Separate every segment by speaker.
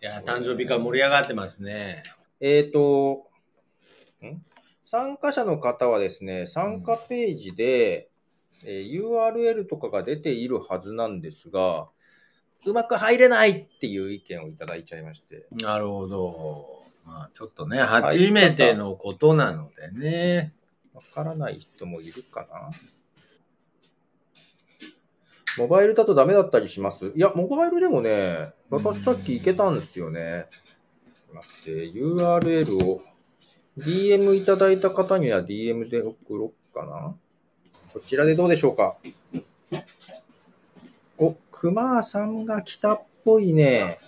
Speaker 1: いや、誕生日会盛り上がってますね。
Speaker 2: えっ、と、ん参加者の方はですね、参加ページで、えー URL とかが出ているはずなんですが、うまく入れないっていう意見をいただいちゃいまして。
Speaker 1: なるほど。まあ、ちょっとね、初めてのことなのでね。
Speaker 2: わからない人もいるかなモバイルだとダメだったりしますいや、モバイルでもね、私さっき行けたんですよね。待って、URL を DM いただいた方には DM で送ろっかな。こちらでどうでしょうかお、クマさんが来たっぽいね。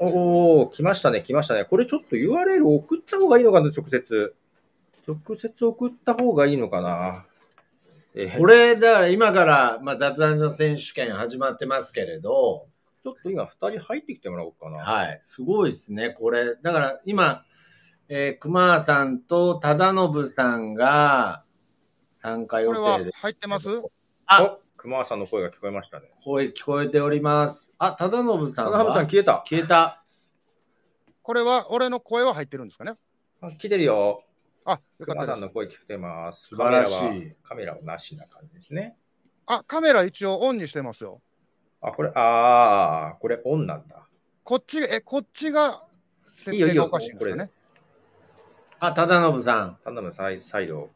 Speaker 2: おおー来ましたね、来ましたね。これちょっと URL 送った方がいいのかな、直接。直接送った方がいいのかな。えー
Speaker 1: これ、だから今から、まあ、脱談の選手権始まってますけれど、
Speaker 2: ちょっと今2人入ってきてもらおうかな。
Speaker 1: はい、すごいですね、これ。だから今、えー、熊さんと忠信さんが参加予
Speaker 3: これは
Speaker 1: 定で、
Speaker 3: 入ってます
Speaker 1: あ
Speaker 2: お、熊さんの声が聞こえましたね。
Speaker 1: 声聞こえております。あ、忠信さん
Speaker 2: 高
Speaker 1: は
Speaker 2: 浜さん消えた。
Speaker 1: 消えた。
Speaker 3: これは俺の声は入ってるんですかね
Speaker 2: あ来てるよ。
Speaker 3: あ、よか
Speaker 2: 熊
Speaker 3: っ
Speaker 2: さ
Speaker 3: た
Speaker 2: ん
Speaker 3: で
Speaker 2: の
Speaker 3: す。
Speaker 2: 声聞こえてます。
Speaker 1: 素晴らしい
Speaker 2: カメラはカメラをなしな感じですね。
Speaker 3: あ、カメラ一応オンにしてますよ。
Speaker 2: あ、これ、あー、これオンなんだ。
Speaker 3: こっち、え、こっちが設
Speaker 2: いいよい
Speaker 3: 定
Speaker 2: いよ
Speaker 3: がおかしいんですかね
Speaker 1: あ、忠信さん。
Speaker 2: 田辺さん、再度、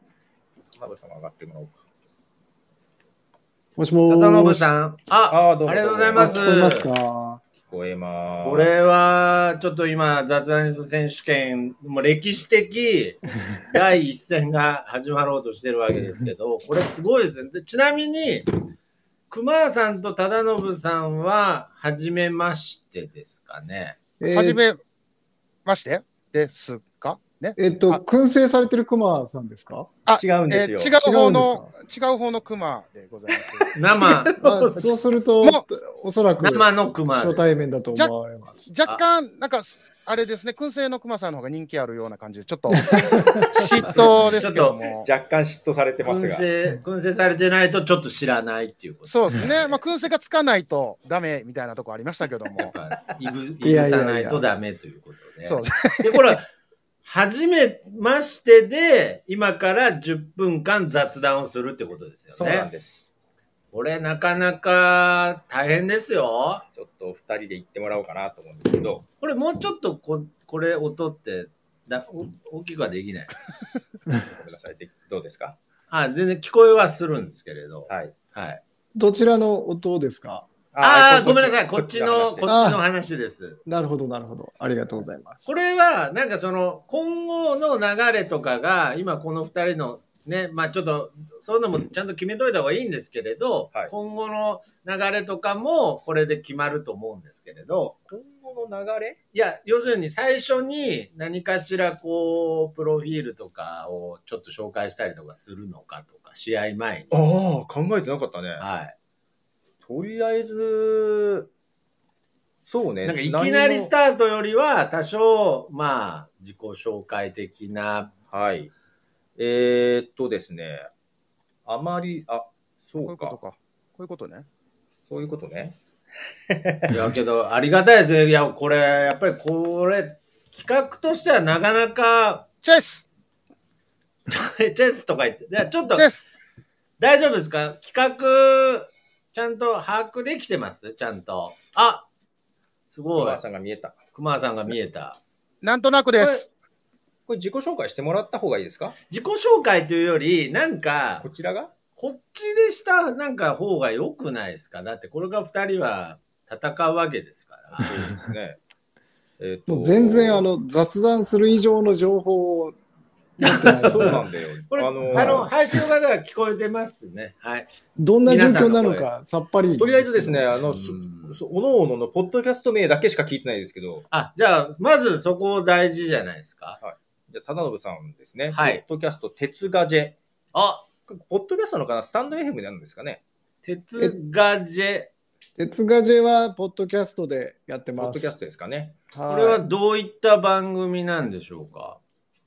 Speaker 2: 田辺さん上がってもらおうか。
Speaker 4: もしもーし。
Speaker 1: 忠信さん。あ、
Speaker 2: あー、どうもどうも。
Speaker 1: ありがとうござい
Speaker 4: あ
Speaker 1: ます
Speaker 4: 聞こえますか
Speaker 2: 聞こえます。
Speaker 1: これは、ちょっと今、雑談選手権、もう歴史的第一戦が始まろうとしてるわけですけど、これすごいですね。でちなみに、熊さんと忠信さんは、初めましてですかね。
Speaker 4: え
Speaker 3: はじ
Speaker 4: ー
Speaker 3: めましてですかね
Speaker 4: えっと、燻製されてるクマさんですか
Speaker 2: 違うん
Speaker 3: え
Speaker 2: です
Speaker 3: ー
Speaker 2: よ。
Speaker 3: 違う方の
Speaker 4: 違うん
Speaker 3: 違う方のクマでございます。
Speaker 1: 生、
Speaker 4: あそうすると
Speaker 3: も、
Speaker 4: おそらく
Speaker 1: 生の熊
Speaker 4: 初
Speaker 1: です。
Speaker 4: 対面だと思われます。
Speaker 3: 若干、なんか、あれですね、燻製のクマさんの方が人気あるような感じで、ちょっと嫉妬ですけど も。
Speaker 2: 若干嫉妬されてます
Speaker 1: 燻
Speaker 2: が。
Speaker 1: 製、燻製されてないとちょっと知らないっていうこと。
Speaker 3: そうですね、まあ、燻製がつかないとダメみたいなとこありましたけど も。
Speaker 1: やっぱいぶい
Speaker 4: い
Speaker 1: ぶ
Speaker 4: やいやいや
Speaker 1: さないとダメということで。
Speaker 3: そう
Speaker 1: で、これ、初めましてで、今から10分間雑談をするってことです
Speaker 2: そ
Speaker 1: よ
Speaker 2: うなん
Speaker 1: ね。
Speaker 2: です。
Speaker 1: これ、なかなか大変ですよ。
Speaker 2: ちょっとお二人で行ってもらおうかなと思うんですけど、
Speaker 1: これ、もうちょっとこ、これ、音ってだお、大きくはできない。
Speaker 2: ごめんなさい。でどうですか
Speaker 1: あ、全然聞こえはするんですけれど。
Speaker 2: はい。
Speaker 1: はい。
Speaker 4: どちらの音ですか
Speaker 1: ああー、ご
Speaker 2: こっち
Speaker 1: めんなさい。こっちの、こっち
Speaker 2: こっちの話です
Speaker 1: の話です。
Speaker 4: なるほど、なるほど。ありがとうございます。
Speaker 1: これは、なんかその、今後の流れとかが、今この二人の、ね、まあちょっと、そういうのもちゃんと決めといた方がいいんですけれど、
Speaker 2: はい
Speaker 1: 今後の流れとかも、これで決まると思うんですけれど、
Speaker 2: 今後の流れ
Speaker 1: いや、要するに最初に何かしらこう、プロフィールとかをちょっと紹介したりとかするのかとか、試合前に。
Speaker 2: ああ、考えてなかったね。
Speaker 1: はい。
Speaker 2: とりあえず、そうね。
Speaker 1: なんかいきなりス
Speaker 2: タ
Speaker 1: タートよりは、多少、まあ、自己紹介的な、
Speaker 2: はい。えー、っとですね、あまり、あ、そ
Speaker 3: こういううこと
Speaker 2: か。
Speaker 3: か。こういうことね。
Speaker 2: そういうことね。
Speaker 1: いやけど、ありがたいですね。いや、これ、やっぱりこれ、企画としてはなかなか、
Speaker 3: チェス
Speaker 1: チェスとか言って、じゃあちょっ
Speaker 3: チ
Speaker 1: と
Speaker 3: ェス
Speaker 1: 大丈夫ですか企画、ちゃんと把握できてますちゃんと。あす
Speaker 2: お
Speaker 1: ごい
Speaker 2: 母。さんが見えた。
Speaker 1: 熊さんが見えた。
Speaker 3: なんとなくです。
Speaker 2: これ自己紹介してもらった方がいいですか
Speaker 1: 自己紹介というより、なんか
Speaker 2: こ、ちらが
Speaker 1: こっちでした、なんか方が良くないですかだってこれが二人は戦うわけですから。
Speaker 2: そうですね。えーっ
Speaker 4: も
Speaker 2: と
Speaker 4: う全然あ、の雑談する以上の情報を持ってな い
Speaker 2: そうな
Speaker 4: ので、
Speaker 2: んだよ。
Speaker 1: これ、あ
Speaker 2: あ
Speaker 1: の
Speaker 2: の、
Speaker 1: 配信の方は聞こえてますね。はい。
Speaker 4: どんな状況なのかさっぱり。
Speaker 2: とりあえずですね、あ
Speaker 1: う
Speaker 2: の、そ
Speaker 1: ん
Speaker 2: そおのおののポッドキャスト名だけしか聞いてないですけど、
Speaker 1: あ、じゃあ、まずそこ大事じゃないですか。
Speaker 2: じゃあ、忠信さんですね。
Speaker 1: はい
Speaker 2: ポッドキャスト、鉄ガジェ。
Speaker 1: あ、
Speaker 2: ポッドキャストのかなスタンド FM になるんですかね
Speaker 1: 鉄ガジェ。
Speaker 4: 哲ガジェはポッドキャストでやって
Speaker 2: ポッ
Speaker 4: ま
Speaker 2: ド
Speaker 4: す。
Speaker 2: キャストですかね。
Speaker 1: こ
Speaker 4: はい
Speaker 1: れはどういった番組なんでしょうか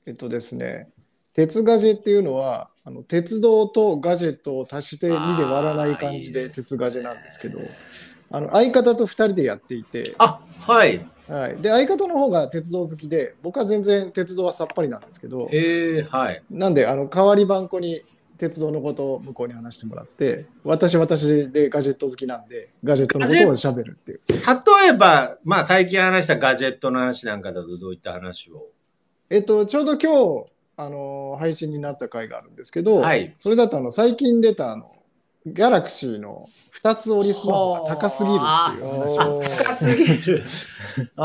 Speaker 4: えっとですね、鉄ガジェっていうのは、あの鉄道とガジェットを足して2で割らない
Speaker 1: あーい
Speaker 4: 感じ
Speaker 1: い
Speaker 4: で
Speaker 1: ね
Speaker 4: 鉄ガジェなんですけど、あの相方と2人でやっていて、
Speaker 1: あ、はい。
Speaker 4: はい、で相方の方が鉄道好きで僕は全然鉄道はさっぱりなんですけど
Speaker 1: ええはい。
Speaker 4: なんであの代わり番こに鉄道のことを向こうに話してもらって私私でガジェット好きなんでガジェットのことをしゃべるっていう
Speaker 1: 例えば、まあ最近話したガジェットの話なんかだとどういった話を
Speaker 4: えっとちょうど今日あの配信になった回があるんですけど、
Speaker 1: はい
Speaker 4: それだとあの最近出たあのギャラクシーの2つ折りスマホが高すぎるっていう話を、
Speaker 1: 高すぎる。 あ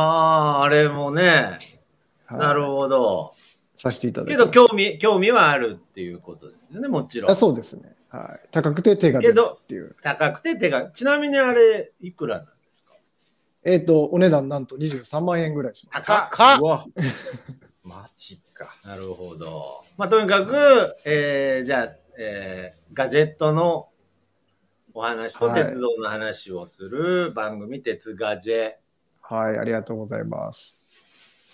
Speaker 1: あ、あれもね。
Speaker 4: はい
Speaker 1: なるほど。
Speaker 4: させていただ
Speaker 1: け
Speaker 4: いて
Speaker 1: ど興味、興味はあるっていうことですよね、もちろん
Speaker 4: あ。そうですね、はい、高くて手が出るっていう
Speaker 1: 高くて手が、ちなみにあれ、いくらなんですか
Speaker 4: えっとお値段なんと23万円ぐらいします
Speaker 1: 高っ
Speaker 3: か
Speaker 5: うわ。マジか。
Speaker 1: なるほど。まあ、とにかく、えー、じゃあ、えー、ガジェットのお話と
Speaker 4: はい
Speaker 1: 鉄道の話をする番組、鉄ガジェ。
Speaker 4: はい、ありがとうございます。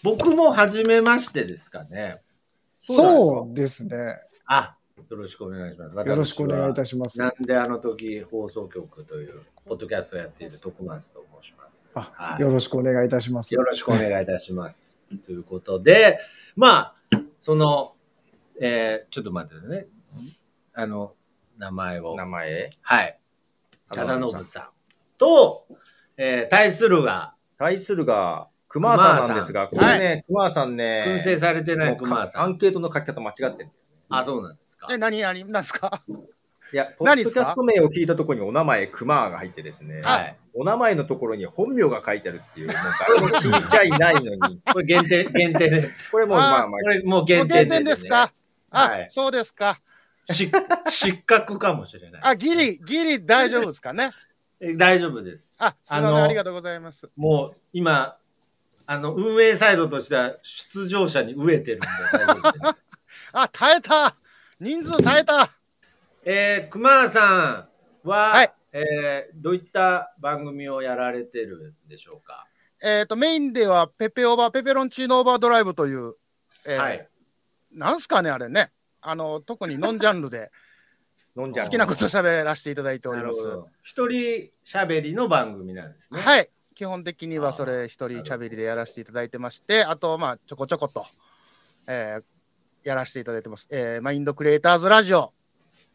Speaker 1: 僕も初めましてですかね。
Speaker 4: そうですね。
Speaker 1: あ、よろしくお願いします。
Speaker 4: よろしくお願いい
Speaker 1: し
Speaker 4: たしま。
Speaker 1: ますな
Speaker 4: は
Speaker 1: んであの時放送局という、ポッドキャストをやっている徳松と申します。
Speaker 4: あ
Speaker 1: はい
Speaker 4: よろしくお願いいたします
Speaker 1: よ。ろしくお願いいたします。 ということで、まあ、その、えー、ちょっと待ってね。あの、名前を
Speaker 5: 名。前
Speaker 1: はい。忠信さん。と、えー、対するが、
Speaker 5: 対するが、熊さんなんですが、こ
Speaker 1: 熊さん
Speaker 5: れね、熊さんね
Speaker 1: 燻、製されてない
Speaker 5: もう
Speaker 1: 熊
Speaker 5: か
Speaker 1: さ
Speaker 5: ア
Speaker 1: ん。
Speaker 5: ンケートの書き方間違ってん
Speaker 1: あ、そうなんですか。
Speaker 3: え、何、何、何ですか
Speaker 5: いや、ポッ
Speaker 3: 何で
Speaker 5: ド
Speaker 3: す
Speaker 5: キ
Speaker 3: か
Speaker 5: ャスト名を聞いたところにお名前、クマが入ってですね、
Speaker 1: はい。
Speaker 5: お名前のところに本名が書いてあるっていう、もう誰も聞いちゃいないの に、
Speaker 1: これ限定、限定 です。
Speaker 5: これもう
Speaker 3: あー
Speaker 5: まあま
Speaker 1: これもう限定
Speaker 3: 限
Speaker 1: です、
Speaker 3: 定
Speaker 1: ね。
Speaker 3: ですかあ、
Speaker 1: はい
Speaker 3: そうですか。
Speaker 1: し失格かもしれない。
Speaker 3: あ、ギリ、ギリ大丈夫ですかね。
Speaker 1: え大丈夫です。
Speaker 3: あ、すみ
Speaker 1: あ
Speaker 3: ませ
Speaker 1: の
Speaker 3: ん、ありがとうございます。
Speaker 1: もう今、あの、運営サイドとしては出場者に飢えてるんで大丈夫です。
Speaker 3: あ、耐えた人数耐えた
Speaker 1: えー、熊さんは、
Speaker 3: はい
Speaker 1: えーどういった番組をやられてるんでしょうか、
Speaker 3: えっ、と、メインではペペオーバー、ペペロンチーノオーバードライブという、えー
Speaker 1: はい。
Speaker 3: なんすかね、あれね。あの、特にノンジャンルで
Speaker 5: あ、飲んじゃう
Speaker 3: 好きなこと喋らせていただいており
Speaker 1: なる
Speaker 3: ま
Speaker 1: ほ
Speaker 3: す。
Speaker 1: ど。一人喋りの番組なんですね。い。
Speaker 3: はい。基本的にはそれ一人喋りでやらせていただいてまして、あと、まあ、ちょこちょこと、えーやらせていただいてます。えーマインドクリエイターズラジオ、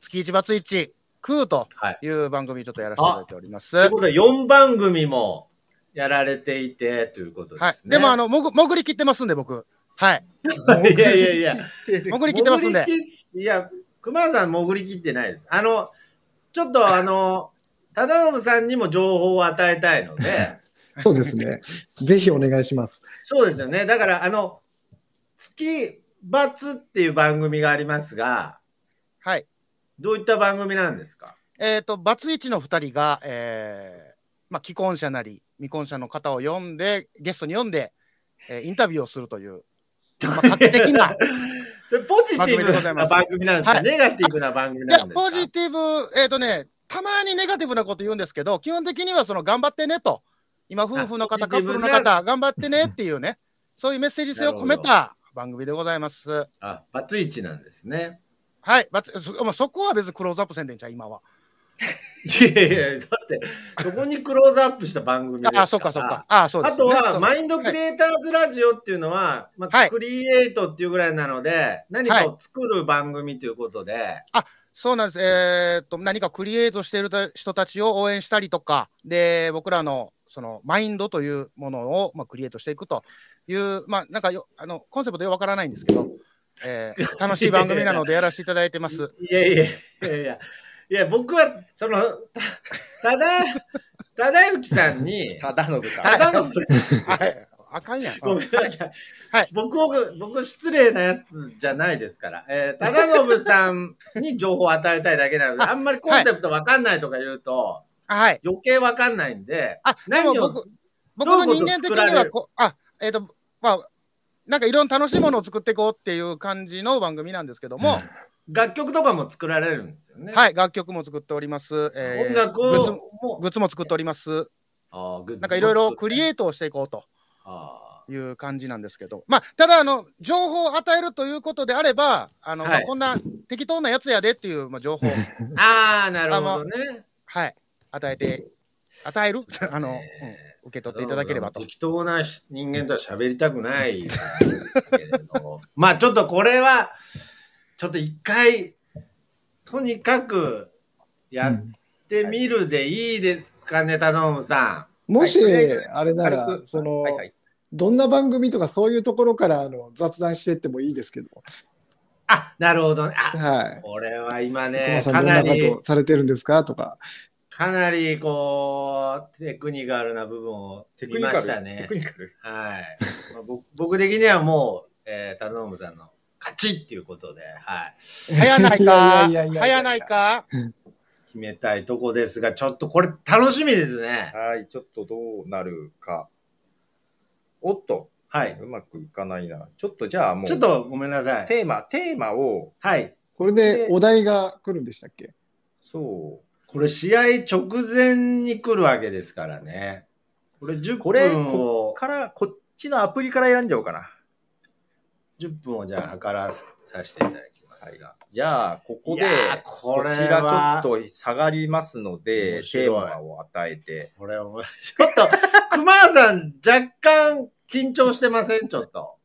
Speaker 3: 月一バツイチ、クーと
Speaker 1: はい。
Speaker 3: いう番組ちょっとやらせていただいております。
Speaker 1: ということは4番組もやられていてということで
Speaker 3: はい。
Speaker 1: すね。
Speaker 3: でも、あの、もぐ、潜り切ってますんで、僕。はい。
Speaker 1: いやいやいや。
Speaker 3: 潜り切ってますんで。
Speaker 1: 潜り切っいや、熊さん潜り切ってないです。あの、ちょっとあの、 忠信さんにも情報を与えたいの で、
Speaker 4: そうですね。ぜひお願いします。
Speaker 1: そうですよね。だから、あの、月罰っていう番組がありますが、
Speaker 3: はい。
Speaker 1: どういった番組なんですか
Speaker 3: えっ、と、バツイチの二人が、えーまあ、既婚者なり、未婚者の方を呼んで、ゲストに呼んで、えーインタビューをするという、まあ、画期的な、
Speaker 1: それポジティブな番組なんですか、
Speaker 3: はい
Speaker 1: ネガティブな番組
Speaker 3: い
Speaker 1: な
Speaker 3: や、
Speaker 1: んですか
Speaker 3: ポジティブ、えっ、とね、たまにネガティブなこと言うんですけど、基本的にはその頑張ってねと、今、夫婦の
Speaker 1: あポ
Speaker 3: 方、カ
Speaker 1: ジ
Speaker 3: ッ
Speaker 1: ティ
Speaker 3: プ
Speaker 1: ブ
Speaker 3: ル
Speaker 1: な
Speaker 3: の方、頑張ってねっていう ね、そういうメッセージ性を込めた番組でございます。
Speaker 1: あ、バツイチなんですね。
Speaker 3: はい、バツそまあそこは別にクローズアップせんでんじゃん、今は。
Speaker 1: いやいやいや、だって、そこにクローズアップした番組ですから。
Speaker 3: あ、そっかそっか。あ、そうで
Speaker 1: あ
Speaker 3: す、
Speaker 1: と
Speaker 3: ね。そ
Speaker 1: は、
Speaker 3: う
Speaker 1: マインドクリエイターズラジオっていうのは、ま
Speaker 3: は
Speaker 1: あ、
Speaker 3: い
Speaker 1: クリエイトっていうぐらいなので、何かを作る番組ということで、
Speaker 3: そうなんです。えーっと、何かクリエイトしている人たちを応援したりとか、で、僕らの、その、マインドというものを、まあ、クリエイトしていくという、まあ、なんかよ、あの、コンセプトよくわからないんですけど、え ー楽しい番組なのでやらせていただいてます。
Speaker 1: いやいやいやいや、いや僕は、その、た、ただ、ただゆきさんに、
Speaker 5: ただのぶさ
Speaker 1: た
Speaker 5: ん。
Speaker 1: だの、
Speaker 3: はい。あかんやん。
Speaker 1: ごめんなさい
Speaker 3: はい。
Speaker 1: 僕を、僕失礼なやつじゃないですから。えー、ただのぶさんに情報を与えたいだけなので、あんまりコンセプトわかんないとか言うと、
Speaker 3: あはい。
Speaker 1: 余計わかんないんで、
Speaker 3: あ、でも
Speaker 1: 何を
Speaker 3: 僕、僕の人間的
Speaker 1: どういうことを作
Speaker 3: に
Speaker 1: られ
Speaker 3: は
Speaker 1: る
Speaker 3: こう、あ、えーっと、まあ、なんかいろんな楽しいものを作っていこうっていう感じの番組なんですけども、
Speaker 1: 楽曲とかも作られるんですよね。
Speaker 3: はい、楽曲も作っております。えー
Speaker 1: 音楽
Speaker 3: グッズも
Speaker 1: を、も
Speaker 3: グッズも作っております。
Speaker 1: あーグッズ
Speaker 3: なんかいろいろクリエイトをしていこうと
Speaker 1: あ
Speaker 3: いう感じなんですけど、まあ、ただあの、情報を与えるということであれば、あの
Speaker 1: はい
Speaker 3: まあこんな適当な やつやでっていうまあ情報を、
Speaker 1: ーあー、なるほどね。
Speaker 3: はい、与えて与える あの、うん受け取っていただければと。
Speaker 1: 適当な人間とは喋りたくないですけれど。 まあちょっとこれは、ちょっと一回、とにかくやってみるでいいですかね、頼むさ
Speaker 4: もし、
Speaker 5: はいとりあえず
Speaker 4: あれなら
Speaker 5: 軽、く
Speaker 4: その、
Speaker 5: はいはい。
Speaker 4: どんな番組とかそういうところからあの雑談してってもいいですけど、
Speaker 1: ん。あ、なるほどね。あ、
Speaker 4: はい。
Speaker 1: これは今
Speaker 4: 熊
Speaker 1: ね、
Speaker 4: さ
Speaker 1: か
Speaker 4: んどん
Speaker 1: な
Speaker 4: なこ
Speaker 1: り
Speaker 4: と、されてるんですかとか、
Speaker 1: かなりこう、テクニカルな部分を
Speaker 5: テク
Speaker 1: 見
Speaker 5: ニ
Speaker 1: ま
Speaker 5: カ
Speaker 1: した
Speaker 5: ル。
Speaker 1: ね
Speaker 5: テ。クニカル。
Speaker 1: はい。 まあ僕僕的にはもう、えー、タノムさんの勝ちっていうことで、はい。
Speaker 3: 早ない
Speaker 4: いや
Speaker 3: か
Speaker 4: いやいやいや
Speaker 3: 早ないか
Speaker 1: 決めたいとこですが、ちょっとこれ楽しみですね。
Speaker 5: はい、ちょっとどうなるか。おっと、
Speaker 1: はい。
Speaker 5: うまくいかないな。ちょっとじゃあもう、
Speaker 1: ちょっとごめんなさい。
Speaker 5: テーマ、テーマを、
Speaker 1: はい。
Speaker 4: これでお題が来るんでしたっけ
Speaker 5: そ
Speaker 1: これ試合直前に来るわけですからね。これ10
Speaker 5: う、これ、
Speaker 1: 分
Speaker 5: こ
Speaker 1: を
Speaker 5: っ、から、こっちのアプリから選んじゃおうかな。
Speaker 1: 10分をじゃあ測らさせていただきますが。
Speaker 5: じゃあ、ここ
Speaker 1: い
Speaker 5: で、
Speaker 1: やー
Speaker 5: こ
Speaker 1: これ
Speaker 5: ちら
Speaker 1: は
Speaker 5: ちょっと下がりますので、
Speaker 1: 面白
Speaker 5: テ
Speaker 1: い
Speaker 5: ーマを与えて。
Speaker 1: これ面白いちょっと、熊さん若干緊張してませんちょっと。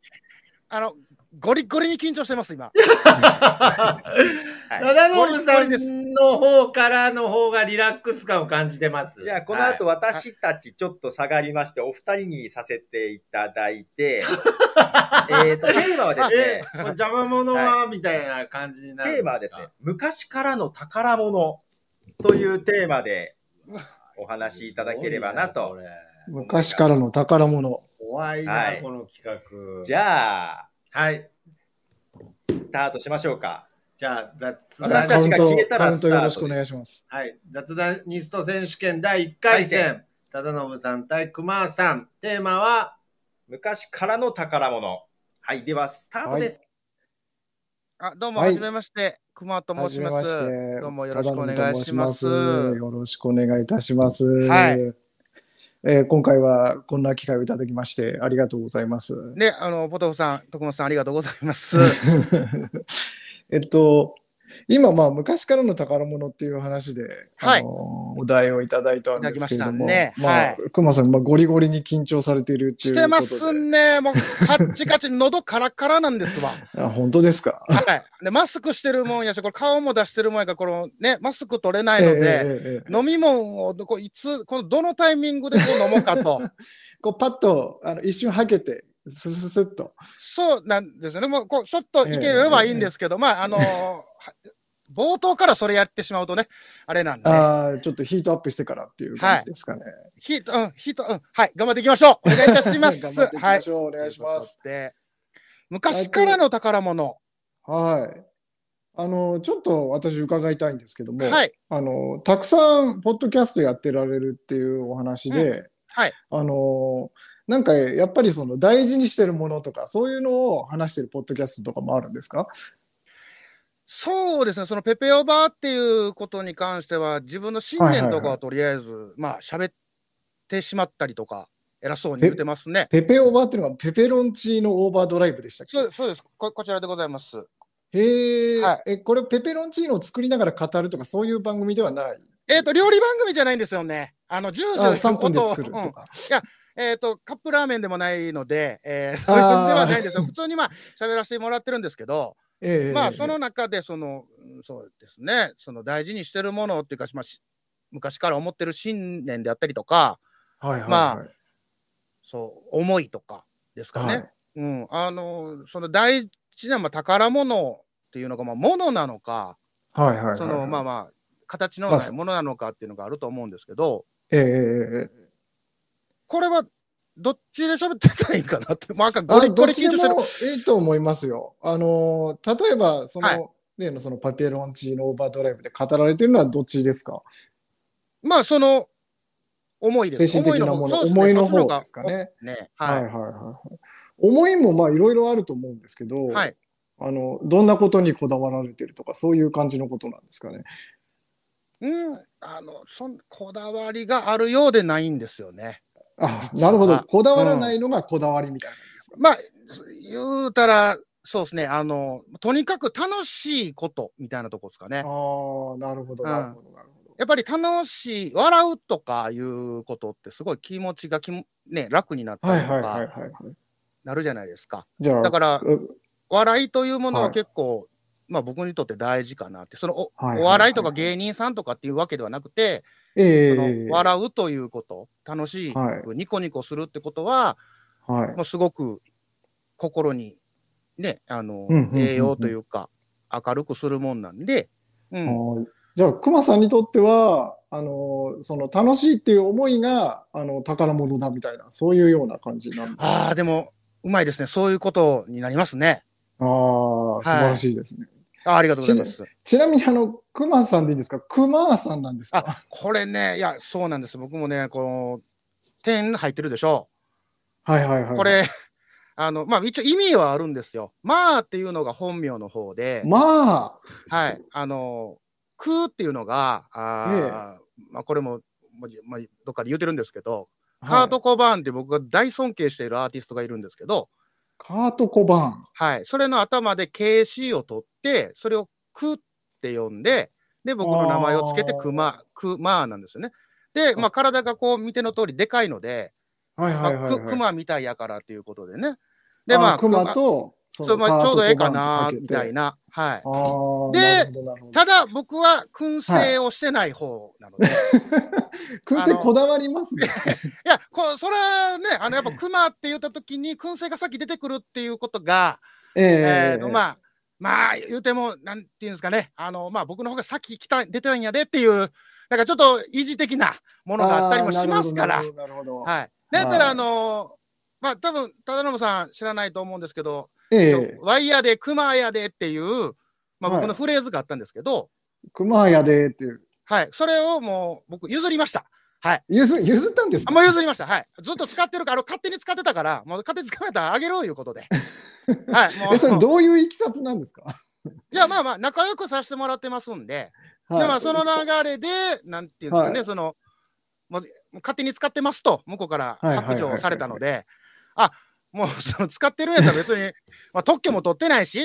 Speaker 3: あの、ゴリゴリに緊張してます、今。
Speaker 5: はい
Speaker 1: 七野さ
Speaker 3: ゴリゴリです
Speaker 1: んの方からの方がリラックス感を感じてます。
Speaker 5: じゃあ、この後、私たちちょっと下がりまして、お二人にさせていただい て、えっと、テーマはです
Speaker 1: え
Speaker 5: ね、
Speaker 1: これ邪魔者はみたいな感じになるん
Speaker 5: テーマはですね、昔からの宝物というテーマでお話しいただければなと。。
Speaker 4: 昔からの宝物。
Speaker 1: 怖い
Speaker 5: は、
Speaker 1: ないこの企画。
Speaker 5: じゃあ、
Speaker 1: はい。
Speaker 5: スタートしましょうか。
Speaker 1: じゃあ、雑
Speaker 5: 私たちが消えたら
Speaker 4: カウント
Speaker 5: スタートです
Speaker 4: カウントよろしくお願いします。
Speaker 1: はい、雑談ニスト選手権第1回戦、忠信さん対熊さん。テーマは、
Speaker 5: 昔からの宝物。はい、では、スタートです。
Speaker 3: あどうも、
Speaker 4: は
Speaker 3: はいじめまして。熊と
Speaker 4: は
Speaker 3: 申
Speaker 4: じ
Speaker 3: し
Speaker 4: め
Speaker 3: ま
Speaker 4: まし
Speaker 3: す。
Speaker 4: て。
Speaker 3: どうもよろしくお願い
Speaker 4: 忠信と申
Speaker 3: します
Speaker 4: よろしくお願いいたします。
Speaker 3: はい
Speaker 4: えー今回はこんな機会をいただきましてありがとうございます。
Speaker 3: ね、あの、ポトフさん、徳本さん、ありがとうござい ます。
Speaker 4: えっと、今、まあ、昔からの宝物っていう話で、
Speaker 3: はい
Speaker 4: あのお題をいただいたんですけれども、
Speaker 3: いただきましたね
Speaker 4: まあ、
Speaker 3: はい
Speaker 4: 熊さん、まあ、ゴリゴリに緊張されているってい
Speaker 3: し
Speaker 4: う
Speaker 3: てま
Speaker 4: こと
Speaker 3: す
Speaker 4: で
Speaker 3: ね。もう、カッチカチ、喉カラカラなんですわ。
Speaker 4: あ本当ですか。
Speaker 3: はい。で、マスクしてるもんやし、これ顔も出してるもんやから、このね、マスク取れない
Speaker 4: ええ
Speaker 3: の
Speaker 4: え
Speaker 3: で、
Speaker 4: えええ
Speaker 3: 飲み物をこういつ、このどのタイミングでこう飲もうか と。
Speaker 4: こうパッとあの一瞬はけて、スススッと。
Speaker 3: そうなんですよね。もう、こう、ちょっといければいいんですけど、まあ、あのーは冒頭からそれやってしまうとね、あれなんで。
Speaker 4: あーちょっとヒートアップしてからっていう感じですかね。
Speaker 3: ヒート、うん、ヒート、うん、はい、頑張っていきましょう。お願いいたします。
Speaker 4: 頑張っていきまし
Speaker 3: ょ
Speaker 4: ょう。
Speaker 3: う
Speaker 4: お願いします。。
Speaker 3: で昔からの宝物。
Speaker 4: はい。あの、ちょっと私伺いたいんですけども、
Speaker 3: はい、
Speaker 4: あの、たくさんポッドキャストやってられるっていうお話で、
Speaker 3: はい。
Speaker 4: あのーなんかやっぱりその大事にしてるものとかそういうのを話してるポッドキャストとかもあるんですか
Speaker 3: そうですね、そのペペオバーっていうことに関しては、自分の信念とかをとりあえず、まあ、喋ってしまったりとか、偉そうに言ってますね。
Speaker 4: ペペオーバーっていうのがペペロンチーノオーバードライブでしたっ
Speaker 3: そう
Speaker 4: け
Speaker 3: ですそうですこ、こちらでございます。
Speaker 4: へえ、
Speaker 3: はい
Speaker 4: え、これペペロンチーノを作りながら語るとかそういう番組ではない
Speaker 3: えっ、と、料理番組じゃないんですよね。あの、ジュース
Speaker 4: あ3分で作る
Speaker 3: 音をうん
Speaker 4: とか。
Speaker 3: えっ、と、カップラーメンでもないので、えー、
Speaker 4: あー
Speaker 3: そういうのではないんですよ。普通にまあ、喋らせてもらってるんですけど、
Speaker 4: ええ
Speaker 3: まあ、その中で、その、うんそうですね、その大事にしてるものっていうか、まあ、し昔から思ってる信念であったりとか、
Speaker 4: はいはいはい、
Speaker 3: まそう、思いとかですかね。
Speaker 4: はい
Speaker 3: うん。あの、その大事な、まあ、宝物っていうのが、まあ、ものなのか、
Speaker 4: はいはいはい
Speaker 3: その、まあまあ、形のないものなのかっていうのがあると思うんですけど、
Speaker 4: ええええええ
Speaker 3: これは、どっちで喋ってたらいいかなって、まあ、なんかゴ
Speaker 4: あ
Speaker 3: リ
Speaker 4: ど
Speaker 3: ゴ
Speaker 4: っ
Speaker 3: リ
Speaker 4: ち
Speaker 3: 緊張
Speaker 4: で
Speaker 3: してる。
Speaker 4: もいいと思いますよ。あのー例えばその、
Speaker 3: はい
Speaker 4: 例のそのパペロンチーノオーバードライブで語られてるのはどっちですか
Speaker 3: まあ、その、思いです。
Speaker 4: 精神的なもの、思
Speaker 3: 思
Speaker 4: い
Speaker 3: い
Speaker 4: の
Speaker 3: の方そ
Speaker 4: 方
Speaker 3: う
Speaker 4: で
Speaker 3: ですす
Speaker 4: か
Speaker 3: ね。
Speaker 4: ね。
Speaker 3: そっちの方がね。
Speaker 4: はいはい
Speaker 3: は
Speaker 4: はいはい。思いもまあいろいろあると思うんですけど、
Speaker 3: い。はい。
Speaker 4: あのどんなことにこだわられてるとかそういう感じのことなんですかね。
Speaker 3: うん。あの、そん、こだわりがあるようでないんですよね。
Speaker 4: あなるほど
Speaker 3: あ
Speaker 4: こだわらないのがこだわりみたいな感じですか。
Speaker 3: まあ、言うたら、そうですね。あの、とにかく楽しいことみたいなとこですかね。
Speaker 4: ああなるほどなるほどなるほど。
Speaker 3: やっぱり楽しい、笑うとかいうことって、すごい気持ちがきも、ね、楽になった
Speaker 4: はい
Speaker 3: りと
Speaker 4: はいはい
Speaker 3: か
Speaker 4: はい。
Speaker 3: なるじゃないですか。
Speaker 4: じゃあ、
Speaker 3: だから、
Speaker 4: う
Speaker 3: 笑いというもの
Speaker 4: は
Speaker 3: はい結構、まあ僕にとって大事かなって、そのお,、
Speaker 4: はいはいはい
Speaker 3: お笑いとか芸人さんとかっていうわけではなくて、
Speaker 4: ええ
Speaker 3: その笑うということ、楽しい、
Speaker 4: はい
Speaker 3: ニコニコするってことは、
Speaker 4: はい。
Speaker 3: もうすごく心にね、あの
Speaker 4: うんうんうんうん
Speaker 3: 栄養というか、明るくするもんなんで、うん、
Speaker 4: はいじゃあ、熊さんにとっては、あのその楽しいっていう思いが、あの宝物だみたいな、そういうような感じなんですか。
Speaker 3: ああ、でも、うまいですね、そういうことになりますね。
Speaker 4: ああ、素晴らしいですね。
Speaker 3: あーありがとうございます。
Speaker 4: ちなみに、あの、熊さんでいいんですか熊さんなんですか
Speaker 3: あこれね、いや、そうなんです、僕もね、この点入ってるでしょ、
Speaker 4: はいはいはい。
Speaker 3: こ、れ、 あのまあ、一応、意味はあるんですよ。まあっていうのが本名の方で、
Speaker 4: まあ、
Speaker 3: はい、あの、くっていうのが、あーまあ、これも、まあまあ、どっかで言ってるんですけど、カー
Speaker 4: はい
Speaker 3: ト・コバーンって僕が大尊敬しているアーティストがいるんですけど、
Speaker 4: カート・コバ
Speaker 3: はい、それの頭で KC を取って、それをクって呼んで、で、僕の名前をつけて
Speaker 4: あー
Speaker 3: クマ、クマーなんですよね。で、まあ、体がこう、見ての通りでかいので、
Speaker 4: ーン。はい
Speaker 3: ま
Speaker 4: はいはい、
Speaker 3: あ、
Speaker 4: はい。
Speaker 3: ククマみたいやからということでね。
Speaker 4: で、
Speaker 3: で、
Speaker 4: ま
Speaker 3: ま
Speaker 4: あ、
Speaker 3: あ、
Speaker 4: クマと、そ
Speaker 3: そう、まあ、ちょうどええかな、みたい
Speaker 4: な。
Speaker 3: な。はい。
Speaker 4: ああ、
Speaker 3: で
Speaker 4: なるほどなるほど。
Speaker 3: ただ、僕は燻製をしてない方なので、
Speaker 4: 燻製こだわります ね。
Speaker 3: いや、こうそれはね、あのやっぱ熊って言ったときに、燻製が先出てくるっていうことが、
Speaker 4: え
Speaker 3: えー
Speaker 4: え
Speaker 3: とまあ、まあ、言うても、なんていうんですかね、あのまあ、僕の方が先来た出てたんやでっていう、なんかちょっと維持的なものがあったりもしますから
Speaker 4: なる。ほどなるほど。なるほど
Speaker 3: はい、だった
Speaker 4: はい
Speaker 3: ら、あのまあ、多分忠信さん知らないと思うんですけど、
Speaker 4: ええ
Speaker 3: ワイヤーで、熊やでっていう、まあ、
Speaker 4: はい
Speaker 3: 僕のフレーズがあったんですけど、
Speaker 4: 熊やでっていう。
Speaker 3: はい、それをもう僕、譲りました。
Speaker 4: 譲譲ったんです
Speaker 3: あ
Speaker 4: か
Speaker 3: んま譲りました。はい。ずっと使ってるから、あの勝手に使ってたから、もう勝手に使えたらあげろいうことで。 はい。もう
Speaker 4: え、それどういういきさつなんですか
Speaker 3: いや、まあまあ、仲良くさせてもらってますんで、
Speaker 4: はい
Speaker 3: でまあその流れで、なんていうんですかね、
Speaker 4: は
Speaker 3: その、もう勝手に使ってますと、向こうから
Speaker 4: はいはいはい
Speaker 3: 白状されたので、あもうその使ってるやつは別に、 まあ、特許も取ってないし、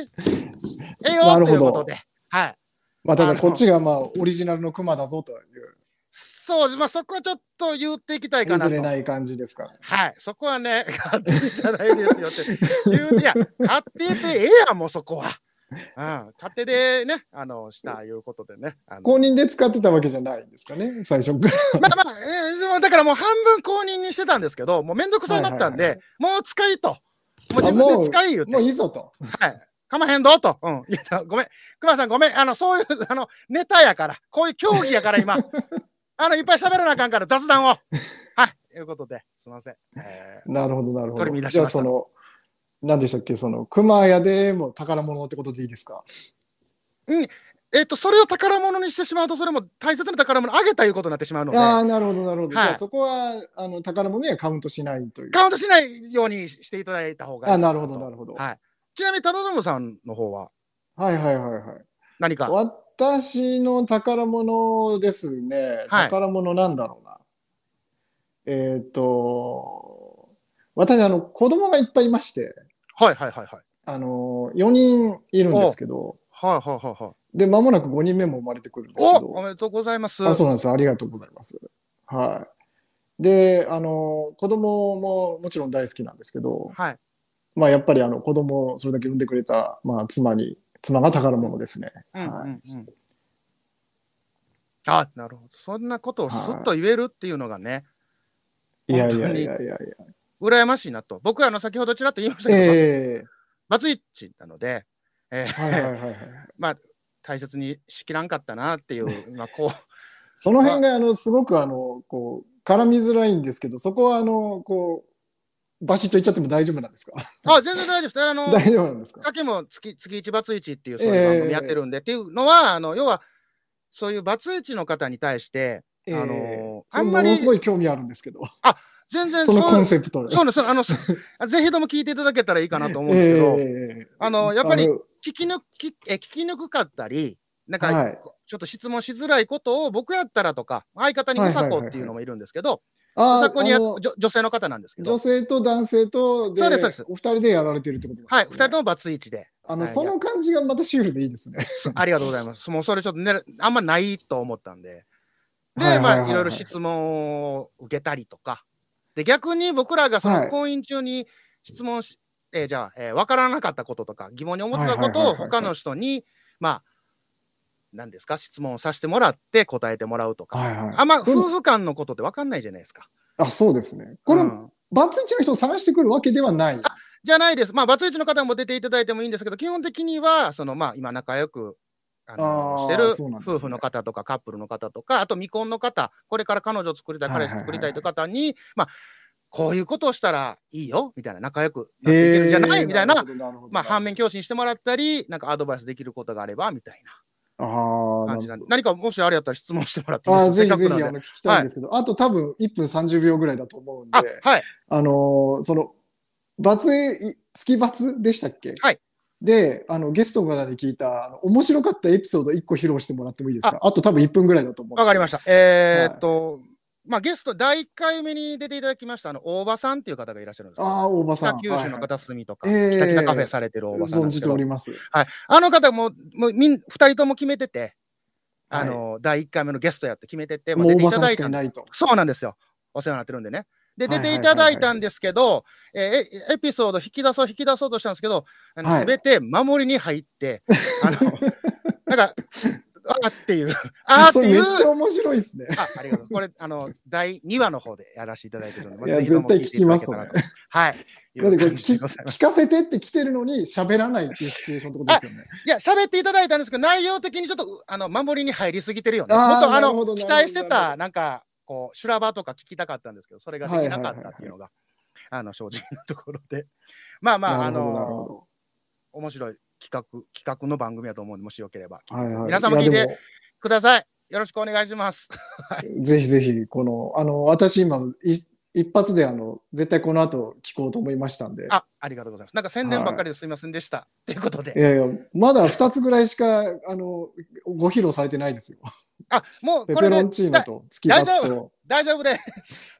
Speaker 3: ええ
Speaker 4: な
Speaker 3: よとい
Speaker 4: るほど
Speaker 3: うことで、はい。
Speaker 4: まあ、た
Speaker 3: あ
Speaker 4: だ
Speaker 3: の
Speaker 4: こっちがまあオリジナルのクマだぞという
Speaker 3: そうです、まあそこはちょっと言っていきたいかなと。
Speaker 4: 譲れない感じですから。
Speaker 3: はい、そこはね、勝手じゃないですよって言うてや、勝手でええやん、もうそこは。うん、勝手でね、あの、したいうことでね。あの
Speaker 4: 公認で使ってたわけじゃないんですかね、最初 から。
Speaker 3: まあまあ、えーでもだからもう半分公認にしてたんですけど、もうめんどくさになったんで、
Speaker 4: はいは
Speaker 3: もう使いと。もう自分で使い言うて。
Speaker 4: もういいぞと。
Speaker 3: はい。かまへんどと。うん。いや、ごめん。熊さんごめん。あの、そういう、あの、ネタやから、こういう競技やから 今。あの、いっぱい喋らなあかんから雑談を。はい。ということで、すいません。えー
Speaker 4: なるほど、なるほ
Speaker 3: 取り
Speaker 4: ど。
Speaker 3: 乱し
Speaker 4: じゃ
Speaker 3: ま
Speaker 4: あ
Speaker 3: した
Speaker 4: その、何でしたっけ、その、熊やでも宝物ってことでいいですか
Speaker 3: えっと、それを宝物にしてしまうと、それも大切な宝物、あげたいうことになってしまうので、
Speaker 4: あ
Speaker 3: カ
Speaker 4: あ、なるほど、なるほど。
Speaker 3: はい
Speaker 4: じゃあそこは、あの、宝物にはカウントしないという。
Speaker 3: ウントしないようにしていただいた方がいい
Speaker 4: あなるほど、なるほど。
Speaker 3: はい。ちなみに、忠信さんの方は
Speaker 4: はいはいはいはい。
Speaker 3: 何か、
Speaker 4: 私の宝物ですね。
Speaker 3: はい
Speaker 4: 宝物なんだろうな。えっ、と、私、あの、子供がいっぱいいまして、
Speaker 3: はいはいはいはい。
Speaker 4: あの、4人いるんですけど、
Speaker 3: はいはいはいはい。
Speaker 4: で、間もなく5人目も生まれてくるんですけ
Speaker 3: おお
Speaker 4: ど、
Speaker 3: めでとうございます。
Speaker 4: あ、そうなんです。ありがとうございます。はい。で、あの、子供ももちろん大好きなんですけど、
Speaker 3: はい。
Speaker 4: まあ、やっぱりあの、子供をそれだけ産んでくれた、まあ、妻に、妻が宝物ですね。
Speaker 3: うんうんう
Speaker 4: はい
Speaker 3: ん。あ、なるほど。そんなことをすっと言えるっていうのがね、
Speaker 4: いやいやいやいやいや。
Speaker 3: 羨ましいなと。僕はあの先ほどちらっと言いましたけど、
Speaker 4: ええ
Speaker 3: バツイチなので、えー
Speaker 4: はいはいはいはい。
Speaker 3: 大切にしきらんかったなっていう、まあこう、
Speaker 4: その辺が、あの、すごく、あの、こう、絡みづらいんですけど、そこは、あの、こう、バシッと言っちゃっても大丈夫なんですか
Speaker 3: あ、全然大丈夫です。あの、
Speaker 4: 大丈夫なんですか
Speaker 3: さっきも月月一バツイチっていうそういう番組やってるんで、っていうのは、あの要は、そういうバツイチの方に対して、
Speaker 4: ええ
Speaker 3: あの
Speaker 4: そ
Speaker 3: あ
Speaker 4: れ
Speaker 3: んまり
Speaker 4: ものすごい興味あるんですけど、
Speaker 3: 全然
Speaker 4: そのコンセプト
Speaker 3: そう
Speaker 4: に
Speaker 3: そうなんですあのそ あぜひとも聞いていただけたらいいかなと思うんですけど、
Speaker 4: ええ
Speaker 3: あのやっぱり
Speaker 4: あの
Speaker 3: 聞きぬきえ聞きにくかったり、なんか、
Speaker 4: はい
Speaker 3: こちょっと質問しづらいことを僕やったらとか、相方にうさこっていうのもいるんですけど、う
Speaker 4: あ
Speaker 3: さこにや
Speaker 4: あの
Speaker 3: 女女性の方なんですけど
Speaker 4: 女、性と男性と
Speaker 3: そうですそうです
Speaker 4: お二人でやられてるってことなん
Speaker 3: はい、
Speaker 4: で
Speaker 3: 2
Speaker 4: すね
Speaker 3: 人ともバツイチで、
Speaker 4: あ
Speaker 3: は
Speaker 4: の
Speaker 3: い
Speaker 4: その感 じがまたシュールでいいですね。
Speaker 3: ありがとうございます。もうそれちょっと、ね、あんまないと思ったんで。で、
Speaker 4: はいはいはいはい
Speaker 3: まあ、いろいろ質問を受けたりとか。で、逆に僕らがそ
Speaker 4: は
Speaker 3: の
Speaker 4: い
Speaker 3: 婚姻中に質問し、えーじゃあ、えーわからなかったこととか、疑問に思ってたこと
Speaker 4: はいはいはい
Speaker 3: を
Speaker 4: はいはい
Speaker 3: 他の人に、まあ、何ですか、質問させてもらって答えてもらうとか。
Speaker 4: はいはい。
Speaker 3: あんま
Speaker 4: これも
Speaker 3: 夫婦間のことってわかんないじゃないですか。
Speaker 4: あ、そうですね。これ
Speaker 3: う、ん
Speaker 4: バツイチの人を探してくるわけではない。
Speaker 3: じゃないです。まあ、バツイチの方も出ていただいてもいいんですけど、基本的には、その、まあ、今仲良く、あの
Speaker 4: あー
Speaker 3: してる
Speaker 4: そうなんですね
Speaker 3: 夫婦の方とかカップルの方とか、あと未婚の方、これから彼女作りたい、
Speaker 4: はいはい
Speaker 3: 彼
Speaker 4: は
Speaker 3: 氏
Speaker 4: い
Speaker 3: 作りたいという方に、まあ、こういうことをしたらいいよ、みたいな、仲良くなっていけるんじゃないみたいな、まあ、反面教師にしてもらったり、なんかアドバイスできることがあれば、みたい
Speaker 4: ああ
Speaker 3: な
Speaker 4: ー、
Speaker 3: 感
Speaker 4: なる
Speaker 3: じな
Speaker 4: ほ
Speaker 3: ん
Speaker 4: ど
Speaker 3: で、何かもしあれやったら質問してもらっていい
Speaker 4: あ
Speaker 3: で
Speaker 4: ー
Speaker 3: すか
Speaker 4: ぜひ
Speaker 3: せっか
Speaker 4: ぜ
Speaker 3: く
Speaker 4: ひ
Speaker 3: な
Speaker 4: あ
Speaker 3: んで
Speaker 4: の聞きたいんですけど、あと多分1分30秒ぐらいだと思うんで、
Speaker 3: あ、はい。
Speaker 4: あのーその、罰、月罰でしたっけ
Speaker 3: はい。
Speaker 4: で、あの、ゲストの方に聞いた、あの面白かったエピソード1個披露してもらってもいいですかあと多分1分ぐらいだと思うんですけど。。
Speaker 3: わかりましたた。えーっと、まあ、ゲスト、第1回目に出ていただきました、あの、大場さんっていう方がいらっしゃるんですけど
Speaker 4: ああ、大場さん。
Speaker 3: 北九州の
Speaker 4: はい
Speaker 3: 片隅とか、
Speaker 4: ええ
Speaker 3: 北北カフェされてる
Speaker 4: はい
Speaker 3: 大場さんな
Speaker 4: 存
Speaker 3: んです
Speaker 4: じ
Speaker 3: け
Speaker 4: て
Speaker 3: ど、
Speaker 4: おります。
Speaker 3: はい、あの方ももうみん2人とも決めてて、あの第1回目のゲストやって決めてて、まあ
Speaker 4: もう
Speaker 3: 出
Speaker 4: 大
Speaker 3: ていた
Speaker 4: 場さん
Speaker 3: だい
Speaker 4: しか
Speaker 3: た
Speaker 4: い
Speaker 3: んで
Speaker 4: ないと。
Speaker 3: そうなんですよ、お世話になってるんでね。で、
Speaker 4: はい
Speaker 3: 出
Speaker 4: は
Speaker 3: て
Speaker 4: いはいいはい
Speaker 3: ただいたんですけど、えーえエピソード引き出そう、引き出そうとしたんですけど、すべ、
Speaker 4: はい
Speaker 3: 全て守りに入 って、あのなんか、あーっていう、あーって
Speaker 4: それ
Speaker 3: い
Speaker 4: め
Speaker 3: う
Speaker 4: っ。ちゃ面白いです ね。
Speaker 3: あありがとうございます。これ、あの、第2話の方でやらせていただいてるので、まあ
Speaker 4: いや
Speaker 3: ぜひとも
Speaker 4: 絶対聞きます
Speaker 3: 聞いていただけたらと
Speaker 4: だっ
Speaker 3: はい。
Speaker 4: てこ
Speaker 3: い
Speaker 4: れ
Speaker 3: う感じで
Speaker 4: 聞
Speaker 3: ございます
Speaker 4: 聞かせてって来てるのに喋らないっていうシチュエーションってことですよね。
Speaker 3: いや、喋っていただいたんですけど、内容的にちょっと、うあの、守りに入りすぎてるよね。
Speaker 4: あー
Speaker 3: もっと、あ
Speaker 4: なるほど
Speaker 3: の、期待して
Speaker 4: なるほど
Speaker 3: た、なんか、こう、修羅場とか聞きたかったんですけど、それができなかったっていうのが、あの、正直なところで。 まあまあ、あ
Speaker 4: なるほどなるほ
Speaker 3: の、
Speaker 4: ど
Speaker 3: 面白い企画、企画の番組だと思うんで、もしよければ、
Speaker 4: はいはい、
Speaker 3: 皆さんも聞いて
Speaker 4: やで
Speaker 3: ください。よろしくお願いします。
Speaker 4: もぜひぜひ、この、あの、私今、い一発で、あの、絶対この後聞こうと思いましたんで。
Speaker 3: あ、ありがとうございます。なんか宣伝ばっかりですいませんでした。ということ
Speaker 4: い
Speaker 3: で。
Speaker 4: やいや、まだ2つぐらいしか、あの、ご披露されてないですよ。
Speaker 3: あ、もう、
Speaker 4: ペ
Speaker 3: これ
Speaker 4: ペロ
Speaker 3: で
Speaker 4: ンチーノと月バツ
Speaker 3: 大
Speaker 4: と。
Speaker 3: 大丈夫です。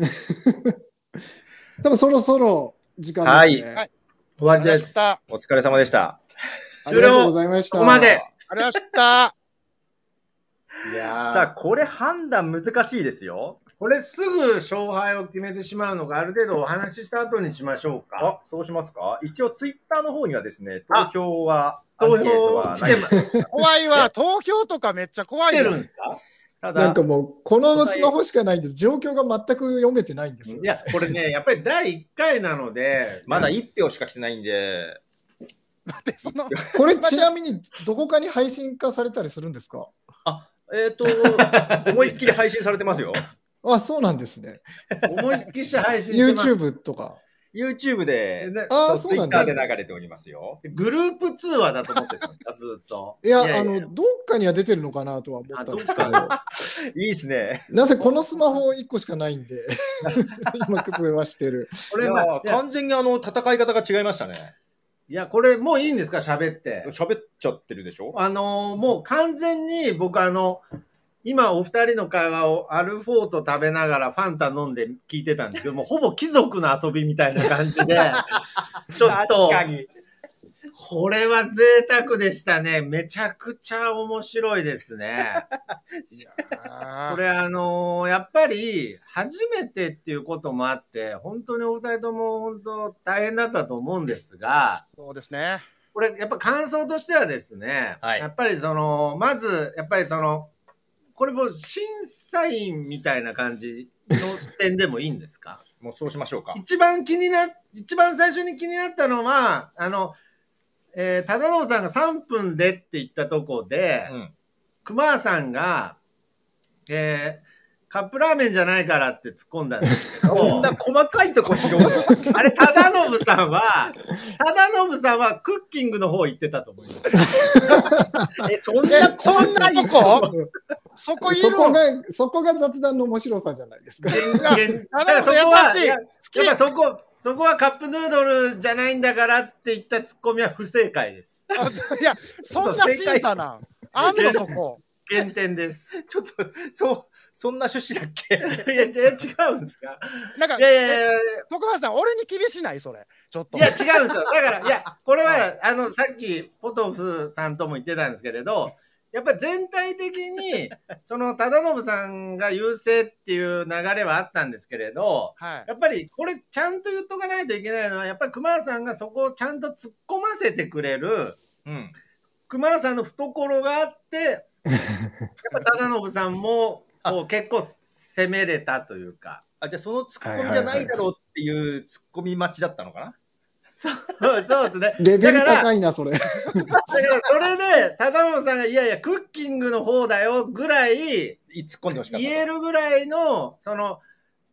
Speaker 4: 多分そろそろ時間ですね。
Speaker 3: はい
Speaker 5: 終わ
Speaker 3: あ
Speaker 5: り
Speaker 3: りが
Speaker 5: で
Speaker 3: とうございまし
Speaker 5: す。
Speaker 3: た。あ
Speaker 5: お疲れ様でした。
Speaker 4: ありがとうございました。
Speaker 1: ここまで。
Speaker 3: りがとうございました。
Speaker 1: いやー
Speaker 5: さあ、これ判断難しいですよ。
Speaker 1: これすぐ勝敗を決めてしまうのがある程度お話しした後にしましょうか。
Speaker 5: あ、そうしますか一応、ツイッターの方にはですね、
Speaker 1: あ
Speaker 5: 投票は、アン
Speaker 1: 投
Speaker 5: ケート
Speaker 1: 票
Speaker 5: はな
Speaker 1: 来
Speaker 5: い
Speaker 1: て。ま来
Speaker 3: 怖いわ。投票とかめっちゃ怖い
Speaker 1: て
Speaker 3: で
Speaker 1: るん
Speaker 3: す
Speaker 1: で。すか
Speaker 5: ただ、
Speaker 4: なんかもう、このスマホしかないんで、状況が全く読めてないんですよ
Speaker 1: い。や、これね、やっぱり第1回なので、
Speaker 5: まだ1票しか来てないんで、
Speaker 3: でその
Speaker 4: これちなみにどこかに配信化されたりするんですか
Speaker 5: え っ、と、思いっきり配信されてますよ。
Speaker 4: あ、そうなんですね。
Speaker 1: 思いっきりして配信してます
Speaker 4: YouTube とか。
Speaker 5: YouTube で、
Speaker 1: ね
Speaker 4: あー
Speaker 5: ツ
Speaker 4: そ
Speaker 5: イ
Speaker 4: うな
Speaker 5: ッ
Speaker 4: ん
Speaker 5: タ
Speaker 4: で
Speaker 5: ー
Speaker 4: す
Speaker 5: で
Speaker 4: ね
Speaker 5: 流れておりますよ。
Speaker 1: グループ通話だと思ってたんですか、ずっと。
Speaker 4: いや、あの、どっかには出てるのかなとは思ったんですけど、
Speaker 5: いいですね。
Speaker 4: なぜこのスマホ1個しかないんで、今、崩れはしてる。
Speaker 1: こ
Speaker 5: い
Speaker 1: れ
Speaker 5: や
Speaker 1: は、
Speaker 5: ー
Speaker 1: いや
Speaker 5: 完全にあの戦い方が違いましたね。
Speaker 1: いや、これもういいんですか、喋って。
Speaker 5: 喋っちゃってるでしょ
Speaker 1: あのーもう完全に僕、あの、今お二人の会話をアルフォート食べながらファンタ飲んで聞いてたんですけど、もうほぼ貴族の遊びみたいな感じで、ちょっと、
Speaker 5: に。
Speaker 1: これは贅沢でしたね。めちゃくちゃ面白いですね。これあのーやっぱり初めてっていうこともあって、本当にお二人とも本当大変だったと思うんですが、
Speaker 3: そうですね。
Speaker 1: これやっぱ感想としてはですね、
Speaker 5: はい
Speaker 1: やっぱりその、まずやっぱりその、これも審査員みたいな感じの視点でもいいんですか
Speaker 5: もうそうしましょうか。
Speaker 1: 一番気にな、一番最初に気になったのは、あの、えー、忠信さんが3分でって言ったとこで、
Speaker 5: うん
Speaker 1: 熊さんが、えーカップラーメンじゃないからって突っ込んだんです け
Speaker 5: こん
Speaker 1: ど、
Speaker 5: な細かいとこ拾う。
Speaker 1: あれ、忠信さんは、忠信さんはクッキングの方行ってたと思います。
Speaker 5: え、そんな
Speaker 3: え、そんなとこそこい
Speaker 4: そ
Speaker 3: る
Speaker 4: こ
Speaker 3: わ
Speaker 4: が、そこが雑談の面白さじゃないですか。
Speaker 1: 現現
Speaker 3: あなた
Speaker 1: だから
Speaker 3: 優しい
Speaker 1: ややっぱそこ、そこはカップヌードルじゃないんだからって言った突っ込みは不正解です。
Speaker 3: いや、そんな審査なん。あんのそこ。
Speaker 1: 減点です。
Speaker 5: ちょっと、そう、そんな趣旨だっけ
Speaker 1: いや、いや違うんですか
Speaker 3: なんか、
Speaker 1: いやいやい
Speaker 3: え
Speaker 1: や
Speaker 3: 徳橋さん、俺に厳しないそれ。ちょっと。
Speaker 1: い や、違うんですよ。だから、いや、これ
Speaker 3: は
Speaker 1: は、あの、さっき、ポトフさんとも言ってたんですけれど、やっぱ全体的に、その忠信さんが優勢っていう流れはあったんですけれど、
Speaker 3: はい。
Speaker 1: やっぱりこれちゃんと言っとかないといけないのは、やっぱり熊田さんがそこをちゃんと突っ込ませてくれる、
Speaker 2: うん。
Speaker 1: 熊田さんの懐があって、やっぱ忠信さんもこう結構攻めれたというか。
Speaker 2: あ、じゃあそのツッコミじゃないだろうっていうツッコミ待ちだったのかな
Speaker 1: そうそうですね。
Speaker 4: レベル
Speaker 1: だから
Speaker 4: 高いな、それ。
Speaker 1: だからそれで、忠信さんが、いやいや、クッキングの方だよぐらい、
Speaker 2: 突っ込んでほしかったと。
Speaker 1: 言えるぐらいの、その、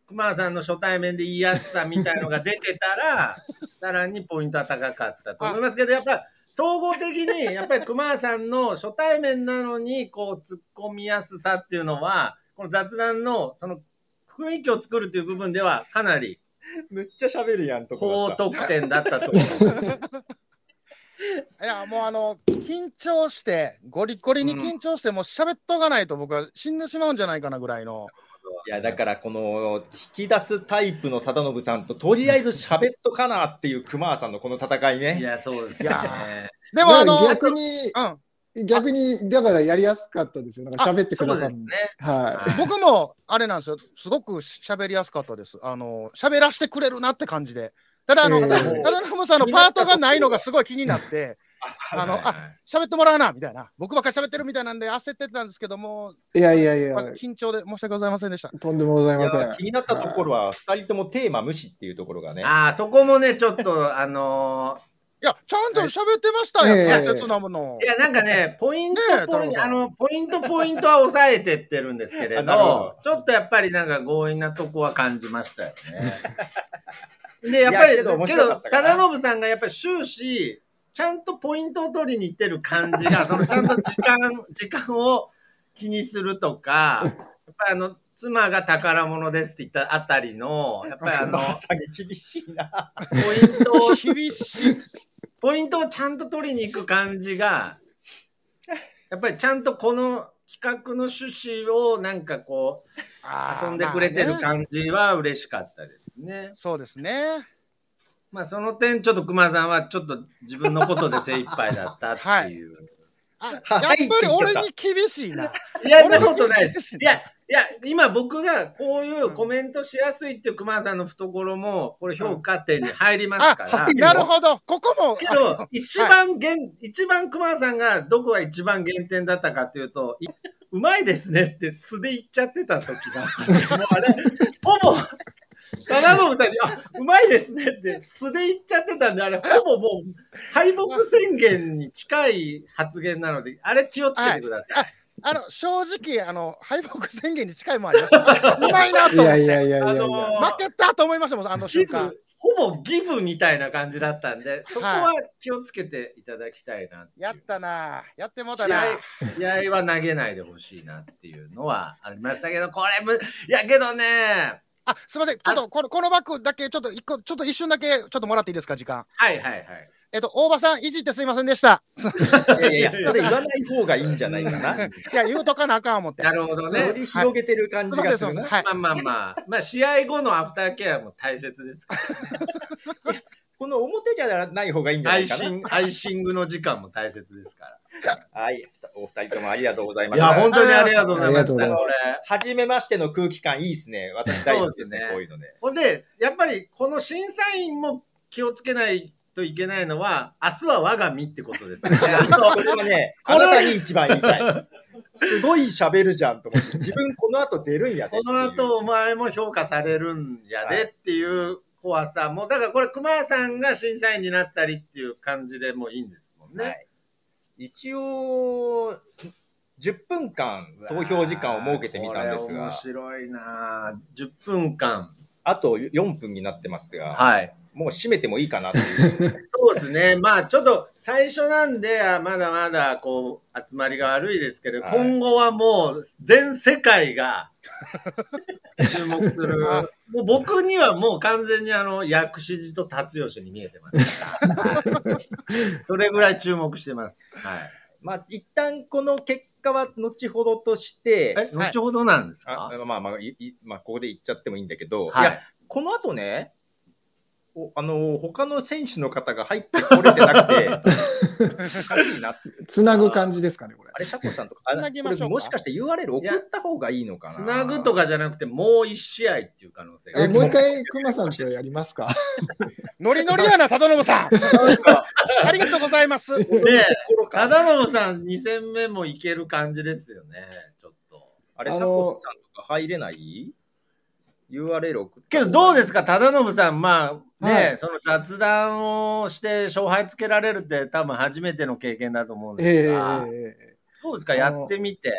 Speaker 1: 熊田さんの初対面で言いやすさみたいのが出てた ら、さらにポイントは高かったと思いますけど、やっぱ、総合的に、やっぱり熊田さんの初対面なのに、こう、突っ込みやすさっていうのは、この雑談の、その、雰囲気を作るという部分では、かなり
Speaker 2: めっちゃ喋るやんとこ
Speaker 1: 高
Speaker 2: がさ。
Speaker 1: 得点だったと思います。
Speaker 3: いや、もうあの、緊張して、ゴリゴリに緊張して、もう喋っとかないと僕は死んでしまうんじゃないかなぐらいの。
Speaker 2: いや、だからこの引き出すタイプの忠信さんと、とりあえず喋っとかなっていう熊さんのこの戦 い
Speaker 1: い
Speaker 2: ね。
Speaker 1: や、そうです
Speaker 3: い
Speaker 1: ね。
Speaker 3: や
Speaker 4: で
Speaker 3: でもあの、
Speaker 4: 逆に、
Speaker 3: うん、
Speaker 4: 逆に、だからやりやすかったですよ。なんか喋ってくださる
Speaker 1: そう
Speaker 4: の
Speaker 1: ですね。
Speaker 4: は
Speaker 1: はい
Speaker 3: 僕もあれなんですよ、すごく喋りやすかったです。あの喋らせてくれるなって感じで。ただ、あの、
Speaker 4: え
Speaker 3: た
Speaker 4: ー
Speaker 3: だ忠信さんのパートがないのがすごい気になって、あの、あ喋ってもらうな、みたいな。僕ばっかり喋ってるみたいなんで焦ってたんですけども、
Speaker 4: い。いやいやいや
Speaker 3: まあ、、緊張で申し訳ございませんでした。
Speaker 4: とんでもござい
Speaker 2: い
Speaker 4: ません
Speaker 2: や。気になったところは、二人ともテーマ無視っていうところがね。
Speaker 1: ああ、そこもね、ちょっと、あの
Speaker 3: いや、ちゃんと喋ってましたよ、
Speaker 4: えー
Speaker 3: 大切なものを
Speaker 1: ーい。や、なんかね、ポイント、
Speaker 3: ねえ
Speaker 1: ポイ
Speaker 3: 太
Speaker 1: ン
Speaker 3: 郎
Speaker 1: ト、
Speaker 3: さん
Speaker 1: あの、ポイント、ポイントは抑えてってるんですけれ
Speaker 2: あなるほ
Speaker 1: ど
Speaker 2: ど、
Speaker 1: ちょっとやっぱりなんか強引なとこは感じましたよ ね。で、やっぱり、け
Speaker 2: いやけど
Speaker 1: ど、
Speaker 2: 面白かったかな
Speaker 1: 忠信さんがやっぱり終始、ちゃんとポイントを取りに行ってる感じ が、そのちゃんと時間、時間を気にするとか、やっぱりあの、妻が宝物ですって言ったあたりの、やっぱりあ の、
Speaker 2: 熊さんに厳しいな。
Speaker 1: ポイントを
Speaker 3: 厳しい。
Speaker 1: ポイントをちゃんと取りに行く感じが、やっぱりちゃんとこの企画の趣旨をなんかこう、遊んでくれてる
Speaker 3: まあね
Speaker 1: 感じは嬉しかったですね。
Speaker 3: そうですね。
Speaker 1: まあその点、ちょっと熊さんはちょっと自分のことで精一杯だったっていう。
Speaker 3: あやっ
Speaker 2: はい
Speaker 3: ぱり俺に厳しいな。
Speaker 1: い、や、そんなことないです。
Speaker 3: 厳しい
Speaker 1: いや、いや、今僕がこういうコメントしやすいっていう熊さんの懐も、これ評価点に入ります
Speaker 3: あ
Speaker 1: から。、
Speaker 3: なるほど。ここも、
Speaker 1: けど、一番減、一番熊さんがどこが一番減点だったかっていうと、いうまいですねって素で言っちゃってた時が、もうあれ、ほぼ、七信さんに、あ、うまいですねって素で言っちゃってたんで、あれ、ほぼもう、敗北宣言に近い発言なので、あれ気をつけてください。
Speaker 3: あの、正直、あの、敗北宣言に近いもんありました。うまいなと
Speaker 4: い
Speaker 3: 思っ
Speaker 4: や
Speaker 3: て。
Speaker 4: いやいやいやい
Speaker 1: あ
Speaker 4: や。
Speaker 1: のー
Speaker 3: 負けたと思いましたもん、あの
Speaker 1: ギ
Speaker 3: 瞬
Speaker 1: ブ
Speaker 3: 間。
Speaker 1: ほぼギブみたいな感じだったんで、そこは気をつけていただきたいなっていう
Speaker 3: やったなやってもうた
Speaker 1: 試
Speaker 3: な
Speaker 1: 合試合は投げないでほしいなっていうのはありましたけど、これむ、いやけどね、
Speaker 3: あ、すみません。ちょっと、この、このバッグだけ、ちょっと一個、ちょっと一瞬だけ、ちょっともらっていいですか、時間。
Speaker 1: はいはいはい。
Speaker 3: えっと、大場さん、いじってすいませんでした。
Speaker 2: いやいやいや、それ言わない方がいいんじゃないかな。
Speaker 3: いや、言うとかなあかん思って。
Speaker 1: なるほど
Speaker 2: よ
Speaker 1: ね。
Speaker 2: り広げてる感
Speaker 3: す
Speaker 2: じ
Speaker 3: いませ
Speaker 2: が
Speaker 3: ん、
Speaker 2: する
Speaker 3: すいませ
Speaker 2: な。
Speaker 3: ん。はい。
Speaker 1: まあまあまあ、まあ試合後のアフターケアも大切ですか
Speaker 2: この表じゃない方がいいんじ
Speaker 1: ら、
Speaker 2: ゃ
Speaker 1: ア
Speaker 2: な
Speaker 1: イ
Speaker 2: いか
Speaker 1: シ
Speaker 2: な。
Speaker 1: ンアイシングの時間も大切ですか
Speaker 2: はい、お二人ともありがとうござ
Speaker 1: ら。
Speaker 2: い ま
Speaker 1: い
Speaker 2: す。
Speaker 1: や、本当にありがとうございま
Speaker 4: ありがとうござ
Speaker 1: し
Speaker 4: い
Speaker 1: た、
Speaker 4: ます
Speaker 1: これ。
Speaker 2: 初めましての空気感いいですね。私大好きですね、
Speaker 1: そう
Speaker 2: こう
Speaker 1: で
Speaker 2: いうのね。
Speaker 1: ほんで、やっぱりこの審査員も気をつけないといけないのは、明日は我が身ってことですね。
Speaker 2: それはね、
Speaker 1: これ
Speaker 2: あなたに一番言い たい。すごい喋るじゃんと思って、自分この後出るんやで
Speaker 1: こ
Speaker 2: っていう
Speaker 1: の後お前も評価されるんやでっていう怖さも、だからこれ熊さんが審査員になったりっていう感じでもいいんですもんね。
Speaker 2: はい一応、10分間投票時間を設けてみたんです
Speaker 1: これ面
Speaker 2: が、
Speaker 1: 白いなぁ10分間。
Speaker 2: あと4分になってますが、
Speaker 1: はい。
Speaker 2: もう締めてもいいかなっ ていう。
Speaker 1: そうですね。まあちょっと最初なんで、あまだまだこう集まりが悪いですけど、
Speaker 2: はい
Speaker 1: 今後はもう全世界が注目する。もう僕にはもう完全にあの薬師寺と辰吉に見えてますから。はいそれぐらい注目してます。はい。
Speaker 2: まあ、一旦この結果は後ほどとして、
Speaker 1: え、後ほどなんですか、
Speaker 2: あまあまあ、いいまあ、ここで言っちゃってもいいんだけど、
Speaker 1: はい
Speaker 2: いや、この後ね、おあの他の選手の方が入ってこれて なくて、おかしいなって。
Speaker 4: つなぐ感じですかね、これ
Speaker 2: あ。れ、シャコさんとか、あ
Speaker 3: つなぎましょうか
Speaker 2: これもしかして URL 送った方がいいのかな。
Speaker 1: つなぐとかじゃなくて、もう一試合っていう可能性が。
Speaker 4: えもう一回、くまさんとやりますか。
Speaker 3: ノリノリやな、忠信 さん。ありがとうございます。
Speaker 1: ね
Speaker 2: 心から
Speaker 1: 忠信さん2戦目もいける感じですよね、ちょっと。
Speaker 2: あれ、
Speaker 4: あの
Speaker 2: タコスさんとか入れない ?URL 送っ
Speaker 1: け
Speaker 2: た方がい
Speaker 1: ど
Speaker 2: い
Speaker 1: どうですか、忠信さん、まあね、
Speaker 4: はい
Speaker 1: その雑談をして勝敗つけられるって、多分初めての経験だと思うんです
Speaker 4: え
Speaker 1: が、
Speaker 4: え
Speaker 1: どうですか、やってみて。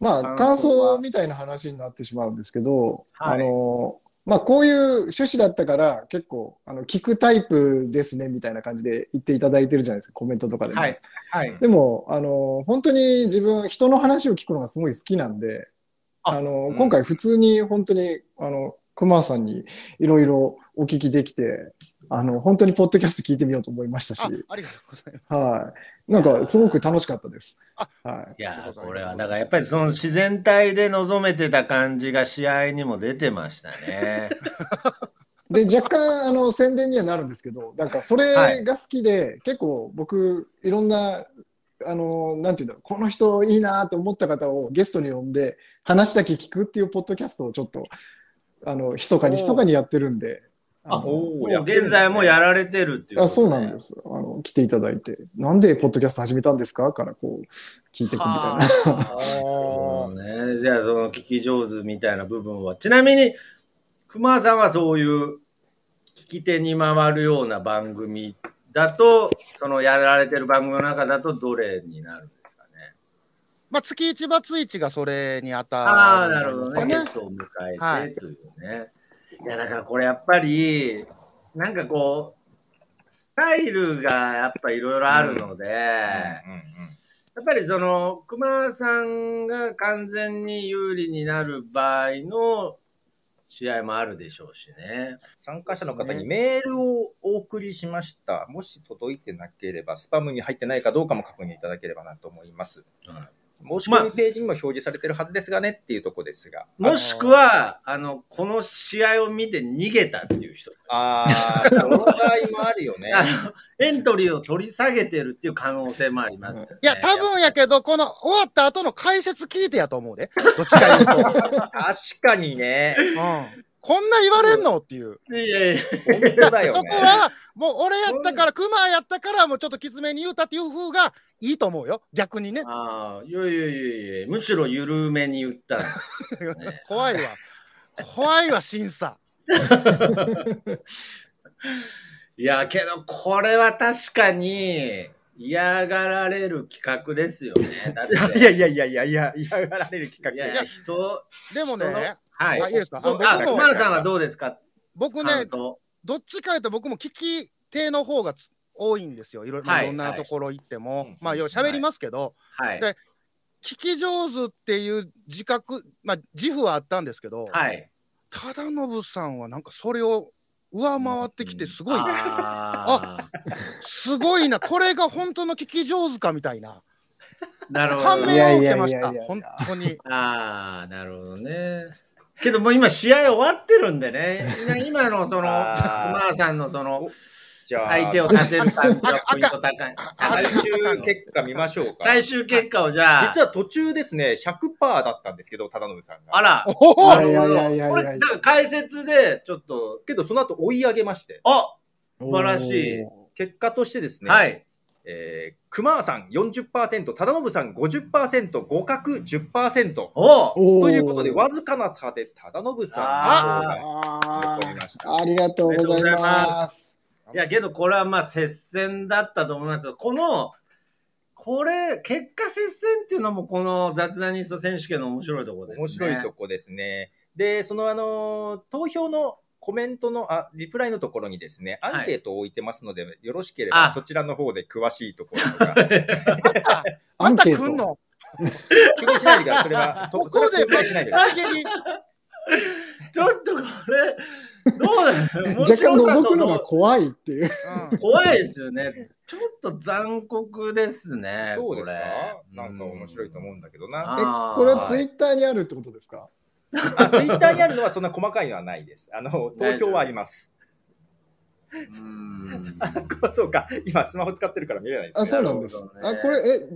Speaker 4: まあ、感想みたいな話になってしまうんですけど、
Speaker 1: はい
Speaker 4: あの、まあ、こういう趣旨だったから、結構、あの、聞くタイプですね、みたいな感じで言っていただいてるじゃないですか、コメントとかでも。
Speaker 1: はい、はい、
Speaker 4: でも、あの、本当に自分、人の話を聞くのがすごい好きなんで、
Speaker 1: あ
Speaker 4: あの
Speaker 2: ん、
Speaker 4: 今回普通に本当に、あの、熊さんにいろいろお聞きできて、あの、本当にポッドキャスト聞いてみようと思いましたし、
Speaker 3: あありがとうございます。
Speaker 4: はい。なんか、すごく楽しかったです。
Speaker 3: あ
Speaker 4: はい。
Speaker 1: いやーこれはだからやっぱりその自然体で臨めてた感じが試合にも出てました ね。
Speaker 4: で、若干、あの、宣伝にはなるんですけど、なんか、それが好きで、結構僕、いろんな、あの、なんていうんだろう、この人いいなと思った方をゲストに呼んで、話だけ聞くっていうポッドキャストをちょっと、あの、密かに、
Speaker 1: おー
Speaker 4: 密かにやってるんで、あの
Speaker 2: お
Speaker 1: も
Speaker 2: ー
Speaker 1: う現在もやられてるっていうことね、
Speaker 4: あそうなんです。あの、来ていただいて、なんでポッドキャスト始めたんですかから、こう、聞いていくみたいな。
Speaker 1: あーね、じゃあその聞き上手みたいな部分はちなみに熊さんはそういう聞き手に回るような番組だとそのやられてる番組の中だとどれになるんですかね
Speaker 3: まあ、月一バツイチがそれに当たる。
Speaker 1: ああーなるほどね
Speaker 3: ね
Speaker 1: ゲストを迎
Speaker 3: は
Speaker 1: え
Speaker 3: い
Speaker 1: てというね、い、やだからこれやっぱりなんかこうスタイルがやっぱいろいろあるので、
Speaker 2: うんうん
Speaker 1: やっぱりその熊さんが完全に有利になる場合の試合もあるでしょうしね。
Speaker 2: 参加者の方にメールをお送りしました。もし届いてなければ、スパムに入ってないかどうかも確認いただければなと思います。申し込みページにも表示されてるはずですがねっていうとこですが。
Speaker 1: もしくは、あの、この試合を見て逃げたっていう人。
Speaker 2: ああ、その場合もあるよね。
Speaker 1: あの エントリーを取り下げてるっていう可能性もありますよね、
Speaker 3: いや、多分やけど、この終わった後の解説聞いてやと思 うで。どっちか言うと。
Speaker 2: 確かにね。
Speaker 3: うんこんな言われんのっていう。
Speaker 1: いやいや
Speaker 2: 本当だよ
Speaker 3: そ
Speaker 2: ね。
Speaker 3: こは、もう俺やったから、クマやったから、もうちょっときつめに言うたっていう風がいいと思うよ。逆にね。
Speaker 1: ああ、いやいやいやいや、むしろ緩めに言ったんですよね
Speaker 3: 怖いわ。怖いわ、審査。
Speaker 1: いや、けど、これは確かに嫌がられる企画ですよね。だって
Speaker 2: いやいやいやいやいや、嫌がられる企
Speaker 1: い
Speaker 2: 画
Speaker 1: やいや、人、
Speaker 3: でも
Speaker 1: その
Speaker 3: ね、
Speaker 1: はい。
Speaker 3: あいいですか
Speaker 1: どう
Speaker 3: あ
Speaker 1: あ、
Speaker 3: 僕も
Speaker 1: 熊田さんはどうですか
Speaker 3: 僕ね
Speaker 1: 感、想。
Speaker 3: どっちかいうと僕も聞き手の方がつ多いんですよ。いろいろ
Speaker 1: はい
Speaker 3: いろんなところ行っても。
Speaker 2: い
Speaker 3: まあ、よう喋りますけど、
Speaker 1: はい。
Speaker 3: で聞き上手っていう自覚、まあ、自負はあったんですけど、
Speaker 1: はい。
Speaker 3: 忠信さんはなんかそれを上回ってきて、すごい、
Speaker 1: ああ、
Speaker 3: すごいな、これが本当の聞き上手かみたいな、
Speaker 1: なるほ
Speaker 3: 感
Speaker 1: ど。
Speaker 4: いや
Speaker 3: 銘を受けまし
Speaker 4: いや
Speaker 3: た
Speaker 4: いやいやいや、
Speaker 3: 本当に。
Speaker 1: ああ、なるほどね。けどもう今試合終わってるんでね。今今のその、熊
Speaker 2: あー
Speaker 1: 田さんのその、
Speaker 2: じゃあ、
Speaker 1: 相手を立てる感じが
Speaker 3: あ
Speaker 1: ポイント高い。
Speaker 2: 最終結果見ましょうか。
Speaker 1: 最終結果をじゃあ、
Speaker 2: 実は途中ですね、100%だったんですけど、忠信さんが。
Speaker 1: あら、
Speaker 3: お
Speaker 1: な
Speaker 3: お
Speaker 4: い
Speaker 1: る
Speaker 4: や
Speaker 1: ほ
Speaker 4: い
Speaker 1: ど
Speaker 4: やいやいやいや
Speaker 1: これ、だから解説で、ちょっと、
Speaker 2: けど、その後追い上げまして、
Speaker 1: あ素晴らしい
Speaker 2: 結果としてですね、
Speaker 1: はい。
Speaker 2: えー、熊さん40%、忠信さん50%、互角10%。
Speaker 1: おう
Speaker 4: おー。
Speaker 2: ということで、わずかな差で忠信さんの方が
Speaker 4: あ
Speaker 2: 残りました。
Speaker 4: ありがとうございます。
Speaker 1: いや、けどこれはまあ接戦だったと思いますよこの、これ、結果接戦っていうのもこの雑談ニスト選手権の面白いところですね。
Speaker 2: 面白いと
Speaker 1: こ。
Speaker 2: こですね。で、そのあのー投票のコメントのあリプライのところにですね、
Speaker 1: い
Speaker 2: アンケートを置いてますので、よろしけれ
Speaker 1: あ
Speaker 2: ばそちらの方で詳しいところとか、
Speaker 4: ア
Speaker 3: ま
Speaker 4: ン
Speaker 3: た
Speaker 4: ケー
Speaker 3: 来
Speaker 4: ト
Speaker 3: んの
Speaker 2: 気にしないでください。それは、と
Speaker 3: ここで
Speaker 2: それは
Speaker 3: ま
Speaker 2: 公開しないでください
Speaker 3: たげに
Speaker 1: ちょっとこれ、どうだろう
Speaker 4: 若干覗くのが怖いっていう。
Speaker 3: うん
Speaker 1: 怖いですよね。ちょっと残酷ですね。
Speaker 2: そうですか
Speaker 1: これ
Speaker 2: なんか面白いと思うんだけどな。
Speaker 4: え、
Speaker 1: あー
Speaker 4: これはツイッターにあるってことですか
Speaker 2: あ、ツイッターにあるのはそんな細かいのはないです。あの、投票はあります。
Speaker 5: うん。
Speaker 2: そうか、今スマホ使ってるから見れないですね。
Speaker 4: あ、そうなんです。
Speaker 5: なるほどね
Speaker 4: あ、これ、え、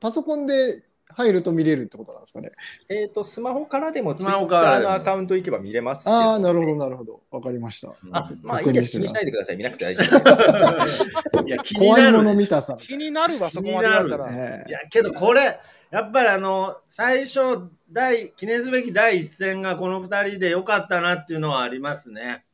Speaker 4: パソコンで入ると見れるってことなんですかね。
Speaker 2: えっ、と、スマホからでも、ツ
Speaker 1: ス
Speaker 2: イ
Speaker 1: マホ
Speaker 2: ッ
Speaker 1: か
Speaker 2: タ
Speaker 1: ら
Speaker 2: ー
Speaker 1: でも
Speaker 2: のアカウント行けば見れますけど。
Speaker 4: ああ、なるほど、なるほど。わかりました。
Speaker 2: あま あい
Speaker 4: 確
Speaker 2: い
Speaker 4: 認
Speaker 2: で
Speaker 4: し
Speaker 2: す。
Speaker 4: て
Speaker 2: 気
Speaker 4: み
Speaker 2: にしな
Speaker 4: ます
Speaker 2: いでください。見なくて大丈夫です。
Speaker 1: いや、気に
Speaker 4: 怖
Speaker 1: ないる
Speaker 4: もの見たさ。
Speaker 3: 気になるわ、そこまでだった
Speaker 1: 気
Speaker 3: ら。
Speaker 4: え
Speaker 1: いやけどこれやっぱりあの最初第記念すべき第一戦がこの2人で良かったなっていうのはありますね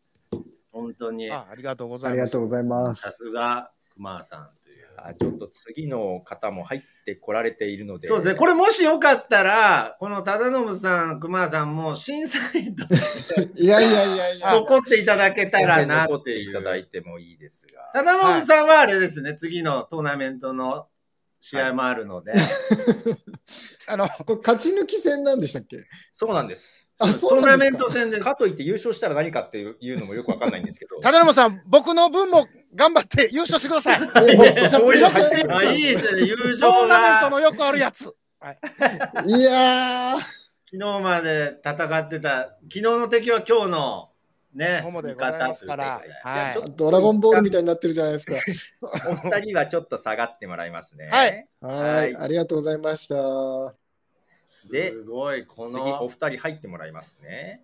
Speaker 1: 本当に
Speaker 3: あありがとうご
Speaker 4: えあ
Speaker 3: ざい
Speaker 4: り
Speaker 3: ま
Speaker 4: が
Speaker 3: す
Speaker 4: と。うございま
Speaker 1: さ
Speaker 4: す。
Speaker 1: すが熊さんという
Speaker 2: あちょっと次の方も入ってこられているので。
Speaker 1: そうですねこれもしよかったらこの忠信さん熊さんも審査員として
Speaker 4: いやいやいやい や。
Speaker 1: 残っていただけたらな
Speaker 2: 残
Speaker 1: っ
Speaker 2: っ
Speaker 1: て
Speaker 2: て
Speaker 1: い
Speaker 2: いただ
Speaker 1: う
Speaker 2: いてもいいですが。
Speaker 1: 忠信さんはあれですね、次のトーナメントの試合もあるので、
Speaker 3: あの、
Speaker 4: これ勝ち抜き戦なんでしたっけ
Speaker 2: そうなんです。
Speaker 4: あ、
Speaker 1: ト
Speaker 4: そう
Speaker 1: ー
Speaker 4: な
Speaker 1: ナ
Speaker 4: ん
Speaker 1: メ
Speaker 4: です
Speaker 1: ン
Speaker 4: か
Speaker 1: ト戦です
Speaker 2: かといって優勝したら何かっていうのもよくわかんないんで すけど。
Speaker 3: 忠信さん、僕の分も頑張って優勝してください。ト
Speaker 4: えめっちゃ
Speaker 2: そう
Speaker 4: プ
Speaker 2: いう
Speaker 4: レッ
Speaker 2: の
Speaker 4: シャー
Speaker 2: 入って
Speaker 1: あいいですね、友
Speaker 3: ー
Speaker 1: 情
Speaker 3: ナメント
Speaker 1: が
Speaker 3: のよくあるやつ。
Speaker 4: いやー、
Speaker 1: 昨日まで戦ってた、昨日の敵は今日のね、
Speaker 3: 友でございますから
Speaker 1: 味方ということで
Speaker 2: じゃあちょっと
Speaker 4: ドラゴンボールみたいになってるじゃないですか。
Speaker 2: お二人はちょっと下がってもらいますね。
Speaker 3: はい。
Speaker 4: は
Speaker 2: はい
Speaker 4: い、ありがとうございました。
Speaker 2: です
Speaker 1: ごい、こ
Speaker 2: 次お
Speaker 1: の
Speaker 2: 二人入ってもらいますね。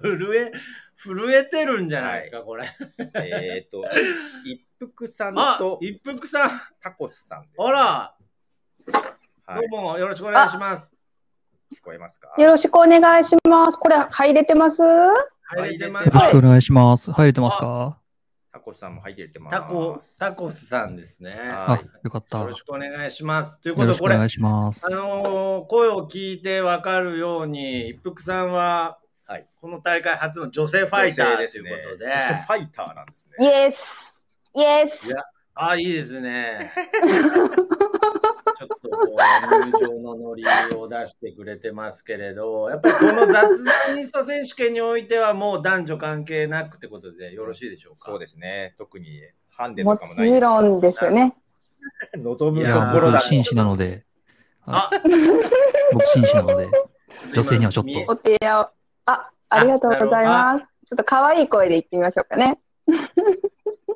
Speaker 1: 震え、震えてるんじゃないですか、これ。
Speaker 2: え っ、と、一服さん
Speaker 1: あ
Speaker 2: と、
Speaker 1: 一服さん、
Speaker 2: タコスさんです、
Speaker 1: あら、
Speaker 2: は
Speaker 1: ど、
Speaker 2: いう
Speaker 1: もよろしくお願いします。
Speaker 2: 聞こえますか
Speaker 6: よろしくお願いします。これ入れてます？
Speaker 1: 入れてま
Speaker 2: 入れてます
Speaker 7: よろしくお
Speaker 1: す。
Speaker 7: 願いします。入れてますか
Speaker 2: タコスさんも入ってます。
Speaker 1: タコ、タコスさんですね。
Speaker 7: あ
Speaker 2: はい
Speaker 7: よかった。
Speaker 1: よ
Speaker 7: よ
Speaker 1: ろしくお願いします。ということ
Speaker 7: ろ
Speaker 1: で、
Speaker 7: しく
Speaker 1: こ
Speaker 7: お
Speaker 1: れ、
Speaker 7: 願いします
Speaker 1: あ。のー声を聞いてわかるように、一服さんは、
Speaker 2: はい
Speaker 1: この大会初の女性ファイターということで、
Speaker 2: 女性ファイターなんです
Speaker 6: イ
Speaker 2: ね。
Speaker 6: エス、イエス。
Speaker 1: あ、いいです ね。ちょっとこう、入場のノリを出してくれてますけれど、やっぱりこの雑談リスト選手権においては、もう男女関係なくってことでよろしいでしょうか。
Speaker 2: そうですね。特にハンデ
Speaker 6: も
Speaker 2: とかもないで
Speaker 6: ち
Speaker 2: す
Speaker 6: ろんですよね。
Speaker 2: 望む
Speaker 7: い
Speaker 2: と
Speaker 7: や
Speaker 2: ころ
Speaker 7: ー、
Speaker 2: だ
Speaker 7: 僕、
Speaker 2: と。
Speaker 7: 紳士なので、
Speaker 1: あ、
Speaker 7: 僕、紳士なので、女性にはちょっと
Speaker 1: 今
Speaker 6: お手柔らあ、ありがとうございます。ちょっと可愛い声で言ってみましょうかね。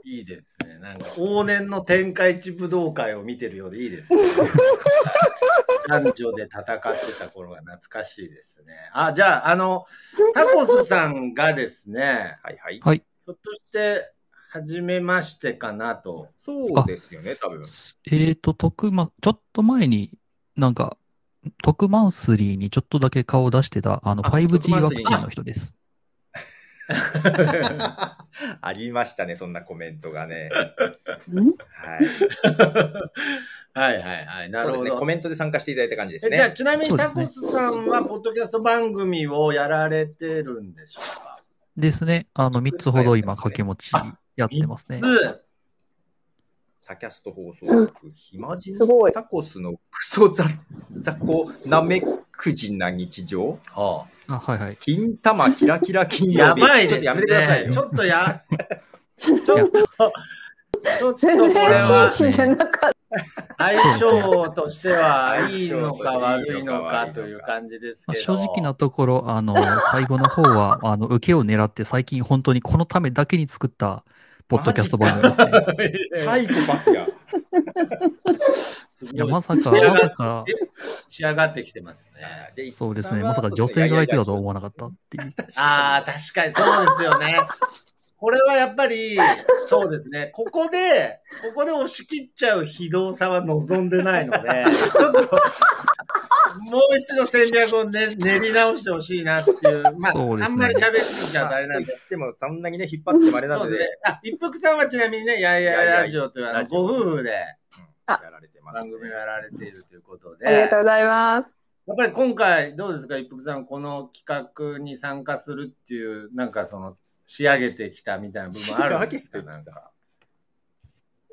Speaker 1: 見いいですね。なんか、往年の天下一武道会を見てるようでいいですね。男女で戦ってた頃が懐かしいですね。あ、じゃあ、あの、タコスさんがですね、
Speaker 2: はいはい。
Speaker 7: はい。
Speaker 1: ひょっとして、初めましてかなと。
Speaker 2: そうですよね、多分。
Speaker 7: えっと、特ま、ちょっと前に、なんか、特マンスリーにちょっとだけ顔を出してた、あの、
Speaker 2: あ
Speaker 7: 5G ワクチンの人です。
Speaker 2: ありましたね、そんなコメントがね。
Speaker 6: ん
Speaker 2: はい。
Speaker 1: はいはいはい。な
Speaker 2: そう
Speaker 1: る
Speaker 2: です
Speaker 1: ほ
Speaker 2: ね、コ
Speaker 1: ど。
Speaker 2: メントで参加していただいた感じです
Speaker 1: えじゃあ
Speaker 2: ね。
Speaker 1: ちなみ
Speaker 7: そ
Speaker 1: に
Speaker 7: うで
Speaker 1: タ
Speaker 7: すね
Speaker 1: コスさんは、ポッドキャスト番組をやられてるんでしょうか
Speaker 7: ですね。あの、3つほど今、掛け持ち
Speaker 1: あ
Speaker 7: やってますね。
Speaker 1: つ
Speaker 2: タキャスト放送局、暇人
Speaker 6: すごい
Speaker 2: タコスのクソ雑雑魚なめくじな日常
Speaker 1: は
Speaker 7: あ、はいはい。
Speaker 2: 金玉キラキラ金
Speaker 1: あ、や
Speaker 2: 曜日
Speaker 1: ばいです、ね。
Speaker 2: ちょっとやめてくださいよ。
Speaker 1: ちょっとや、ちょっと、ちょっとこれ
Speaker 6: 全然
Speaker 1: は
Speaker 6: 紳士じゃなかっ
Speaker 1: 相性としてはいいのか悪いのかという感じです
Speaker 7: まあ
Speaker 1: けど。
Speaker 7: 正直なところ、あの、最後の方は、あの、受けを狙って、最近本当にこのためだけに作った、ポッドキャスト番組ですね。
Speaker 2: サイコパスが。
Speaker 1: すごい
Speaker 7: いや、まさか、
Speaker 1: いや
Speaker 7: まさか、
Speaker 1: 仕上がってきてますね。
Speaker 2: で
Speaker 7: そうですね、まさか女性が相手だとは思わなかったっていう。
Speaker 1: ああ、確かにそうですよ ね。これはやっぱり、そうですね。ここで、ここで押し切っちゃう非道さは望んでないので、ちょっと、もう一度戦略を、ね、練り直してほしいなっていう。まあ、
Speaker 7: そうで
Speaker 1: あ
Speaker 7: すね
Speaker 1: んまり喋りすぎちゃうとあれ
Speaker 2: な
Speaker 1: なんんで。
Speaker 2: で。でも、そんなにね、引っ張ってもあれな
Speaker 1: そ
Speaker 2: の
Speaker 1: う
Speaker 2: で
Speaker 1: ですね。あ、一服さんはちなみにね、やいやいやラジオというあ
Speaker 2: やいやいやラ
Speaker 1: の
Speaker 2: ジオ
Speaker 1: ご夫婦で
Speaker 6: あ
Speaker 2: やられてます
Speaker 1: 番
Speaker 2: ね。
Speaker 1: 組をやられているということで。
Speaker 6: た。ありがとうございます。
Speaker 1: やっぱり今回、どうですか、一服さん、この企画に参加するっていう、なんかその、仕上げてきたみたいな部分あるんですか
Speaker 2: 仕上げてきた
Speaker 1: なんか。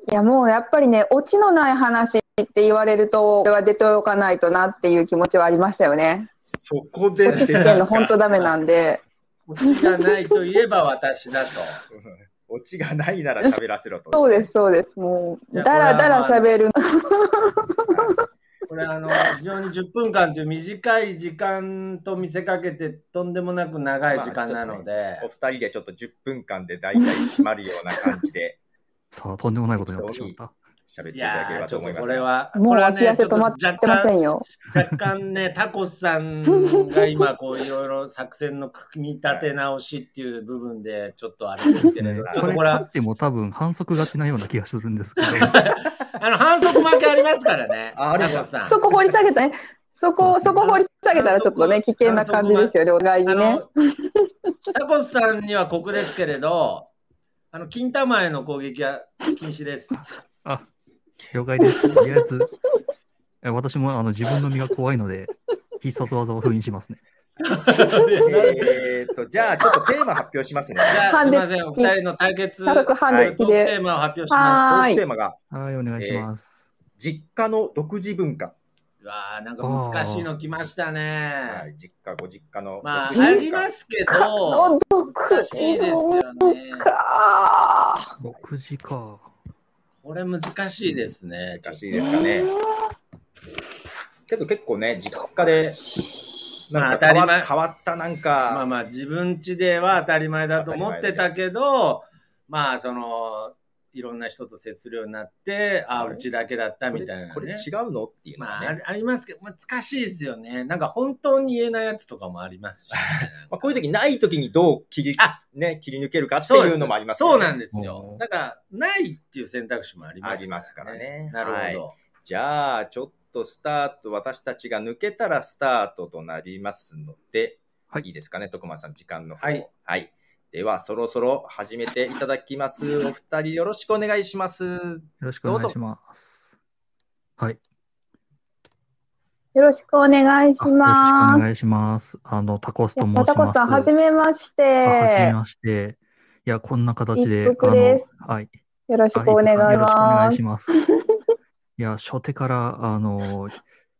Speaker 6: いやもうやっぱりね、オチのない話って言われると、これは出ておかないとなっていう気持ちはありましたよね。
Speaker 2: そこで
Speaker 6: オチ
Speaker 2: で
Speaker 6: っていう
Speaker 2: す
Speaker 6: の本当
Speaker 2: か。
Speaker 6: ダメなんで。
Speaker 1: オチがないといえば私だと。
Speaker 2: オチがないなら喋らせろと。
Speaker 6: そうです、そうです。も、
Speaker 1: いうや
Speaker 6: だらだら喋る。
Speaker 1: ここれあの、非常に10分間という短い時間と見せかけて、とんでもなく長い時間なので、
Speaker 5: お二人でちょっと10分間で大体締まるような感じで
Speaker 7: さあ、とんでもないことになってしまった。
Speaker 5: 喋ってい
Speaker 1: い
Speaker 5: ただけれ
Speaker 1: やー
Speaker 5: ば
Speaker 1: ち
Speaker 5: と
Speaker 1: ょっ
Speaker 5: 思い
Speaker 1: と
Speaker 5: ま
Speaker 1: こ
Speaker 5: す。
Speaker 1: れは、
Speaker 6: も
Speaker 1: こ
Speaker 6: う
Speaker 1: れは
Speaker 6: 脇
Speaker 1: ね、
Speaker 6: 汗
Speaker 1: ちょっと
Speaker 6: 止まっ
Speaker 1: 若
Speaker 6: てませ
Speaker 1: 干、
Speaker 6: んよ。
Speaker 1: 若干ね、タコスさんが今、こういろいろ作戦の組み立て直しっていう部分で、ちょっとあれですけれど、ちょっ
Speaker 7: ことれ
Speaker 1: これは
Speaker 7: 勝っても多分反則勝ちなような気がするんですけど、
Speaker 1: あの反則負けありますからね、
Speaker 5: ああるんだ
Speaker 1: タコスさん。
Speaker 6: そこ掘り下げたね。そこ、そこ掘り下げたらちょっとね、危険な感じですよね、お互い
Speaker 1: あ
Speaker 6: にね。
Speaker 1: の、タコスさんには酷ですけれど、あの、金玉への攻撃は禁止です。
Speaker 7: 了解です。とりあえず、え私もあの自分の身が怖いので、必殺技を封印しますね。
Speaker 5: えーっと、じゃあちょっとテーマ発表しますね。
Speaker 1: じゃあ、す
Speaker 6: 判
Speaker 1: み
Speaker 6: 別
Speaker 1: ません、お二人の対決、
Speaker 6: 早速、ハンデ
Speaker 1: ト
Speaker 6: 付き
Speaker 1: ークテ
Speaker 6: で。
Speaker 1: ーマを発表しま
Speaker 6: はーい
Speaker 5: テ。ーマが、
Speaker 7: はい、お願いします。
Speaker 5: 実家の独自文化。
Speaker 1: す。うわあ、なんか難しいの来ました
Speaker 5: は
Speaker 1: ね。
Speaker 5: い、実家、ご実家の。
Speaker 1: まあ、
Speaker 5: ご実
Speaker 1: あ
Speaker 5: 家
Speaker 1: りますけど、
Speaker 6: のど
Speaker 1: 難しいですよね。
Speaker 6: か。
Speaker 7: 6時か。
Speaker 1: これ難しいですね。
Speaker 5: 難しいですかね。けど結構ね、実家で、なんか
Speaker 1: まあ当た
Speaker 5: 変
Speaker 1: り
Speaker 5: わ,、
Speaker 1: 前
Speaker 5: 変わったなん
Speaker 1: まあ
Speaker 5: か、
Speaker 1: まあ、自分家では当たり前だと思ってたけど、まあ、その、いろんな人と接するようになって、ああ、
Speaker 5: あれ
Speaker 1: うちだけだった
Speaker 5: こ
Speaker 1: み
Speaker 5: れ
Speaker 1: たいな
Speaker 5: これ
Speaker 1: ね。
Speaker 5: 違うのっていうの
Speaker 1: ま
Speaker 5: は
Speaker 1: あ、
Speaker 5: ね。
Speaker 1: あ
Speaker 5: ま
Speaker 1: るありますけど、難しいですよね。なんか本当に言えないやつとかもありま すし。
Speaker 5: あこういう時ない時にどう切り
Speaker 1: あ、
Speaker 5: ね、切り抜けるかっていうのもあります
Speaker 1: そうなん
Speaker 5: で
Speaker 1: です
Speaker 7: う
Speaker 1: よ
Speaker 7: ん。
Speaker 1: だから、ないっていう選択肢もあります、
Speaker 5: ありますからね
Speaker 1: なるほど。
Speaker 5: じゃあ、ちょっとスタート、私たちが抜けたらスタートとなりますので、
Speaker 7: はい
Speaker 5: い、いですかね、徳間さん、時間の方。
Speaker 1: はい。
Speaker 5: はい。では、そろそろ始めていただきます。お二人、よろしくお願いします。
Speaker 7: よろしくお願いします。はい。
Speaker 6: よろしくお願い
Speaker 7: あ
Speaker 6: し
Speaker 7: よろしくお
Speaker 6: ます。
Speaker 7: 願いします。あの、タコスと申し
Speaker 6: ま
Speaker 7: ます。
Speaker 6: たこさん、はじめまし
Speaker 7: あはじめ
Speaker 6: て。
Speaker 7: まして。いや、こんな形で、
Speaker 6: 一服です
Speaker 7: あの、はい。
Speaker 6: よろし
Speaker 7: あ
Speaker 6: くお願い
Speaker 7: エイ
Speaker 6: しま
Speaker 7: プさん
Speaker 6: す。
Speaker 7: よろしくお願いします。 いや、初手から、あの、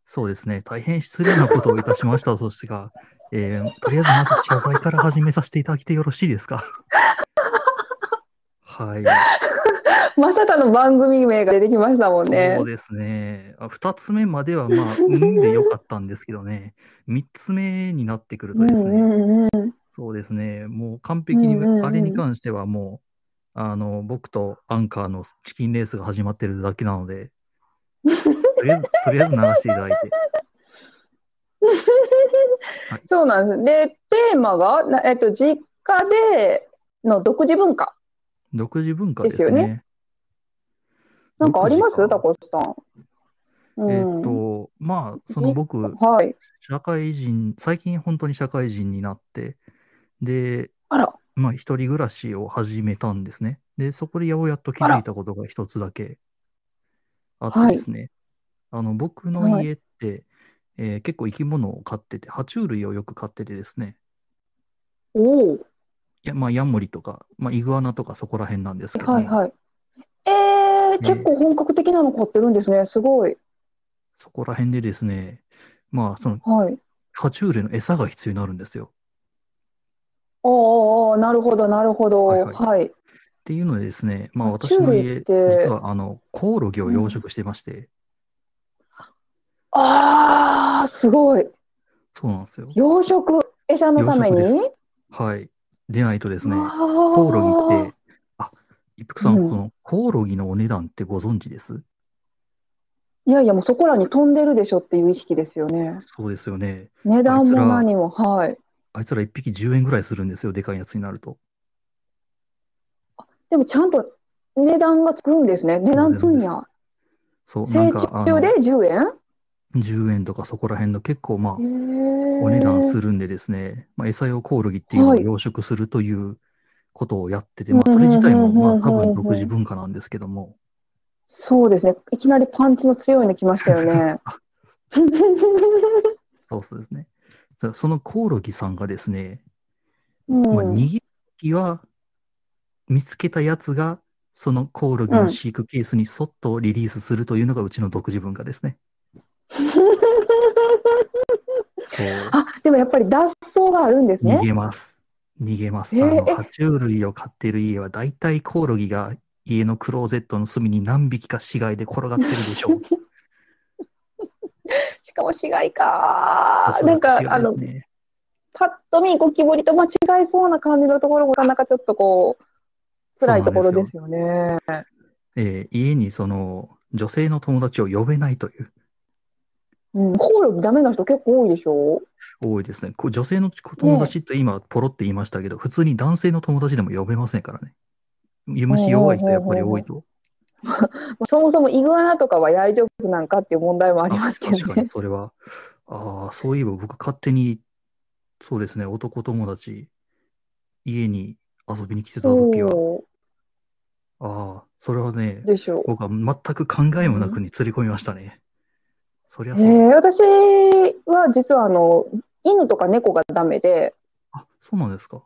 Speaker 7: そうですね、大変失礼なことをいたしました とですが、えーとりあえずまず謝罪から始めさせていただいてよろしいで すか。はい。
Speaker 6: まさかの番組名が出てきましたもんね
Speaker 7: そう。ですね。あ二つ目までは、まあ、うんでよかったんですけどね、三つ目になってくるとですね、
Speaker 6: うんうんうん。
Speaker 7: そうですね。もう完璧に、
Speaker 6: うんうんうん
Speaker 7: あれに関してはもう、あの、僕とアンカーのチキンレースが始まってるだけなので、と りあえず、とりあえず流していただいて。
Speaker 6: そうなんです。で、テーマが、なえっと、実家での独自文化。
Speaker 7: 独自文化ですね。
Speaker 6: ですよねなんかありま
Speaker 7: 独
Speaker 6: す
Speaker 7: 自
Speaker 6: タ
Speaker 7: か
Speaker 6: コスさん。うん
Speaker 7: えっ、と、まあ、その僕、
Speaker 6: はい。
Speaker 7: 社会人、最近本当に社会人になって、で、
Speaker 6: あら。
Speaker 7: まあ、一人暮らしを始めたんですね。で、そこでようやっと気づいたことが一つだけあってですね。あの、僕の家って、えー結構生き物を飼ってて、爬虫類をよく飼っててですね。
Speaker 6: おお。
Speaker 7: いや、まあ、ヤモリとか、まあ、イグアナとかそこら辺なんですけども、
Speaker 6: はいはい。えー、
Speaker 7: ね
Speaker 6: 結構本格的なの買ってるんですね。すごい。
Speaker 7: そこら辺でですね、まあ、その、
Speaker 6: はい。
Speaker 7: 爬虫類の餌が必要になるんですよ。
Speaker 6: おーおーおーなるほど、なるほど。
Speaker 7: はい
Speaker 6: は
Speaker 7: はい
Speaker 6: い。
Speaker 7: っていうのでですね、まあ、
Speaker 6: 爬
Speaker 7: 私
Speaker 6: 虫
Speaker 7: の
Speaker 6: 類
Speaker 7: 家、
Speaker 6: って
Speaker 7: 実は、あの、コオロギを養殖してまして、
Speaker 6: あー、すごい。
Speaker 7: そうなんですよ。
Speaker 6: 養殖、餌の
Speaker 7: 養
Speaker 6: ため
Speaker 7: 殖
Speaker 6: に
Speaker 7: です。はい。でないとですね、
Speaker 6: わ
Speaker 7: コオロギ
Speaker 6: ー
Speaker 7: って、あ、一服さん、
Speaker 6: うん
Speaker 7: このコオロギのお値段ってご存知です
Speaker 6: いやいや、もうそこらに飛んでるでしょっていう意識ですよね。
Speaker 7: そうですよね。
Speaker 6: 値段
Speaker 7: あいつ
Speaker 6: も
Speaker 7: ら
Speaker 6: 何も、はい。
Speaker 7: あいつら一匹10円ぐらいするんですよ、でかいやつになると。
Speaker 6: でもちゃんと値段がつくんですね。値段つんや。
Speaker 7: そう、な
Speaker 6: 成
Speaker 7: んか、あ
Speaker 6: 虫
Speaker 7: の
Speaker 6: で、10円
Speaker 7: 10円とかそこら辺の結構、まあ、
Speaker 6: へ
Speaker 7: お値段
Speaker 6: る。
Speaker 7: するんでですね、まあ、餌用コオロギっていうのを
Speaker 6: はい
Speaker 7: 養殖するということをやってて、
Speaker 6: うん
Speaker 7: まあ、それ自体も、
Speaker 6: うん
Speaker 7: まあ、
Speaker 6: うん
Speaker 7: 多
Speaker 6: う
Speaker 7: 分
Speaker 6: ん
Speaker 7: 独自文化なんですけども、
Speaker 6: そうですね。いきなりパンチの強いの来ましたよ ね。
Speaker 7: そうそうですね。そそのコオロギさんがですね、
Speaker 6: うん、
Speaker 7: まあ、逃げる時は、見つけたやつが、そのコオロギの飼育ケースにそっとリリースするというのがうちの独自文化ですね。そう。
Speaker 6: あ、でもやっぱり脱走があるんです
Speaker 7: 逃
Speaker 6: ね。
Speaker 7: げます。逃げます。
Speaker 6: え
Speaker 7: あ
Speaker 6: ー
Speaker 7: の、爬虫類を飼っている家は、だいたいコオロギが家のクローゼットの隅に何匹か死骸で転がってるでしょう。
Speaker 6: しかも市街か
Speaker 7: お。そ
Speaker 6: なん
Speaker 7: ら
Speaker 6: か、
Speaker 7: く違
Speaker 6: あ
Speaker 7: うで
Speaker 6: の
Speaker 7: す、ね。
Speaker 6: パッと見ゴキブリと間違えそうな感じのところも、なかなかちょっとこう、辛いところですよね。
Speaker 7: えー家にその女性の友達を呼べないという、
Speaker 6: うん、効力ダメな人結構多いでしょ
Speaker 7: 多いですね。こう女性の友達って今、ポロって言いましたけど、普通に男性の友達でも呼べませんからね。湯虫弱い人やっぱり多いと。
Speaker 6: まあそもそもイグアナとかは大丈夫なんかっていう問題もあ
Speaker 7: あ
Speaker 6: りますけ
Speaker 7: 確
Speaker 6: ど
Speaker 7: か
Speaker 6: ね
Speaker 7: に。それは。ああ、そういえば僕勝手に、そうですね、男友達、家に遊びに来てた時は、
Speaker 6: そ
Speaker 7: ああ、それはね
Speaker 6: う、でしょう。
Speaker 7: 僕は全く考えもなくに釣り込みましたね。そりゃ
Speaker 6: え
Speaker 7: そうだ。
Speaker 6: ー私は実はあの犬とか猫がダメで、
Speaker 7: あ、そうなんですか。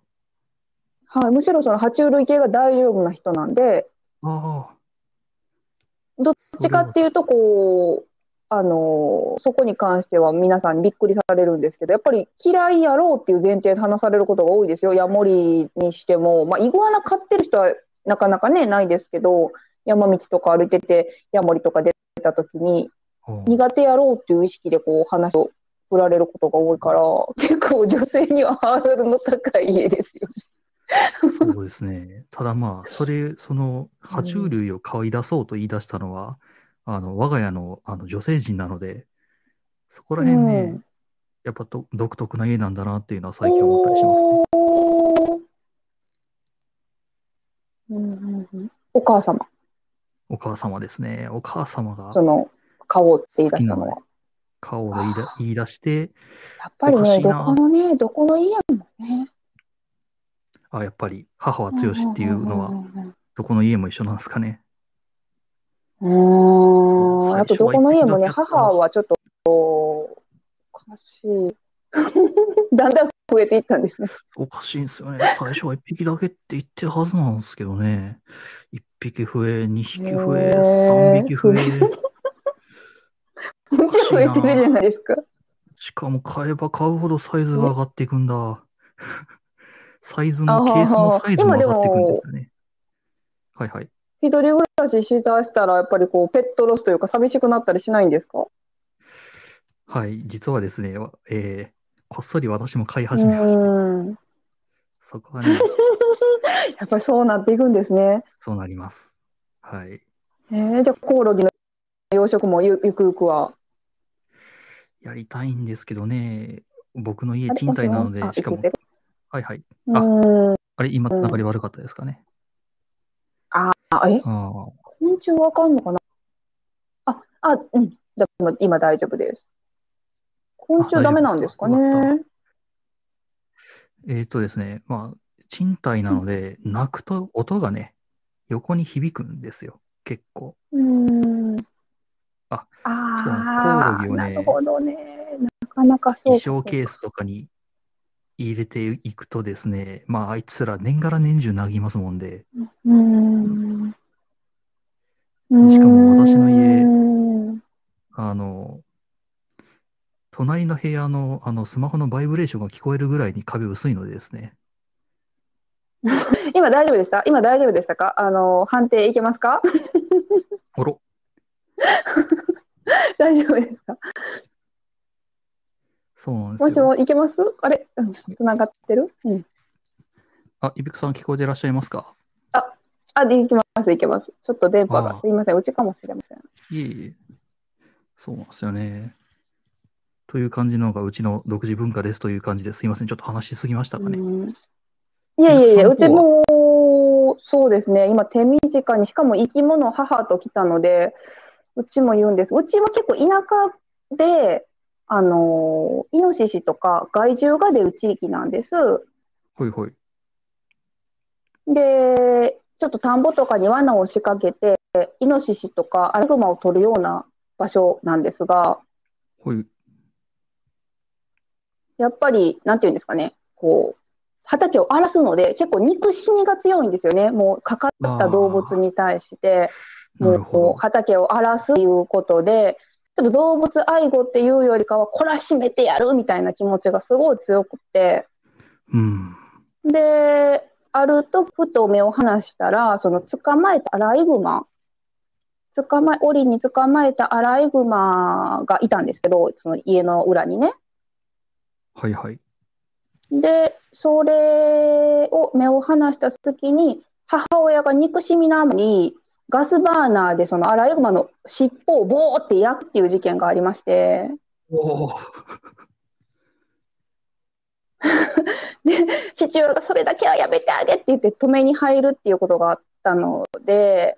Speaker 6: はい、むしろその爬虫類系が大丈夫な人なんで
Speaker 7: ああ。
Speaker 6: どっどっちかっていうとこうあのそこに関しては皆さんびっくりされるんですけどやっぱり嫌いやろうっていう前提で話されることが多いですよヤモリにしても、まあ、イグアナ飼ってる人はなかなかねないですけど山道とか歩いててヤモリとか出た時に
Speaker 7: それは
Speaker 6: 苦手やろうっていう意識でこう話を振られることが多いから結構女性にはハードルの高い家ですよ。
Speaker 7: そうですね。ただまあ、それ、その、爬虫類を買い出そうと言い出したのは、あの、我が家のあの女性陣なので、そこら辺ね、
Speaker 6: うん
Speaker 7: やっぱと独特な家なんだなっていうのは最近思ったりしますね。
Speaker 6: うんうんうんお母様
Speaker 7: お母様ですね。お母様が
Speaker 6: その顔って言い
Speaker 7: 好
Speaker 6: 出
Speaker 7: き
Speaker 6: した
Speaker 7: な
Speaker 6: の
Speaker 7: の
Speaker 6: は
Speaker 7: で、顔を言いだ言い出して、
Speaker 6: やっぱり
Speaker 7: おかし
Speaker 6: ね
Speaker 7: い
Speaker 6: ど
Speaker 7: な
Speaker 6: このねどこの家もね
Speaker 7: あ、やっぱり母は強しっていうの
Speaker 6: うん
Speaker 7: は、どこの家も一緒なんですかね。
Speaker 6: うんうんうん
Speaker 7: 最初は
Speaker 6: やっぱどこの家もね
Speaker 7: 一匹だけ
Speaker 6: 母はちょっとおかしい だんだん増えていったんですね
Speaker 7: おかしいんですよね。最初は1匹だけって言ってるはずなんですけどね。1匹増え、2匹増え、
Speaker 6: へー
Speaker 7: 3匹増え。
Speaker 6: めっちゃ 増えてるじゃないですか
Speaker 7: しかも買えば買うほどサイズが上がっていくんだ。サイズもケースのサイズも上がっていくんですよね。はいはい。
Speaker 6: 一人暮らししだしたら、やっぱりこう、ペットロスというか、寂しくなったりしないんですか
Speaker 7: はい、実はですね、わえーこっそり私も買いう始めました。
Speaker 6: ーん。
Speaker 7: そこはね、
Speaker 6: やっぱりそうなっていくんですね。
Speaker 7: そうなります。はい。
Speaker 6: えー、じゃあ、コオロギの養殖もゆゆくゆくは。
Speaker 7: やりたいんですけどね、僕の家
Speaker 6: あれ
Speaker 7: 賃貸なので
Speaker 6: もしもあ、
Speaker 7: しかも
Speaker 6: いけ、て
Speaker 7: はいはい。
Speaker 6: うーん。
Speaker 7: あれ、今つながり悪かったですかね。
Speaker 6: あ、え、
Speaker 7: ああ、
Speaker 6: 昆虫わかんのかなあ、あ、うん。だ今大丈夫です。昆
Speaker 7: あ
Speaker 6: 虫ダメなんですかね
Speaker 7: 大。丈夫ですえっ、とですね、まあ、賃貸なので、鳴くと音がね、横に響くんですよ、結構。
Speaker 6: うーん。
Speaker 7: あ、
Speaker 6: あ
Speaker 7: そう
Speaker 6: あ
Speaker 7: なんですコオロギをね
Speaker 6: なるほどね。なかなかそうか
Speaker 7: 衣装ケースとかに入れていくとですね、まあ、あいつら年がら年中鳴きますもんで、
Speaker 6: うーん
Speaker 7: しかも私の家
Speaker 6: うーん
Speaker 7: あの、隣の部屋のあのスマホのバイブレーションが聞こえるぐらいに壁薄いのでですね、
Speaker 6: 今大丈夫でした今大丈夫でしたかあの、判定いけますか
Speaker 7: おろ、
Speaker 6: 大丈夫ですか
Speaker 7: そうなんです
Speaker 6: もし
Speaker 7: よ。
Speaker 6: もいけますあれうん繋がってるうん。
Speaker 7: あ、いびくさん聞こえてらっしゃいますか
Speaker 6: あ、でいけます、いけます。ちょっと電波
Speaker 7: あ
Speaker 6: が
Speaker 7: あ、
Speaker 6: すいません、うちかもしれません。
Speaker 7: いえいえ。そうなんですよね。という感じのがうちの独自文化ですという感じですいません。ちょっと話しすぎましたかね。
Speaker 6: うんいやいやいや、う
Speaker 7: 皆
Speaker 6: ち
Speaker 7: さんの
Speaker 6: も、そうですね、今手短に、しかも生き物母と来たので、うちも言うんです。うちは結構田舎で、あのーイノシシとか害獣が出る地域なんです。
Speaker 7: ほいほい。
Speaker 6: で、ちょっと田んぼとかに罠を仕掛けて、イノシシとかアライグマを取るような場所なんですが、
Speaker 7: ほい。
Speaker 6: やっぱり、なんていうんですかね、こう、畑を荒らすので、結構憎しみが強いんですよね。もう、かかった動物に対して、
Speaker 7: な
Speaker 6: も
Speaker 7: る
Speaker 6: う、こ
Speaker 7: ほ
Speaker 6: う畑を荒らすということで、ちょっと動物愛護っていうよりかは、懲らしめてやるみたいな気持ちがすごい強くて、
Speaker 7: ど。うん。
Speaker 6: で、あると、ふと目を離したら、その捕まえたアライグマ捕まえ、檻に捕まえたアライグマがいたんですけど、その家の裏にね。
Speaker 7: はいはい。
Speaker 6: で、それを目を離した隙に、母親が憎しみなのに、ガスバーナーでそのアライグマの尻尾をボーって焼くっていう事件がありまして、
Speaker 7: おお。
Speaker 6: で父親がそれだけはやめてあげって言って止めに入るっていうことがあったので、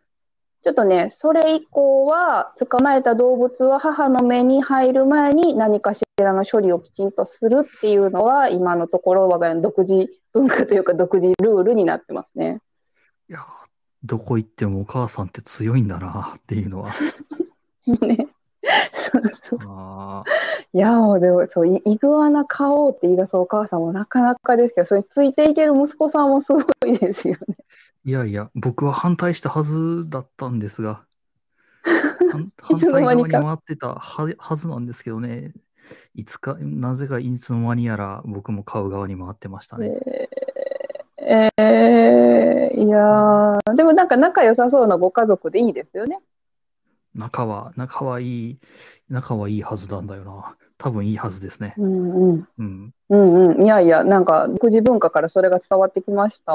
Speaker 6: ちょっとね、それ以降は、捕まえた動物は母の目に入る前に何かしらの処理をきちんとするっていうのは、今のところ我が家の独自文化というか、独自ルールになってますね。
Speaker 7: いやー、どこ行ってもお母さんって強いんだなっていうの は。
Speaker 6: ねそうそう
Speaker 7: あ
Speaker 6: いやーでもそうイイグアナ買おうって言い出すお母さんもなかなかですけどそれについていける息子さんもすごいですよね。
Speaker 7: ーいやいや、僕は反対したはずだったんですが、 反
Speaker 6: い
Speaker 7: 反
Speaker 6: つの
Speaker 7: 対
Speaker 6: 間
Speaker 7: 側
Speaker 6: に
Speaker 7: に
Speaker 6: か
Speaker 7: 回ってたははずなんですけどね、いつか、なぜかいつの間にやら僕も買う側に回ってましたね。
Speaker 6: えーえーいやーでもなんか仲良さそうなご家族でいいですよね。
Speaker 7: 仲は、仲はいい、仲はいいはずなんだよな。多分いいはずですね。
Speaker 6: うんうん
Speaker 7: うん。
Speaker 6: うんうんいやいやなんか独自文化からそれが伝わってきました。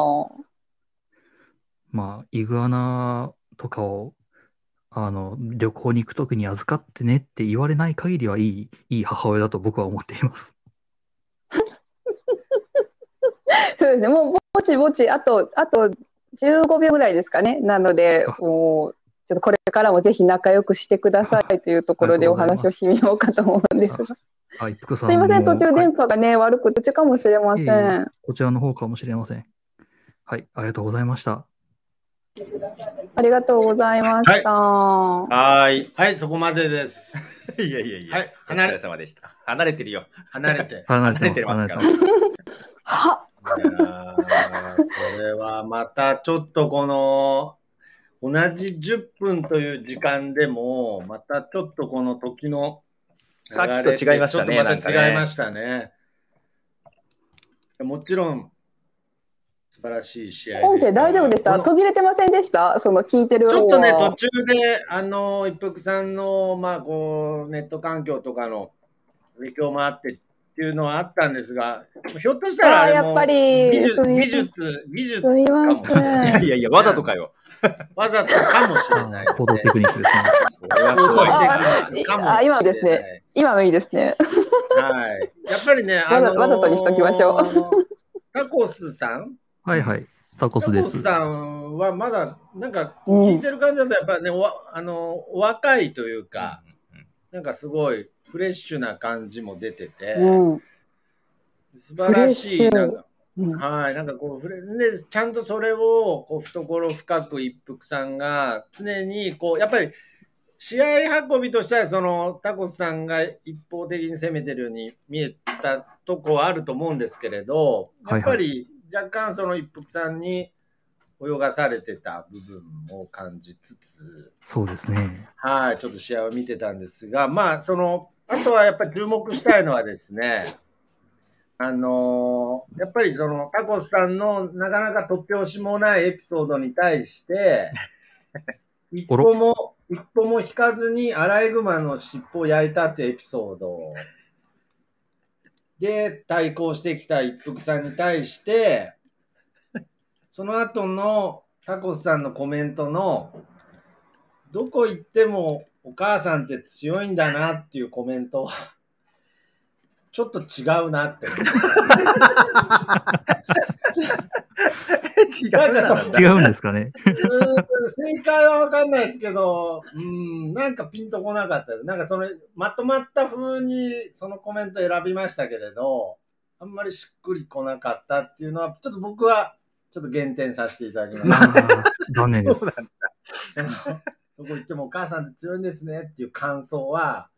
Speaker 7: まあ、イグアナとかを、あの、旅行に行くときに預かってねって言われない限りはいい、いい母親だと僕は思っています。
Speaker 6: そうですねもうぼちぼちあとあと15秒ぐらいですかねなので
Speaker 7: あ
Speaker 6: もうちょっとこれからもぜひ仲良くしてくださいというところでお
Speaker 7: ありが
Speaker 6: 話
Speaker 7: とう
Speaker 6: を
Speaker 7: ご
Speaker 6: しようかと思うんですが。
Speaker 7: はい、福さん
Speaker 6: すいません、
Speaker 7: も
Speaker 6: 途中
Speaker 7: はい
Speaker 6: 電波がね、悪くてかもしれませ
Speaker 7: いえいえ
Speaker 6: ん。
Speaker 7: こちらの方かもしれません。はい、ありがとうございました。
Speaker 6: ありがとうございました。
Speaker 1: はーい。はい、そこまでです。
Speaker 2: いやいやいや、
Speaker 1: はい
Speaker 2: お疲れ様でした。離れてるよ。
Speaker 1: 離れて。
Speaker 7: 離
Speaker 2: 離れてますから。
Speaker 6: は、
Speaker 1: いやーこれはまたちょっとこの、同じ10分という時間でも、またちょっとこの時の流れで、
Speaker 2: さっきと違いましたね
Speaker 1: ちょっと
Speaker 2: なんか
Speaker 1: また
Speaker 2: ね
Speaker 1: 違いましたね。もちろん、素晴らしい試合
Speaker 6: 音
Speaker 1: で
Speaker 6: 声
Speaker 1: したが
Speaker 6: 大丈夫でした
Speaker 1: この
Speaker 6: 途切れてませんでしたその聞いてる
Speaker 1: ち
Speaker 6: 方
Speaker 1: ょっとね、途
Speaker 6: は。
Speaker 1: 中で、あの、一服さんの、まあ、こう、ネット環境とかの影響もあってっていうのはあったんですが、ひょっとしたら
Speaker 6: あ
Speaker 1: あ
Speaker 6: ー
Speaker 1: れ
Speaker 6: やっ
Speaker 1: も
Speaker 6: ぱり、
Speaker 1: 技術、
Speaker 6: すみ
Speaker 1: 技術、技術
Speaker 6: すみ
Speaker 1: か
Speaker 6: ま
Speaker 1: もしれない。
Speaker 2: いや
Speaker 6: せん。
Speaker 2: いやいや、わざとかよ。
Speaker 1: わざとかもしれない、ね。
Speaker 7: 行動テクニックですね。
Speaker 2: それは
Speaker 1: 行動
Speaker 2: 怖い。
Speaker 1: 的なかもしれない
Speaker 6: あ今ですね。今のいいですね。
Speaker 1: はい。やっぱりね、
Speaker 6: ざ
Speaker 1: あのー
Speaker 6: わざとにしときましょ
Speaker 1: タコスさん
Speaker 7: はいはい、タコ
Speaker 1: タ
Speaker 7: スで
Speaker 1: コ
Speaker 7: す
Speaker 1: ス。さんはまだ、なんか、
Speaker 6: う
Speaker 1: 聞い
Speaker 6: ん。
Speaker 1: てる感じだと、やっぱりね、おわあのお若いというか、なんかすごいフレッシュな感じも出てて、
Speaker 6: うん。
Speaker 1: 素晴らし
Speaker 6: フレ
Speaker 1: い、
Speaker 6: ッシュ
Speaker 1: なんか、
Speaker 6: うん
Speaker 1: はい、なんかこう、フレでちゃんとそれを、こう、懐深く一服さんが、常に、こう、やっぱり、試合運びとしては、その、タコスさんが一方的に攻めてるように見えたとこはあると思うんですけれど、やっぱり、若干その一服さんに泳がされてた部分も感じつつ、
Speaker 7: そうですね。
Speaker 1: はい、ちょっと試合を見てたんですが、まあ、その、あとはやっぱり注目したいのはですね、あのーやっぱりその、タコスさんのなかなか突拍子もないエピソードに対して、一
Speaker 7: お
Speaker 1: 歩
Speaker 7: ろ
Speaker 1: も、一歩も引かずにアライグマの尻尾を焼いたっていうエピソードで対抗してきた一服さんに対して、その後のタコスさんのコメントの、どこ行ってもお母さんって強いんだなっていうコメントは、ちょっと違うなって思う。
Speaker 2: 違うな
Speaker 7: 違うんですかね。
Speaker 1: うーん正解はわかんないですけど、うーん、なんかピンとこなかったです。なんかその、まとまった風にそのコメント選びましたけれど、あんまりしっくりこなかったっていうのは、ちょっと僕は、ちょっと減点させていただきま
Speaker 7: あ
Speaker 1: す。
Speaker 7: ー残念です。
Speaker 1: どこ行ってもお母さんって強いんですねっていう感想は、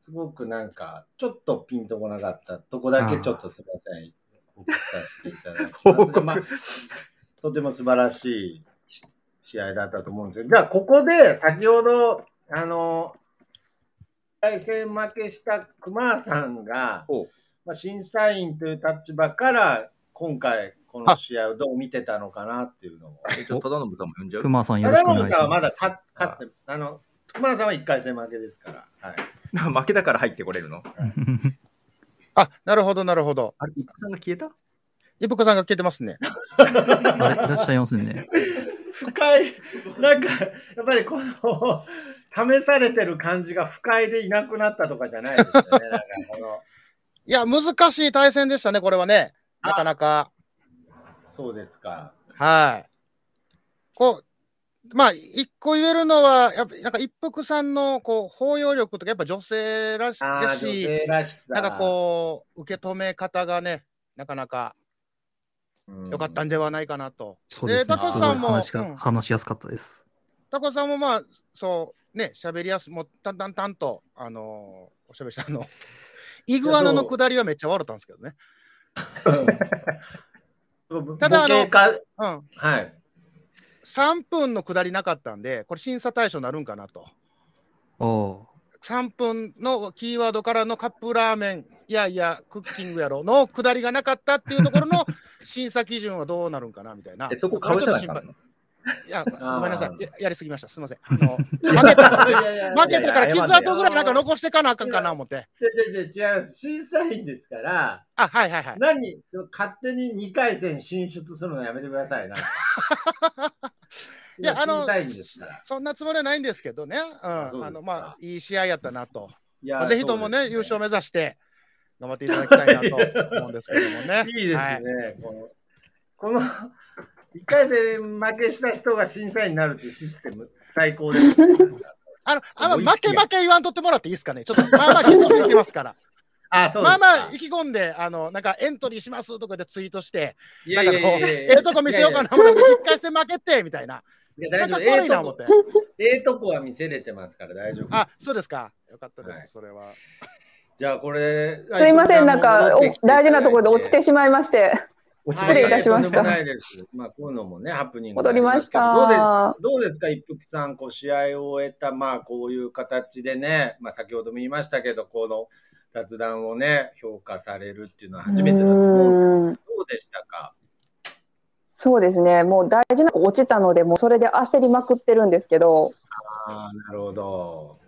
Speaker 1: すごくなんか、ちょっとピンとこなかったとこだけちょっとすみません。報告させていただきます。
Speaker 2: 報告
Speaker 1: ま あとても素晴らしい試合だったと思うんですけど、じゃあここで先ほど、あの、対戦負けした熊さんが
Speaker 2: ほう、
Speaker 1: まあ、審査員という立場から今回この試合をどう見てたのかなっていうのも。
Speaker 2: えちょっと忠信さんも呼んじゃう
Speaker 7: 熊さんよろし
Speaker 1: 忠
Speaker 7: くお願い
Speaker 1: 信
Speaker 7: し
Speaker 1: さんはま
Speaker 7: ま
Speaker 1: だ
Speaker 7: す。
Speaker 1: 勝勝って、あの、熊田さんは1回戦負けですから。はい。
Speaker 2: 負けだから入ってこれるの
Speaker 3: あ、なるほど、なるほど。
Speaker 2: あれ、一夫さんが消えた
Speaker 3: いぶこさんが消えてますね。
Speaker 7: あれ、いらっしゃいますね。
Speaker 1: 深い、なんか、やっぱりこの、試されてる感じが不快でいなくなったとかじゃないですよね。なんかこの
Speaker 3: いや、難しい対戦でしたね、これはね。なかなか。
Speaker 1: そうですか。
Speaker 3: はい。こう、まあ、一個言えるのは、やっぱ、なんか一服さんの、こう、包容力とか、やっぱ女性らし
Speaker 1: ああ、
Speaker 3: ら
Speaker 1: 女
Speaker 3: しい、
Speaker 1: 性らしさ。
Speaker 3: なんかこう、受け止め方がね、なかなか
Speaker 1: うん
Speaker 3: 良かったんではないかなと。
Speaker 7: そうです
Speaker 3: タ
Speaker 7: ね。
Speaker 3: コ
Speaker 7: すご
Speaker 3: さ
Speaker 7: い
Speaker 3: んも
Speaker 7: 話
Speaker 3: う
Speaker 7: が
Speaker 3: ん
Speaker 7: 話しやすかったです。
Speaker 3: タコさんもまあ、そう、ね、喋りやす、もう、淡々淡々と、あのーおしゃべりしたあの。イグアナの下りはめっちゃ笑ったんですけどね。
Speaker 1: ただ
Speaker 3: ただ
Speaker 1: あ
Speaker 3: あの
Speaker 1: の、
Speaker 3: うん。
Speaker 1: はい。
Speaker 3: 3分の下りなかったんで、これ審査対象になるんかなと。
Speaker 7: ああ。
Speaker 3: 3分のキーワードからのカップラーメン、いやいや、クッキングやろの下りがなかったっていうところの審査基準はどうなるんかなみたいな。
Speaker 2: え、そこ
Speaker 3: か
Speaker 2: かぶ
Speaker 3: ぶ
Speaker 2: せなかった
Speaker 3: い
Speaker 2: の
Speaker 3: や、
Speaker 1: ー
Speaker 3: ごめんなさいや。やりすぎました。すみません。あの負けたから負けたから傷跡ぐらいなんか残してかなあかんかな思って。
Speaker 1: 違う違う違う、審査員ですから、
Speaker 3: あ、はいはいはい。
Speaker 1: 何、勝手に2回戦進出するのやめてくださ いな。い
Speaker 3: いやあの
Speaker 1: 審査員ですから。
Speaker 3: そんなつもりはないんですけどね。うん。
Speaker 1: あ
Speaker 3: あ
Speaker 1: そうですか
Speaker 3: の、まあ、いい試合やったなと。
Speaker 1: い
Speaker 3: ま
Speaker 1: や
Speaker 3: あぜひともね、優
Speaker 1: そう。
Speaker 3: 勝目指して頑張っていただきたいなと思うんですけども
Speaker 1: ですね
Speaker 3: ね
Speaker 1: いい ですね。
Speaker 3: はい
Speaker 1: この、この、1回戦負けした人が審査員になるっていうシステム、最高 です。
Speaker 3: あの、あんま
Speaker 2: 思い
Speaker 3: 負
Speaker 2: つき
Speaker 3: け
Speaker 2: や
Speaker 3: 負け言わんとってもらっていいですかね。ちょっと、まあまあ、傷ついてますから。
Speaker 1: あ、そうで
Speaker 3: ます
Speaker 1: か
Speaker 3: あまあ、意気込んで、あの、なんかエントリーしますとかでツイートして、
Speaker 1: いやいやいやいや
Speaker 3: ええとこ見せようかな、もうなんか一回戦負けて、みたいな。
Speaker 1: いや
Speaker 3: ちょ
Speaker 1: 大
Speaker 3: っ
Speaker 1: 丈
Speaker 3: と
Speaker 1: 夫。ええ
Speaker 3: 怖い
Speaker 1: と
Speaker 3: な、思っ
Speaker 1: こ
Speaker 3: て。
Speaker 1: ええとこは見せれてますから大丈夫です。
Speaker 3: あ、そうですか。よかったです、
Speaker 1: はい
Speaker 3: それは。
Speaker 1: じゃあこれ。
Speaker 6: すいません、なんか、お大事なところで落ち
Speaker 1: は
Speaker 6: てしまいまして、
Speaker 1: い
Speaker 6: 失礼いたしま
Speaker 1: と
Speaker 6: し
Speaker 1: んでも
Speaker 6: た。
Speaker 1: ないです。まあこういうのもね、ハプニングが
Speaker 6: 戻
Speaker 1: あ
Speaker 6: りま
Speaker 1: ます
Speaker 6: し
Speaker 1: けどどうです
Speaker 6: た。
Speaker 1: どうですか、一服さん、こう試合を終えた、まあ、こういう形でね、まあ、先ほども言いましたけど、この雑談をね、評価されるっていうのは初めてだと思う。
Speaker 6: うん
Speaker 1: どうでしたか
Speaker 6: そうですね、もう大事なとこ落ちたので、もうそれで焦りまくってるんですけど、
Speaker 1: ああ、なるほど。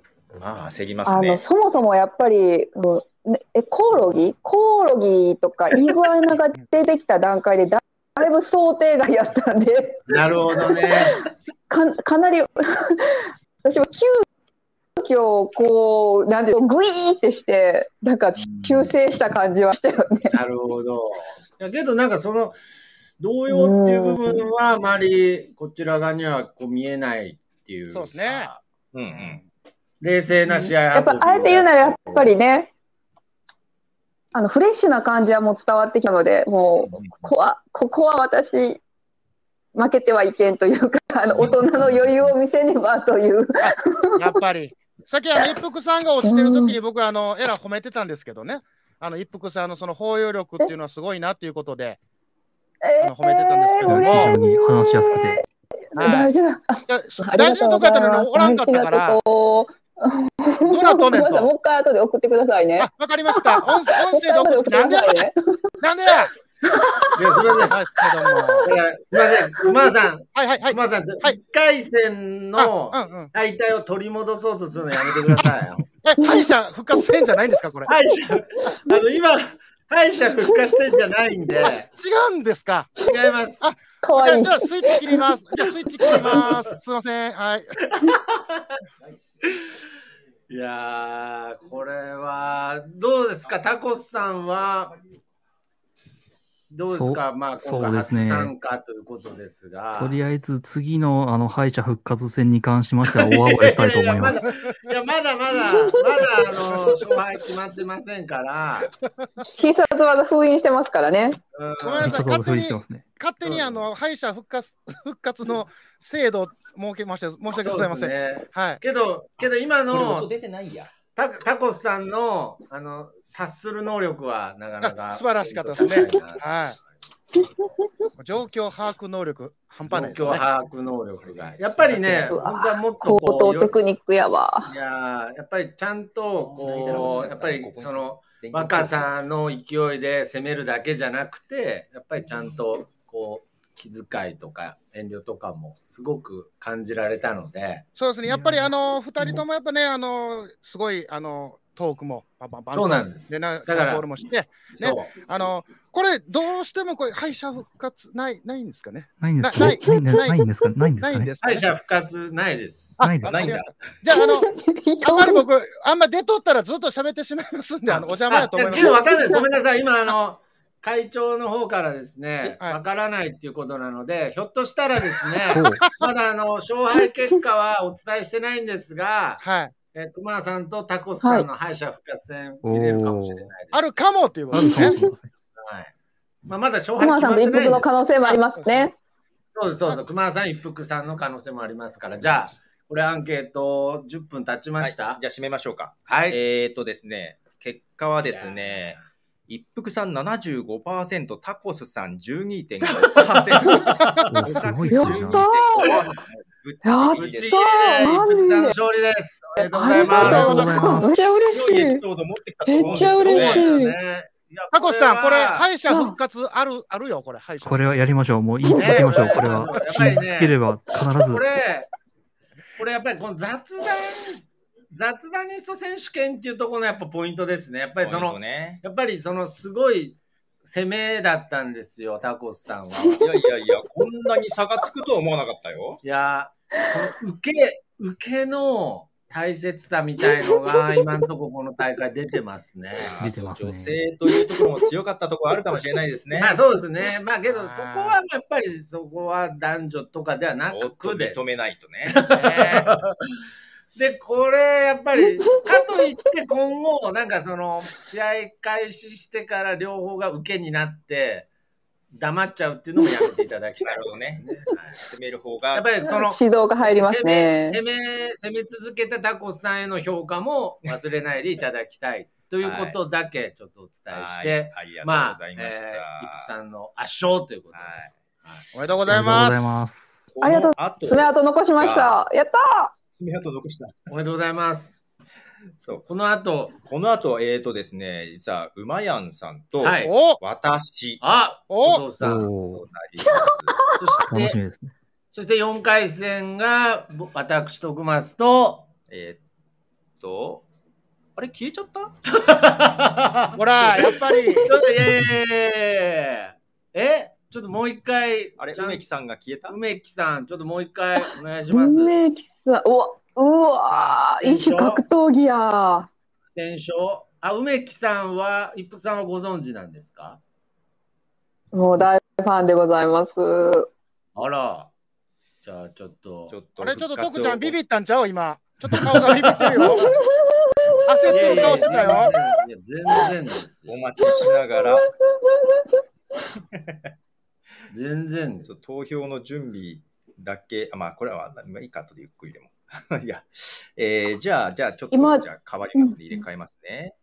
Speaker 2: ああ、焦ります
Speaker 6: あの
Speaker 2: ね。
Speaker 6: そもそもやっぱり、うんねえコオロギコオロギとかイグアナが出てきた段階でだだいぶ想定外やったんで
Speaker 1: なるほどね。
Speaker 6: かかなり 私は急遽こうなんていうのグイーンってしてなんか修正した感じはしたよね。
Speaker 1: なるほど。だけど、なんかその、動揺っていう部分は、あまりこちら側にはこう見えないっていうか。
Speaker 3: そうですね
Speaker 2: うんう。
Speaker 3: うん
Speaker 1: 冷静な試合
Speaker 6: やっぱあえて言うならやっぱ
Speaker 1: り。
Speaker 6: りねあのフレッシュな感じはもう伝わってきたのでもうここはここは私負けてはいけんというかあの大人の余裕を見せねば という。
Speaker 3: やっぱり。さっき、あの、一服さんが落ちてる時に僕、あの、えらい褒めてたんですけどね。あの、一服さんのその包容力っていうのはすごいなっていうことで。
Speaker 6: え
Speaker 3: あの褒めてたんですけども
Speaker 6: 嬉し
Speaker 7: 非常
Speaker 6: い
Speaker 7: に話しやすくて。
Speaker 3: はい
Speaker 6: 大事な
Speaker 3: だ
Speaker 6: あり
Speaker 3: 大
Speaker 6: が
Speaker 3: 事なとこやった
Speaker 6: とうござい
Speaker 3: の
Speaker 6: ます
Speaker 3: におらんかったから。
Speaker 6: 大
Speaker 3: どう
Speaker 6: 事
Speaker 3: な
Speaker 6: な
Speaker 3: っ
Speaker 6: とこと
Speaker 3: んねんと
Speaker 6: ごめ なさいもう一回後で送ってくださいね。
Speaker 3: あ、わかりました。音声
Speaker 6: もう
Speaker 3: 音
Speaker 6: 一
Speaker 3: 声
Speaker 6: 回
Speaker 3: で
Speaker 6: 後
Speaker 3: 送
Speaker 6: で
Speaker 3: っ
Speaker 6: 送
Speaker 3: て、
Speaker 6: って
Speaker 3: なんでやな
Speaker 6: くださいね。
Speaker 3: んでや
Speaker 1: いや、すみません。
Speaker 3: はい、ですけども。
Speaker 1: だからすみません。熊田さん、
Speaker 3: はいはいはい。
Speaker 1: 熊田さん、
Speaker 3: はい
Speaker 1: 1回戦の
Speaker 3: あうんうん。
Speaker 1: 大体を取り戻そうとするのやめてください。
Speaker 3: え、敗者復活戦じゃないんですか、これ。
Speaker 1: 敗者、あの、今、敗者復活戦じゃないん
Speaker 3: あ
Speaker 1: で、
Speaker 3: 違うんですか。
Speaker 1: 違います。
Speaker 3: あ
Speaker 6: 可
Speaker 3: じゃ
Speaker 6: 愛
Speaker 3: あ
Speaker 6: い
Speaker 3: じゃあスイッチ切ります。じゃあスイッチ切ります。すいません。はい。
Speaker 1: いやー、これは、どうですか、タコスさんは、どうですか、まあ、今
Speaker 7: そう
Speaker 1: 回
Speaker 7: で
Speaker 1: 初
Speaker 7: すね
Speaker 1: 参加ということですが。
Speaker 7: とりあえず次のあの敗者復活戦に関しましては大暴れしたいと思います。
Speaker 1: いや、まだまだ、まだ、あの、勝敗決まってませんから。
Speaker 6: 必殺技封印してますからね。
Speaker 1: うん
Speaker 3: ごめんな
Speaker 7: 必
Speaker 3: さい
Speaker 7: 殺技封印してますね。
Speaker 3: 勝手にあの敗者復活復活の制度を設けまして申し訳ございませ。
Speaker 1: そうんですね
Speaker 3: はい。
Speaker 1: けど、けど今
Speaker 2: これ
Speaker 1: の
Speaker 2: 音出てないや。
Speaker 1: タタコスさんのあの察する能力はなかなか
Speaker 3: あ素晴らしかったですねはい。状況把握能力半端ないです
Speaker 1: 状況
Speaker 3: ね。
Speaker 1: 把握能力が。やっぱりね、
Speaker 6: うわ
Speaker 1: 本当はもっと
Speaker 6: 高
Speaker 1: こ
Speaker 6: 等
Speaker 1: う
Speaker 6: テクニックやわ。
Speaker 1: いやーやっぱりちゃんとこう、やっぱりその若さの勢いで攻めるだけじゃなくて、やっぱりちゃんとこう、気遣いとか遠慮とかもすごく感じられたので、
Speaker 3: そうですね、やっぱりあの2人ともやっぱね、あのすごいあのトークもバンバンバン
Speaker 1: そうなんです
Speaker 3: でな
Speaker 1: だか
Speaker 3: かららボールもして、ね
Speaker 1: そう。
Speaker 3: あのこれ、どうしてもこれ敗者復活ないないんですかね。
Speaker 7: ないんですか
Speaker 3: な
Speaker 7: ないいなないんですかないんです
Speaker 3: ない
Speaker 7: か
Speaker 3: ん
Speaker 7: ね
Speaker 3: ですかね
Speaker 1: 敗者復活ないです。
Speaker 7: ないですか
Speaker 3: ないん
Speaker 7: ね
Speaker 3: だじゃあ、あ の、あんまり僕、あんま出とったらずっと喋ってしまいますんで、あのお邪魔やと思い
Speaker 1: あ
Speaker 3: ま
Speaker 1: けど
Speaker 3: す。
Speaker 1: 分かんないです。ごめんなさい。今、あの、会長の方からですね、
Speaker 3: はい
Speaker 1: 分からないっていうことなので、ひょっとしたらですね
Speaker 7: ほう、
Speaker 1: まだあの、勝敗結果はお伝えしてないんですが、
Speaker 3: はい。
Speaker 1: えー、熊さんとタコスさんの敗者復活戦見れるかもしれないです。
Speaker 3: あるかもっていうこ
Speaker 7: あ
Speaker 3: とで
Speaker 7: る
Speaker 3: す
Speaker 7: かも
Speaker 3: ね
Speaker 7: し。れません。
Speaker 1: はい。まあ、まだ勝敗
Speaker 6: 熊
Speaker 1: 決
Speaker 6: さ
Speaker 1: ま
Speaker 6: ん
Speaker 1: っ
Speaker 6: と
Speaker 1: てないで
Speaker 6: 一服
Speaker 1: す
Speaker 6: の可能性もありますね。
Speaker 1: そうです、そうです。熊さん一服さんの可能性もありますから、じゃあ、これアンケート10分経ちま
Speaker 2: はい、
Speaker 1: し
Speaker 2: じゃあ
Speaker 1: た。
Speaker 2: 締めましょうか。
Speaker 1: はい。
Speaker 2: えっ、ー、とですね、結果はですね、一服さん75%、タコスさん
Speaker 1: ぶっちぎりですす。一服
Speaker 2: 12.5%。ぶっちぎりで。
Speaker 6: やったーやった
Speaker 7: おすごい数字だな。
Speaker 1: さんの勝利です。おめでとうご
Speaker 6: あ
Speaker 1: ざいま
Speaker 6: り
Speaker 1: す。
Speaker 6: がとうござい
Speaker 7: ございま
Speaker 6: ますす。めっちゃ
Speaker 2: 強いエ
Speaker 6: 嬉
Speaker 2: ピ
Speaker 6: しい。
Speaker 2: ソード持ってきたと思うんですけど
Speaker 6: めっちゃ嬉しい
Speaker 3: タコスさん、これ、
Speaker 1: い
Speaker 3: 敗者復活ある、あるよ、これ、敗者。
Speaker 7: これはやりましょう。もう言い続けましょう。これは。言い続ければ必
Speaker 1: や。
Speaker 7: ず
Speaker 1: こ。れ、これやっぱりこの雑談、雑談ニスト選手権っていうところのやっぱポイントですね。やっぱりそ
Speaker 2: ポイン
Speaker 1: の
Speaker 2: ト、ね。
Speaker 1: やっぱりそのすごい攻めだったんですよ、タコスさんは。
Speaker 2: いやいやいや、こんなに差がつくとは思わなかったよ。
Speaker 1: いやー、この受け、受けの大切さみたいのが、今んとここの大会出てますね。
Speaker 7: 出てますね
Speaker 2: 女性というところも強かったところあるかもしれないですね。
Speaker 1: まあそうですね。まあけ
Speaker 3: あ
Speaker 1: ど、
Speaker 3: ー
Speaker 1: そこはやっぱりそこは男女とかではな
Speaker 2: おっと
Speaker 1: くで。
Speaker 2: 認めないと ね。
Speaker 3: ね
Speaker 1: で、これやっぱ り、かといって今後、なんかその、試合開始してから両方が受けになって、黙っちゃうっていうのもやめていただきた
Speaker 2: ないる。ほどね。
Speaker 1: はい
Speaker 2: 攻める方
Speaker 1: や
Speaker 2: が
Speaker 1: っぱりその、
Speaker 6: 指導が入りますね。
Speaker 1: 攻め攻め攻め続けたタコスさんへの評価も忘れないでいただきたいということだけちょっとお伝えして、
Speaker 2: はい、ありがとう
Speaker 1: ま
Speaker 2: ご
Speaker 1: あ、
Speaker 2: ざい
Speaker 1: え
Speaker 2: ました。
Speaker 1: ー一服さんの圧勝ということで、
Speaker 2: はい
Speaker 3: おめでとうご
Speaker 7: あ
Speaker 3: ざい
Speaker 7: りがとうござい
Speaker 3: ま
Speaker 7: ます。
Speaker 2: この
Speaker 6: ありがとう
Speaker 2: 後
Speaker 6: 爪痕残しました。やった
Speaker 2: 爪痕残した。
Speaker 1: おめでとうございます。
Speaker 2: そう。
Speaker 1: この後、
Speaker 2: この後、えーとですね、実は、うまやんさんと、
Speaker 1: は
Speaker 3: す。
Speaker 1: い
Speaker 3: お
Speaker 2: 私
Speaker 1: あ、お
Speaker 3: お
Speaker 1: 父さん、
Speaker 7: お
Speaker 2: と
Speaker 7: お
Speaker 2: なります。
Speaker 1: そ
Speaker 7: 楽
Speaker 1: し、
Speaker 7: してみですね。
Speaker 1: そして4回戦がぼ私と熊須と、
Speaker 2: えーと、あれ、消えちゃった
Speaker 3: ほら、やっぱり。
Speaker 1: ちょっと、いやいやいやいやいやえちょっともう一回、
Speaker 2: あれ、
Speaker 1: ちゃん
Speaker 2: 梅木さんが消えた
Speaker 1: 梅木さん、ちょっともう一回お願いし ます。
Speaker 6: 梅木さん、うわ、うわ、一種格闘技や。
Speaker 1: 選手あ梅木さんは一服さんはご存知なんですか
Speaker 6: もう大ファンでございます。
Speaker 1: あらじゃあちょっと
Speaker 2: ちょっと、
Speaker 3: あれ、ちょっと
Speaker 2: 復活
Speaker 3: 徳
Speaker 2: を
Speaker 3: ちゃん、ビビったんちゃう今。ちょっと顔がビビってるよ。焦ってる顔してたよ。
Speaker 1: いやいや全然ですよ
Speaker 2: お待ちしな がら、
Speaker 1: 全然です
Speaker 2: ちょっと投票の準備だけ、あまあ、これは、まあ、いいか、とでゆっくりでも。 いや、えーじゃあ、じゃあ、ちょっと、
Speaker 6: 今
Speaker 2: じゃあ、変わりますね。入れ替えますね。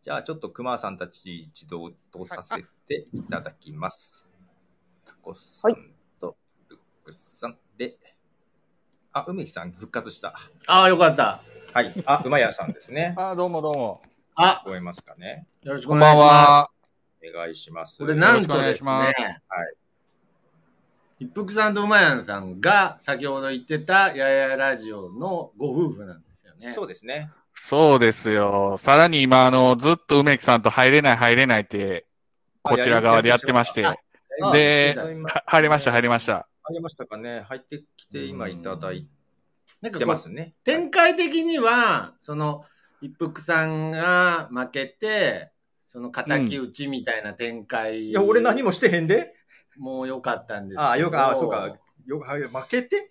Speaker 2: じゃあ、ちょっと、熊さんたち一同とさせていただきます。タコスさんと、ブックスさんで、あ、梅木さん復活した。
Speaker 1: ああよかった
Speaker 2: はい。あ、馬屋さんです ね。
Speaker 8: あーどうもどうも。
Speaker 1: あ
Speaker 2: 聞こえますかね。
Speaker 1: よろしくお
Speaker 8: こんば
Speaker 1: 願い
Speaker 8: ん
Speaker 1: しま
Speaker 2: お願いしま
Speaker 8: は。
Speaker 2: す。
Speaker 1: すこれなん
Speaker 8: よ
Speaker 1: と
Speaker 8: ろ
Speaker 1: で
Speaker 8: し
Speaker 1: す
Speaker 8: くお
Speaker 1: ね
Speaker 8: 願いし
Speaker 1: 一服さんと馬やんさんが先ほど言ってたややラジオのご夫婦なんですよね
Speaker 2: そうですね。
Speaker 8: そうですよ。さらに今、あの、ずっと梅木さんと入れない入れないって、こちら側でやってまして、
Speaker 2: あ
Speaker 8: は
Speaker 1: あ
Speaker 8: で
Speaker 1: そういう
Speaker 8: 入れました入れました。
Speaker 2: ありましたかね。入ってきて、今いただい
Speaker 1: なんか
Speaker 2: て
Speaker 1: こ
Speaker 2: ま
Speaker 1: う
Speaker 2: すね。
Speaker 1: 展開的にはその一服さんが負けてその敵討ちみたいな展開、
Speaker 2: いや、俺何もしてへんで。
Speaker 1: もう良かったんですけど
Speaker 2: あ、よか、あ、そうか。よか、はい負けて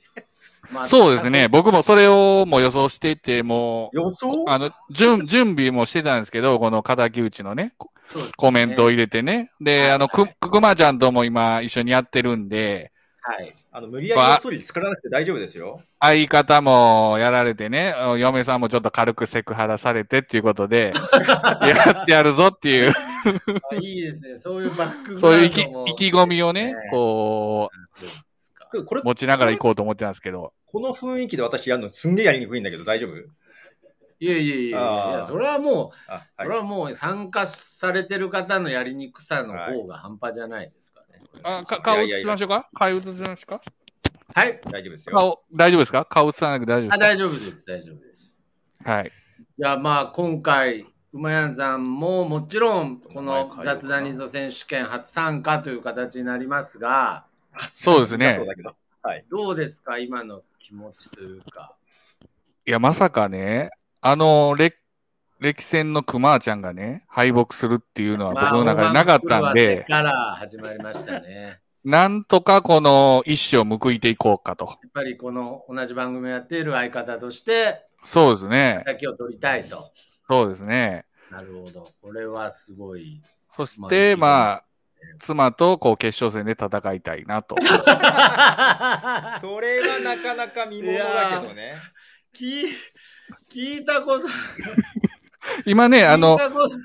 Speaker 1: まあ
Speaker 8: そうですね。。僕もそれをもう予想していて、もう、
Speaker 2: 予想
Speaker 8: あの、 準、準備もしてたんですけど、この敵討ちのね、コ
Speaker 1: そうですね
Speaker 8: コメントを入れてね。
Speaker 1: はい
Speaker 8: で、あの、く、くまちゃんとも今一緒にやってるんで、
Speaker 1: はい。
Speaker 2: あの、無理やりストーリー作らなくて大丈夫ですよ。
Speaker 8: 相方もやられてね、嫁さんもちょっと軽くセクハラされてっていうこと で、やってやるぞっていう、
Speaker 1: あいいですね。そういうバックグラウンドも
Speaker 8: そういう意気意気込みをね、こ
Speaker 1: そうですか
Speaker 2: これ、
Speaker 8: う、持ちながら行こうと思ってたんですけど、
Speaker 2: この雰囲気で私やるのすんげえやりにくいんだけど、大丈夫
Speaker 1: いやいやいやい
Speaker 2: あ
Speaker 1: や
Speaker 2: ー
Speaker 1: いや、それはもう、
Speaker 2: あ、
Speaker 1: そ
Speaker 2: はい
Speaker 1: れ。はもう参加されてる方のやりにくさの方が半端じゃないですか
Speaker 8: あか顔映しましょうか顔映しましょうか
Speaker 1: はい。
Speaker 2: 大丈夫ですよ。
Speaker 8: 顔、大丈夫ですか顔映さなくて大丈夫
Speaker 1: あ
Speaker 8: で
Speaker 1: 大丈夫です、大丈夫です。
Speaker 8: すかはい。
Speaker 1: いや、まあ、今回、馬屋さんももちろん、この雑談ニー選手権初参加という形になりますが、
Speaker 8: そうですね
Speaker 2: そう。だけど。
Speaker 1: どうですか、今の気持ちというか。
Speaker 8: いや、まさかね、あの、れ歴戦のクマちゃんがね、敗北するっていうのは僕の中でなかったんで、
Speaker 1: まあ、から始まりました ね。
Speaker 8: なんとかこの一生報いていこうかと。
Speaker 1: やっぱりこの同じ番組をやっている相方として、
Speaker 8: そうですね。
Speaker 1: だけを取りたいと。
Speaker 8: そうですね。
Speaker 1: なるほど。これはすご い。
Speaker 8: そして、
Speaker 1: まあ
Speaker 8: まあ、妻とこう決勝戦で戦いたいなと。
Speaker 2: それはなかなか見ものだけどね。
Speaker 1: 聞い聞いたこと、
Speaker 8: 今ね、あ
Speaker 1: 聞い
Speaker 8: の、
Speaker 1: たこと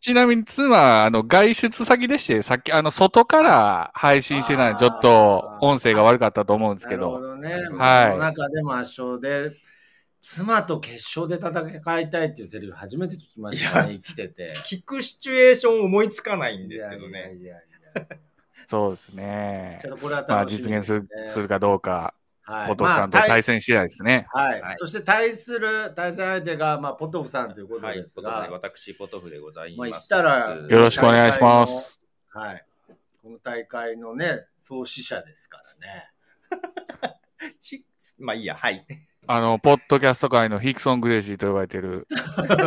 Speaker 8: ちなみに妻は、あの、外出先でして、さっき、あの、外から配信してたんで、ちょっと音声が悪かったと思うんですけ
Speaker 1: なるほ
Speaker 8: ど、
Speaker 1: どね。
Speaker 8: はい
Speaker 1: その中でも圧勝で、妻と決勝で戦いたいっていうセリフ初めて聞きましたね、生きてて。
Speaker 2: 聞くシチュエーション思いつかないんですけど
Speaker 1: いやい
Speaker 2: ね。
Speaker 1: やいやい
Speaker 8: そうですね
Speaker 1: や。ちょ。っとこれは
Speaker 8: まあ、
Speaker 1: 楽しみ
Speaker 8: 実現する
Speaker 1: です
Speaker 8: す
Speaker 1: ね
Speaker 8: るかどうか、
Speaker 1: はい
Speaker 8: 後藤さんと
Speaker 1: まあ
Speaker 8: 対戦次第ですね。
Speaker 1: はい
Speaker 2: はい
Speaker 1: そして対する対戦相手が、まあ、ポトフさんということ
Speaker 2: は
Speaker 1: で
Speaker 2: い、
Speaker 1: す
Speaker 2: ポ
Speaker 1: が、
Speaker 2: トフ
Speaker 1: はい
Speaker 2: で私、ポトフでござい
Speaker 1: まあ
Speaker 2: ま
Speaker 1: 言っ
Speaker 2: す。
Speaker 1: たら
Speaker 8: よろしくお願いします。
Speaker 1: この大会のね、創始者ですからね。
Speaker 2: ちまあいいや、はい。
Speaker 8: あの、ポッドキャスト界のヒクソン・グレイシーと呼ばれ てる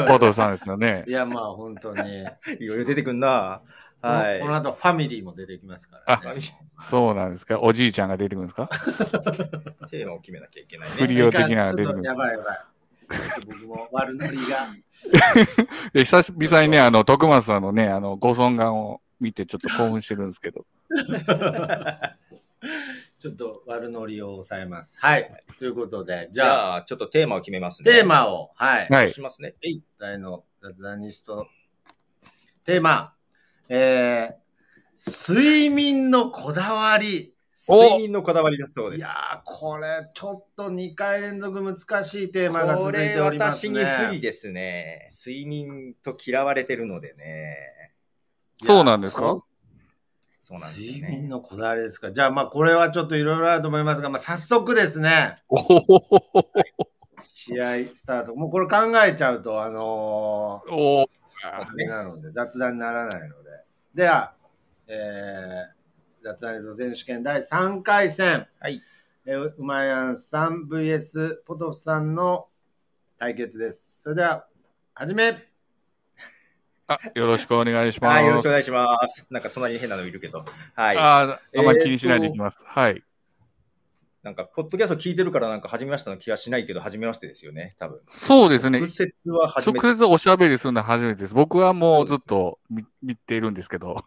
Speaker 8: ポトフさんですよね
Speaker 1: い。や、まあ本当に、
Speaker 2: いろいろ出てくんな。はい
Speaker 1: この。この後ファミリーも出てきますからね。
Speaker 8: そうなんですかおじいちゃんが出てくるんですか
Speaker 2: テーマを決めなきゃいけない
Speaker 8: フ
Speaker 2: ね。
Speaker 8: リオ的なのが出
Speaker 1: ち
Speaker 8: て
Speaker 1: ょっと
Speaker 8: くるんです
Speaker 1: や
Speaker 8: か
Speaker 1: ばいやばい。僕も悪ノリが。
Speaker 8: いや久しぶりにね、あの、徳松さんのね、あの、ご尊顔を見てちょっと興奮してるんですけど。
Speaker 1: ちょっと悪ノリを抑えます。はい。ということで、じ
Speaker 2: じ
Speaker 1: ゃあ、
Speaker 2: ゃあ、ちょっとテーマを決めますね。
Speaker 1: テーマを、はい。
Speaker 8: は
Speaker 2: を
Speaker 8: い
Speaker 2: し。ますね。えい。
Speaker 1: 大の雑談ニスト、テーマ、えー、睡眠のこだわり。
Speaker 8: お
Speaker 2: 睡眠のこだわりだそう
Speaker 1: い
Speaker 2: です
Speaker 1: や。ー、これ、ちょっと2回連続難しいテーマが
Speaker 2: こ
Speaker 1: 続い
Speaker 2: れ
Speaker 1: ております
Speaker 2: 私に
Speaker 1: ね。
Speaker 2: 不利ですね。睡眠と嫌われてるのでね。
Speaker 8: そうなんですか
Speaker 2: そうなんですよ
Speaker 1: 睡
Speaker 2: ね
Speaker 1: 眠。のこだわりですか。じゃあ、まあ、これはちょっといろいろあると思いますが、まあ、早速ですね、
Speaker 8: おほほほほ
Speaker 1: 試合スタート。もうこれ考えちゃうと、あのー、
Speaker 8: おー
Speaker 1: あれなので、雑談にならないので。では、えー、雑談映像選手権第3回戦。
Speaker 2: はい。
Speaker 1: えー、うまやんさん VS ポトフさんの対決です。それでは、はじめ
Speaker 8: あよろしくお願いします。
Speaker 2: はい、よろしくお願いします。なんか隣に変なのいるけど。はい。
Speaker 8: あーあんまり気にしないでいきます。はい。
Speaker 2: なんか、ポッドキャスト聞いてるから、なんか、初めましての気がしないけど、初めましてですよね、多分。
Speaker 8: そうですね
Speaker 2: 直。接は初め
Speaker 8: 直
Speaker 2: て、
Speaker 8: 接おしゃべりするのは初めてです。僕はもうずっと見見ているんですけど、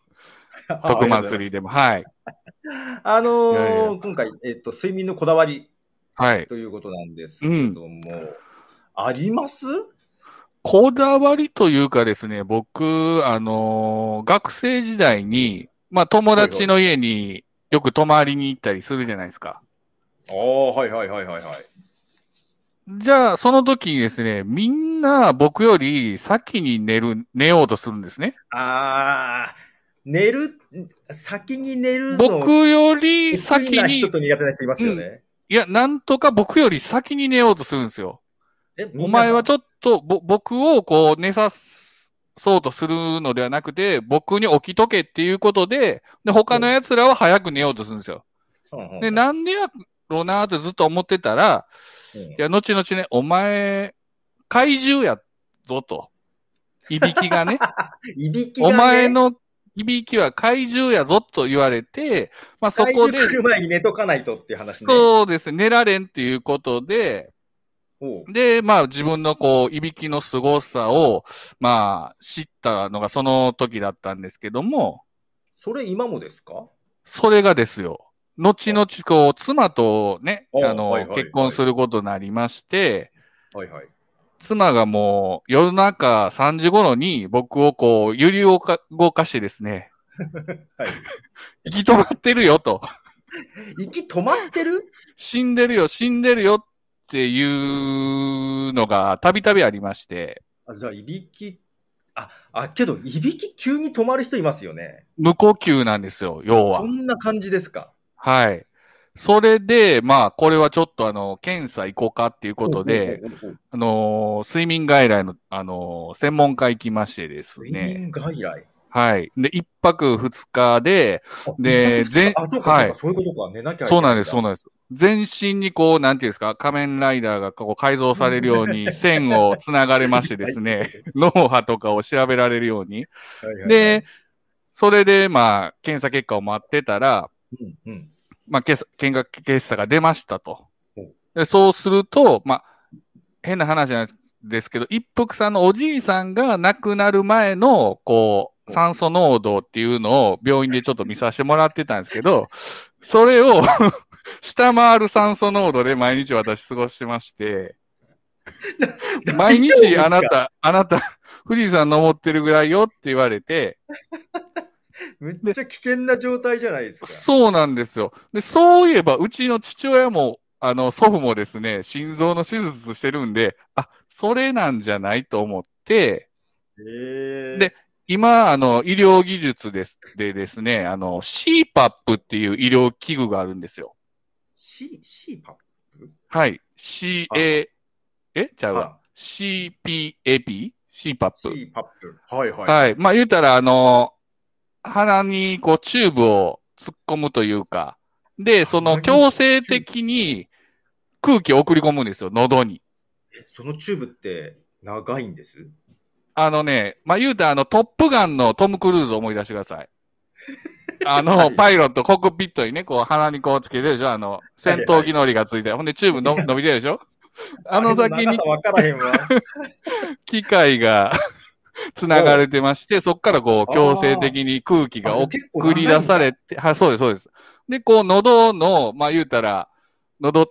Speaker 8: 特番3でも。はい。
Speaker 2: あのー
Speaker 8: いやいや
Speaker 2: 今回、えっと、睡眠のこだわり
Speaker 8: はい。
Speaker 2: ということなんですけども、あります
Speaker 8: こだわりというかですね、僕、あのー学生時代に、まあ友達の家によく泊まりに行ったりするじゃないですか。
Speaker 2: ああ、はいはいはいはいはい。
Speaker 8: じゃあ、その時にですね、みんな僕より先に寝る、寝ようとするんですね。
Speaker 2: ああ、寝る、先に寝るの
Speaker 8: 僕より
Speaker 2: 得意
Speaker 8: 先
Speaker 2: な
Speaker 8: に、
Speaker 2: 人と
Speaker 8: い
Speaker 2: 苦手な人いますよね。
Speaker 8: や、なんとか僕より先に寝ようとするんですよ。
Speaker 2: えみんな
Speaker 8: お前はちょっと、ぼ、僕をこう寝さそうとするのではなくて、僕に起きとけっていうことで、で、他の奴らは早く寝ようとするんですよ。
Speaker 2: うんうん
Speaker 8: で、なんでやろうなーってずっと思ってたら、
Speaker 2: うん
Speaker 8: いや、後々ね、お前、怪獣やぞと。いびきがね。
Speaker 2: いびきが、
Speaker 8: お
Speaker 2: ね、
Speaker 8: 前のいびきは怪獣やぞと言われて、まあそこで
Speaker 2: 体、重来る前に寝とかないとっていう話ね。
Speaker 8: そうですね、寝られんっていうことで、
Speaker 2: おう
Speaker 8: で、まあ自分のこう、いびきの凄さを、まあ知ったのがその時だったんですけども、
Speaker 2: それ今もですか
Speaker 8: それがですよ、後々こう、妻とね、
Speaker 2: あ
Speaker 8: あの、
Speaker 2: はいはいはい
Speaker 8: 結婚することになりまして、
Speaker 2: はいはい。
Speaker 8: 妻がもう夜中3時頃に僕をこう、揺り動か動かしてですね、
Speaker 2: はい
Speaker 8: 行き止まってるよと。
Speaker 2: 息止まってる
Speaker 8: 死んでるよ、死んでるよっていうのがたびたびありまして、
Speaker 2: あじゃあ、いびきあ、あ、けど、いびき急に止まる人いますよね。
Speaker 8: 無呼吸なんですよ、要は
Speaker 2: そ。んな感じですか。
Speaker 8: はい。それで、まあ、これはちょっとあの、検査行こうかっていうことで、
Speaker 2: ほうほうほうほう、
Speaker 8: あのー睡眠外来の、あのー専門家行きましてです
Speaker 2: 睡
Speaker 8: ね。
Speaker 2: 眠外来。
Speaker 8: はい。で、一泊二日で、で
Speaker 2: あ
Speaker 8: 全
Speaker 2: あ、そうか、そう
Speaker 8: は
Speaker 2: か
Speaker 8: い
Speaker 2: そういうことか。寝なきゃいけい
Speaker 8: そうなんです、そうなんです。全身にこう、なんていうんですか、仮面ライダーがこう改造されるよう に線をつながれましてですね、脳波とかを調べられるように。
Speaker 2: はいはいはい、
Speaker 8: で、それで、まあ、検査結果を待ってたら、
Speaker 2: うんうん、
Speaker 8: まあ、検査見学検査が出ましたと
Speaker 2: うん。
Speaker 8: でそうすると、まあ、変な話なんですけど、一服さんのおじいさんが亡くなる前の、こう、酸素濃度っていうのを病院でちょっと見させてもらってたんですけど、それを下回る酸素濃度で毎日私過ごしてまして、
Speaker 2: 大丈夫
Speaker 8: 毎
Speaker 2: で
Speaker 8: 日
Speaker 2: すか
Speaker 8: あなた、あなた、富士山登ってるぐらいよって言われて、
Speaker 2: めっちゃ危険な状態じゃないですか。
Speaker 8: そうなんですよ。で、そういえば、うちの父親も、あの、祖父もですね、心臓の手術してるんで、あ、それなんじゃないと思って、
Speaker 2: へー
Speaker 8: で今、あの、医療技術です、でですね、あの、CPAP っていう医療器具があるんですよ。
Speaker 2: C、C パ
Speaker 8: はい。CA、えちゃう
Speaker 2: あ。
Speaker 8: わ CPAP?CPAP。
Speaker 2: C パップ。はいはい。
Speaker 8: はい。まあ言うたら、あの、鼻にこうチューブを突っ込むというか、で、その強制的に空気を送り込むんですよ、喉に。
Speaker 2: そのチューブって長いんです
Speaker 8: あのね、まあ言うたら、あの、トップガンのトム・クルーズを思い出してください。あの、パイロット、コックピットにね、こう鼻にこうつけてるでしょあの、戦闘機乗りがついて、ほんでチューブの伸びてるでしょあの先
Speaker 2: 長
Speaker 8: に
Speaker 2: さ分からへんわ。
Speaker 8: 機械が 繋がれてまして、そこからこう強制的に空気が
Speaker 2: あ
Speaker 8: 送
Speaker 2: 結構長
Speaker 8: 送
Speaker 2: いん
Speaker 8: り
Speaker 2: だ
Speaker 8: 出されて、はい、そうです、そうです。で、こう、喉の、まあ言うたら、喉、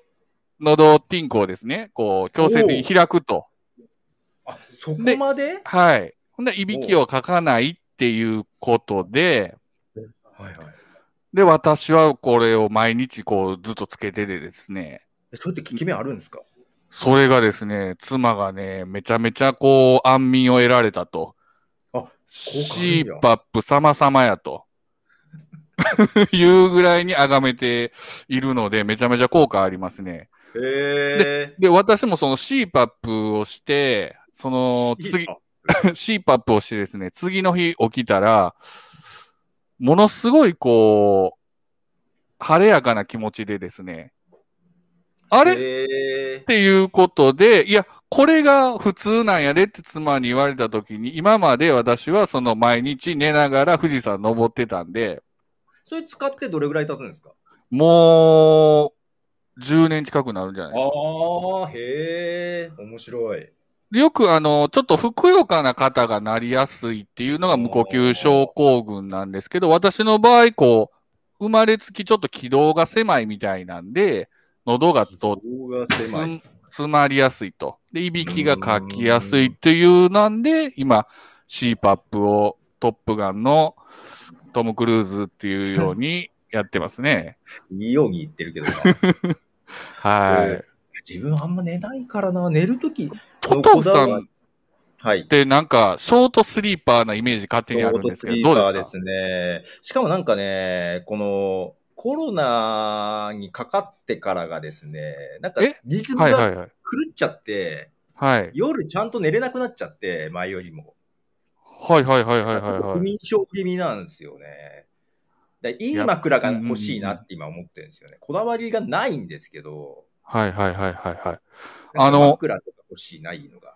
Speaker 8: 喉ティンコをですね、こう、強制的に開くと。
Speaker 2: あ、そこまで
Speaker 8: はい。ほんで、いびきをかかないっていうことで、
Speaker 2: はいはい。
Speaker 8: で、私はこれを毎日こう、ずっとつけててですね、
Speaker 2: えそうやって効き目あるんですか
Speaker 8: それがですね、妻がね、めちゃめちゃこう、安眠を得られたと。
Speaker 2: あ、効果
Speaker 8: CPAP 様々やと。 いうぐらいに崇めているので、めちゃめちゃ効果ありますね。
Speaker 2: へえ。
Speaker 8: で、私もその CPAP をして、その次、
Speaker 2: あ
Speaker 8: CPAP をしてですね、次の日起きたら、ものすごいこう、晴れやかな気持ちでですね、あれ
Speaker 2: へ
Speaker 8: っていうことで、いや、これが普通なんやでって妻に言われたときに、今まで私はその毎日寝ながら富士山登ってたんで、
Speaker 2: それ使ってどれぐらい経つんですか
Speaker 8: もう、10年近くなるんじゃないですか。
Speaker 2: ああ、へえ。面白い。
Speaker 8: でよくあの、ちょっとふくよかな方がなりやすいっていうのが無呼吸症候群なんですけど、私の場合、こう、生まれつきちょっと軌道が狭いみたいなんで、喉がと
Speaker 2: 動画狭い。
Speaker 8: 詰まりやすいと。で、いびきがかきやすいっていうなんで、今、CPAP をトップガンのトム・クルーズっていうようにやってますね。
Speaker 2: いいように言ってるけどな。
Speaker 8: は
Speaker 2: 自分あんま寝ないからな。寝るとき。
Speaker 8: い。トトさんっ
Speaker 2: はい。
Speaker 8: てなんか、ショートスリーパーなイメージ勝手にあるんですけど、
Speaker 2: ショー
Speaker 8: ど
Speaker 2: ト
Speaker 8: う
Speaker 2: スリーパー
Speaker 8: で
Speaker 2: です
Speaker 8: か
Speaker 2: すね。しかもなんかね、このコロナにかかってからがですね、なんか
Speaker 8: え
Speaker 2: リズム
Speaker 8: はいは
Speaker 2: が
Speaker 8: いはい。
Speaker 2: 狂っちゃって、
Speaker 8: はい。
Speaker 2: 夜ちゃんと寝れなくなっちゃって、前よりも。
Speaker 8: はいはいはいはいはいは
Speaker 2: 不
Speaker 8: い。
Speaker 2: 眠症気味なんですよね。だからいい枕が欲しいなって今思ってるんですよね。こだわりがないんですけど、
Speaker 8: はいはいはいはいはい。
Speaker 2: なんか
Speaker 8: あの
Speaker 2: 枕とか欲しいないのが。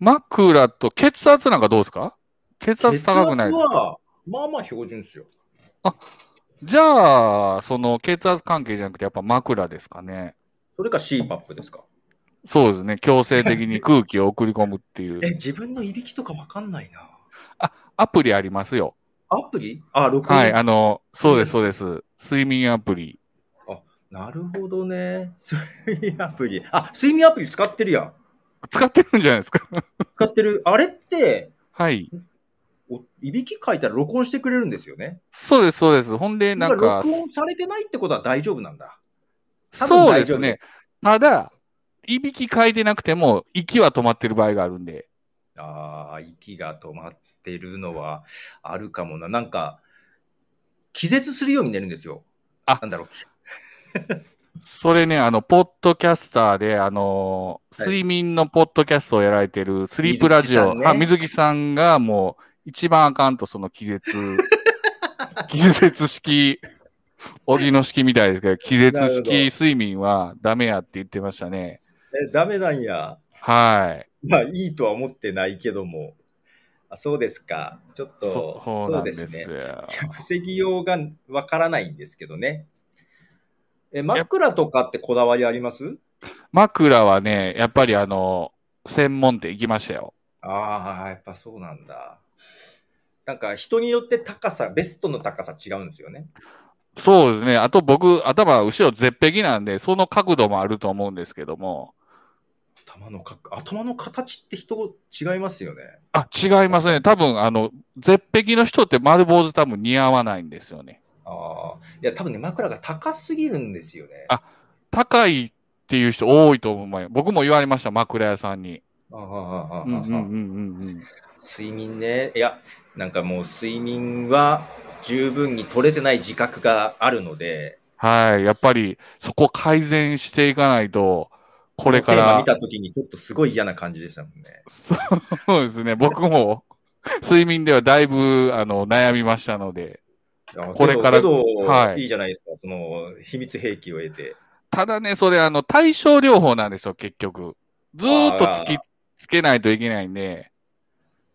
Speaker 8: 枕と血圧なんかどうですか血圧高くないです
Speaker 2: 血
Speaker 8: か
Speaker 2: 圧はまあまあ標準ですよ。
Speaker 8: じゃあ、その血圧関係じゃなくてやっぱ枕ですかね。
Speaker 2: それか CPAP ですか。
Speaker 8: そうですね。強制的に空気を送り込むってい
Speaker 2: え、
Speaker 8: う。
Speaker 2: 自分のいびきとかわかんないな。
Speaker 8: アプリありますよ。
Speaker 2: アプリあ、録音。
Speaker 8: はい。あの、そうです、そうです。睡眠アプリ。
Speaker 2: なるほどね。睡眠アプリ。あ、睡眠アプリ使ってるやん。
Speaker 8: 使ってるんじゃないですか。
Speaker 2: 使ってる。あれって、
Speaker 8: はい。
Speaker 2: おいびき書いたら録音してくれるんですよね。
Speaker 8: そうです、そうです。ほんで、なんか
Speaker 2: 録、音されてないってことは大丈夫なんだ。多分
Speaker 8: そう
Speaker 2: 大
Speaker 8: で
Speaker 2: 丈
Speaker 8: す
Speaker 2: 夫
Speaker 8: ね。。ただ、いびきかいてなくても、息は止まってる場合があるんで。
Speaker 2: ああ、息が止まってるのはあるかもな。なんか、気絶するように寝るんですよ。
Speaker 8: あ
Speaker 2: なんだろう。
Speaker 8: それね、あの、ポッドキャスターで、あの、
Speaker 2: はい
Speaker 8: 睡眠のポッドキャストをやられてるスリープラジオ、
Speaker 2: 水木さんね
Speaker 8: あ水木さんがもう、一番あかんと、その 気絶、気絶式、荻の式みたいですけど、気絶
Speaker 2: なる
Speaker 8: 式睡眠はダメやって言ってましたね。
Speaker 2: え、ダメなんや。
Speaker 8: はい。
Speaker 2: まあ、いいとは思ってないけども。あそうですか。ちょっと、
Speaker 8: そそうなんです
Speaker 2: ね。
Speaker 8: よ。
Speaker 2: 防ぎようがわからないんですけどね。え、枕とかってこだわりあります
Speaker 8: 枕はね、やっぱりあの、専門店行きましたよ。
Speaker 2: ああ、やっぱそうなんだ。なんか人によって高さ、ベストの高さ違うんですよね。
Speaker 8: そうですね。あと僕、頭、後ろ絶壁なんで、その角度もあると思うんですけども。
Speaker 2: 頭のか頭の形って人違いますよね。
Speaker 8: あ、違いますね。多分、あの、絶壁の人って丸坊主多分似合わないんですよね。
Speaker 2: ああ。いや、多分ね、枕が高すぎるんですよね。
Speaker 8: あ高いっていう人多いと思うよ。僕も言われました、枕屋さんに。
Speaker 2: ああああああ
Speaker 8: うんうんうんうんうん。
Speaker 2: 睡眠ね。いや、なんかもう睡眠は十分に取れてない自覚があるので、
Speaker 8: はい。やっぱり、そこ改善していかないと、これ
Speaker 2: テ
Speaker 8: か
Speaker 2: ーマ
Speaker 8: ら
Speaker 2: 見、た時にちょっとすごい嫌な感じでしたもんね。
Speaker 8: そうですね。僕も、睡眠ではだいぶ、あの、悩みましたので。
Speaker 2: いや
Speaker 8: これから
Speaker 2: けど、けど
Speaker 8: はい
Speaker 2: い、いじゃないですか。その、秘密兵器を得て。
Speaker 8: ただね、それ、あの、対症療法なんですよ、結局。ずーっとつ
Speaker 2: あ
Speaker 8: き
Speaker 2: ら
Speaker 8: つけないといけないんで。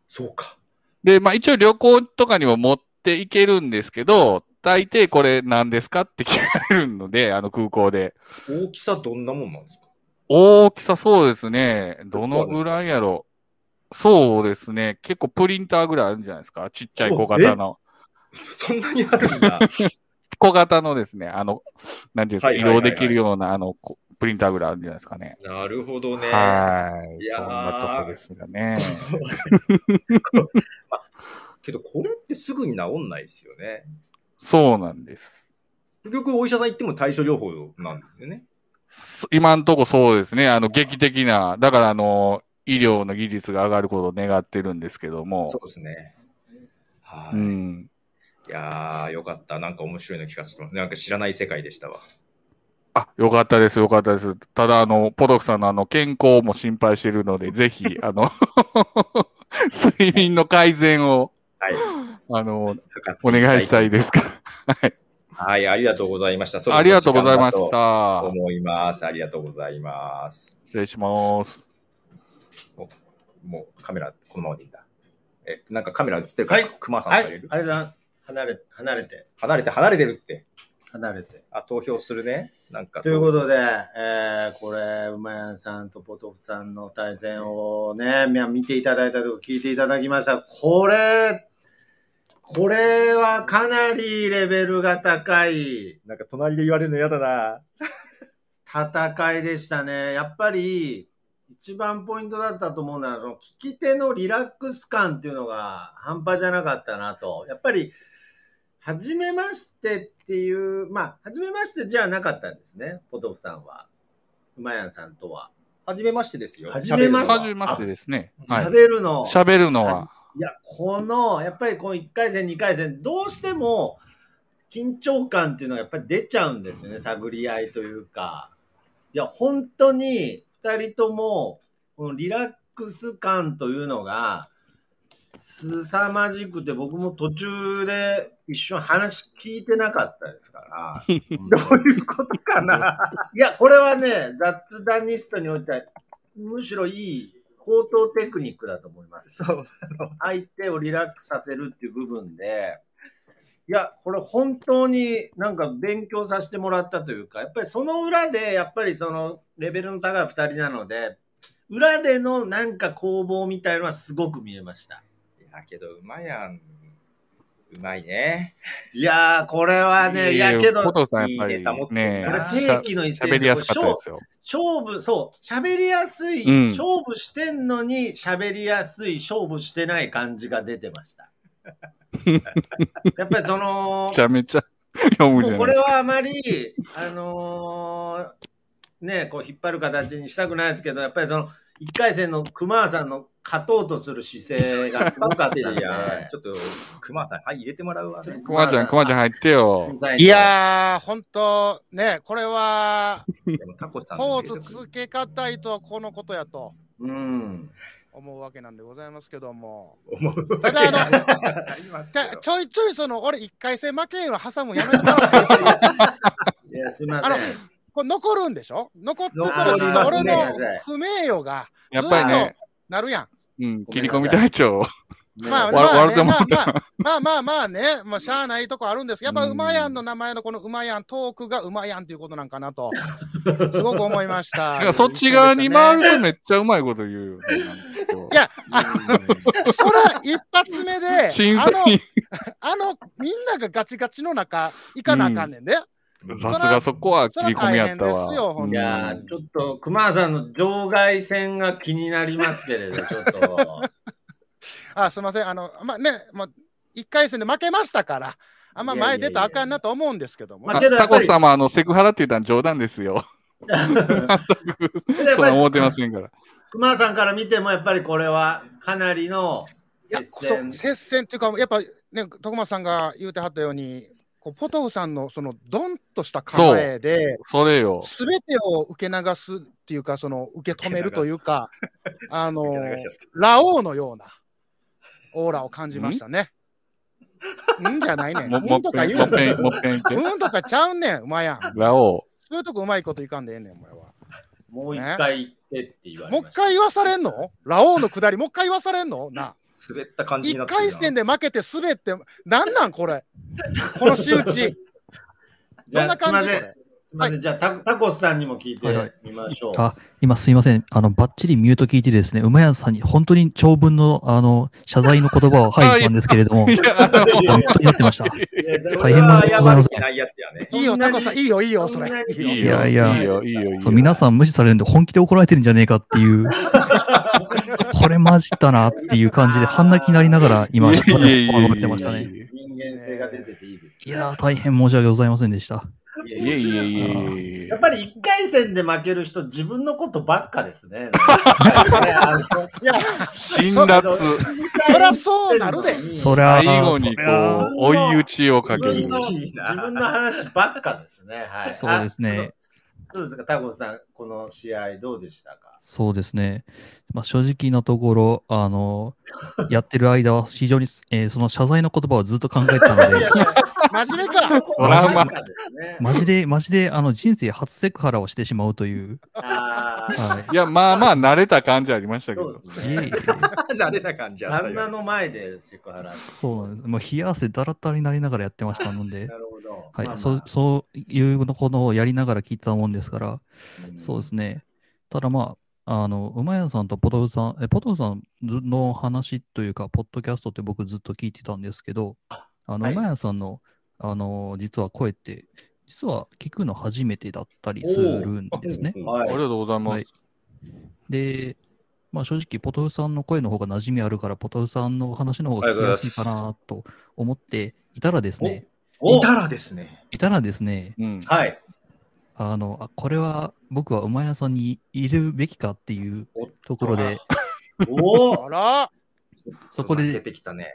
Speaker 2: そうか。
Speaker 8: で、まあ一応旅行とかにも持っていけるんですけど、大抵これ何ですかって聞かれるので、あの空港で。
Speaker 2: 大きさどんなもんなんですか
Speaker 8: 大きさそうですね。どのぐらいやろそうですね。結構プリンターぐらいあるんじゃないですかちっちゃい小型の。
Speaker 2: そんなにあるん だ。
Speaker 8: 小型のですね、あの、なんていうんですか、
Speaker 2: はい
Speaker 8: 移
Speaker 2: はいはいは
Speaker 8: 動
Speaker 2: い
Speaker 8: できるような、あの、こプリンターぐらいあるんじゃないですかね。
Speaker 2: なるほどね。
Speaker 8: はい。
Speaker 2: いや
Speaker 8: そ
Speaker 2: ー
Speaker 8: んなとこですがね。
Speaker 2: けど、これってすぐに治んないですよね。
Speaker 8: そうなんです。
Speaker 2: 結局、お医者さん行っても対処療法なんですよね。
Speaker 8: そ今んとこそうですね。あの、劇的な、だからあの、医療の技術が上がることを願ってるんですけど
Speaker 2: そ
Speaker 8: も。
Speaker 2: うですね。は
Speaker 8: う
Speaker 2: い。
Speaker 8: ん。
Speaker 2: いやー、よかった。なんか面白いの聞かせてもらって、なんか知らない世界でしたわ。
Speaker 8: あ、よかったです、よかったです。ただ、あの、ポドクさんのあの、健康も心配してるので、ぜひ、あの、 睡眠の改善を、
Speaker 2: はい。
Speaker 8: あの、 お願いしたいですか。
Speaker 2: はい、ありがとうございました。そろそろ
Speaker 8: ありがとうございま
Speaker 2: 時
Speaker 8: し
Speaker 2: 間だと
Speaker 8: た。
Speaker 2: 思います。ありがとうございます。
Speaker 8: 失礼します。
Speaker 2: もうカメラ、このままでいいんだ。え、なんかカメラ映ってるか
Speaker 1: は
Speaker 2: ら、
Speaker 1: い
Speaker 2: 熊さん
Speaker 1: は
Speaker 2: 借
Speaker 1: い、あ
Speaker 2: り
Speaker 1: り
Speaker 2: れ
Speaker 1: がと
Speaker 2: る、
Speaker 1: うございます。離れ、離れて、
Speaker 2: 離れて、離れてるって。
Speaker 1: 離れて。
Speaker 2: あ、投票するね。なんか。
Speaker 1: ということで、えー、これ、馬屋さんとポトフさんの対戦をね、み見ていただいたとか聞いていただきました。これ、これはかなりレベルが高い。
Speaker 2: なんか隣で言われるの嫌だな。
Speaker 1: 戦いでしたね。やっぱり、一番ポイントだったと思うのは、その聞き手のリラックス感っていうのが半端じゃなかったなと。やっぱり、初めましてっていう、まあ、初めましてじゃなかったんですね、ポトフさんは。馬やんさんとは。
Speaker 2: はじめましてですよ。
Speaker 1: 初めまして
Speaker 2: 喋
Speaker 8: は
Speaker 2: る
Speaker 8: じめ
Speaker 2: の
Speaker 8: ましてですね。はい。
Speaker 1: 喋るの。
Speaker 8: 喋るのは、
Speaker 1: いや、この、やっぱりこの1回戦、2回戦、どうしても緊張感っていうのがやっぱり出ちゃうんですよね、探り合いというか。いや、本当に2人とも、このリラックス感というのが、凄まじくて、僕も途中で一瞬話聞いてなかったですから。どういうことかないや、これはね、雑談ニストにおいては、むしろいい高等テクニックだと思います。
Speaker 2: そう。
Speaker 1: 相手をリラックスさせるっていう部分で、いや、これ本当になんか勉強させてもらったというか、やっぱりその裏で、やっぱりそのレベルの高い2人なので、裏でのなんか攻防みたいのはすごく見えました。
Speaker 2: いや、けど、うまいやん。うまいね。
Speaker 1: いやー、これはね、いや、けど、
Speaker 8: ポ
Speaker 1: こ
Speaker 8: トフさんやっぱ
Speaker 2: いいネ
Speaker 8: り
Speaker 2: タ持って
Speaker 8: ね
Speaker 2: ん
Speaker 1: れ
Speaker 2: な、
Speaker 1: 正規の一戦
Speaker 8: 喋りやすかったですよ。
Speaker 1: 勝負、そう、喋りやすい、
Speaker 8: うん
Speaker 1: 勝負してんのに喋りやすい、勝負してない感じが出てま した。やっぱりその
Speaker 8: めち、ゃめちゃ 読むじゃ
Speaker 1: もう
Speaker 8: ない
Speaker 1: こ
Speaker 8: で
Speaker 1: れ
Speaker 8: すか。
Speaker 1: はあまり、あのーね、こう引っ張る形にしたくないですけど、やっぱりその、一回戦の熊さんの勝とうとする姿勢がすごか ったん
Speaker 2: い
Speaker 1: で
Speaker 2: や、ちょっと、熊さん、はい、入れてもらうわ。
Speaker 8: くまちゃん、くまちゃん入ってよ。
Speaker 3: いやー、本当ね、これは、
Speaker 2: でもタコさん
Speaker 3: コ
Speaker 2: の
Speaker 3: ーツ付け方いとはこのことやと
Speaker 1: うん。
Speaker 3: 思うわけなんでございますけども。
Speaker 2: 思う。
Speaker 3: ただ、あの、
Speaker 2: あり ます
Speaker 3: ちゃ
Speaker 2: よ
Speaker 3: ちょいちょいその、俺、一回戦負けんは挟むやめてもらっていいですか
Speaker 1: いや、すみま
Speaker 3: あの
Speaker 1: せん。
Speaker 3: これ残るんでしょ残ってたら、
Speaker 1: 残ります
Speaker 3: 俺
Speaker 1: ね
Speaker 3: の不名誉が
Speaker 8: やっぱりね、
Speaker 3: なるやん。
Speaker 8: うん、
Speaker 1: ごめ
Speaker 8: 切
Speaker 1: んなさい
Speaker 8: り込み隊長。
Speaker 3: まあ、
Speaker 8: わ
Speaker 3: まあね、
Speaker 8: 悪
Speaker 3: まあ
Speaker 8: 者
Speaker 3: まあ、まあまあまあね、まあ、しゃあないとこあるんですやっぱ、うまやんの名前のこのうまやん、トークがうまやんということなんかなと、すごく思いまし
Speaker 8: だ
Speaker 3: た。
Speaker 8: からそっち側に回るとめっちゃうまいこと言うよね。
Speaker 3: いや、そら、一発目で、
Speaker 8: 審
Speaker 3: あ
Speaker 8: 査
Speaker 3: の、
Speaker 8: 員、
Speaker 3: あの、みんながガチガチの中、行かなあかんねんで。
Speaker 8: さすがそこは切り込みやった
Speaker 3: そら大変ですよほ
Speaker 8: わ。
Speaker 3: ん
Speaker 8: う
Speaker 1: い
Speaker 8: ん
Speaker 1: や
Speaker 8: い
Speaker 1: ーちょっと熊さんの場外戦が気になりますけれど、ちょっ と。
Speaker 3: あ、すみません。あの、まあね、もう、一回戦で負けましたから、あんま前出たらあかんなと思うんですけども。
Speaker 1: いやいやいやまあけどやっ
Speaker 8: あタ
Speaker 1: ぱ
Speaker 8: コ
Speaker 1: り
Speaker 8: 様、あの、セクハラって言ったの冗談ですよ。そんな思ってませんから。
Speaker 1: 熊さんから見ても、やっぱりこれはかなりの
Speaker 3: いや
Speaker 1: 接
Speaker 3: そう
Speaker 1: 戦。
Speaker 3: 接戦っていうか、やっぱね、徳松さんが言うてはったように、こうポトフさんのそのドンとした構えで、
Speaker 8: それよ。
Speaker 3: すべてを受け流すっていうか、その受け止めるというか、あの
Speaker 2: 受け流しちゃっ
Speaker 3: ラオウのようなオーラを感じましたね。うんじゃないねん。
Speaker 8: も、
Speaker 3: う
Speaker 8: も
Speaker 3: んと
Speaker 8: っ
Speaker 3: か
Speaker 8: ぺ
Speaker 3: 言
Speaker 8: ん、も
Speaker 3: う
Speaker 8: っぺ
Speaker 3: ね
Speaker 8: ん、もっぺん言っ
Speaker 3: ん。
Speaker 8: て。
Speaker 3: うんとかちゃうねん、うまやん。
Speaker 8: ラオ
Speaker 3: そういうとこうまいこといかんでええねん、お前は。
Speaker 1: もう一回行ってって言わ
Speaker 3: も
Speaker 1: れ
Speaker 3: う
Speaker 1: ま
Speaker 3: 一
Speaker 1: した。
Speaker 3: 回言わされんのラオウのくだり、もう一回言わされんのなあ。
Speaker 2: 滑った感じに
Speaker 3: 一
Speaker 2: なってるな
Speaker 3: 回戦で負けて滑って、なんなんこれ。この仕打ち。
Speaker 1: じ
Speaker 3: どん
Speaker 1: ゃ
Speaker 3: な
Speaker 1: あ、すいま
Speaker 3: 感じ
Speaker 1: せん。
Speaker 3: こ
Speaker 1: す
Speaker 3: れ
Speaker 1: いません。じゃあタ、タコスさんにも聞いてみましょう。
Speaker 7: あ、今すいません。あの、ばっちりミュート聞いてですね、馬屋さんに本当に長文の、あの、謝罪の言葉 を入ったんですけれども、
Speaker 8: ウ。い
Speaker 7: 本
Speaker 8: や、あの
Speaker 7: 当になってました。
Speaker 1: 大
Speaker 7: 大変申し訳ございません
Speaker 2: ないやつやね。
Speaker 1: そん
Speaker 3: いいよ、
Speaker 1: な
Speaker 3: タ
Speaker 1: に
Speaker 3: コさん、いいよ、いいよ、
Speaker 1: そ
Speaker 3: そ
Speaker 1: んな
Speaker 3: れ
Speaker 1: に。
Speaker 3: い
Speaker 8: い
Speaker 3: い
Speaker 8: い
Speaker 3: よ
Speaker 8: よ、い
Speaker 7: い
Speaker 8: い
Speaker 7: やいや
Speaker 8: よ、いいよ。いい
Speaker 7: そう、
Speaker 8: よ
Speaker 7: 皆さん無視されるんで本気で怒られてるんじゃねえかっていう、 これ混じったなっていう感じで、半泣きになりながら今、
Speaker 8: い
Speaker 7: し
Speaker 8: やい
Speaker 7: ばら
Speaker 8: やい
Speaker 7: く
Speaker 8: や
Speaker 7: こうなってましたね。
Speaker 8: い
Speaker 1: 人間性が出てていいです。
Speaker 7: いやー、大変申し訳ございませんでした。
Speaker 8: いやいやいやい
Speaker 1: やっ
Speaker 8: や。
Speaker 1: ぱり一回戦で負ける人、自分のことばっかですね。なんかね
Speaker 3: いや、
Speaker 8: 辛辣。
Speaker 3: そりゃそうなるで。
Speaker 7: そりゃあ、
Speaker 8: 最後にこ
Speaker 7: そりゃあ
Speaker 8: う、追い打ちをかける。
Speaker 1: 自分の自分の話ばっかですね。はい。
Speaker 7: そうです
Speaker 1: あ。ちょっ
Speaker 7: ね
Speaker 1: とどうですか、タコさん、この試合どうでしたか
Speaker 7: そうですね。まあ、正直なところ、あの、やってる間は非常に、えーその謝罪の言葉をずっと考えてたので、
Speaker 3: 真面目か。
Speaker 8: トラウマ
Speaker 7: マジで、マジで、あの、人生初セクハラをしてしまうと いう。
Speaker 1: あー
Speaker 7: はい
Speaker 8: や、まあまあ、慣れた感じありましたけ
Speaker 1: そ
Speaker 8: ど
Speaker 1: う。です
Speaker 7: い。いえ
Speaker 1: ね。
Speaker 7: いえ、
Speaker 2: 慣れた感じやった
Speaker 1: 旦那
Speaker 2: よ。
Speaker 1: の前でセクハラ。
Speaker 7: そうなんです。もう冷や汗だらだらになりながらやってましたので
Speaker 1: な、るほど。
Speaker 7: は
Speaker 1: まあ
Speaker 7: い
Speaker 1: まあ
Speaker 7: そう、そういうのこのをやりながら聞いてたもんですから、そうですね。ただまあ、あの、馬屋さんとポトフさん、えポトフさんの話というか、ポッドキャストって僕ずっと聞いてたんですけど、あの、
Speaker 1: はい
Speaker 7: 馬屋さんの、あの、実は声って、実は聞くの初めてだったりするんですね。
Speaker 8: あ
Speaker 1: は
Speaker 8: りが
Speaker 1: い。
Speaker 8: とうございます。
Speaker 7: で、まあ正直、ポトフさんの声の方が馴染みあるから、ポトフさんの話の方が聞きやすいかなと思っていたらですね、
Speaker 1: お
Speaker 2: いたらですね。
Speaker 7: いたらですね、
Speaker 8: うん。
Speaker 1: はい。
Speaker 7: あの、あこれは僕は馬屋さんにいるべきかっていうところで、
Speaker 1: お
Speaker 3: あら、
Speaker 7: そこ
Speaker 2: 出
Speaker 7: で、
Speaker 2: てきたね。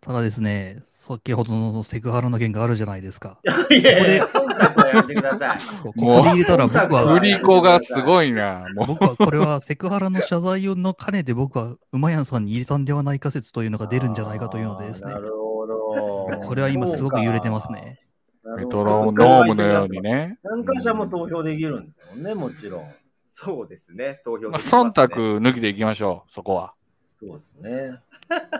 Speaker 7: ただですね、先ほどのセクハラの件があるじゃないですか。
Speaker 1: いやいや、忖度はやめてください。
Speaker 7: ここで入れたら
Speaker 1: も
Speaker 7: 僕
Speaker 1: う
Speaker 7: は
Speaker 8: 振、り子がすごいな。も
Speaker 7: 僕はこれはセクハラの謝罪の兼ねて僕は馬屋さんに入れたんではないか説というのが出るんじゃないかというのでですね
Speaker 1: な、るほど。
Speaker 7: これは今すごく揺れてますね。
Speaker 1: なる
Speaker 8: う、メ
Speaker 1: ほ
Speaker 8: ト
Speaker 1: ど。
Speaker 8: ロノームのようにね。
Speaker 1: 参加者も投票できるんですよね、もちろん。
Speaker 2: そうですね。投票
Speaker 8: ま
Speaker 2: でき
Speaker 8: あ、
Speaker 2: ま
Speaker 8: 忖
Speaker 2: すね
Speaker 8: 度抜きでいきましょう、そこは。
Speaker 1: そうです ね。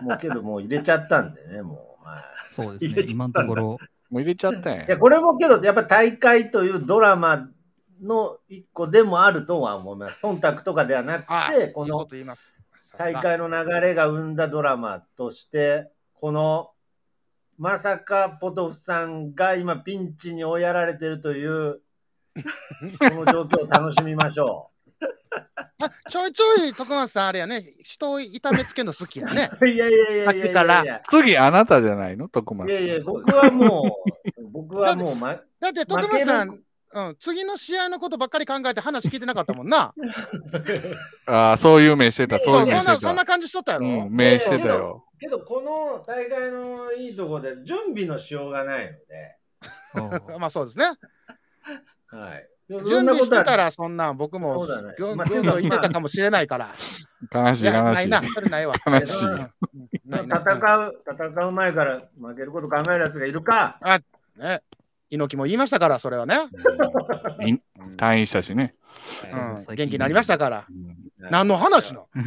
Speaker 1: もうけど、もう入れちゃったんでね、もう。はい
Speaker 7: そうです
Speaker 2: 入れ
Speaker 7: ね、
Speaker 2: ちゃったんだ
Speaker 7: 今のところ、
Speaker 8: もう入れちゃったんや
Speaker 1: いや、。これもけど、やっぱ大会というドラマの一個でもあるとは思います。忖度とかではな
Speaker 3: あ
Speaker 1: くて、こ
Speaker 3: このこ
Speaker 1: の
Speaker 3: と言います。さすが
Speaker 1: 大会の流れが生んだドラマとして、この、まさかポトフさんが今ピンチに追いやられてるという、この状況を楽しみましょ
Speaker 3: あちょいちょい徳松さん、あれやね、人を痛めつけるの好き やね。
Speaker 1: う。いやいやいやいやいやいや
Speaker 3: さっきから
Speaker 1: いや
Speaker 8: 次、あなたじゃないの徳
Speaker 1: いやいや、
Speaker 8: 松
Speaker 1: 僕はもう、僕はもう、ま、
Speaker 3: だって徳松さん、うん、次の試合のことばっかり考えて話聞いてなかったも んな。
Speaker 8: ああ、そういう目してた、そう
Speaker 3: そ
Speaker 8: いうう目
Speaker 3: そん
Speaker 8: し
Speaker 3: な
Speaker 8: て
Speaker 3: そん
Speaker 8: た。
Speaker 3: な感じしとったや
Speaker 8: う
Speaker 3: ろ。
Speaker 8: ん、目してたよ。
Speaker 1: けど、この大会のいいとこで、準備のしようがないので、
Speaker 7: ああ
Speaker 3: まあそうですね。
Speaker 1: はい。
Speaker 3: 準備してた
Speaker 1: ら、
Speaker 3: ら、そんなん僕も
Speaker 1: そうだね
Speaker 3: ぎょん
Speaker 1: まあ
Speaker 3: ぎょんぎょん言ってたかもしれないから。
Speaker 8: 悲しい、
Speaker 3: いや、
Speaker 8: 悲
Speaker 3: な
Speaker 8: し
Speaker 3: い
Speaker 8: い。
Speaker 3: な、それないわ。
Speaker 8: 悲しい。
Speaker 3: うんないない。
Speaker 1: 戦う、戦う前から負けること考えるやつがいるか、
Speaker 3: ね、猪木も言いましたから、それはね。
Speaker 8: 退院したしね。
Speaker 3: う
Speaker 7: う
Speaker 3: ん、
Speaker 7: ん
Speaker 3: 元気になりましたから。
Speaker 1: うん
Speaker 3: 何の話の
Speaker 2: 何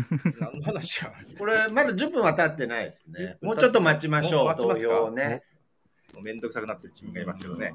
Speaker 2: の話や
Speaker 1: これ、まだ10分は経ってないですね。もうちょっと待ちましょう、
Speaker 2: もう待ちま
Speaker 1: 投
Speaker 2: すか
Speaker 1: 票をね。
Speaker 2: もうめんどくさくなってるチームがいますけどね。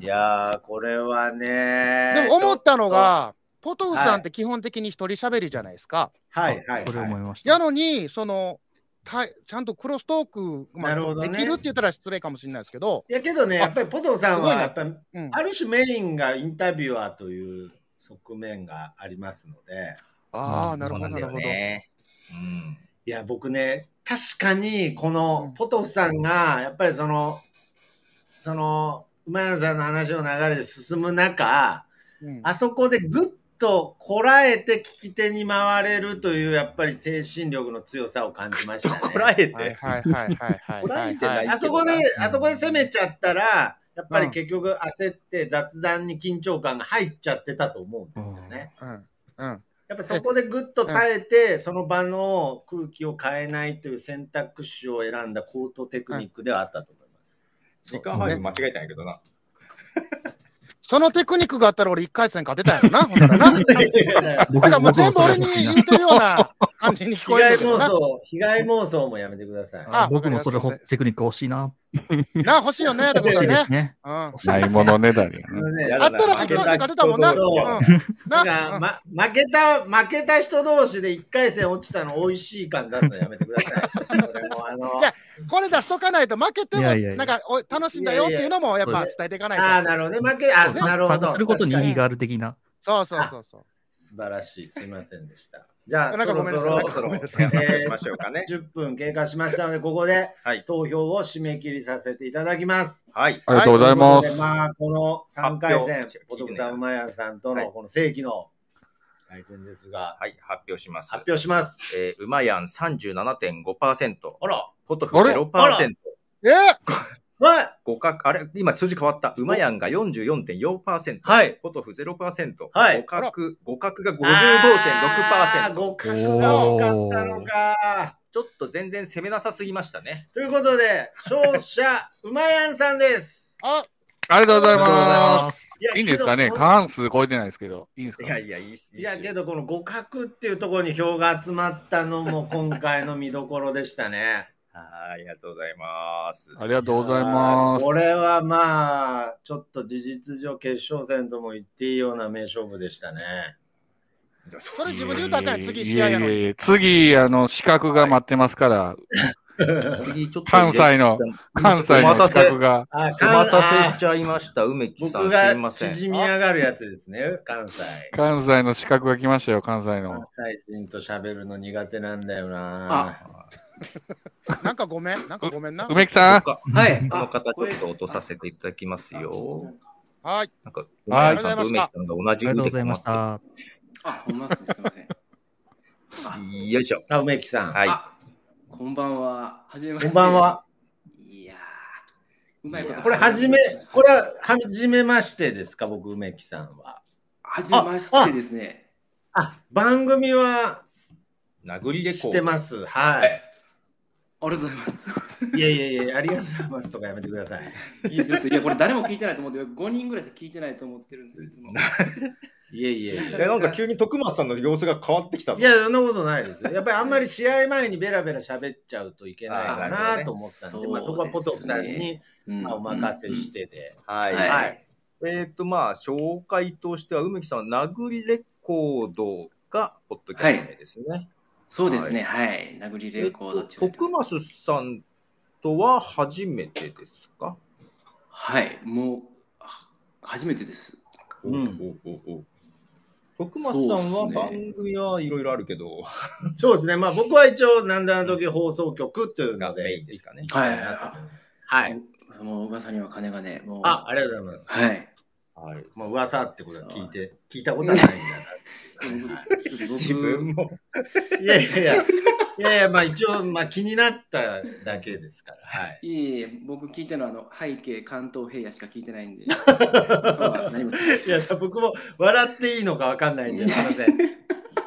Speaker 1: いやー、これはね。
Speaker 3: でも思ったのが、ポトフさんって基本的に一人喋りじゃないですか。
Speaker 1: はいはい、
Speaker 7: それ
Speaker 1: はい
Speaker 7: 思いました。
Speaker 3: やのに、その、たちゃんとクロストーク、ま
Speaker 1: なるほど
Speaker 3: あ、
Speaker 1: ね
Speaker 3: できるって言ったら失礼かもしれないですけど、
Speaker 1: いやけどね、やっぱりポトフさんは、
Speaker 3: あ
Speaker 1: やっぱり
Speaker 3: うん
Speaker 1: ある種メインがインタビュアーという側面がありますので、
Speaker 3: ああ、
Speaker 7: うん
Speaker 3: なる
Speaker 2: そうな
Speaker 3: ほど、
Speaker 2: んだ
Speaker 3: な
Speaker 2: よ
Speaker 3: るほど。
Speaker 2: ね。うん。
Speaker 1: いや、僕ね、確かにこ
Speaker 3: うん
Speaker 1: のポトフさんが、やっぱりその、その、馬山さんの話の流れで進む中、
Speaker 3: うん
Speaker 1: あそこでぐっとこらえて聞き手に回れるという、やっぱり精神力の強さを感じました、ね。
Speaker 2: こらえ
Speaker 3: はい
Speaker 2: て。
Speaker 3: はいはいはい
Speaker 2: こら
Speaker 3: は
Speaker 2: え
Speaker 3: い
Speaker 2: てな
Speaker 3: はいい。
Speaker 1: あそこで、あそこで攻めちゃったら、やっぱ
Speaker 3: うん
Speaker 1: り結局焦って雑談に緊張感が入っちゃってたと思うんですよね。
Speaker 3: うんうん
Speaker 1: やっぱそこでぐっと耐えて、その場の空気を変えないという選択肢を選んだコートテクニックではあったと思います。
Speaker 2: 時間配分間違えたんやけどな。
Speaker 3: そのテクニックがあったら俺一回戦勝てたんやろな、ほんならな。だ
Speaker 7: 僕
Speaker 3: からもう全部
Speaker 7: 僕
Speaker 3: 俺
Speaker 7: はそう
Speaker 3: に
Speaker 7: 欲しいな
Speaker 3: 言ってるような感じに聞
Speaker 1: 被
Speaker 3: こえ
Speaker 1: 害
Speaker 3: るけど
Speaker 1: 妄
Speaker 3: な。
Speaker 1: 想、被害妄想もやめてください。
Speaker 3: あ
Speaker 7: 僕もそれ
Speaker 3: わかりました
Speaker 7: テクニック欲しいな。
Speaker 3: な、欲しいよね、だか
Speaker 7: 欲
Speaker 3: ら
Speaker 7: しいで
Speaker 3: ね
Speaker 7: す。ね。
Speaker 3: うん。あ
Speaker 8: ないものねだりや
Speaker 1: あの
Speaker 8: ね。
Speaker 1: ね
Speaker 2: や
Speaker 3: っ
Speaker 2: だ
Speaker 3: た
Speaker 2: な
Speaker 3: ら一回戦勝てたもんな。う
Speaker 2: 負けた人同
Speaker 3: ん
Speaker 1: だか
Speaker 3: な
Speaker 1: ら、、ま、負けた、負けた人同士で1回戦落ちたの美味しい感出すのやめてくださ い。それもあの
Speaker 3: いやこれ出しとかないと負けても
Speaker 7: いやいやい
Speaker 3: な
Speaker 7: や
Speaker 3: んかお楽しんだよっていうのもやっぱ伝えていかないと。
Speaker 1: ああ、なるほどね。負け、あ、なるほ
Speaker 7: 参
Speaker 1: ど。
Speaker 7: 加することに
Speaker 1: 確か
Speaker 7: 意義がある的な。
Speaker 3: そうそうそうそう。
Speaker 1: 素晴らしい。すいませんでした。じゃあ、
Speaker 3: なんかごめんなさい
Speaker 1: そろそ
Speaker 3: ご
Speaker 1: ろ
Speaker 3: めん
Speaker 2: そ
Speaker 3: な
Speaker 2: ろ
Speaker 3: さ
Speaker 2: そろ
Speaker 3: い
Speaker 2: 発表しましょうかね。
Speaker 1: 10分経過しましたので、ここで
Speaker 2: はい
Speaker 1: 投票を締め切りさせていただきます。
Speaker 2: はい。
Speaker 8: ありがとうございま
Speaker 1: ということ
Speaker 8: す。
Speaker 1: でまあ、この3回戦
Speaker 2: 発表、
Speaker 1: お徳さん、うまやんさんと
Speaker 2: は
Speaker 1: の
Speaker 2: い
Speaker 1: この正規の対戦ですが、
Speaker 2: はい、発表します
Speaker 1: 発。表します。
Speaker 2: えー、うまやん37.5%、
Speaker 1: あら、
Speaker 2: ポトフ
Speaker 8: あれ
Speaker 1: あら
Speaker 2: 0%、
Speaker 3: えー
Speaker 1: はい、
Speaker 2: 互角、あれ、今数字変わった。うまやんが44.4%、
Speaker 1: はい。
Speaker 2: ポトフ0%、
Speaker 1: はい
Speaker 2: 互角、互角が
Speaker 1: あー互
Speaker 2: 55.6%。
Speaker 1: 角が多かったのか。
Speaker 2: ちょっと全然攻めなさすぎましたね。
Speaker 1: ということで、勝者、うまやんさんです。
Speaker 3: あ
Speaker 8: ありがとうござい
Speaker 7: ありがとうござい
Speaker 8: ま。
Speaker 7: ます
Speaker 1: や
Speaker 8: いいんですかね
Speaker 1: けどこの
Speaker 8: 過半数超えてないですけど。いいんですか
Speaker 2: いやいや、いいし。
Speaker 1: いやけど、
Speaker 2: ど、
Speaker 1: この互角っていうところに票が集まったのも今回の見どころでしたね。
Speaker 2: はいありがとうございます。
Speaker 8: ありがとうございます。
Speaker 1: これはまあ、ちょっと事実上決勝戦とも言っていいような名勝負でしたね。
Speaker 3: それ自分で言うたらあかんやん次試合やの
Speaker 8: いえいえいえ次、あの、資格が待ってますから、
Speaker 2: 次、ちょっと
Speaker 8: 関西の関西の資格が。
Speaker 1: あ、
Speaker 2: お待たせしちゃいました、梅木さ
Speaker 1: 僕
Speaker 2: ん。す
Speaker 1: が
Speaker 2: いません。
Speaker 1: 縮み上がるやつですね、関西。
Speaker 8: 関西の資格が来ましたよ、関西
Speaker 1: 関
Speaker 8: の。
Speaker 1: 西人と喋るの苦手なんだよな。
Speaker 2: あ、
Speaker 3: なんかごめん、なんかごめんな。
Speaker 8: 梅木さん、
Speaker 2: はい。この方、ちょっと落とさせていただきますよ。
Speaker 3: はい。
Speaker 2: なんか、
Speaker 8: はい
Speaker 2: 梅木さんと梅木さんが同
Speaker 7: あ
Speaker 2: じ
Speaker 7: りがとう
Speaker 2: 腕
Speaker 7: ござい
Speaker 2: 組ま
Speaker 7: まし
Speaker 2: せて
Speaker 7: た。
Speaker 9: あ、ほんまっすね。すいません。
Speaker 2: よいしょ。
Speaker 1: あ、梅木さん。
Speaker 2: はい。
Speaker 9: あ、こんばんは。はじめまし
Speaker 1: こん
Speaker 9: て。
Speaker 1: ばん。は。
Speaker 9: いやー、うまいこと。
Speaker 1: これ、はじめ、これは、はじめましてですか、僕、梅木さんは。
Speaker 9: はじめましてですね。
Speaker 1: あ、番組は
Speaker 2: 殴りで
Speaker 1: し
Speaker 2: こ
Speaker 1: て
Speaker 2: う。
Speaker 1: ます。はい。
Speaker 9: ありがとうございます。
Speaker 1: いやいやいや、ありがとうございますとかやめてください。
Speaker 9: いや、ちょっと、いや、これ誰も聞いてないと思って、5人ぐらいしか聞いてないと思ってるんですよ、いつも。
Speaker 1: いやいやいや。
Speaker 2: いや、なんか急に徳松さんの様子が変わってきたぞ
Speaker 1: いや、そんなことないですよ。やっぱりあんまり試合前にベラベラ喋っちゃうといけないか
Speaker 2: あーな
Speaker 1: な
Speaker 2: る
Speaker 1: と
Speaker 2: ほ
Speaker 1: 思ったんで、
Speaker 9: そうですね
Speaker 1: まあ、そこはポトフさんに
Speaker 9: うん
Speaker 1: まあお任せしてて。
Speaker 2: は
Speaker 9: う
Speaker 2: い。
Speaker 9: ん
Speaker 2: は、
Speaker 9: はいい。
Speaker 2: えっ、と、まあ、紹介としては、梅木さんは殴りレコードが、ポッドキャスト名ですね。
Speaker 9: そうですね、はい。殴りレコード
Speaker 2: え
Speaker 9: っ
Speaker 2: ってと
Speaker 9: 言って
Speaker 2: 徳
Speaker 9: ます
Speaker 2: 松さんとは初めてですか
Speaker 9: はい、もう、あ初めてです。
Speaker 1: うん
Speaker 2: おおおお徳松さん
Speaker 9: そ
Speaker 2: は
Speaker 9: うっすね
Speaker 2: 番組はいろいろあるけど、
Speaker 1: そうですね。まあ僕は一応、なんだの時放送局というの
Speaker 2: がメイ
Speaker 1: で
Speaker 2: ン。ですかね。
Speaker 9: はい。
Speaker 1: はい。
Speaker 9: もう、噂には金がね、もう、
Speaker 1: あ、ありがとうございます。
Speaker 9: はい。
Speaker 5: はい。
Speaker 1: まあ噂ってことは聞いて、聞いたことはないんだ
Speaker 5: 自分も。
Speaker 1: な。いやいやいや、いやいや、まあ一応、まあ気になっただけですから。はい。
Speaker 9: いえいえ、僕聞いたのはあの背景関東平野しか聞いてない んで、他は何も聞いてないで
Speaker 1: いや
Speaker 9: す、
Speaker 1: 僕も笑っていいのかわかんないんで、すいません。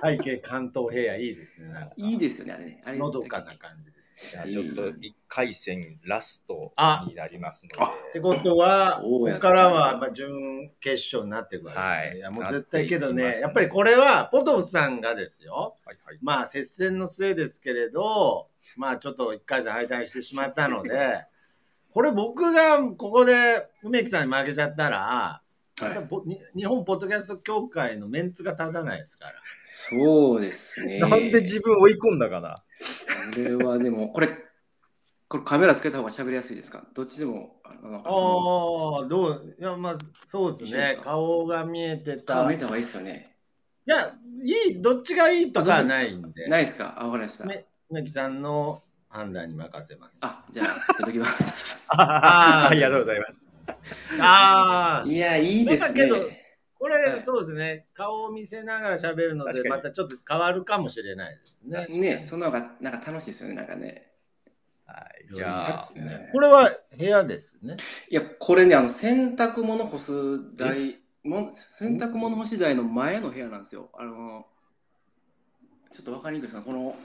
Speaker 1: 背景関東平野いいですね。なんか
Speaker 9: いいですよね、あれね。あれ
Speaker 1: のどかな感じです
Speaker 5: じ
Speaker 1: ね。
Speaker 5: ゃあちょっと一回戦ラスト
Speaker 1: あ
Speaker 5: になりますの
Speaker 1: って
Speaker 5: で。
Speaker 1: ことは、
Speaker 9: そう
Speaker 1: こ
Speaker 9: や
Speaker 1: こ
Speaker 9: った
Speaker 1: からはまあ準決勝になってくるわけですね。
Speaker 5: はい
Speaker 1: いやもう絶対けどね
Speaker 5: なっていきますね
Speaker 1: やっぱりこれは、ポトフさんがですよ、
Speaker 5: はいはい。
Speaker 1: まあ接戦の末ですけれど、まあちょっと一回戦敗退してしまった ので、これ僕がここで梅木さんに負けちゃったら、やっぱぼに日本ポッドキャスト協会のメンツが立たないですから。
Speaker 9: そうですね。
Speaker 5: なんで自分追い込んだかな。
Speaker 9: これはでも、これ、これカメラつけた方が喋りやすいですかどっちでも、あのなんか
Speaker 1: ああ
Speaker 9: その、
Speaker 1: ー、どう、いや、まあ、そうです
Speaker 9: 一緒で
Speaker 1: ね
Speaker 9: す。か
Speaker 1: 顔が見えてた。
Speaker 9: 顔見
Speaker 1: い
Speaker 9: た方がいいですよね。
Speaker 1: や、いい、どっちがいいとかはないんで。
Speaker 9: ないですかあ、わかりました。
Speaker 1: ね梅木さんの判断に任せます。
Speaker 9: あ、じゃあ、つけときます。
Speaker 1: あー
Speaker 5: ありがとうございます。
Speaker 1: あー
Speaker 9: いや、いいです
Speaker 1: な
Speaker 9: ね
Speaker 1: んか。けどこ
Speaker 9: は
Speaker 1: れ、
Speaker 9: い
Speaker 1: そうですね。顔を見せながら喋るの
Speaker 5: 確
Speaker 1: で、
Speaker 5: かに
Speaker 1: またちょっと変わるかもしれないですね。
Speaker 9: ね、その方がなんか楽しいですよね、なんかね。
Speaker 5: はい。じゃあ
Speaker 1: そう、ですねこれは部屋ですね。
Speaker 9: いや、これね、あの、洗濯物干す台、も洗濯物干し台の前の部屋なんですよ。あの、ちょっとわかりにくいですが、この、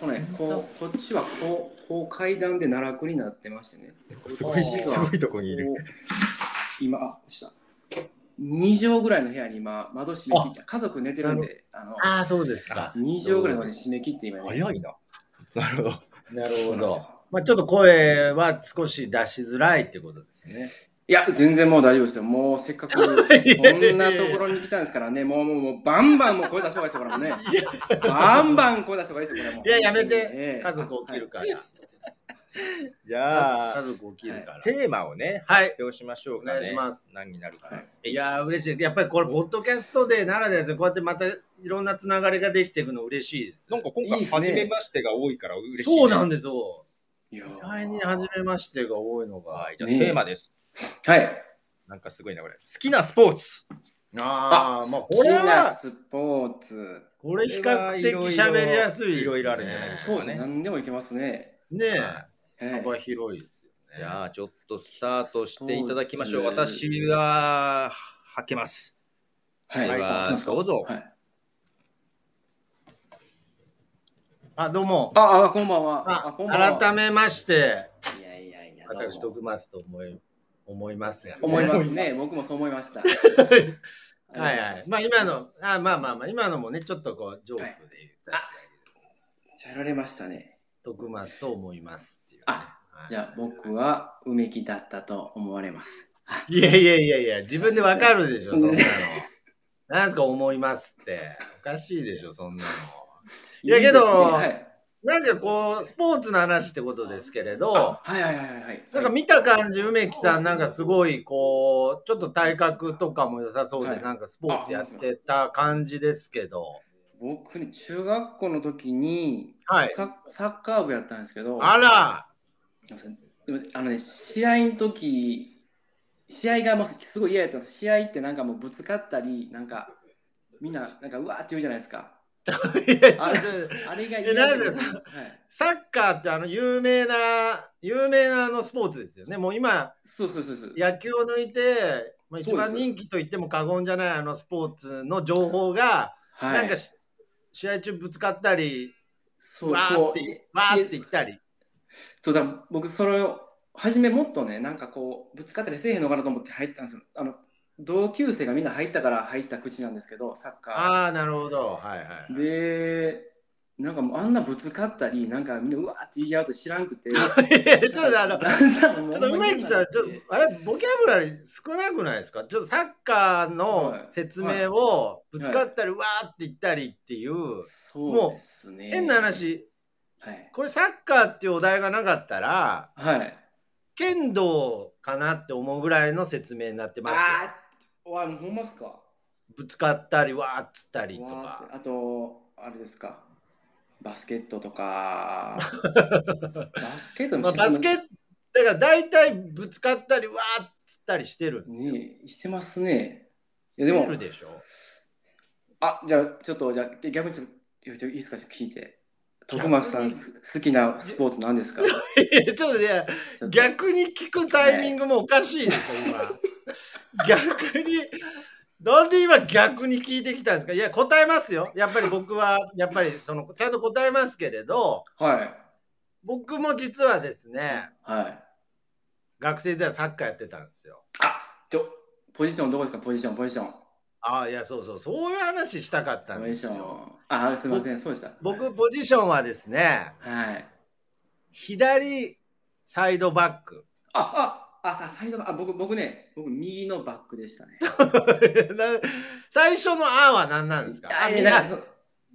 Speaker 9: このね、こう、こっちはこう、こう階段で奈落になってましてね。
Speaker 5: すごい、すごいとこにいる。
Speaker 9: こう今、あ、落ちた。2畳ぐらいの部屋に今、窓閉め切って、家族寝てるんで、あの、
Speaker 1: ああ、そうですか。
Speaker 9: 2畳ぐらいまで閉め切って今ね。
Speaker 5: 早いな。なるほど。
Speaker 1: なる
Speaker 9: そう
Speaker 1: ほ
Speaker 9: なんです
Speaker 1: ど。
Speaker 9: よ
Speaker 1: まあ、ちょっと声は少し出しづらいってことですね。
Speaker 9: いや、全然もう大丈夫ですよ。もうせっか くこんなところに来たんですからね、もうもうもうバンバンもう声出した方がいいですよ、これも ね。バンバン声出した方がいいですよ、これも。
Speaker 1: いや、やめて
Speaker 9: え。え
Speaker 1: 家族起きるから。
Speaker 5: じゃ
Speaker 1: 家
Speaker 5: あ、
Speaker 1: 族起きるから。
Speaker 5: テーマをね、
Speaker 1: はい。
Speaker 5: 発表しましょうかね。
Speaker 1: お願いします
Speaker 5: 何になるかな。
Speaker 1: いやー嬉しい。やっぱりこれ、ポッドキャストでならではですね。こうやってまたいろんなつながりができていくの嬉しいです。
Speaker 5: なんか今回、
Speaker 9: いいっす
Speaker 5: 初
Speaker 9: ね
Speaker 5: めましてが多いから嬉しい、
Speaker 1: そうなん
Speaker 5: で
Speaker 1: ですよ。
Speaker 9: いや
Speaker 1: 意外に初めましてが多いの
Speaker 5: す。は
Speaker 1: が。
Speaker 5: い、じゃあ、
Speaker 9: ねえ
Speaker 5: テーマです。
Speaker 9: はい。
Speaker 5: なんかすごいな、これ。好きなスポーツ。
Speaker 1: ああ、まあ
Speaker 9: 好
Speaker 1: こ
Speaker 9: き
Speaker 1: れ
Speaker 9: な
Speaker 1: は、
Speaker 9: スポーツ。
Speaker 1: これ比較的喋りやすいですね。
Speaker 5: いろいろあるんじゃないですか
Speaker 9: そうですね。何でもいけますね。
Speaker 1: ね
Speaker 9: はい
Speaker 1: え、幅広いですよね。
Speaker 5: じゃあ、ちょっとスタートしていただきましょう。
Speaker 9: そうです
Speaker 5: 私
Speaker 9: ね
Speaker 5: は、はけます。
Speaker 9: はい。
Speaker 5: では
Speaker 9: あそうなんですか
Speaker 5: どうぞ
Speaker 9: はい
Speaker 1: あ、どうも。
Speaker 9: あ、あ、こんばんは。あ、
Speaker 1: あ
Speaker 9: こんばんは。
Speaker 1: 改めまして、
Speaker 9: め。いやいやいや、どうも
Speaker 1: 私、徳松と思い思いますが、
Speaker 9: 思いますね。僕もそう思いました。
Speaker 1: はいはい。まあ今の、あまあまあまあ、今のもね、ちょっとこう、ジョークで言った、
Speaker 9: じゃられましたね。
Speaker 1: 徳松と思いますっていう、ね。
Speaker 9: あ
Speaker 1: はい
Speaker 9: じゃあ僕は梅木だったと思われます。
Speaker 1: いやいやいやいや、自分でわかるでしょ、そんなの
Speaker 9: うん。
Speaker 1: なんすか思いますって。おかしいでしょ、そんなの。
Speaker 9: い
Speaker 1: いやけど
Speaker 9: いですね
Speaker 1: なんかこう、スポーツの話ってことですけれど
Speaker 9: は、い、はいはいはいはい。
Speaker 1: なんか見た感じ、梅木さん、なんかすごい、こう、ちょっと体格とかも良さそう
Speaker 9: は
Speaker 1: で、
Speaker 9: い
Speaker 1: なんかスポーツやってた感じですけど、
Speaker 9: 僕ね、中学校の時に、
Speaker 1: はい
Speaker 9: ササッカー部やったんですけど、
Speaker 1: あら、
Speaker 9: でもあのね、試合の時、試合がもうすごい嫌やったんです試合ってなんかもうぶつかったり、なんかみんな、なんかうわーって言うじゃないですか。
Speaker 1: いや、ちょ
Speaker 9: あ
Speaker 1: っ
Speaker 9: れ
Speaker 1: と、
Speaker 9: あれが嫌
Speaker 1: えなんで
Speaker 9: はい
Speaker 1: サッカーってあの、有名な、有名なあのスポーツですよね。もう今、
Speaker 9: そうそうそうそう。
Speaker 1: 野球を抜いて、まあ、一番人気と言っても過言じゃないあのスポーツの情報が、
Speaker 9: はい、
Speaker 1: なんかし試合中ぶつかったり、
Speaker 9: そう
Speaker 1: わ
Speaker 9: そ
Speaker 1: ー
Speaker 9: う
Speaker 1: って、わーっていったり。
Speaker 9: そうだから僕それを初めもっとねなんかこうぶつかったりせえへんのかなと思って入ったんですよあの同級生がみんな入ったから入った口なんですけどサッカ
Speaker 1: ああ、なるほど。はいは い。
Speaker 9: ーでなんかもうあんなぶつかったりなんかみんなうわーって言い合うと知らんくてちょ
Speaker 1: いや ちょっとあの、ち
Speaker 9: ょ
Speaker 1: ょっと梅木さん、ちょっと、あれ、ボキャブラリー少なくないですかちょっとサッカーの説明をぶつかったり、わーって言ったりっていう、
Speaker 9: そうですね
Speaker 1: 変な話、
Speaker 9: はい
Speaker 1: これサッカーっていうお題がなかったら、
Speaker 9: はい
Speaker 1: 剣道かなって思うぐらいの説明になってますよ。
Speaker 9: あーわほんますかわ
Speaker 1: ぶつかったり、わーっつったりと
Speaker 9: ーっ
Speaker 1: か。
Speaker 9: てあとあれですかバスケット とかバスケット
Speaker 1: まあ、バスケだから大体ぶつかったり、わーっ釣ったりしてるんですよ。
Speaker 9: ねえしてますね。いやでも
Speaker 1: 出、るでしょ
Speaker 9: あ、じゃあちょっと、じゃあ逆にちょっと、いやちょいいですか、ちょっと聞いて。徳松さん、す好きなスポーツ何ですか
Speaker 1: いやちょっとね、
Speaker 9: ちょっと
Speaker 1: 逆に聞くタイミングもおかしいですよ、 今。逆に、なんで今逆に聞いてきたんですかいや、答えますよ。やっぱり僕は、やっぱりその、ちゃんと答えますけれど、
Speaker 9: はい。
Speaker 1: 僕も実はですね、
Speaker 9: はい。
Speaker 1: 学生ではサッカーやってたんですよ。
Speaker 9: あ、ちょ、ポジションどこですかポジション、ポジション。
Speaker 1: ああ、いや、そうそう、そういう話したかったん
Speaker 9: ポ
Speaker 1: で
Speaker 9: ジ
Speaker 1: す
Speaker 9: ショ
Speaker 1: よ。
Speaker 9: ン。あ、すみません、そうでした。
Speaker 1: 僕、ポジションはですね、
Speaker 9: はい。
Speaker 1: 左サイドバック。
Speaker 9: あ、あ、あ、さ、サイドバック、あ、僕、僕ね、僕、右のバックでしたね。
Speaker 1: な最初の「あ」は何なんですか あ
Speaker 9: あ、い
Speaker 1: み
Speaker 9: や
Speaker 1: ん
Speaker 9: な
Speaker 1: なん
Speaker 9: か、そう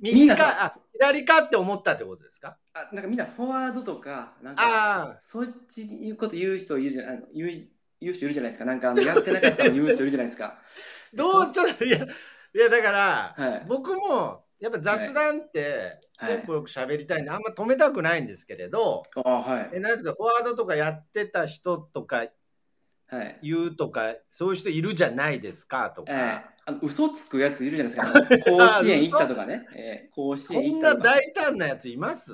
Speaker 9: み
Speaker 1: 右
Speaker 9: んな
Speaker 1: かあ左かって思ったってことですか
Speaker 9: あ、なんかみんなフォワードとか、なんか、
Speaker 1: あ
Speaker 9: そっちいうこと言う人いるじゃない、あの言う、言う人いるじゃないですか。なんか、あのやってなかったの言う人いるじゃないです
Speaker 1: あ
Speaker 9: か。
Speaker 1: どうちょっといやいやだから、
Speaker 9: はい
Speaker 1: 僕もやっぱ雑談って
Speaker 9: はい
Speaker 1: テンポよく喋りたいんであんま止めたくないんですけれど、
Speaker 9: あ、はい
Speaker 1: え。なんですかフォワードとかやってた人とか
Speaker 9: はい。
Speaker 1: 言うとかそういう人いるじゃないですかと
Speaker 9: え
Speaker 1: か、
Speaker 9: ー、あの嘘つくやついるじゃないですか。あの甲子園行ったと かね。えー、甲子
Speaker 1: こ
Speaker 9: 園行
Speaker 1: ん
Speaker 9: っ
Speaker 1: な
Speaker 9: たとか。
Speaker 1: 大胆なやついます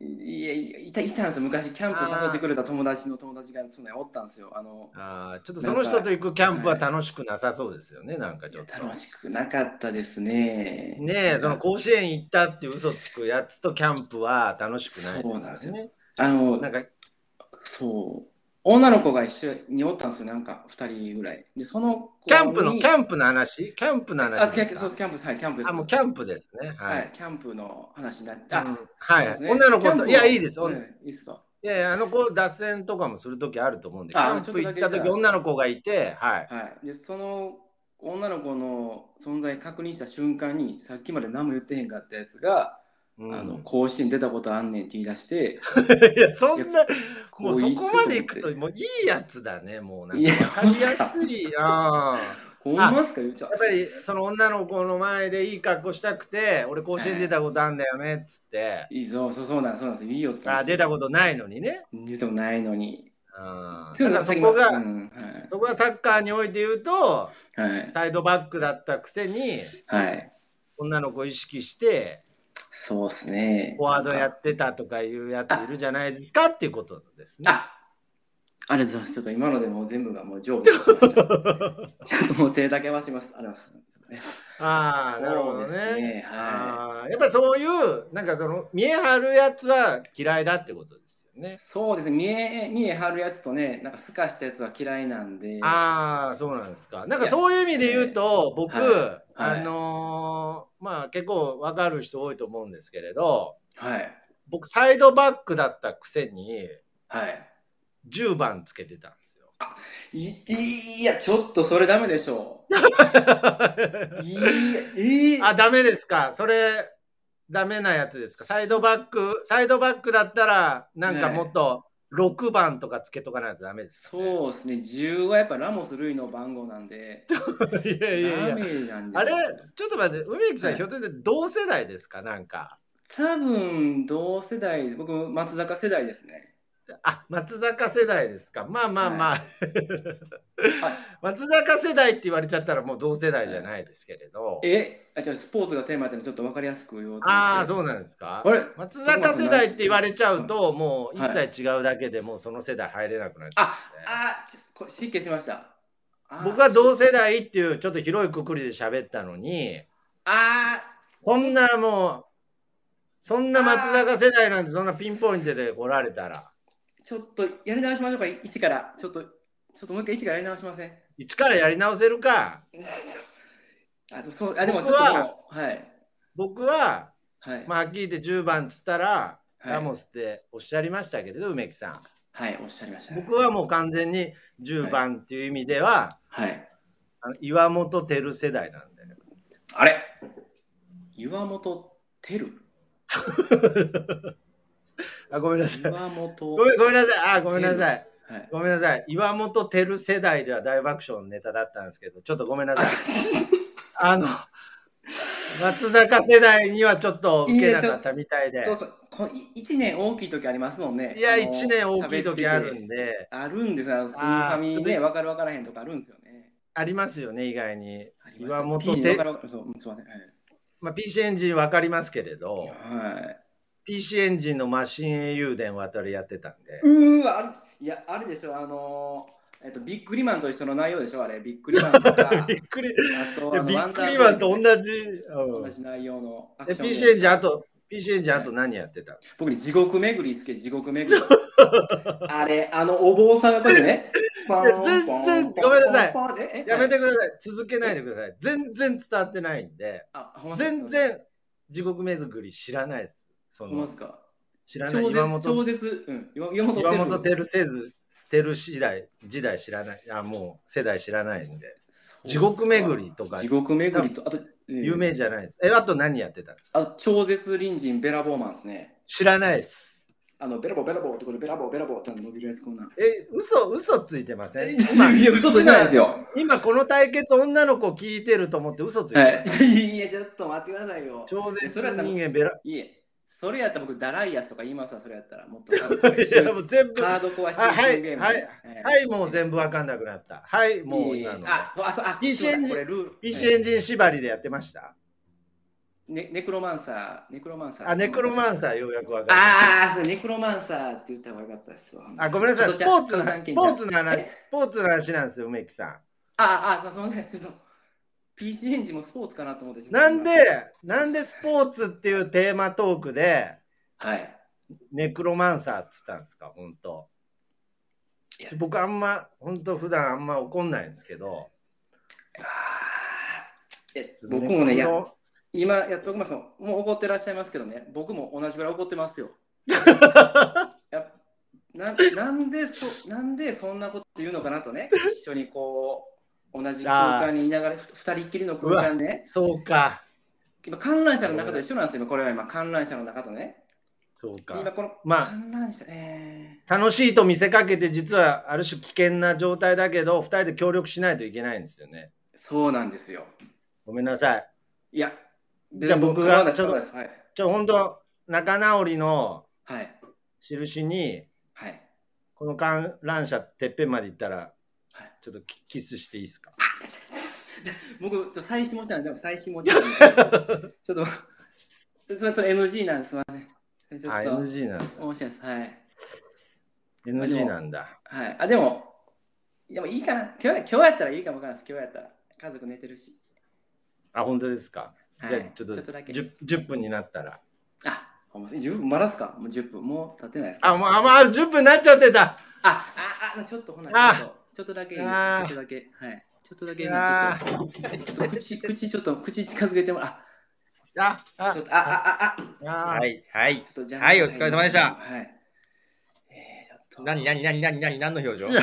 Speaker 9: いやいやいたいたんですよ昔キャンプ誘ってくれた友達の友達がそんなにおったんですよあの
Speaker 1: あーちょっとその人と行くキャンプは楽しくなさそうですよねなんか
Speaker 9: い
Speaker 1: ちょ
Speaker 9: や
Speaker 1: っと。
Speaker 9: 楽しくなかったですね
Speaker 1: ねえ、その甲子園行ったって嘘つくやつとキャンプは楽しくない
Speaker 9: そうなんです
Speaker 1: ね。
Speaker 9: あの
Speaker 1: なんか、
Speaker 9: そう女の子が一緒におったんですよなんか二人ぐらいでその子に
Speaker 1: キャンプの、キャンプの話キャンプの
Speaker 9: あ
Speaker 1: 話
Speaker 9: キャン
Speaker 1: で
Speaker 9: プ
Speaker 1: す
Speaker 9: そう
Speaker 1: か
Speaker 9: ですキャンプですはいキャンプです
Speaker 1: あ、もうキャンプですね。
Speaker 9: は、
Speaker 1: はいい。
Speaker 9: キャンプの話になって、
Speaker 1: うん
Speaker 9: あ
Speaker 1: はい
Speaker 9: そうですね
Speaker 1: 女の子
Speaker 9: キャンプ
Speaker 1: と、
Speaker 9: を
Speaker 1: いや、いいです。
Speaker 9: うんいいですか
Speaker 1: いやいや、あの子、脱線とかもするときあると思うんで、キャ
Speaker 9: あ
Speaker 1: ンプ行った
Speaker 9: ちょっとだ
Speaker 1: と
Speaker 9: け
Speaker 1: き、女の子がいて、はい。
Speaker 9: はいでその女の子の存在確認した瞬間にさっきまで何も言ってへんかったやつが、
Speaker 1: うん
Speaker 9: あの甲子園出たことあんねんって言い出して
Speaker 1: いや、そんな、 もう
Speaker 9: こ
Speaker 1: そう
Speaker 9: い
Speaker 1: こまで行
Speaker 9: つ
Speaker 1: く
Speaker 9: 思
Speaker 1: と、
Speaker 9: って
Speaker 1: もういいやつだね、もうなん
Speaker 9: い
Speaker 1: か。
Speaker 9: や
Speaker 1: わかりやすい。あー
Speaker 9: ほんまっすか言っちゃう
Speaker 1: やっぱりその女の子の前でいい格好したくて、俺甲子園出たことあんだよねっつって、
Speaker 9: いいぞそうそうなんそうなんですよいいよって
Speaker 1: あ出たことないのにね。
Speaker 9: 出てもないのに
Speaker 1: うん、
Speaker 9: そ
Speaker 1: だからそこが、
Speaker 9: うん、
Speaker 1: そこがサッカーにおいて言うと、
Speaker 9: はいはい
Speaker 1: サイドバックだったくせに、
Speaker 9: はい
Speaker 1: 女の子を意識して、
Speaker 9: そうですね
Speaker 1: フォワードやってたとかいうやついるじゃないですかっていうことですね。
Speaker 9: あありがとうございますちょっと今のでもう全部がもう上部しま したちょっともう手だけはしますありがとうございます
Speaker 1: あ
Speaker 9: そ
Speaker 1: あ、なるほ
Speaker 9: う
Speaker 1: ど
Speaker 9: です
Speaker 1: ね。
Speaker 9: ねは
Speaker 1: あーやっぱりそういう、なんかその、見え張るやつは嫌いだってことですよね
Speaker 9: い。そうですね見え見え張るやつとねなんかすかしたやつは嫌いなんであ
Speaker 1: ああ、そうなんですか。なんかそういう意味で言うと、僕、
Speaker 9: はは
Speaker 1: あ
Speaker 9: い
Speaker 1: のーまあ結構わかる人多いと思うんですけれど、
Speaker 9: はい
Speaker 1: 僕、サイドバックだったくせに、
Speaker 9: はい
Speaker 1: 10番つけてたんですよ。
Speaker 9: いいいやちょっとそれダメでしょ ういいやえー
Speaker 1: あ、ダメですか。それ、ダメなやつですか。サイドバック、サイドバックだったら、なんかもっと6番とかつけとかないとダメですかね、
Speaker 9: そうですね、10はやっぱラモス・ルイの番号なんで、
Speaker 1: いやいやい
Speaker 9: ダ
Speaker 1: や。
Speaker 9: メなんじゃ
Speaker 1: あ
Speaker 9: な
Speaker 1: れ
Speaker 9: いですか、
Speaker 1: ちょっと待って、梅木さん、
Speaker 9: はい
Speaker 1: ひょっとして同世代ですかなんか。
Speaker 9: 多分同世代、僕、松坂世代ですね。
Speaker 1: あ、松坂世代ですか。まあまあまあ。 松坂世代って言われちゃったらもう同世代じゃないですけれど。
Speaker 9: え、あじゃあスポーツがテーマやったのでちょっと分かりやすく言おうと思って。
Speaker 1: ああ、そうなんですか
Speaker 9: あ。れ
Speaker 1: 松坂世代って言われちゃうと、もう一切違うだけでもうその世代入れなくなっちゃう
Speaker 9: ああちょこれ失敬しました。あー
Speaker 1: 僕は同世代っていうちょっと広いくくりで喋ったのに、
Speaker 9: あ
Speaker 1: そんなもう、そんな松坂世代なんてそんなピンポイントで来られたら、
Speaker 9: ーちょっとやり直しましょうか、1から。ちょっと、ちょっともう一回1からやり直しません。
Speaker 1: 一からやり直せるか。
Speaker 9: あでもそうあでもちょっともう、はい。
Speaker 1: 僕は、
Speaker 9: はい、
Speaker 1: まあ、はっきり言って10番っつったら、
Speaker 9: はい
Speaker 1: ラモスっておっしゃりましたけれど、梅木さん。
Speaker 9: はい、おっしゃりました。
Speaker 1: 僕はもう完全に10番っていう意味では、
Speaker 9: はい。
Speaker 1: あの岩本照世代なんだよ。
Speaker 9: あれ岩本照
Speaker 1: あ、ごめんなさい。
Speaker 9: 岩 本。
Speaker 1: ごめんごめんなさい。あ、ごめんなさい。
Speaker 9: はい、
Speaker 1: ごめんなさい。岩本照世代では大爆笑のネタだったんですけど、ちょっとごめんな
Speaker 9: あ
Speaker 1: さい。あの、松坂世代にはちょっと受けなかったみたいで。
Speaker 9: そうそうこ1年大きい時ありますもんね。
Speaker 1: いや、
Speaker 9: あの
Speaker 1: 1年大きい時あるん。
Speaker 9: 喋ってて
Speaker 1: で、
Speaker 9: あるんですよ。あのスーファミ
Speaker 1: ちょ
Speaker 9: ね、
Speaker 1: っと
Speaker 9: 分かる分からへんとかあるんですよね。
Speaker 1: ありますよね、意外に。
Speaker 9: あります
Speaker 1: 岩
Speaker 9: よ
Speaker 1: 本
Speaker 9: P に分
Speaker 1: て
Speaker 9: か、る分かるそううんすいませんはい
Speaker 1: まあ、PC エンジンわかりますけれど、
Speaker 9: はい。
Speaker 1: PC エンジンのマシン英雄伝渡りやってたんで。、
Speaker 9: うーわ、あれいや、あれでしょ、あのー、えっと、ビックリマンと一緒の内容でしょ、あれ、ビックリマンとか
Speaker 1: びっくり、い
Speaker 9: あと、
Speaker 1: や
Speaker 9: あの
Speaker 1: びっくり
Speaker 9: ワ
Speaker 1: マ
Speaker 9: ン
Speaker 1: ン
Speaker 9: ダー
Speaker 1: と
Speaker 9: ブレイク
Speaker 1: 同じ。うん
Speaker 9: 同じ内容のア
Speaker 1: え
Speaker 9: クションゲーム
Speaker 1: PC エンジン、あと、PC エンジン、あと何やってた
Speaker 9: 僕に地獄巡り好き、地獄巡 り。あれ、あのお坊さんの時ね。
Speaker 1: いや全然ごめんなさい
Speaker 9: い
Speaker 1: やめてください。続けないでください。全然伝わってないんで、全。然地獄目作り知らないです。そ
Speaker 9: ほんま
Speaker 1: の
Speaker 9: ですか。
Speaker 1: 知らない
Speaker 9: 超
Speaker 1: 岩
Speaker 9: 絶、
Speaker 1: 本
Speaker 9: 超絶、うん、岩岩本
Speaker 1: 岩本
Speaker 9: 照
Speaker 1: 照せず、照時代、時代知らない。あ、もう世代知らないんで。
Speaker 9: そう
Speaker 1: 地獄巡りとか
Speaker 9: 地獄巡りと、あと、うん
Speaker 1: 有名じゃないです。え、あと何やってたんですか
Speaker 9: あと超絶隣人ベラボーマンですね。
Speaker 1: 知らないです。
Speaker 9: あの、ベラボーベラボーってこれベラボーベラボーって伸びるやつこんなん。
Speaker 1: え、嘘、嘘ついてません
Speaker 9: いや、嘘ついてないですよ。
Speaker 1: 今この対決、女の子聞いてると思って嘘ついてない。
Speaker 9: いや、ちょっと待ってくださいよ。
Speaker 1: 超絶
Speaker 9: それは多分
Speaker 1: 人間ベラ。
Speaker 9: いえ、それやったら僕、ダライアスとか言いますわ、それやったら。もっ と
Speaker 1: いや、もう全部。
Speaker 9: カ
Speaker 1: は
Speaker 9: ード壊してゲーム、
Speaker 1: あはいい、もう全部わかんなくなった。はい、
Speaker 9: 部
Speaker 1: もう今の。
Speaker 9: あ、あ、そう、あ、
Speaker 1: PC
Speaker 9: そうだ
Speaker 1: エンジン
Speaker 9: これルール。
Speaker 1: PC エンジン縛りでやってました。
Speaker 9: ねネクロマンサー、ネクロマンサー。
Speaker 1: あ、ネクロマンサーようやくわかった。
Speaker 9: あーそうネクロマンサーって言った方がよかったですわ。
Speaker 1: あ、ごめんなさい。ス
Speaker 9: ち
Speaker 1: ポ
Speaker 9: ょ
Speaker 1: ー
Speaker 9: っ
Speaker 1: ツ
Speaker 9: と
Speaker 1: の
Speaker 9: じゃあ
Speaker 1: スポーツの話
Speaker 9: え、
Speaker 1: スポーツの話なんですよ、梅木さ
Speaker 9: あ、あ、すいません。ちょっと PC エンジンもスポーツかなと思ってし
Speaker 1: ん。
Speaker 9: まっ
Speaker 1: な
Speaker 9: た
Speaker 1: んで、なんでスポーツっていうテーマトークで、
Speaker 9: はい。
Speaker 1: ネクロマンサーっつったんですか、本当
Speaker 9: いや
Speaker 1: 僕あんま、本当普段あんま怒んないんですけど。
Speaker 9: あーえ僕もね、
Speaker 1: ネク
Speaker 9: や
Speaker 1: ロ
Speaker 9: 今やっときますもう怒ってらっしゃいますけどね、僕も同じぐらい怒ってますよ。やななんでそなんでそんなこと言うのかなとね、一緒にこう、同じ空間にいながら、ふ二人っきりの空間ね、
Speaker 1: そうか。
Speaker 9: 今観覧車の中と一緒なんですよ、これは今、観覧車の中とね。
Speaker 1: そうか。
Speaker 9: 今この、
Speaker 1: まあ
Speaker 9: 観覧車ね。
Speaker 1: 楽しいと見せかけて実はある種危険な状態だけど2人で協力しないといけないんですよね。
Speaker 9: そうなんですよ。
Speaker 1: ごめんなさい。
Speaker 9: いや、
Speaker 1: じゃあ僕が
Speaker 9: ちょっと。はい。
Speaker 1: ちょ本当仲直りの
Speaker 9: はい。
Speaker 1: 印に
Speaker 9: はい。
Speaker 1: この観覧車てっぺんまで行ったら
Speaker 9: はい
Speaker 1: ちょっとキキスしていいですか
Speaker 9: 僕、ちょっと再始もしたんで、で も再始もしたんで、ちょっと、ちょっと NG なんです、すみません。ちょ
Speaker 1: あ
Speaker 9: っと、面
Speaker 1: NG なんだ。
Speaker 9: 白いです。はい。
Speaker 1: NG なんだ。
Speaker 9: はい。あ、でも、でもいいかな。今日今日やったらいいかもわからないです。今日やったら。家族寝てるし。
Speaker 1: あ本当ですか。
Speaker 9: はい。
Speaker 1: じゃあちょっと
Speaker 9: ちょっとだけ。
Speaker 1: 10, 10分になったら。
Speaker 9: あ、ほんまです10分、まだっすかもう10分。もう経ってないですか
Speaker 1: あもうあもうあ10分になっちゃってた。
Speaker 9: あ、あ、あ、ちょっとほな、
Speaker 1: あ
Speaker 9: ちょっとちょっとだけいいです
Speaker 1: あー
Speaker 9: かちょっとだけ。はい。ちょっとだけ、
Speaker 1: あ
Speaker 9: ちょっと、ちょっと口、口、ちょっと、口近づけてもら
Speaker 1: あ
Speaker 9: あ、
Speaker 1: あ
Speaker 9: ちょっと、あ、あ、あ、あ、
Speaker 1: あ
Speaker 2: はい、はい。
Speaker 9: ちょっとじゃ
Speaker 2: はいお疲れ様でした
Speaker 9: はい。えー、ちょっと。
Speaker 2: 何、何、何、何、何、何の表情
Speaker 1: いや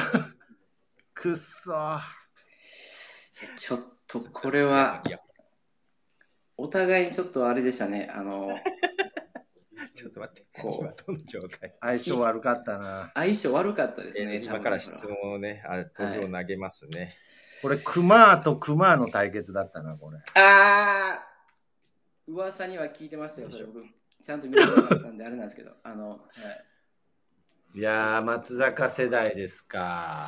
Speaker 1: くっそー。
Speaker 9: えちょっとこれはい
Speaker 2: や、
Speaker 9: お互いにちょっとあれでしたね。あの
Speaker 2: ちょっと待って。
Speaker 9: こう
Speaker 2: 今どの状態
Speaker 1: 相性悪かったな。
Speaker 9: 相性悪かったです
Speaker 2: え
Speaker 9: ね。
Speaker 2: ー
Speaker 9: 多分
Speaker 2: 今から質問をね、あ投票投げますね。
Speaker 1: これクマとクマの対決だったなこれ。
Speaker 9: あー噂には聞いてましたよ。それ僕ちゃんと見てなかったんであれなんですけど、あの、はい、
Speaker 1: いやー、松坂世代ですか。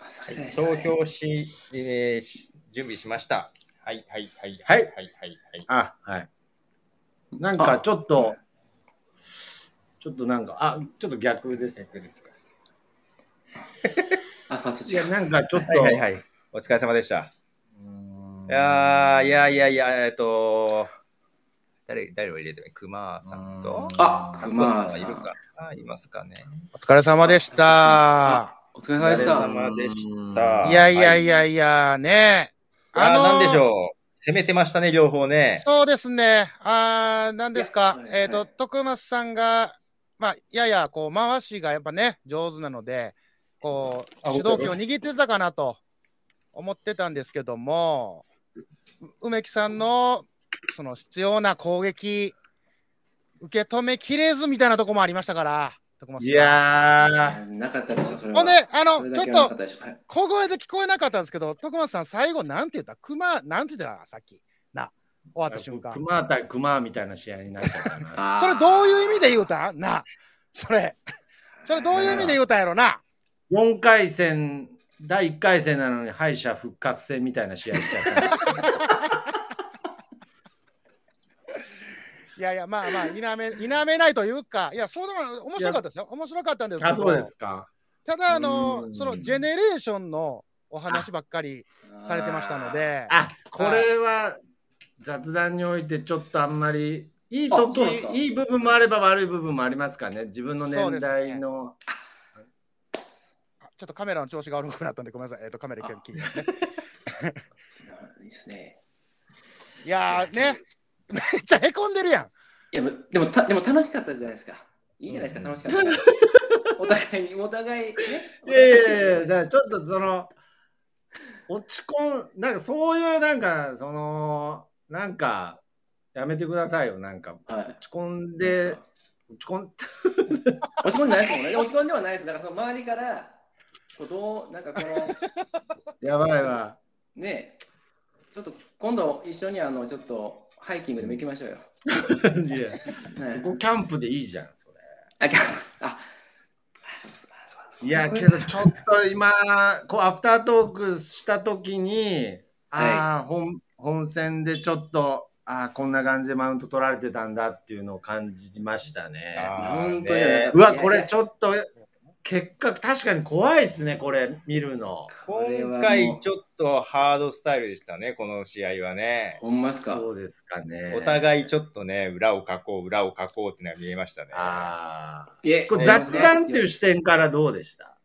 Speaker 9: まさか
Speaker 2: はい
Speaker 9: でしたね
Speaker 2: 投票し、えーし準備しました。はい、はい、はい、
Speaker 1: はい
Speaker 2: はい、はい。
Speaker 1: あ、はい。なんかちょっと、ちょっとなんか、あ、ちょっと逆です。
Speaker 2: 逆ですか。
Speaker 9: あ、さと
Speaker 1: い
Speaker 9: ち
Speaker 1: や、なんかちょっと、
Speaker 2: はい、はい、はい。お疲れ様でした。
Speaker 1: うーん
Speaker 2: いやーいやいやいや、えっと、誰、誰を入れてもいい熊さんと。
Speaker 9: あ
Speaker 2: 熊
Speaker 9: まあ
Speaker 2: さんいるかあいますかね。
Speaker 3: お疲れ様でした。
Speaker 9: お疲れ様で
Speaker 2: お疲れ
Speaker 9: した。
Speaker 2: 様でした。
Speaker 3: いやいやい
Speaker 2: は
Speaker 3: やいや、ね
Speaker 2: い。あ
Speaker 3: のー
Speaker 2: なんでしょう。攻めてましたね、両方ね。
Speaker 3: そうですね。あー何ですか
Speaker 9: い。やはい
Speaker 3: えっ、と、
Speaker 9: はい
Speaker 3: 徳松さんが、まあ、やや、こう、回しがやっぱね、上手なので、こう、
Speaker 2: あ
Speaker 3: 主導権を握ってたかなと思ってたんですけども、う梅木さんの、その必要な攻撃、受け止めきれずみたいなとこもありましたから、徳松さん。
Speaker 1: いや
Speaker 9: なかったでしょ、それ
Speaker 3: ほんで
Speaker 9: は。、
Speaker 3: あ
Speaker 9: そ
Speaker 3: の、
Speaker 9: れ
Speaker 3: ち
Speaker 9: だ
Speaker 3: ょ
Speaker 9: け
Speaker 3: っと
Speaker 9: はなかったでしょはい
Speaker 3: 小声で聞こえなかったんですけど、徳松さん、最後、なんて言った熊、なんて言ったさっき。な、終わった瞬間。
Speaker 1: 熊対熊みたいな試合になったか な。
Speaker 3: それどういう意味で言うたんなあそれ。それどういう意味で言うたんやろな。
Speaker 1: 4回戦、第1回戦なのに敗者復活戦みたいな試合しちゃった。
Speaker 3: いやいや、まあまあ、否 め、否めないというか、いや、そうでも面白かったですよ。面白かったんですけ
Speaker 1: あ、
Speaker 3: ど。
Speaker 1: そうですか。
Speaker 3: ただ、あの
Speaker 1: う、ん
Speaker 3: そのジェネレーションのお話ばっかりされてましたので。
Speaker 1: あ、これは雑談においてちょっとあんまり、いい
Speaker 9: あ
Speaker 1: 時
Speaker 9: そうですか
Speaker 1: いい部分もあれば悪い部分もありますかね。自分の年代の。
Speaker 3: ちょっとカメラの調子が悪くなったんで、ごめんなさい。えっ、と、カメラ一回切りますね。
Speaker 9: いいですね。
Speaker 3: いやー、ね。めっちゃへこんでるやん。
Speaker 9: いや、でも、たでも楽しかったじゃないですか。いいじゃないですか、楽しかったから。お互いに、お互いね。
Speaker 1: いやいやいや、だからちょっとその、落ち込ん、なんかそういうなんか、その、なんか、やめてくださいよ、なんか。
Speaker 9: はい。
Speaker 1: 落ち込んで、落ち込ん、
Speaker 9: 落ち込んでないですもんね。落ち込んではないです。だからその周りから、こうどう、なんかこの、
Speaker 1: やばいわ。
Speaker 9: ねえ、ちょっと今度一緒にあの、ちょっとハイキングでも行きましょうよ。
Speaker 1: いや、
Speaker 9: ね
Speaker 1: そこキャンプでいいじゃん、そ
Speaker 9: あ、あ、あ、そうそうあそうそう。
Speaker 1: れ。いや、
Speaker 9: これ
Speaker 1: けどちょっと今、こう、アフタートークしたときに、ああ、本、本戦でちょっと、ああ、こんな感じでマウント取られてたんだっていうのを感じましたね。
Speaker 9: マウント
Speaker 1: ね
Speaker 9: や
Speaker 1: うわ、これち
Speaker 9: ょ
Speaker 1: ょっと、結果、確かに怖いですね、これ、見るの。
Speaker 2: 今回ちょっとハードスタイルでしたね、この試合はね。
Speaker 9: ほんまっすか。
Speaker 1: そうですかね。
Speaker 2: お互い
Speaker 1: ょっ
Speaker 2: ちょっとね、裏を書こう、裏を書こうってのは見えましたね。
Speaker 1: ああ。
Speaker 9: いや
Speaker 1: これ雑談っていう視点からどうでした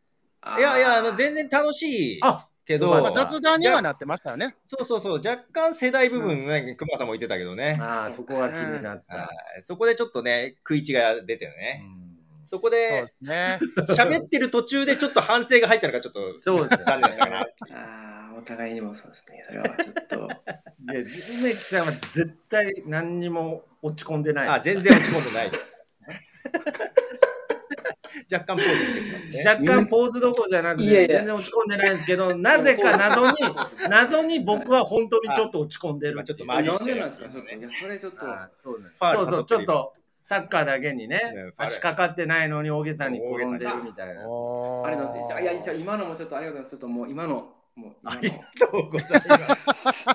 Speaker 2: いやいや、あの全然楽しい
Speaker 1: あ
Speaker 2: け
Speaker 1: よ
Speaker 3: ま
Speaker 1: か
Speaker 3: あ、
Speaker 1: っ
Speaker 2: ど、
Speaker 1: た
Speaker 3: 雑談にはなってましたよね。
Speaker 2: そうそうそう、若干世代部分、ね、熊さんも言ってたけどね、
Speaker 1: ああ、そこが気になった。
Speaker 2: そこでちょっとね、食い違いが出てね、
Speaker 1: うん
Speaker 2: そこ
Speaker 3: そう
Speaker 2: で
Speaker 3: ですね。
Speaker 2: 喋ってる途中でちょっと反省が入ったのがちょっと
Speaker 1: そうです
Speaker 2: 残念だったかな。
Speaker 9: ああ、お互いにもそうですね。それはちょっ と。
Speaker 1: ね。いや、梅木さんは絶対何にも落ち込んでない。
Speaker 2: あ、全然落ち込んでない。 若干ポーズ出てきますね。
Speaker 1: 若干ポーズどころじゃなくて、
Speaker 9: いやいや
Speaker 1: 全然落ち込んでないんですけど、なぜか謎 に、謎に僕は本当にちょっと落ち込んでる
Speaker 2: 今
Speaker 1: って
Speaker 2: ちょっ
Speaker 1: い
Speaker 2: と
Speaker 1: う。
Speaker 9: あ、
Speaker 2: 周り
Speaker 9: な
Speaker 2: に
Speaker 9: んでなんですか、ちょっと。い
Speaker 2: ね
Speaker 9: や、それちょっと。
Speaker 1: あそうなんです
Speaker 2: ファウル
Speaker 1: そうそう、ちょって
Speaker 2: 誘っる
Speaker 1: とサッカーだけにね
Speaker 2: ね、ファウル
Speaker 1: 足かかってないのに大げさに転んでるみたいな。
Speaker 3: おー
Speaker 9: あれだ、じゃあいや、じゃあ今のもちょっとありがとうございます。ちょっともう今の、も う今
Speaker 2: あ
Speaker 9: の。い
Speaker 2: りがとうございます。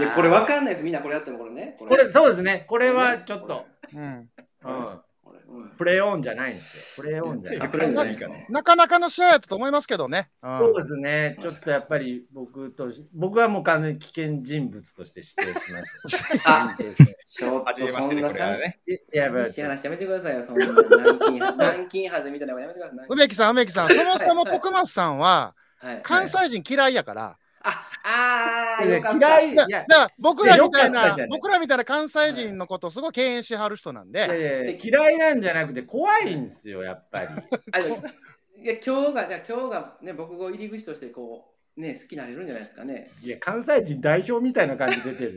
Speaker 9: や、これわかんないです。みんなこれやってもこれね。こ
Speaker 1: これ、そうですね、これはちょっと、
Speaker 3: うん
Speaker 1: うん、
Speaker 9: これうん
Speaker 1: プレーオンじゃないんですよ。プレーオンじゃない
Speaker 9: あ、。これじゃないですね。
Speaker 3: なかなかの試合だったと思いますけどね。うん
Speaker 1: そうですね、ちょっとやっぱり僕とし、僕はもう完全に危険人物として指定しました。
Speaker 9: あ
Speaker 1: 認定しまし
Speaker 9: ちょっ
Speaker 2: 初
Speaker 9: と
Speaker 2: めまし
Speaker 9: そ
Speaker 2: て
Speaker 9: ん
Speaker 2: ね、
Speaker 9: な
Speaker 2: これは
Speaker 9: さ。
Speaker 2: ね。
Speaker 1: たやばい
Speaker 9: 寂しい話やめてくださいよ、そんな南京南京ハゼみたいなのやめてください。
Speaker 3: 梅木さん、梅木さん、そもそも
Speaker 9: はいはい
Speaker 3: 徳松さん は
Speaker 9: はい、
Speaker 3: 関西人嫌いやから、
Speaker 9: あ、あー、よかっ
Speaker 1: 嫌
Speaker 9: た。
Speaker 1: い、い
Speaker 3: だ
Speaker 1: や、い
Speaker 3: だ
Speaker 1: や
Speaker 3: から僕らみたい
Speaker 1: いやよか
Speaker 3: な
Speaker 1: ったじゃない
Speaker 3: 僕らみたいな関西人のことをすごい敬遠しはる人なんで、
Speaker 1: いやいや嫌いなんじゃなくて、怖いんですよ、やっぱり。
Speaker 9: あでもいや今日が、じゃあ今日がね、僕を入り口としてこう、ね、好きになれるんじゃないですかね。
Speaker 1: いや、関西人代表みたいな感じ出て る。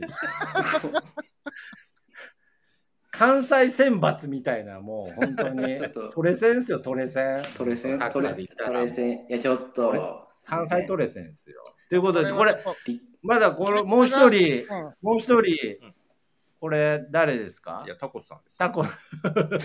Speaker 1: 関西選抜みたいな、もう本当に
Speaker 9: ちょっと。
Speaker 1: トレセンですよ、トレセン。
Speaker 9: トレセン
Speaker 1: サッ、カ
Speaker 9: ト
Speaker 1: ーで
Speaker 9: レ
Speaker 1: 言った
Speaker 9: ト
Speaker 1: ら
Speaker 9: レセン。いや、ちょっ
Speaker 1: トレ
Speaker 9: と。
Speaker 1: 関西ト
Speaker 9: レ
Speaker 1: レセンですよ。ということで、これ、
Speaker 9: リ
Speaker 1: まだこの、もう一人、
Speaker 3: うん
Speaker 1: もう一人、これ、誰ですか
Speaker 2: いや、タコさんです。
Speaker 1: タコ。
Speaker 9: タコタコ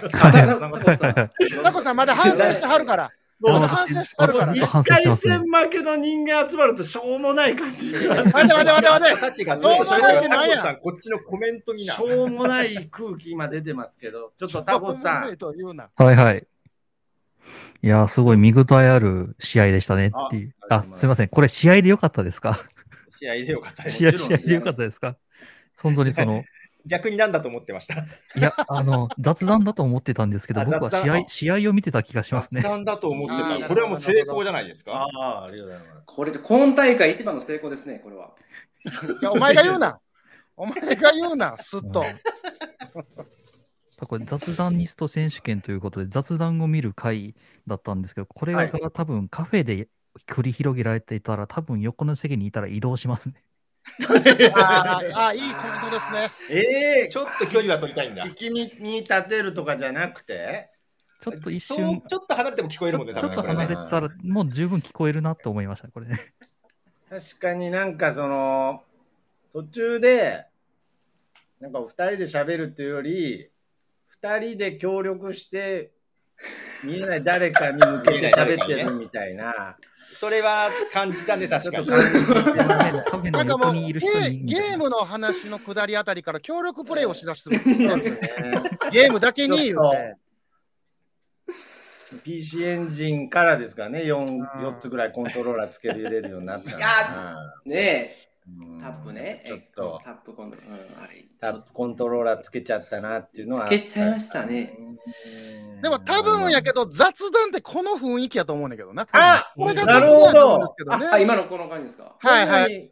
Speaker 9: さん。
Speaker 3: タコさんまだ反省してはるから、
Speaker 1: もう
Speaker 3: まだ反省してはるから、待
Speaker 7: ちょっと
Speaker 1: 1
Speaker 7: 反省して
Speaker 1: 回
Speaker 7: ますね
Speaker 1: 戦負けの人間集まるとしょうもない感じが
Speaker 3: て待て待て待て、
Speaker 2: たちがね、
Speaker 3: どうも
Speaker 2: それ
Speaker 3: ないっ
Speaker 2: は
Speaker 3: て
Speaker 2: タ
Speaker 3: なんや
Speaker 2: コさん、こっちのコメントにな
Speaker 1: し。ょうもない空気今出てますけど、ちょっとタコさん、
Speaker 3: と言うな
Speaker 7: はいはい。いやー、すごい見応えある試合でしたねっていう。
Speaker 1: ああり
Speaker 7: あ
Speaker 1: がとうございます
Speaker 7: すいません。これ試合でよかったですか
Speaker 2: 試合でよかったで
Speaker 7: 試合
Speaker 2: す。
Speaker 9: ろん
Speaker 7: 試合でよかったですか本当にその、
Speaker 2: 逆になんだと思ってました。
Speaker 7: いや、あの、雑談だと思ってたんですけど、
Speaker 2: あ
Speaker 7: 僕は
Speaker 2: 雑談
Speaker 7: 試合、試合を見てた気がします
Speaker 2: 雑
Speaker 7: ね。
Speaker 2: 談だと思
Speaker 3: あーな
Speaker 2: っ
Speaker 3: る
Speaker 2: て
Speaker 3: ほ
Speaker 2: た。
Speaker 3: ど
Speaker 2: これはもう成功じゃないですか。
Speaker 1: ああ、ありがとうございます。
Speaker 9: これで今大会一番の成功ですね、これは。
Speaker 3: いやお前が言うな。お前が言うな、すっと
Speaker 7: うん。さあ これ雑談ニスト選手権ということで、雑談を見る会だったんですけど、これ
Speaker 1: は
Speaker 7: が
Speaker 1: い
Speaker 7: 多分カフェで繰り広げられていたら、多分横の席にいたら移動しますね。
Speaker 3: あーあー、いいコメントですね。
Speaker 1: ええ
Speaker 2: ちょっと距離は取りたいんだ。
Speaker 1: ー、君に立てるとかじゃなくて、
Speaker 7: ちょっと一
Speaker 2: そう
Speaker 7: 瞬、
Speaker 2: ちょっと離れても聞こえ
Speaker 7: ち
Speaker 2: るも
Speaker 7: ょ
Speaker 2: んね、
Speaker 7: ちょっと
Speaker 2: 多分ね
Speaker 7: 離れてたら、もう十分聞こえるなと思いました、これね。
Speaker 1: 確かになんかその、途中で、なんかお二人で喋るというより、二人で協力して、見えない誰かに向けて喋ってるみたいな。
Speaker 2: それは感じたね、確かに。
Speaker 7: カフェ
Speaker 3: な
Speaker 7: の
Speaker 3: んか
Speaker 7: 横
Speaker 3: もう
Speaker 7: に
Speaker 3: ゲ
Speaker 7: いる人
Speaker 3: ー
Speaker 7: に。
Speaker 3: ゲームの話の下りあたりから協力プレイをしだする。ゲームだけに言うて。
Speaker 1: PC エンジンからですかね、4, 四つぐらいコントローラーつけ入れるようになったのかな。
Speaker 9: ね
Speaker 1: うん
Speaker 9: え、タップね。
Speaker 1: ちょっ
Speaker 9: え
Speaker 1: と
Speaker 9: タップ今度。うん、あれ。
Speaker 1: タップコントローラーつけちゃったなっていうのは。
Speaker 9: つけちゃいましたね。
Speaker 1: うん
Speaker 3: でも多分やけど、雑談ってこの雰囲気やと思うんだけどな。
Speaker 1: あ
Speaker 3: これが
Speaker 1: な
Speaker 3: 雑
Speaker 1: る
Speaker 3: 談
Speaker 1: ほ
Speaker 3: やと思うんで
Speaker 1: ど。
Speaker 3: すけどね。
Speaker 9: あ、今のこの感じですか。
Speaker 3: はいはい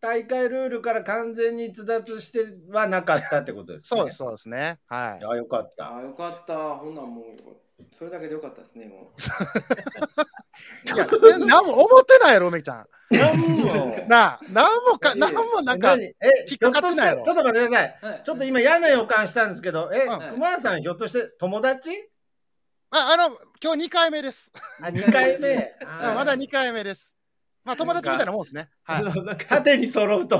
Speaker 1: 大会ルールから完全に逸脱してはなかったってことです、ね。
Speaker 3: そうです、そうですね。はい。
Speaker 1: あ、よか った。
Speaker 9: あ、よかった。ほんなんもうよかった、それだけでよかったですね、もう。
Speaker 3: いや、でなんも思ってないやろ、梅ちゃん。
Speaker 1: 何
Speaker 3: なあ、なんもか、
Speaker 9: いや
Speaker 3: ないん
Speaker 9: や
Speaker 3: もなんか
Speaker 1: 何、え、
Speaker 3: 引
Speaker 1: ひ
Speaker 3: っ
Speaker 1: ょ
Speaker 3: か
Speaker 1: っ
Speaker 3: かっ
Speaker 1: と
Speaker 3: て
Speaker 1: し
Speaker 3: ないや
Speaker 1: て、
Speaker 3: ろ
Speaker 1: ちょっと待ってください。
Speaker 9: はい
Speaker 1: ちょっと今嫌な予感したんですけど、え、
Speaker 3: うん
Speaker 1: 熊田さんひょっとして友達
Speaker 3: ああの、今日2回目です。
Speaker 1: あ、2回
Speaker 9: は
Speaker 1: 目。
Speaker 3: あまだ2回目です。まあ、友達みたいなもんですね。はい。
Speaker 1: 縦に揃 うと。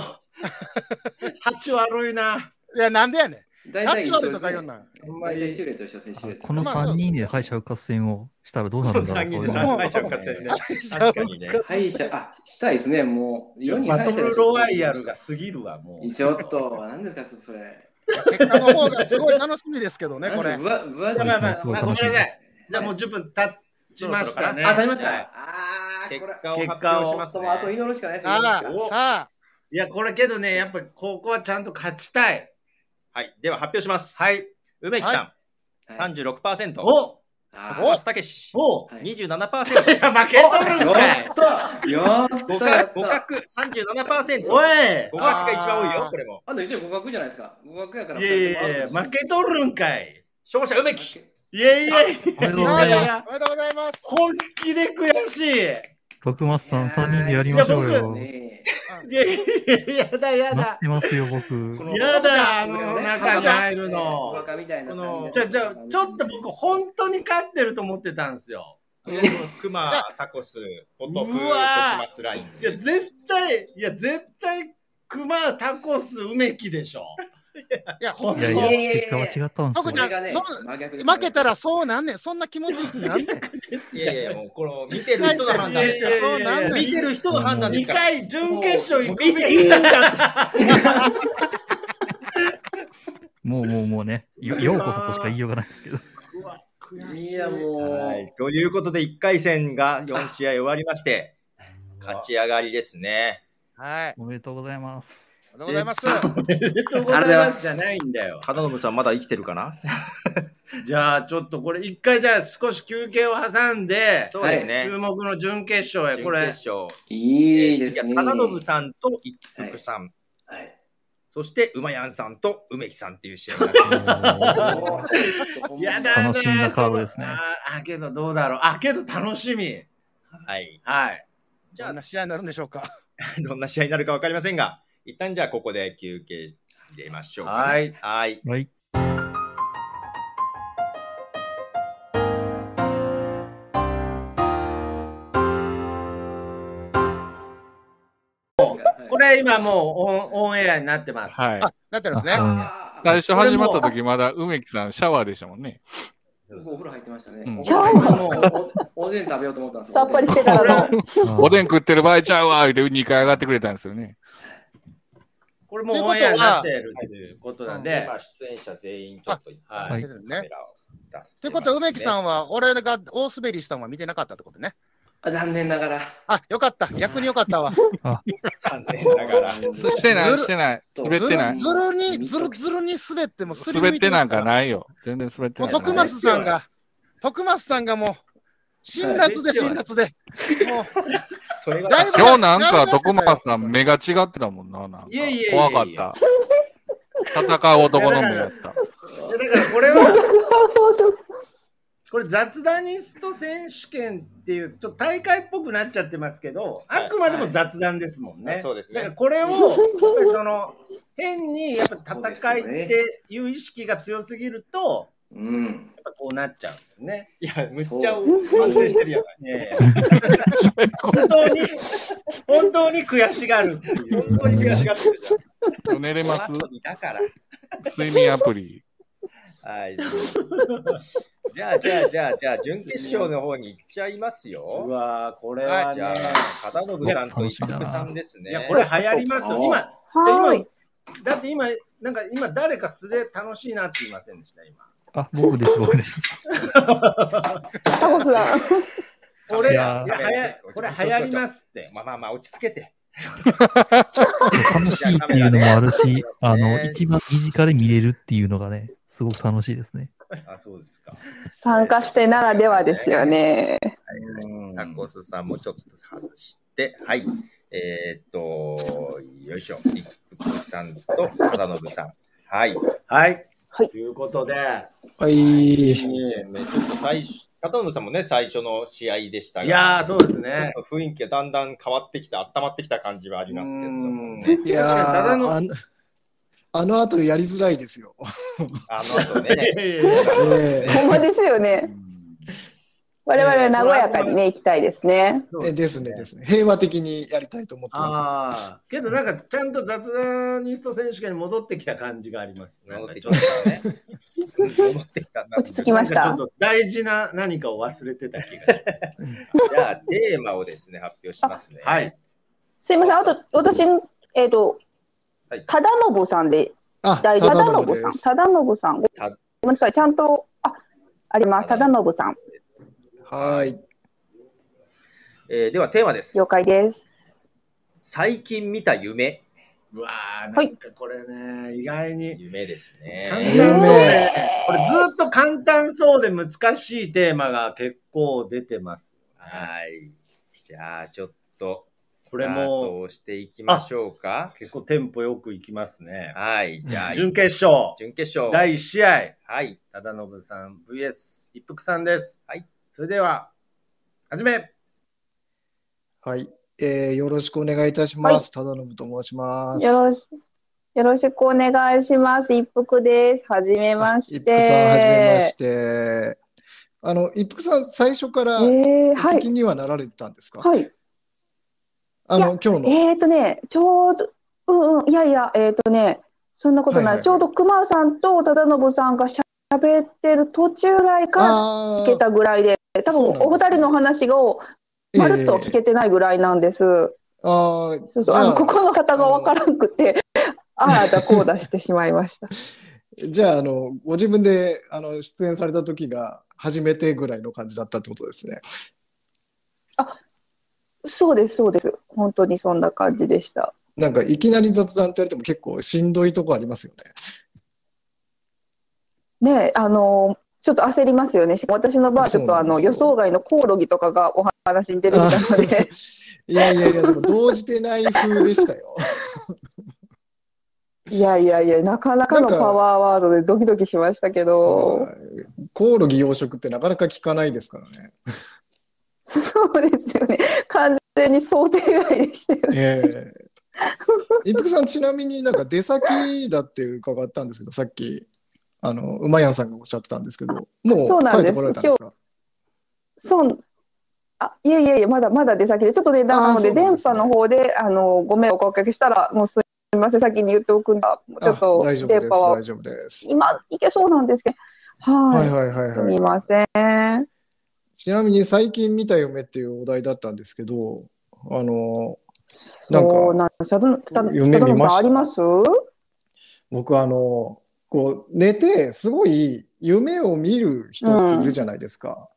Speaker 1: 八悪いな。
Speaker 3: いや、なんでやねん。
Speaker 9: 大
Speaker 3: ナ
Speaker 9: 体
Speaker 3: チュ
Speaker 9: 一
Speaker 3: ラ
Speaker 9: 緒
Speaker 3: ル
Speaker 9: で
Speaker 3: と
Speaker 9: す
Speaker 3: か
Speaker 9: ね
Speaker 3: 言う。な。
Speaker 1: あんま
Speaker 9: 大
Speaker 1: り
Speaker 9: 体シルエットでしょ、選手シルエット。
Speaker 7: この3人で敗者復活戦をしたらどうなるんだろうと思いま す
Speaker 3: こ
Speaker 2: 敗
Speaker 3: の三人で
Speaker 2: 者復活戦ね。
Speaker 3: 確
Speaker 2: 確かにね。
Speaker 9: 敗者、あ、したいですね、もう。世に
Speaker 1: バ
Speaker 9: 敗
Speaker 1: ト
Speaker 9: 者で
Speaker 1: ル
Speaker 9: しょ
Speaker 1: ロワイヤルが。過ぎるわ、もう。
Speaker 9: ちょっと、何ですか、ちょっとそれ。
Speaker 3: 結果の方がすごい楽しみですけどね、これ
Speaker 9: ぶ。わぶわ
Speaker 7: そうですね
Speaker 1: まあまあ
Speaker 7: すごい
Speaker 1: まあ
Speaker 7: 楽しみです
Speaker 1: ごめんなさじゃあもう10分経ちましたね。
Speaker 9: あ、足りまし
Speaker 1: はい
Speaker 9: た。あー、
Speaker 2: 結
Speaker 9: これ。
Speaker 2: 果を発表します
Speaker 9: も
Speaker 2: ね
Speaker 9: う。あと祈るしかないですね。
Speaker 3: さあ、さあ、
Speaker 1: いや、これけどね、やっぱりここはちゃんと勝ちたい。
Speaker 2: はい、では発表します。
Speaker 1: はい。
Speaker 2: 梅木さん、
Speaker 9: はい
Speaker 2: 36%。
Speaker 1: お
Speaker 9: あ
Speaker 2: 高橋武史、
Speaker 1: お
Speaker 9: はい
Speaker 1: い
Speaker 2: 27%。
Speaker 1: や、負けとるんかい
Speaker 9: ーや
Speaker 2: 互
Speaker 9: ったや
Speaker 2: 角
Speaker 9: っ
Speaker 2: 互
Speaker 9: た
Speaker 2: 角37%。
Speaker 1: おい
Speaker 2: 互角が一番多いよ、これも。
Speaker 9: あと一応互角じゃないですか。互角やから
Speaker 1: いやいやいや、負けとるんかい
Speaker 2: 勝者梅
Speaker 9: 負
Speaker 2: 木。
Speaker 9: け
Speaker 1: いやいや、
Speaker 7: おめでとうご
Speaker 3: あ
Speaker 7: ざ
Speaker 3: り
Speaker 7: い
Speaker 3: が
Speaker 7: ます。
Speaker 3: とうございます。
Speaker 1: 本気で悔しい
Speaker 7: 徳松さん3人でやりましょう
Speaker 1: いや
Speaker 7: よ。
Speaker 9: ね
Speaker 1: いやいやいや、やだや
Speaker 7: 待っ
Speaker 1: だ
Speaker 7: てますよ、僕
Speaker 9: こ。の
Speaker 1: やだ
Speaker 9: この
Speaker 1: あの
Speaker 9: ね
Speaker 1: 中に入るの
Speaker 9: ねバカみたいな
Speaker 1: この
Speaker 9: 三人で
Speaker 1: じゃあじゃあちょっと僕、本当に勝ってると思ってたんですよ。
Speaker 2: 熊、タコス、ポトフ、
Speaker 1: う
Speaker 2: トキ
Speaker 1: わー
Speaker 2: マスライン。
Speaker 1: いや、絶対、いや、絶対、熊、タコス、梅木でしょ。
Speaker 3: いや、
Speaker 1: こ
Speaker 7: い
Speaker 1: ん
Speaker 7: やい
Speaker 9: いやい
Speaker 7: や、
Speaker 9: や
Speaker 7: 結果は違ったんです
Speaker 3: 僕
Speaker 7: よ
Speaker 3: じゃ。
Speaker 9: これがね
Speaker 3: そう
Speaker 9: 真逆です
Speaker 3: 負けたらそうなんねん。そんな気持ちになんねん。
Speaker 2: いやいや、もうこの見てる人の判断です
Speaker 1: いや
Speaker 2: よ
Speaker 1: いやいやいや
Speaker 3: そうなんだ
Speaker 2: 見てる人の判断です
Speaker 1: 2
Speaker 2: から。
Speaker 1: 回準決勝行くべき
Speaker 7: もうもうもうね、よようこそとしか言いようがないですけど。
Speaker 9: いやも
Speaker 2: はい、
Speaker 9: う
Speaker 2: ということで、1回戦が4試合終わりまして、勝ち上がりですね。
Speaker 3: はい。あり
Speaker 7: おめでとうございます。
Speaker 3: がとうございます。
Speaker 9: ありがとうございます
Speaker 1: じゃないんだよ。
Speaker 2: 忠信さん、まだ生きてるかな
Speaker 1: じゃあちょっとこれ一回じゃあ少し休憩を挟んで、
Speaker 2: そうですね。
Speaker 1: 注目の準決勝へ
Speaker 2: 準
Speaker 1: これ。
Speaker 2: 決勝。
Speaker 9: いいですね。
Speaker 2: 次は忠信さんと一福さん、
Speaker 9: はい。
Speaker 2: そして馬やんさんと梅木さんっていう試合になってます。
Speaker 1: やだ
Speaker 7: 楽しみなカードですね
Speaker 1: そのああけどどうだろう。あけど楽しみ。
Speaker 2: はい。
Speaker 1: はい。
Speaker 2: じ
Speaker 3: ど
Speaker 2: ゃ
Speaker 3: んな試合になるんでしょうか。
Speaker 2: あ、どんな試合になるかわかりませんが、一旦じゃあここで休憩入れましょうかね、
Speaker 1: はい
Speaker 2: はい。
Speaker 7: はい。
Speaker 1: これ今もうオンオンエアになってます。
Speaker 8: はい。
Speaker 3: あ、なってるんですね。
Speaker 7: あ
Speaker 8: 最初始まった時まだ梅木さんシャワーでしたもんね。
Speaker 9: 僕お風呂入ってましたね。
Speaker 8: うん
Speaker 9: お風呂入ってもうおおでん食べようと思ったんですよ。
Speaker 6: さっぱりしてからの。
Speaker 7: あー
Speaker 8: おでん食ってる場合ちゃうわーって2回上がってくれたんですよね。
Speaker 1: これもうオンエアになってるっていうことなんで。
Speaker 2: 今、出演者全員ちょっと、
Speaker 1: あ
Speaker 2: はい
Speaker 3: 出てる
Speaker 2: カメ
Speaker 3: ね。
Speaker 2: ラを出す。
Speaker 3: ということは、梅木さ
Speaker 2: ん。
Speaker 3: んは、俺が大滑りしたのは見てなかったってことね。
Speaker 9: あ残念ながら。
Speaker 3: あ、よかった。逆によかったわ。
Speaker 2: 残念ながら。
Speaker 8: そしてない、してない。 滑ってない
Speaker 3: ず。るに、ずるずるに滑っても、すり
Speaker 8: 滑
Speaker 3: むい
Speaker 8: ってなん
Speaker 3: ます
Speaker 8: からないよ。全然滑って
Speaker 3: も
Speaker 8: な
Speaker 3: う
Speaker 8: い。
Speaker 3: 徳
Speaker 8: はい
Speaker 3: 松さんが、徳松さんがもう、辛辣で辛辣で、も
Speaker 2: それ
Speaker 3: う、
Speaker 2: が
Speaker 3: だいぶ
Speaker 8: 今日なんか徳松さん目が違ってたもんな。なんか
Speaker 1: いやいやいやいや
Speaker 8: 怖かった。戦う男の目
Speaker 1: いやだか
Speaker 8: だった。
Speaker 1: らこれは、これ雑談ニスト選手権っていう、ちょっと大会っぽくなっちゃってますけど、
Speaker 2: はい
Speaker 1: あくまでも雑談ですもんね。
Speaker 2: はいあそうですね
Speaker 1: だからこれを、やっぱりその、変にやっぱ戦いっていう意識が強すぎると、
Speaker 9: うん。
Speaker 1: やっぱこうなっちゃうんですね。
Speaker 2: いや、むっちゃ反省してるやん。
Speaker 1: ええ本当に、本当に悔しがるっていう。
Speaker 2: 本当に悔しがってるじゃん。
Speaker 8: 寝れます
Speaker 2: 夜遊びだから。
Speaker 8: 睡眠アプリ。
Speaker 2: はい。 じゃあ、じゃあ、じゃあ、じゃあ、準決勝の方に行っちゃいます
Speaker 1: う
Speaker 2: よ。
Speaker 1: わーこれは
Speaker 2: じゃ
Speaker 1: ね
Speaker 2: あ、、片信さんと一服さんですね。
Speaker 1: いや、これ流行りますよ。今、
Speaker 6: はーい。
Speaker 1: だって今、なんか今、誰か素で楽しいなって言いませんでした、今。
Speaker 7: あ、僕です、僕です。
Speaker 6: タコスだ。
Speaker 1: これ、
Speaker 7: い
Speaker 1: い
Speaker 7: や
Speaker 1: や
Speaker 2: ー
Speaker 1: はやこれ流行りますって。
Speaker 2: まあまあまあ、落ち着けて。
Speaker 7: 楽しいっていうのもあるし、あの、
Speaker 2: ね
Speaker 7: 一番身近で見れるっていうのがね、すごく楽しいですね。
Speaker 2: あ、そうですか。
Speaker 6: 参加してならではですよね。
Speaker 2: タコスさんもちょっと外して、はい。えーっと、よいしょ、一服さんと片信さん。はい。
Speaker 1: はい。
Speaker 6: はい
Speaker 1: ということで、
Speaker 4: はい。
Speaker 2: ちょっと最初、片信さんもね、最初の試合でしたが、
Speaker 1: いやー、そうですね。
Speaker 2: ちょっと雰囲気がだんだん変わってきた、温まってきた感じはありますけれども、
Speaker 1: う
Speaker 2: ね、
Speaker 4: いや
Speaker 1: ただ
Speaker 4: ー
Speaker 1: の
Speaker 4: あの、あの後やりづらいで すよ。
Speaker 2: あの後ね、
Speaker 4: え
Speaker 6: ほんまですよね。我々は和やかにね、行きたいですね。
Speaker 4: えですね、ですね。平和的にやりたいと思ってま
Speaker 1: ああ、けどなんかちゃんと雑談ニスト選手権に戻ってきた感じがあります。なんか
Speaker 2: 戻って
Speaker 1: ち
Speaker 2: き
Speaker 1: ょ
Speaker 2: ま
Speaker 1: っ
Speaker 2: したね。戻ってきたな
Speaker 6: 落ち着きま
Speaker 1: と
Speaker 6: し
Speaker 1: なんか
Speaker 6: た
Speaker 1: ちょ。っと大事な何かを忘れてた気がします。
Speaker 2: じゃあ、テーマをですね、発表しますね。
Speaker 1: はい。
Speaker 6: すいません。あと、私、えっ、と
Speaker 2: はい、
Speaker 6: ただのぼさんで、
Speaker 4: す。あ、
Speaker 6: 大
Speaker 4: た
Speaker 6: た
Speaker 4: だ
Speaker 6: だ
Speaker 4: の
Speaker 6: のぼ
Speaker 4: ぶで
Speaker 6: さん。
Speaker 4: す。
Speaker 6: ただのぼさん。ご
Speaker 2: た
Speaker 6: めんなさい。ちゃんと、あ、あります。ただのぼさん。
Speaker 4: はい。
Speaker 2: えーでは、テーマです
Speaker 6: 了。解です。
Speaker 2: 最近見た夢。
Speaker 1: うわーなんかこれね、意外に。
Speaker 2: 夢です
Speaker 1: 簡
Speaker 2: ね。
Speaker 1: 単そうで、これずっと簡単そうで難しいテーマが結構出てます。
Speaker 2: はい。じゃあ、ちょっと、
Speaker 1: これも
Speaker 2: スタートをしていきましょうか。
Speaker 1: 結構テンポよくいきますね。
Speaker 2: はい。じ ゃあ、
Speaker 1: 準決勝、
Speaker 2: 準決勝。
Speaker 1: 第1試合、
Speaker 2: はい。
Speaker 1: 忠信さん VS 一服さんです。
Speaker 2: はい。
Speaker 1: それでは、はじめ
Speaker 4: はい。えーよろしくお願いいたします。ただのぶと申します。
Speaker 6: よろし、よろしくお願いします。一服です。はじめまし
Speaker 4: 一
Speaker 6: て。
Speaker 4: 服さん、はじめまして。あの、一服さん、最初から、
Speaker 6: えー、
Speaker 4: お
Speaker 6: は
Speaker 4: 聞き
Speaker 6: い。
Speaker 4: にはなられてたんですか、
Speaker 6: はい。
Speaker 4: あ
Speaker 6: い
Speaker 4: の、今日の。
Speaker 6: えーとね、ちょうど、うんうん、いやいや、えーとね、そんなことない。
Speaker 4: はいはいはい
Speaker 6: ちょうど熊さんと忠信さんがしゃべってる途中ぐらいから
Speaker 4: あ
Speaker 6: 聞
Speaker 4: ー
Speaker 6: けたぐらいで、多
Speaker 4: そうなん
Speaker 6: 分
Speaker 4: ですね
Speaker 6: お二人の話をまるっと聞けてないぐらいなんです。
Speaker 4: あー
Speaker 6: そう
Speaker 4: じ
Speaker 6: そう
Speaker 4: ゃ
Speaker 6: あ
Speaker 4: あ
Speaker 6: のここの方がわからんくて、ああだこうだしてしまいました。
Speaker 4: じゃあ、あの、ご自分で、あの、出演された時が、初めてぐらいの感じだったってことですね。
Speaker 6: そうです、そうです。本当にそんな感じでした。
Speaker 4: なんか、いきなり雑談って言われても結構しんどいとこありますよ ね。
Speaker 6: ねえあのちょっと焦りますよね。私の場合はちょっとあ
Speaker 4: そ
Speaker 6: の
Speaker 4: うなんで
Speaker 6: 予
Speaker 4: すよ
Speaker 6: 想外のコオロギとかがお話に出てきた ので、
Speaker 4: いやいやいや、でも、動じてない風でしたよ。
Speaker 6: いやいやいや、なかなかの
Speaker 4: なんか
Speaker 6: パワーワードでドキドキしましたけど、
Speaker 4: コオロギ養殖ってなかなか聞かないですからね。
Speaker 6: そうですよね。完全に想定外でしたよね。
Speaker 4: ええ一服さん、ちなみになんか出先だって伺ったんですけど、さっき、あの、うまやんさんがおっしゃってたんですけど、も
Speaker 6: そうう
Speaker 4: 帰
Speaker 6: なん
Speaker 4: っ
Speaker 6: で
Speaker 4: て
Speaker 6: す
Speaker 4: こられたんですか
Speaker 6: そうあいやいやいや、まだまだ出先で、ちょっとね、なの
Speaker 4: あーそ
Speaker 6: で、
Speaker 4: うなん
Speaker 6: 電
Speaker 4: ですね
Speaker 6: 波の方であのご迷惑をおかけしたら、もうすみません、先に言っておくんだ、もうちょっと
Speaker 4: あ大丈夫で
Speaker 6: 電
Speaker 4: す、
Speaker 6: 波は
Speaker 4: 大丈夫です。
Speaker 6: 今、いけそうなんですけど、は
Speaker 4: はい
Speaker 6: い、
Speaker 4: はいはい
Speaker 6: す
Speaker 4: はい
Speaker 6: み。ません。
Speaker 4: ちなみに最近見た夢っていうお題だったんですけど、あの、なん
Speaker 6: そう
Speaker 4: か
Speaker 6: なんです。サドンサ
Speaker 4: 夢見
Speaker 6: サドン
Speaker 4: ました
Speaker 6: さんあります
Speaker 4: 僕あの、こう寝てすごい夢を見る人っているじゃないですか。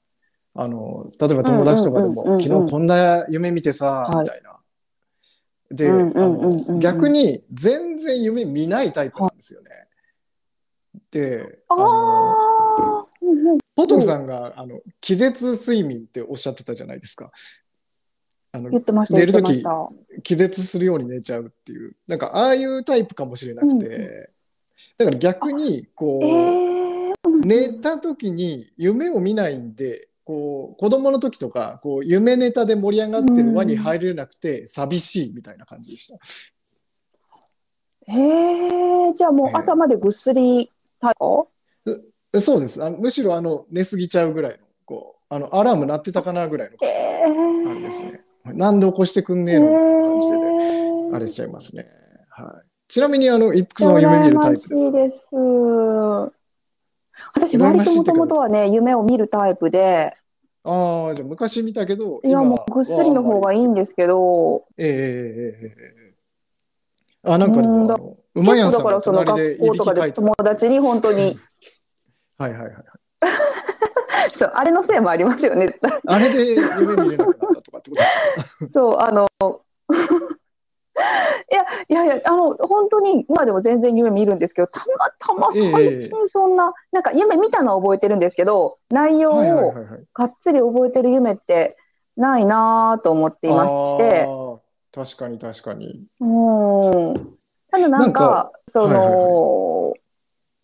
Speaker 4: あの、例えば友達とかで
Speaker 6: うんうんうんうんう
Speaker 4: も、
Speaker 6: ん
Speaker 4: 昨日こんな夢見てさ、
Speaker 6: はい
Speaker 4: みたいな。で、あ
Speaker 6: うんうんうんうんうん
Speaker 4: の、逆に全然夢見ないタイプなんですよね。で、
Speaker 6: あ
Speaker 4: あの、
Speaker 6: あ
Speaker 4: ポトフさんが、あの、気絶睡眠っておっしゃってたじゃないですか。あの
Speaker 6: 言、ってました、
Speaker 4: 寝る
Speaker 6: 言ってま
Speaker 4: 時
Speaker 6: した。
Speaker 4: 気絶するように寝ちゃうっていう、なんかああいうタイプかもしれなくて、
Speaker 6: うん
Speaker 4: だから逆に、
Speaker 6: え
Speaker 4: こ
Speaker 6: ー、
Speaker 4: う、寝た時に夢を見ないんで、こう、子供の時とか、こう、夢ネタで盛り上がってる輪に入れなくて、寂しいみたいな感じでした。
Speaker 6: えー、じゃあもう朝までぐっすりタイプ
Speaker 4: そうです。あのむしろ、あの、寝すぎちゃうぐらいの、こう、あの、アラーム鳴ってたかなぐらいの感じで、
Speaker 6: え
Speaker 4: あれです
Speaker 6: ー
Speaker 4: ね。なんで起こしてくんねえのみたいな感じでね、あれしちゃいますね。はい。ちなみに、あの、一服さんは夢見
Speaker 6: 羨
Speaker 4: るタ
Speaker 6: ま
Speaker 4: イ
Speaker 6: し
Speaker 4: プですか
Speaker 6: いです。私、
Speaker 4: 羨
Speaker 6: 割
Speaker 4: まし
Speaker 6: と
Speaker 4: いっ
Speaker 6: も
Speaker 4: て
Speaker 6: と
Speaker 4: か
Speaker 6: もとはね、夢を見るタイプで、
Speaker 4: ああ、じゃあ昔見たけど、
Speaker 6: いや、
Speaker 4: 今
Speaker 6: もうぐっすりの方がいいんですけど、
Speaker 4: ええええええええ。あ、なんかでも、あの、うまやんさんの
Speaker 6: 結構だから
Speaker 4: 隣
Speaker 6: そ
Speaker 4: で
Speaker 6: の学
Speaker 4: いび
Speaker 6: 校
Speaker 4: き
Speaker 6: と
Speaker 4: か
Speaker 6: か
Speaker 4: いて
Speaker 6: で
Speaker 4: た。
Speaker 6: 友達に本 当に、
Speaker 4: はいはいはい。
Speaker 6: そうあれのせいもありますよね、絶対
Speaker 4: あれで夢見れなくなったとか ってことですか
Speaker 6: そう、あの、いや、いやいや、あの、本当に、今でも全然夢見るんですけど、たまたま
Speaker 4: ええええ
Speaker 6: 最近そんな、なんか夢見たのは覚えてるんですけど、内容
Speaker 4: はいはい
Speaker 6: を
Speaker 4: はいはい。
Speaker 6: がっつり覚えてる夢ってないなぁと思っていまして、
Speaker 4: ああ、確かに確かに。
Speaker 6: うん。ただな
Speaker 4: なんん
Speaker 6: か
Speaker 4: か、
Speaker 6: そ
Speaker 4: はいはい
Speaker 6: の、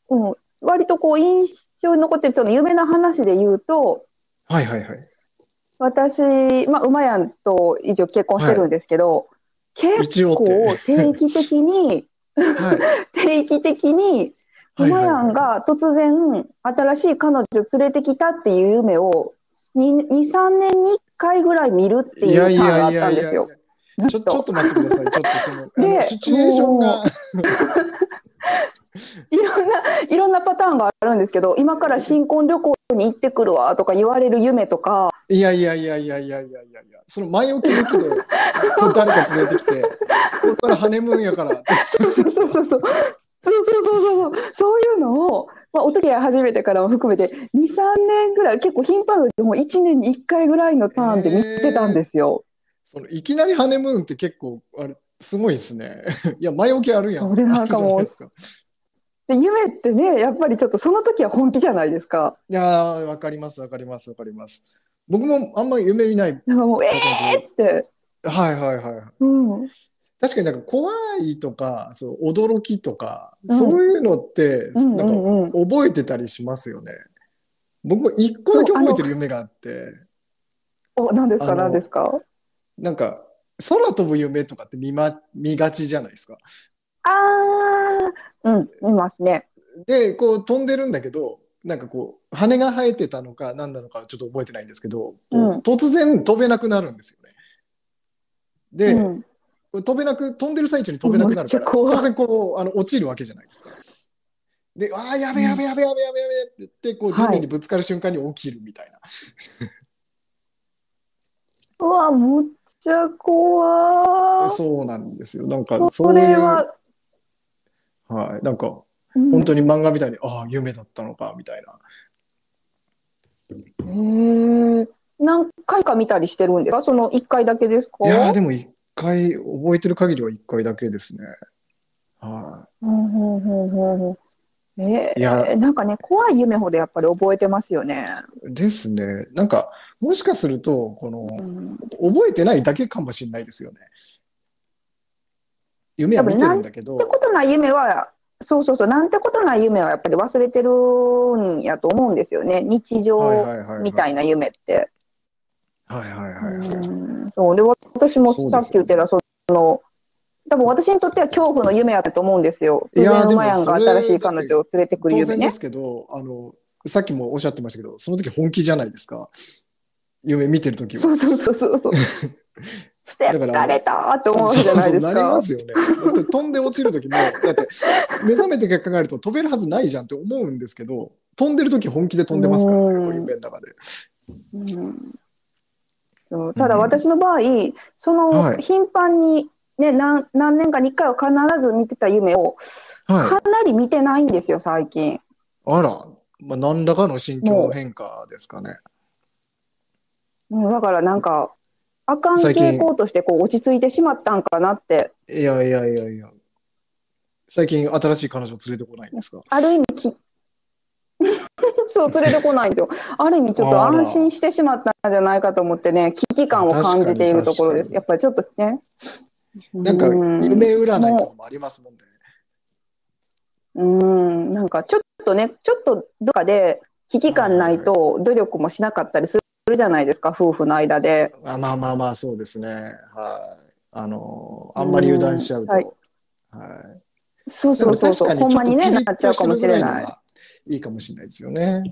Speaker 6: うん、割とこう印象に残ってる、その夢の話で言うと、
Speaker 4: はいはいはい。
Speaker 6: 私、まあ、馬やんと一応結婚してるんですけど、結
Speaker 4: 一応って
Speaker 6: 構定期的に、
Speaker 4: はい。
Speaker 6: 定期的に、
Speaker 4: はいは
Speaker 6: 馬
Speaker 4: い
Speaker 6: や
Speaker 4: はい
Speaker 6: んが突然、新しい彼女を連れてきたっていう夢を、2、3年に1回ぐらい見るって
Speaker 4: い
Speaker 6: い
Speaker 4: やいう
Speaker 6: ターンがあ
Speaker 4: や
Speaker 6: っ
Speaker 4: い
Speaker 6: た
Speaker 4: やい
Speaker 6: ん
Speaker 4: や
Speaker 6: です
Speaker 4: いや
Speaker 6: よ。。ずっ
Speaker 4: ちょ、
Speaker 6: と
Speaker 4: ちょっと待ってください。ちょっとその、あ
Speaker 6: で
Speaker 4: の、シチュエーション
Speaker 6: も
Speaker 4: が、
Speaker 6: いろんな、いろんなパターンがあるんですけど、今から新婚旅行に行ってくるわとか言われる夢とか、
Speaker 4: いやいやいやいやいやいやいやいや、その前置き抜きで、こう誰か連れてきて、これからハネムーンやから って。
Speaker 6: そうそうそう。そうそうそうそうそうそういうのを、まあ、お付き合い始めてからも含めて23年ぐらい結構頻繁でもう1年に1回ぐらいのターンで見てたんですよ。
Speaker 4: そのいきなりハネムーンって結構、あれ、すごいですね。 いや、前置きあるやん。
Speaker 6: それなんかもう
Speaker 4: あるじゃないですか
Speaker 6: で夢ってねやっぱりちょっとその時は本気じゃないですか。
Speaker 4: いやー、わかります、わかります、わかります。僕もあんまり夢見ない。
Speaker 6: なんかもうえーって、
Speaker 4: はいはいはい。
Speaker 6: うん、
Speaker 4: 確かになんか怖いとか、そう、驚きとか、
Speaker 6: うん
Speaker 4: そういうのって、
Speaker 6: うんう
Speaker 4: なんか
Speaker 6: んうん。
Speaker 4: 覚えてたりしますよね。僕も一個だけ覚えてる夢があって、
Speaker 6: お何ですか
Speaker 4: あの
Speaker 6: 何ですか。
Speaker 4: なんか、空飛ぶ夢とかって見ま、見がちじゃないですか。
Speaker 6: ああうん見ますね。
Speaker 4: で、こう飛んでるんだけど、なんかこう、羽が生えてたのか何なのかちょっと覚えてないんですけど、こう
Speaker 6: うん
Speaker 4: 突然飛べなくなるんですよね。で、
Speaker 6: うん
Speaker 4: こう飛べなく、飛んでる最中に飛べなくなるか
Speaker 6: めっ
Speaker 4: ら、
Speaker 6: ちゃ怖い
Speaker 4: 当然こう、あの、落ちるわけじゃないですか。で、ああ、やべやべやべやべやべやべって言って、こう、地面にぶつかる瞬間に起きるみたいな。
Speaker 6: うわむっちゃ怖い。
Speaker 4: そうなんですよ。なんか、
Speaker 6: そ
Speaker 4: そうい
Speaker 6: れ
Speaker 4: う、
Speaker 6: は
Speaker 4: はい、なんか、
Speaker 6: 本
Speaker 4: 本当に漫画みたいに、ああ、夢だったのか、みたいな。
Speaker 6: へえ何回か見たりしてるんですかその1回だけですか
Speaker 4: いやーでも一回、覚えてる限りは一回だけですね。は
Speaker 6: うんうんうんうんうんえ
Speaker 4: いや
Speaker 6: ー、なんかね怖い夢ほどやっぱり覚えてますよね。
Speaker 4: い。ですね。なんか、もしかすると、この、
Speaker 6: うん、
Speaker 4: 覚えてないだけかもしれないですよね。夢は見てるんだけど
Speaker 6: って、ことない夢はそうそうそうなんてことない夢はやっぱり忘れてるんやと思うんですよね日
Speaker 4: はい
Speaker 6: 常
Speaker 4: はいはいはい。
Speaker 6: みたいな夢って。
Speaker 4: はいはいはいはい。
Speaker 6: うんそうで私も
Speaker 4: そう
Speaker 6: さ
Speaker 4: で
Speaker 6: っき
Speaker 4: すよ
Speaker 6: 言っ
Speaker 4: ね
Speaker 6: てたその多分私にとっては恐怖の夢やったと思うんですよ。
Speaker 4: いやー
Speaker 6: 突然
Speaker 4: でも
Speaker 6: 馬やんが
Speaker 4: それ
Speaker 6: 新しい彼女を連れてくる
Speaker 4: 当
Speaker 6: 夢
Speaker 4: 然
Speaker 6: ね
Speaker 4: で。すけど、あの、さっきもおっしゃってましたけど、その時本気じゃないですか。夢見てる時は。
Speaker 6: そうそうそうそうそう。捨てられたって思うじゃな
Speaker 4: そう
Speaker 6: いです
Speaker 4: そうなり
Speaker 6: か
Speaker 4: ま。すよね。だって飛んで落ちる時も、だって目覚めてから考えると飛べるはずないじゃんって思うんですけど、飛んでる時本気で飛んでますから、
Speaker 6: う
Speaker 4: ね、
Speaker 6: ん
Speaker 4: こういう夢の中で。
Speaker 6: うんそうただ私の場合、その
Speaker 4: はい
Speaker 6: 頻繁に、ね何何年かに1回は必ず見てた夢を
Speaker 4: は
Speaker 6: かなり見てないんですよ最近。
Speaker 4: い。あら、まあ、何らかの心境の変化ですかね。
Speaker 6: うんだからなんかあかん
Speaker 4: 最近
Speaker 6: 傾向としてこう落ち着いてしまったんかなって
Speaker 4: いやいやいやいや。最近新しい彼女を連れてこないんですか
Speaker 6: ある意味き そう連れてこないんですよ。ある意味ちょっと
Speaker 4: あら
Speaker 6: 安心してしまったんじゃないかと思ってね危機感を感じているところです。やっ
Speaker 4: 確
Speaker 6: ぱりちょっとね。
Speaker 4: なんか
Speaker 6: う
Speaker 4: 夢占いとかもありますもんね。
Speaker 6: うん、なんかちょっとね、ちょっとどっかで危機感ないと努力もしなかったりするじゃないですか、夫婦の間で。
Speaker 4: あまあまあまあ、そうですね。はい。あの、あんまり油断しちゃう
Speaker 6: うんはい
Speaker 4: と。はい
Speaker 6: そう
Speaker 4: で
Speaker 6: そ
Speaker 4: も
Speaker 6: うそう
Speaker 4: 確
Speaker 6: そ
Speaker 4: か
Speaker 6: う、
Speaker 4: にちょ
Speaker 6: ほ
Speaker 4: っ
Speaker 6: ん
Speaker 4: と
Speaker 6: ま
Speaker 4: ピ
Speaker 6: に
Speaker 4: リ
Speaker 6: ね、なっ
Speaker 4: ッ
Speaker 6: ちゃ
Speaker 4: と
Speaker 6: う
Speaker 4: す
Speaker 6: か
Speaker 4: る
Speaker 6: もし
Speaker 4: ぐら
Speaker 6: れ
Speaker 4: いの
Speaker 6: ない。
Speaker 4: がいいかもしれないですよね。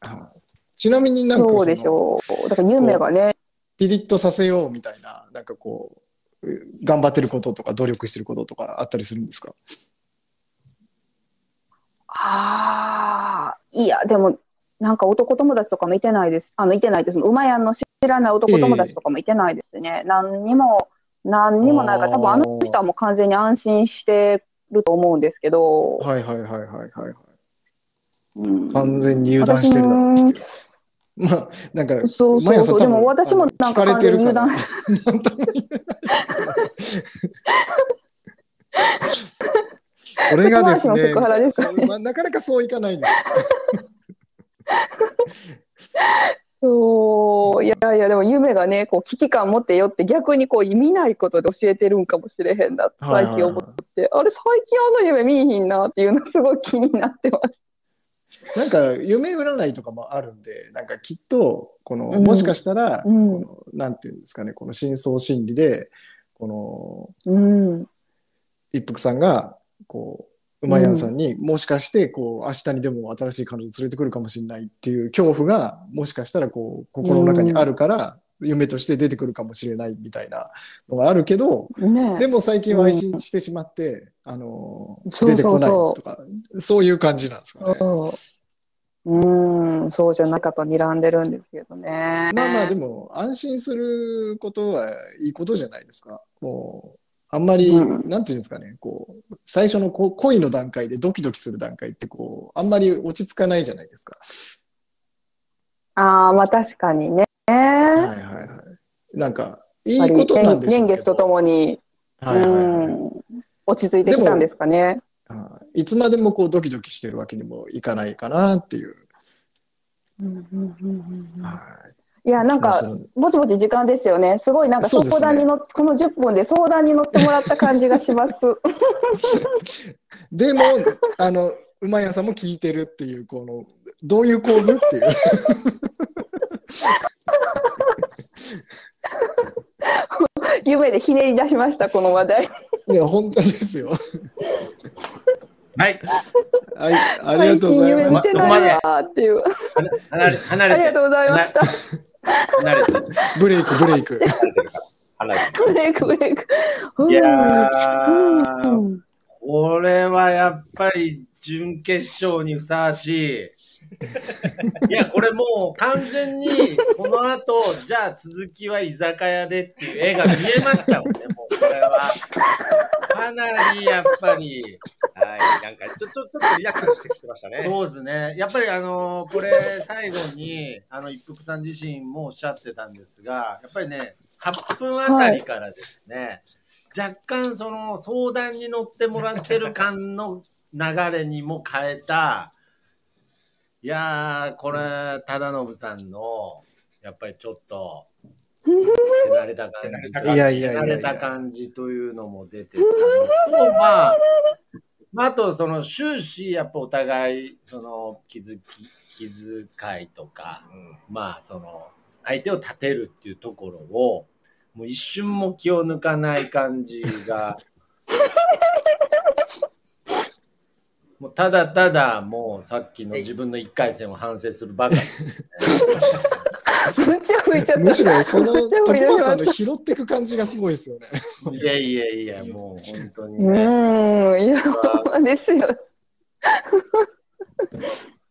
Speaker 4: はいちなみになんか
Speaker 6: そう
Speaker 4: そ
Speaker 6: でし
Speaker 4: の
Speaker 6: ょう。だから夢がね、
Speaker 4: ピリッとさせようみたいな、なんかこう、頑張ってることとか努力してることとかあったりするんですか
Speaker 6: ああ、いや、でも、なんか男友達とかもいてないです。あの、いてないです。馬やんの知らない男友達とかもいてないですね。何にも、何にもないから、多分あの人はもう完全に安心してると思うんですけど、
Speaker 4: はいはいはいはいはいはい。
Speaker 6: うん、
Speaker 4: 完全に油断してるだろうっていう。まあ、なんか、
Speaker 6: そう
Speaker 4: 毎朝多
Speaker 6: そうそ
Speaker 4: 分
Speaker 6: う、でも私も
Speaker 4: あの
Speaker 6: なん
Speaker 4: 聞
Speaker 6: か
Speaker 4: かれ
Speaker 6: 完
Speaker 4: て
Speaker 6: 全に
Speaker 4: るか
Speaker 6: 油
Speaker 4: ら
Speaker 6: 断、
Speaker 4: なんとも言えない。 それがですね、
Speaker 6: セクハラですかね
Speaker 4: そうまあなかなかそういかないんです
Speaker 6: そう、いやいや、でも夢がね、こう危機感持ってよって、逆にこう見ないことで教えてるんかもしれへんなって、
Speaker 4: よ。はい
Speaker 6: 最
Speaker 4: はい
Speaker 6: 近
Speaker 4: はい
Speaker 6: 思って、あれ、最近あの夢見えひんなっていうの、すごい気になってます。
Speaker 4: なんか、夢占いとかもあるんで、なんかきっと、この、
Speaker 6: うん
Speaker 4: もしかしたら、
Speaker 6: う
Speaker 4: こ
Speaker 6: ん
Speaker 4: のなんていうんですかね、この深層心理で、この、
Speaker 6: うん、
Speaker 4: 一服さんが、こう、馬やんさんに、もしかして、こう、明日にでも新しい彼女連れてくるかもしれないっていう恐怖が、もしかしたら、こう、心の中にあるから、夢として出てくるかもしれないみたいなのがあるけど、
Speaker 6: ね
Speaker 4: でも最近は愛心してしまって、あの、
Speaker 6: そうそうそう
Speaker 4: 出てこないとか、そういう感じなんですかね。
Speaker 6: そう。うん、そうじゃないかと睨んでるんですけどね。
Speaker 4: まあまあ、でも、安心することはいいことじゃないですか。もう、あんまり、
Speaker 6: うん
Speaker 4: なんていうんですかね、こう、最初のこう恋の段階でドキドキする段階って、こう、あんまり落ち着かないじゃないですか。
Speaker 6: ああ、まあ確かにね。やっ
Speaker 4: はいはいはい。なんか、い
Speaker 6: ぱ
Speaker 4: い
Speaker 6: り
Speaker 4: ことなんでしょ
Speaker 6: 年
Speaker 4: うけ
Speaker 6: 月とと
Speaker 4: ど、
Speaker 6: もに、
Speaker 4: はいはいはい
Speaker 6: うん、落ち着いてきたんですかね。
Speaker 4: はい。いつまでもこう、ドキドキしてるわけにもいかないかなっていう。
Speaker 6: うんうんうんうんうん
Speaker 4: はい
Speaker 6: いや、なん
Speaker 4: 気が
Speaker 6: か
Speaker 4: す、るんで
Speaker 6: ぼちぼち時間ですよね。すごい、なんか
Speaker 4: そうですね
Speaker 6: 相談に乗っ、この10分で相談に乗ってもらった感じがします。
Speaker 4: でも、あの、馬屋さんも聞いてるっていう、この、どういう構図っていう。
Speaker 6: 夢でひねり出しました、この話題。
Speaker 4: いや、本当ですよ。
Speaker 1: はい。
Speaker 4: はい、ありがとうございまし
Speaker 6: 最近夢
Speaker 1: そ
Speaker 6: 見て
Speaker 4: た
Speaker 1: こ。
Speaker 6: な
Speaker 1: ま
Speaker 6: い
Speaker 1: で
Speaker 6: わーっていう。
Speaker 1: 離れ、離
Speaker 6: あ
Speaker 1: れ
Speaker 6: りが
Speaker 1: て
Speaker 6: とうございました。
Speaker 1: 離れて。
Speaker 4: ブレイク、ブレイク。
Speaker 2: 離れて
Speaker 6: ブレイク、ブレイク。うん
Speaker 1: いやー
Speaker 6: うん
Speaker 1: これはやっぱり準決勝にふさわしい。いや、これもう完全にこの後、じゃあ続きは居酒屋でっていう絵が見えましたもんね、もうこれは。かなりやっぱり、
Speaker 2: はい、なんかちょちょちょっとリラックスしてきてましたね。
Speaker 1: そうですね。やっぱりあのこれ最後に、あの、一服さん自身もおっしゃってたんですが、やっぱりね、8分あたりからですね、若干その相談に乗ってもらってる感の流れにも変えた、いやー、これ、忠信さんの、やっぱりちょっと、手慣れた感じ。
Speaker 4: いやいやい
Speaker 1: 手
Speaker 4: や
Speaker 1: 慣
Speaker 4: い
Speaker 1: れ
Speaker 4: や
Speaker 1: た。感じというのも出てたのと、まあ、まあ、あと、その終始、やっぱお互い、その気づき、気遣いとか、まあ、その、相手を立てるっていうところを、もう一瞬も気を抜かない感じが、もうただただもうさっきの自分の1回戦を反省するばかり
Speaker 6: むちゃ吹いちゃった。
Speaker 4: むしろその
Speaker 6: むちゃ吹
Speaker 4: 徳
Speaker 6: いちゃっ
Speaker 4: 川
Speaker 6: た
Speaker 4: さんの拾っていく感じがすごいですよね。
Speaker 1: いやいやいや、もう本当に、
Speaker 6: う
Speaker 1: ね。
Speaker 6: ーん、いや、ほんまですよ。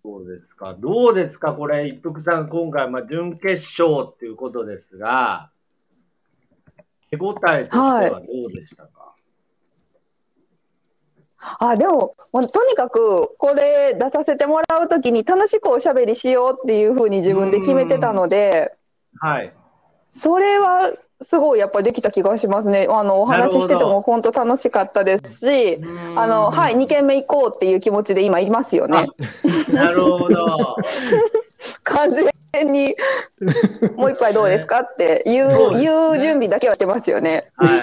Speaker 1: そうですか。どうですか、これ、一服さん、今回、まあ、準決勝っていうことですが、手応えとしてはどうでしたか、
Speaker 6: あ、でも、もうとにかく、これ出させてもらうときに楽しくおしゃべりしようっていうふうに自分で決めてたので、
Speaker 1: はい、
Speaker 6: それはすごいやっぱりできた気がしますね。あの、お話しして
Speaker 1: な
Speaker 6: て
Speaker 1: るほど
Speaker 6: も本当楽しかったですし、あの、はい、2軒目行こうっていう気持ちで今いますよね。
Speaker 1: なるほど。
Speaker 6: 完全に、もう一杯どうですか って言う、
Speaker 1: そうですね
Speaker 6: 言う準備だけはしてますよね。
Speaker 1: はい。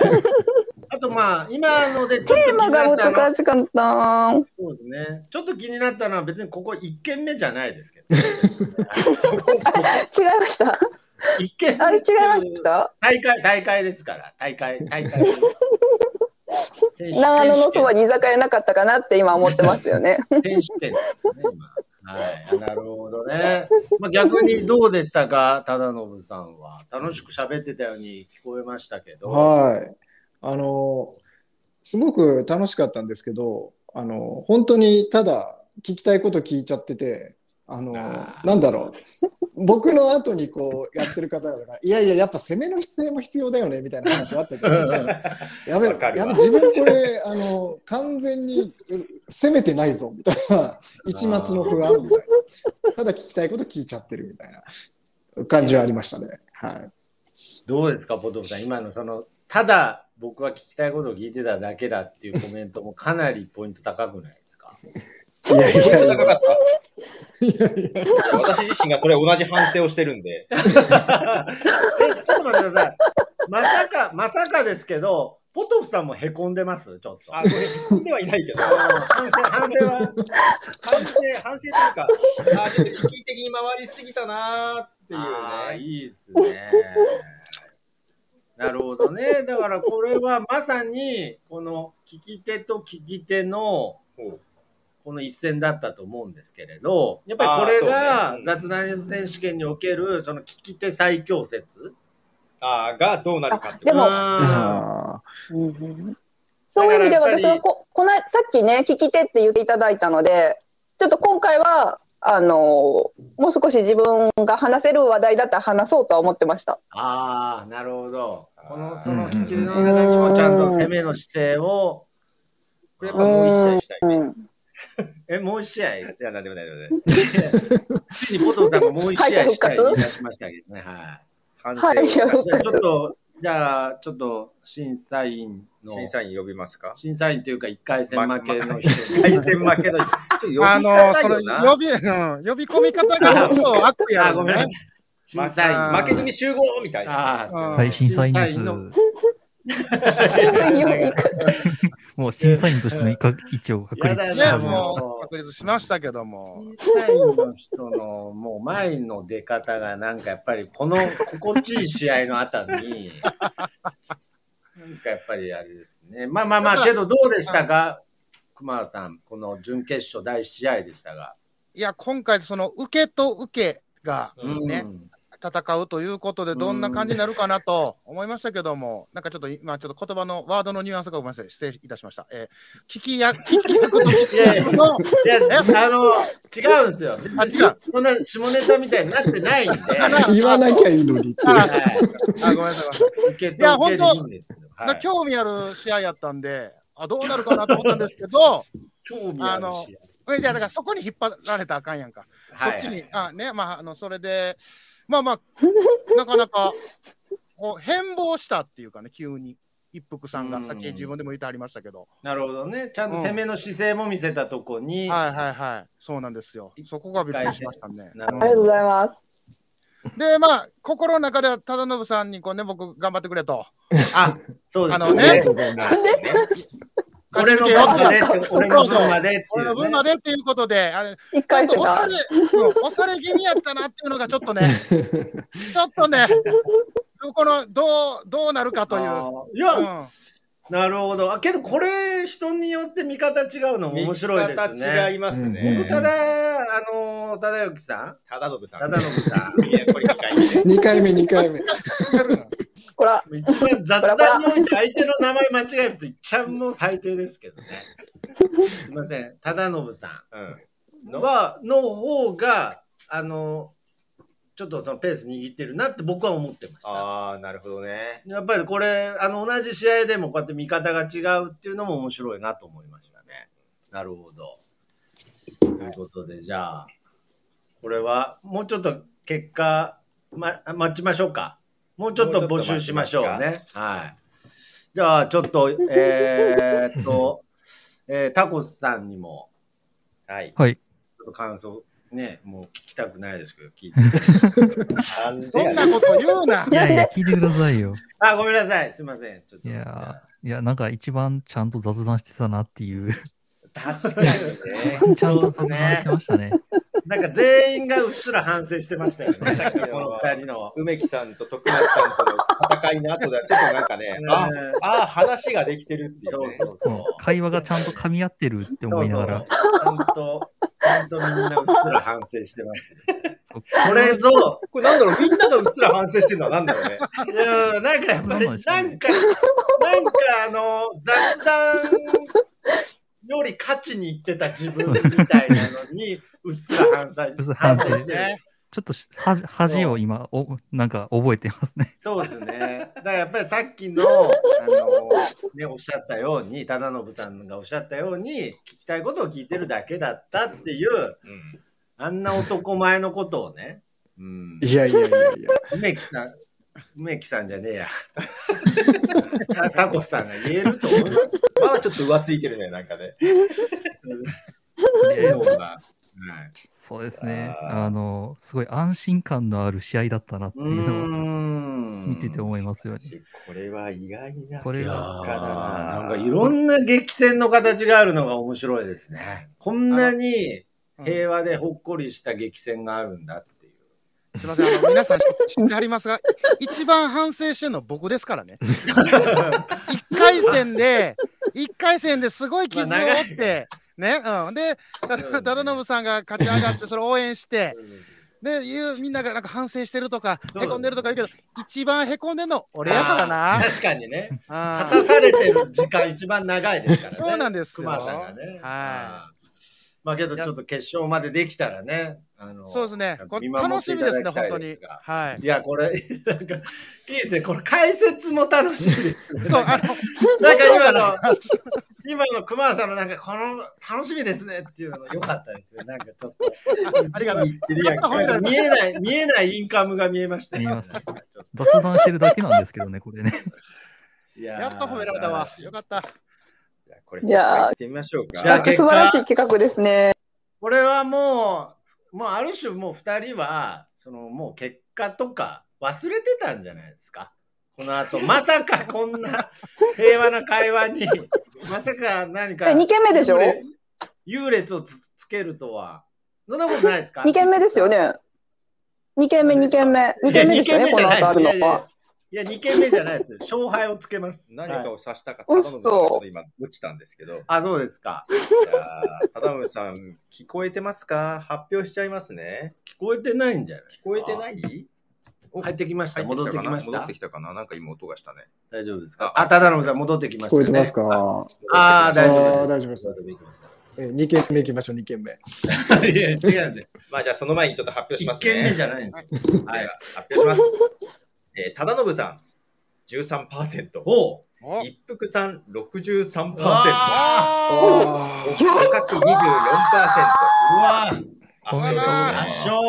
Speaker 1: あと、まあ、今ので、ちょっと気
Speaker 6: テーマ
Speaker 1: にな
Speaker 6: が
Speaker 1: ったのは
Speaker 6: 難しかった。
Speaker 1: そうですね。ちょっと気になったのは、別にここ1軒目じゃない ですけど、
Speaker 6: 違いました。
Speaker 1: 1軒目
Speaker 6: あれ違い
Speaker 1: って
Speaker 6: ま
Speaker 1: いう
Speaker 6: した。
Speaker 1: 大会、大会ですから、大会、大会 です。選手
Speaker 6: 長野のそばに居酒屋なかったかなって今思ってます よね。
Speaker 1: 選手権ですね、今。はいあ、なるほどね。まあ、逆にどうでしたか、忠信さんは。楽しく喋ってたように聞こえましたけど。
Speaker 4: はい。あの、すごく楽しかったんですけど、あの、本当にただ聞きたいこと聞いちゃってて、あの、なんだろう。僕の後にこうやってる方々が、いやいや、やっぱ攻めの姿勢も必要だよね、みたいな話あったじゃないですか。やべ、
Speaker 5: わかる
Speaker 4: や
Speaker 5: わ
Speaker 4: べ、自分これ、あの、完全にう攻めてないぞ、みたいな。一末の不安みたいな。ただ聞きたいこと聞いちゃってるみたいな感じはありましたね。はい。
Speaker 1: どうですか、ポトフさん、今のその、ただ僕は聞きたいことを聞いてただけだっていうコメントもかなりポイント高くないですか
Speaker 4: いやいやいやい
Speaker 2: 高かった。
Speaker 4: やいや。
Speaker 2: 私自身がそれ同じ反省をしてる んで。
Speaker 1: え、ちょっと待ってください。まさか、まさかですけど、ポトフさんもへこんでますちょっと。
Speaker 2: あ、これ、ではいないけど。
Speaker 1: 反省、反省は。
Speaker 2: 反省、反省というか、あー、ちょっと一気的に回りすぎたなーって
Speaker 1: ああ
Speaker 2: いうね。
Speaker 1: いいですね。なるほどね。だからこれはまさに、この聞き手と聞き手の、この一戦だったと思うんですけれど、やっぱりこれ
Speaker 2: あーそう
Speaker 1: が
Speaker 2: ねうん
Speaker 1: 雑談選手権における、その聞き手最強説。
Speaker 2: あーがどうなるかって
Speaker 6: で
Speaker 2: こ
Speaker 6: も
Speaker 1: あ
Speaker 4: あ
Speaker 6: そういう意味では、
Speaker 1: だからやっ
Speaker 6: 私
Speaker 1: ぱり
Speaker 6: はここのさっきね、聞き手って言っていただいたので、ちょっと今回は、あのもう少し自分が話せる話題だったら話そうとは思ってま した。
Speaker 1: あー、なるほど。この、そ
Speaker 4: うん
Speaker 1: の聞き手の中にもちゃんと攻めの姿勢を、
Speaker 2: と。やっぱもう一試合したい。
Speaker 6: うん、
Speaker 1: え、もう一試合
Speaker 2: いや、なんでもない、なんでもない。
Speaker 1: ついにポトフさんがもう一試合したいに出しましたけどね。はい。
Speaker 2: 反省を生かし
Speaker 1: じゃあちょっと、じゃあ、ちょっと審査員の、
Speaker 2: て、 審査員呼びますか
Speaker 1: 審査員というか、一回戦負けの人、
Speaker 2: 一回戦負けの、ちょっと呼び
Speaker 3: あ
Speaker 2: 方
Speaker 3: の、そ
Speaker 2: よ
Speaker 3: れ、
Speaker 2: な
Speaker 3: 呼。び、うん呼び込み方がちょっと悪意あ
Speaker 1: あ、
Speaker 3: る
Speaker 1: ご
Speaker 3: ね
Speaker 1: めんなさい。。審査員。
Speaker 2: 負け組集合みたいな。
Speaker 1: ああ、
Speaker 7: はい、審査員です
Speaker 1: 審査員。
Speaker 7: もう審査員としてのいか位置を確立
Speaker 1: や
Speaker 7: し
Speaker 1: だやだ
Speaker 7: 始
Speaker 3: ね、
Speaker 7: めました。
Speaker 3: もう確立しましたけども。
Speaker 1: 審査員の人の、もう前の出方が、なんかやっぱり、この 心地いい試合の後に、なんかやっぱりあれですね。まあまあまあ、けどどうでしたか熊さん、この準決勝第1試合でしたが。
Speaker 3: いや、今回、その、受けと受けがね
Speaker 1: う、ん
Speaker 3: 戦うということで、どんな感じになるかなと思いましたけども、なんかちょっと今、ちょっと言葉の、ワードのニュアンスがごめんなさい、失礼いたしました。えー聞き や、聞き役と聞き役
Speaker 1: い
Speaker 3: の、
Speaker 1: や、あの、違うんです よ。
Speaker 3: あ違う
Speaker 1: そんな下ネタみたいになってないんで。は
Speaker 4: ー言わなきゃいいのにっていう。
Speaker 3: あ、
Speaker 1: い
Speaker 3: あごめんなさい。
Speaker 1: 受け
Speaker 3: いや
Speaker 1: 取っていいんですけど。は
Speaker 3: ない興味ある試合やったんで、あどうなるかなと思ったんですけ ど、
Speaker 1: 興味あるし。
Speaker 3: えじゃあだからそこに引っ張られたらあかんやんか。
Speaker 1: はい
Speaker 3: そっちに、あね、まあ、あのそれで、まあま あ、なかなかこう変貌したっていうかね、急に。一服さん
Speaker 1: う
Speaker 3: が
Speaker 1: ん
Speaker 3: さっき自分でも言ってありましたけど、
Speaker 1: なるほどね。ちゃんと攻めの姿勢も見せたとこに、
Speaker 3: はいはいはい、そうなんですよ。そこがびっくりしましたね。
Speaker 1: なる
Speaker 6: ありがとうございます。
Speaker 3: で、まあ、心の中では忠信さんにこうね、僕頑張ってくれと。
Speaker 1: あ、そうです
Speaker 3: あ
Speaker 1: よ
Speaker 3: の
Speaker 4: あり
Speaker 1: ね
Speaker 4: がと。うございます。
Speaker 1: 俺の分までって、俺の分までってい
Speaker 3: 俺の
Speaker 1: う
Speaker 3: 分
Speaker 1: ね。
Speaker 3: までっていうことで、あれ、
Speaker 6: 一
Speaker 3: ちょ
Speaker 6: 回
Speaker 3: っ
Speaker 6: 戦
Speaker 3: と押され、うん押され気味やったなっていうのがちょっ とね、ちょっとね、このどうどうなるかという。
Speaker 1: あーいうや、
Speaker 3: ん
Speaker 1: なるほど。あけど、これ、人によって見方違うのも面白いですね。
Speaker 2: 見方違います
Speaker 5: うん
Speaker 1: 僕、
Speaker 2: ね。
Speaker 1: ただ、あの、忠之さん、
Speaker 2: ただのぶさん。
Speaker 1: 忠信さん、
Speaker 2: いや、これ2回 目。
Speaker 4: 2回目、2回目。
Speaker 6: こら、
Speaker 1: 一番雑談において相手の名前間違えると一番もう最低です けどね。すいません、忠信さ
Speaker 2: うん
Speaker 1: はの方が、あの、ちょっとそのペース握ってるなって僕は思ってました。
Speaker 2: ああ、なるほどね。
Speaker 1: やっぱりこれ、あの、同じ試合でもこうやって見方が違うっていうのも面白いなと思いましたね。なるほど。ということで、じゃあ、これはもうちょっと結果、ま、待ちましょうか。もうちょっと募集しましょう
Speaker 2: もうちょっ
Speaker 1: ね。はい。じゃあ、ちょっと、えーっと、 えータコスさんにも、
Speaker 2: はい。
Speaker 7: はい。
Speaker 1: ちょっと感想、ね、もう聞きたくないですけど、聞いて。
Speaker 2: なんで
Speaker 3: そ
Speaker 2: や
Speaker 3: んなこと言 うな。
Speaker 7: いやいや、聞いてくださいよ。
Speaker 1: あ、ごめんなさい。すいません。ちょっと。
Speaker 7: いやー、いや、なんか一番ちゃんと雑談してたなっていう。
Speaker 1: 確か にね。
Speaker 7: ちゃんと雑
Speaker 1: そうで
Speaker 7: 談し
Speaker 1: す
Speaker 7: て
Speaker 1: ね。
Speaker 7: ました ね。
Speaker 1: なんか全員がうっすら反省してま したよね。さっきのこの二人の。
Speaker 2: 梅木さんと徳松さんとの戦いの後では、ちょっとなんかね、 あ
Speaker 1: うん
Speaker 2: あー、話ができてるってい
Speaker 1: そうう
Speaker 2: ね
Speaker 1: そう
Speaker 7: もう
Speaker 1: そう。
Speaker 7: 会話がちゃんと噛み合ってるって思いながら。
Speaker 1: そうそうちゃんと本当みんなうっすら反省してます。 これぞ、
Speaker 5: これなんだろう、みんながうっすら反省してるのはなんだろうね。
Speaker 1: いやーなんかやっぱり、なんか、なんかあの、雑談より勝ちにいってた自分みたいなのに、うっすら反
Speaker 7: うっす
Speaker 1: 省
Speaker 7: ら
Speaker 1: 反
Speaker 7: 反省
Speaker 1: 省してる。
Speaker 7: ちょっとし恥恥を今お、なんか覚えてますね。
Speaker 1: そうですね。だからやっぱりさっきの、あの、ね、おっしゃったように、忠信さんがおっしゃったように、聞きたいことを聞いてるだけだったっていう、
Speaker 2: うん
Speaker 1: あんな男前のことをね、うん、
Speaker 4: いやいやいやいや。
Speaker 1: 梅木さん、梅木さんじゃねえや。 たタコスさんが言えると思います
Speaker 5: まだちょっと浮ついてるね、なんかね。
Speaker 1: よ。
Speaker 7: そうですね。
Speaker 5: あー
Speaker 7: あの、すごい安心感のある試合だったなって
Speaker 1: うー
Speaker 7: いうのを
Speaker 1: ん
Speaker 7: 見てて思いますよね。
Speaker 5: これは意外な
Speaker 7: これ
Speaker 1: いやー
Speaker 7: は、
Speaker 1: なんかいろんな激戦の形があるのが面白いですね。こんなに
Speaker 3: うん
Speaker 1: 平和でほっこりした激戦があるんだっていう。
Speaker 3: すみません、あの皆さん知ってはりますが、一番反省してるのは僕です からね。一回戦で、一回戦ですごい傷を負って、ね、うん、で、たた忠信さんが勝ち上がって、それを応援して、で、いうみんながなんか反省してるとか、
Speaker 1: そう
Speaker 3: へこんでるとか言うけど、一番へこんでんの俺やから
Speaker 1: あ
Speaker 3: な
Speaker 1: ー。確かにね。果
Speaker 3: あ
Speaker 1: たされてる時間一番長いですからね。
Speaker 3: そうなんですよ
Speaker 1: 熊さんがね。
Speaker 3: は
Speaker 1: まあけどちょっと決勝までできたらね。あの
Speaker 3: そうですね、これ
Speaker 1: 見守
Speaker 3: 楽
Speaker 1: って
Speaker 3: し
Speaker 1: い
Speaker 3: み
Speaker 1: た
Speaker 3: です
Speaker 1: だ
Speaker 3: ね、
Speaker 1: きた
Speaker 3: 本
Speaker 1: い
Speaker 3: 当
Speaker 1: で
Speaker 3: に
Speaker 1: すが。
Speaker 3: はい
Speaker 1: い。や、これ、なんか、いいですね。これ、解説も楽しいですね。
Speaker 3: そう、あの、
Speaker 1: なんか今 の、今の熊さんのなんか、この、楽しみですねっていうの良かったですね。なんかちょっと、
Speaker 3: ありがとう
Speaker 1: 言ってるやん
Speaker 3: やっと褒められた
Speaker 1: 見えない、見えないインカムが見えましたよ。
Speaker 7: 見えました雑談してるだけなんですけどね、これね。
Speaker 1: いやー
Speaker 3: やっと褒められたわ。よかった。
Speaker 5: じゃあこれ、
Speaker 6: いやー
Speaker 5: 行ってみましょう
Speaker 1: じゃあ
Speaker 5: か。
Speaker 1: 結
Speaker 6: 素
Speaker 1: 果
Speaker 6: 晴らしい企画ですね。
Speaker 1: これはもう、もうある種もう二人は、そのもう結果とか忘れてたんじゃないですか。この後、まさかこん な平和な会話に、まさか何か。
Speaker 6: え二軒目でしょ
Speaker 1: 優劣優劣をつつけるとは。そんなことないですか
Speaker 6: 二件目ですよ。ね。二件目、二件目、二
Speaker 1: いや
Speaker 6: 件目
Speaker 1: 二
Speaker 6: で
Speaker 1: 軒目
Speaker 6: すよね。
Speaker 1: じ
Speaker 6: こ
Speaker 1: ゃ
Speaker 6: の
Speaker 1: ない
Speaker 6: 後あるのは。
Speaker 1: いや、いやいや二軒目じゃな いです。勝敗をつけます。
Speaker 5: 何か
Speaker 1: はい
Speaker 5: を指したか、
Speaker 6: はい
Speaker 5: 忠信さんがちょっと今、落ちたんですけど、い
Speaker 1: あ、そうですか。
Speaker 5: やー忠信さん、聞こえてますか発表しちゃいますね。
Speaker 1: 聞こえてないんじゃないです
Speaker 5: 聞
Speaker 1: か。
Speaker 5: こえてないお
Speaker 1: 入ってきました。戻ってきまし
Speaker 2: 戻ったて。きたかななんか今音がしたね。
Speaker 1: 大丈夫ですか。あ、ただのさん戻ってきました、
Speaker 4: 聞こ
Speaker 1: ね。
Speaker 4: えてますか
Speaker 1: ああ、大丈夫
Speaker 4: あ
Speaker 1: です。
Speaker 4: あ、大丈夫です。えー、2軒目行きましょう、2軒目。
Speaker 1: いや違うんですよ。
Speaker 5: まあじゃあその前にちょっと発表しま
Speaker 1: 一
Speaker 5: すね。
Speaker 1: 軒目じゃないんですよ。
Speaker 5: はい、発表します。えー、忠信さん、13%。お
Speaker 3: お
Speaker 5: 一服さん、63%。
Speaker 3: あ
Speaker 4: あー
Speaker 5: 岡区24%。
Speaker 1: うわー
Speaker 5: 圧
Speaker 3: 勝ですね
Speaker 1: 圧勝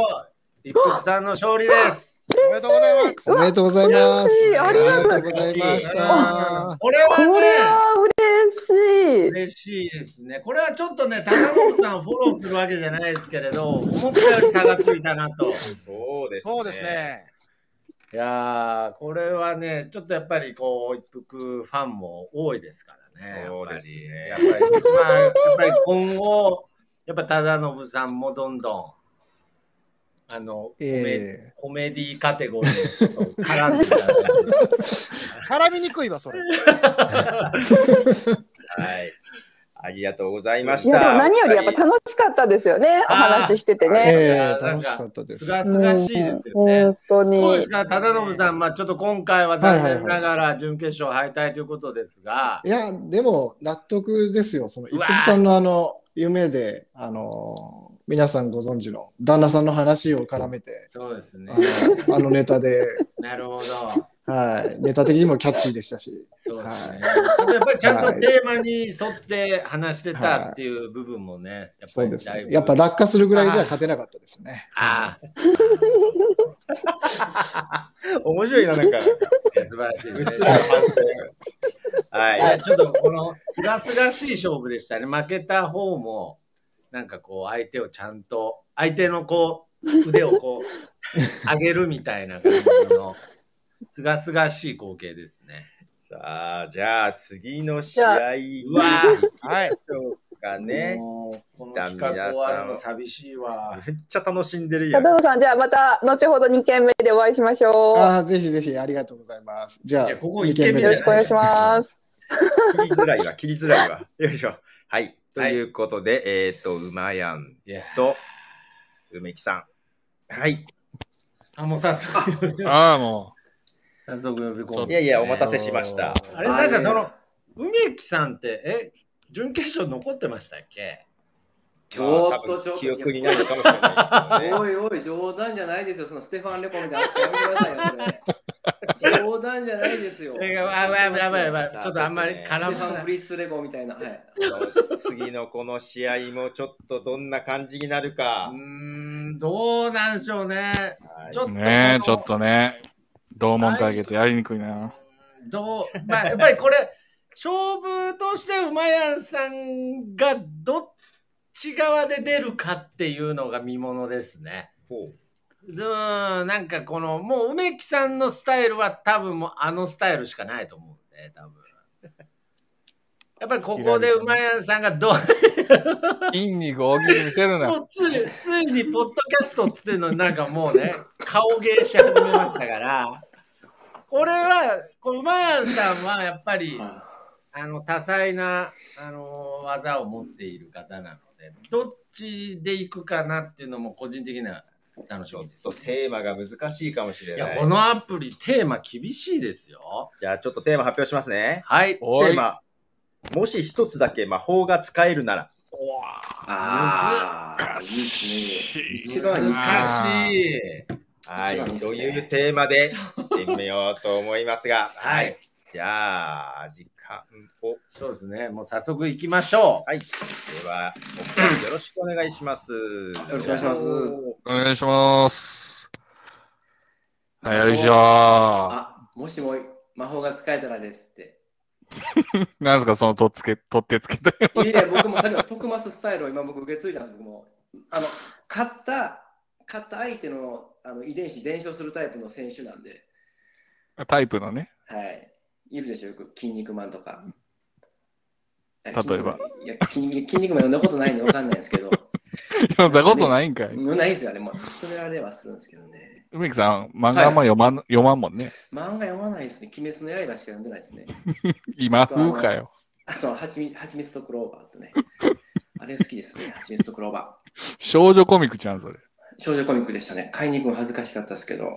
Speaker 1: 一服さんの勝利です。
Speaker 3: ーおめでとうございます。
Speaker 4: おめでとうございます。あり
Speaker 6: 嬉しいあ
Speaker 4: が
Speaker 6: りが
Speaker 4: と
Speaker 6: と
Speaker 4: う
Speaker 6: う
Speaker 4: ご
Speaker 6: ご
Speaker 4: ざ
Speaker 1: ざ
Speaker 4: い
Speaker 1: い
Speaker 4: ま
Speaker 1: ま
Speaker 4: し
Speaker 1: した
Speaker 6: た。
Speaker 1: これは
Speaker 6: これ
Speaker 1: ね、
Speaker 6: は嬉しい。
Speaker 1: 嬉しいですね。これはちょっとね、忠信さんをフォローするわけじゃないですけれど、思ったより差がついたなと。
Speaker 5: そうですね。
Speaker 3: そうですね。
Speaker 1: いやー、これはね、ちょっとやっぱりこう、一服ファンも多いですからね。
Speaker 5: そうですね
Speaker 1: やっぱり、やっぱりまあ、やっぱり今後、やっぱ忠信さんもどんどん、あの、
Speaker 4: え
Speaker 1: コメコメディカテゴリーにちょっと絡んでいただいて。
Speaker 3: 絡みにくいわ、それ。
Speaker 5: はい。ありがとうございま
Speaker 6: い
Speaker 5: した。
Speaker 6: や、でも何よりやっぱ楽しかったですよね。お話ししてて
Speaker 4: え
Speaker 6: ね。
Speaker 4: ええ
Speaker 1: なんか
Speaker 4: 楽しかったですす。
Speaker 1: がすがしいですよね。
Speaker 6: うん本当に。
Speaker 1: どうですか、忠信さん、まあ、ちょっと今回は残念ながら準決勝敗退ということですが、
Speaker 4: いや、でも納得ですよ。その
Speaker 1: う
Speaker 4: 一
Speaker 1: わー
Speaker 4: 徳さんのあの夢で、あの皆さんご存知の旦那さんの話を絡めて、
Speaker 1: そうですね
Speaker 4: あ。のあのネタ で、
Speaker 1: なるほど。
Speaker 4: はい、ネタ的にもキャッチーでしたし、
Speaker 1: そうですね。あとやっぱりちゃんとテーマに沿って話してたっていう部分もね、やっぱ
Speaker 4: そう
Speaker 1: り
Speaker 4: です
Speaker 1: だい
Speaker 4: ね。
Speaker 1: ぶ
Speaker 4: やっぱ落下するぐらいじゃ勝てなかったですね。
Speaker 1: あ
Speaker 5: 面白いな、なんか。
Speaker 1: あ、素晴らしいで
Speaker 5: うっ
Speaker 1: す
Speaker 5: す
Speaker 1: ね
Speaker 5: ら。の反省が。はいい。
Speaker 1: やちょっとこのすがすがしい勝負でしたね。負けた方も、なんかこう、相手をちゃんと、相手のこう、腕をこう、上げるみたいな感じの、すがすがしい光景ですね。
Speaker 5: さあ、じゃあ次の試合に
Speaker 1: うわー
Speaker 3: はい。
Speaker 5: がね、
Speaker 1: もうこの企画終わるの寂しいわ。
Speaker 5: めっちゃ楽しんでるやん。
Speaker 6: 佐藤さん、じゃあまた後ほど2件目でお会いしましょう。
Speaker 4: ああ、ぜひぜひありがとうございます。じゃあ、
Speaker 1: いやここ
Speaker 4: 二
Speaker 1: 一軒目
Speaker 4: 軒目
Speaker 1: じ
Speaker 6: よ
Speaker 1: ゃ
Speaker 6: ろ
Speaker 1: な
Speaker 6: しくお願いします。
Speaker 5: 切りづらいわ、切りづらいわ。よいしょ。はい。
Speaker 2: ということで、えっ、と、うまやん
Speaker 1: いや
Speaker 2: と、梅木さん。はい。
Speaker 1: あ、もう早速、
Speaker 8: ああ、も
Speaker 1: 早速呼び込ん
Speaker 2: い
Speaker 1: で
Speaker 2: やいや、お待たせしました。
Speaker 1: あれ、なんかその、梅木さんって、え、準決勝残ってましたっけ
Speaker 9: ちょっとちょっと。
Speaker 2: 記憶にないのかもしれないですけどね。
Speaker 9: おいおい、冗談じゃないですよ。そのステファン・レコみたいな扱いやめてくだ さいよ、それ。冗談じゃないですよ。
Speaker 1: え、やばいやばいやばいやばい。
Speaker 2: さあ
Speaker 1: ちょっとあんまり
Speaker 9: ステ
Speaker 1: 絡
Speaker 9: ファン・
Speaker 1: ま
Speaker 9: フリッツ・レコみたいな。はい。
Speaker 2: 次のこの試合もちょっとどんな感じになるか
Speaker 1: う。ーん、どうなんでしょうね。
Speaker 2: はい
Speaker 1: ちょっ
Speaker 8: う。
Speaker 1: と、
Speaker 8: ね
Speaker 1: あ
Speaker 8: え、
Speaker 1: の
Speaker 8: ちょっとね。同門対決やりにくいな。
Speaker 1: どう、まあ、やっぱりこれ、勝負として馬やんさんがどっち側で出るかっていうのが見ものですね。
Speaker 2: ほう
Speaker 1: うーん、なんかこの、もう梅木さんのスタイルは多分もうあのスタイルしかないと思うんで、多分。やっぱりここで馬やんさんがどう、
Speaker 8: 筋肉大きく見せる
Speaker 1: も
Speaker 8: な。
Speaker 1: う ついついにポッドキャストっつってんのになんかもうね、顔芸し始めましたから、これは、こう馬やんさんはやっぱり、あの多彩なあの技を持っている方なので、どっちで行くかなっていうのも個人的な楽しみです
Speaker 2: ちょっ。とテーマが難しいかもしれ
Speaker 1: い
Speaker 2: な
Speaker 1: や、
Speaker 2: い。
Speaker 1: このアプリテーマ厳しいですよ。
Speaker 2: じゃあちょっとテーマ発表しますね。
Speaker 1: はい。
Speaker 2: テ
Speaker 8: おい
Speaker 2: ーマ。もし一つだけ魔法が使えるなら。
Speaker 9: ああ、いいですね。一番いいっすね。
Speaker 1: 難しい。
Speaker 2: はい、
Speaker 9: そうです
Speaker 2: と
Speaker 9: ね
Speaker 2: いうテーマで行ってみようと思いますが、
Speaker 1: は
Speaker 2: はいい。じゃあ、時間を、
Speaker 1: そうですね。もう早速行きましょ
Speaker 2: はい。では、お二人よろしくお願いします。よ
Speaker 9: ろしくお願いします
Speaker 8: お願いします。はい、よいしょ
Speaker 9: あ、もしも魔法が使えたらですって。
Speaker 8: ー。なんすか、そのとっつけ、取ってつけた。
Speaker 9: いやいや、僕もさっきの徳松スタイルを今僕受け継いだんです、僕も。あの、勝った、勝った相手のあの遺伝子伝承するタイプの選手なんで、
Speaker 8: タイプのね。
Speaker 9: はい。いるでしょ、よく、筋肉マンとか。例
Speaker 8: 例えば。
Speaker 9: いや、筋肉筋肉マン読んだことないんでわかんないですけど、
Speaker 8: 読んだことないんかい。
Speaker 9: ないですよね、もう、勧められはするんですけどね。
Speaker 8: 梅木さん、漫画あんま読まん、読まんもんね。
Speaker 9: 漫画読まないですね、鬼滅の刃しか読んでないですね。
Speaker 8: 今風かよ。
Speaker 9: あと、はちみはちみつとクローバーとね。あれ好きですね、はちみつとクローバー。
Speaker 8: 少女コミックちゃん、それ。
Speaker 9: 少女コミックでしたね。買いに行くの恥ずかしかったですけど。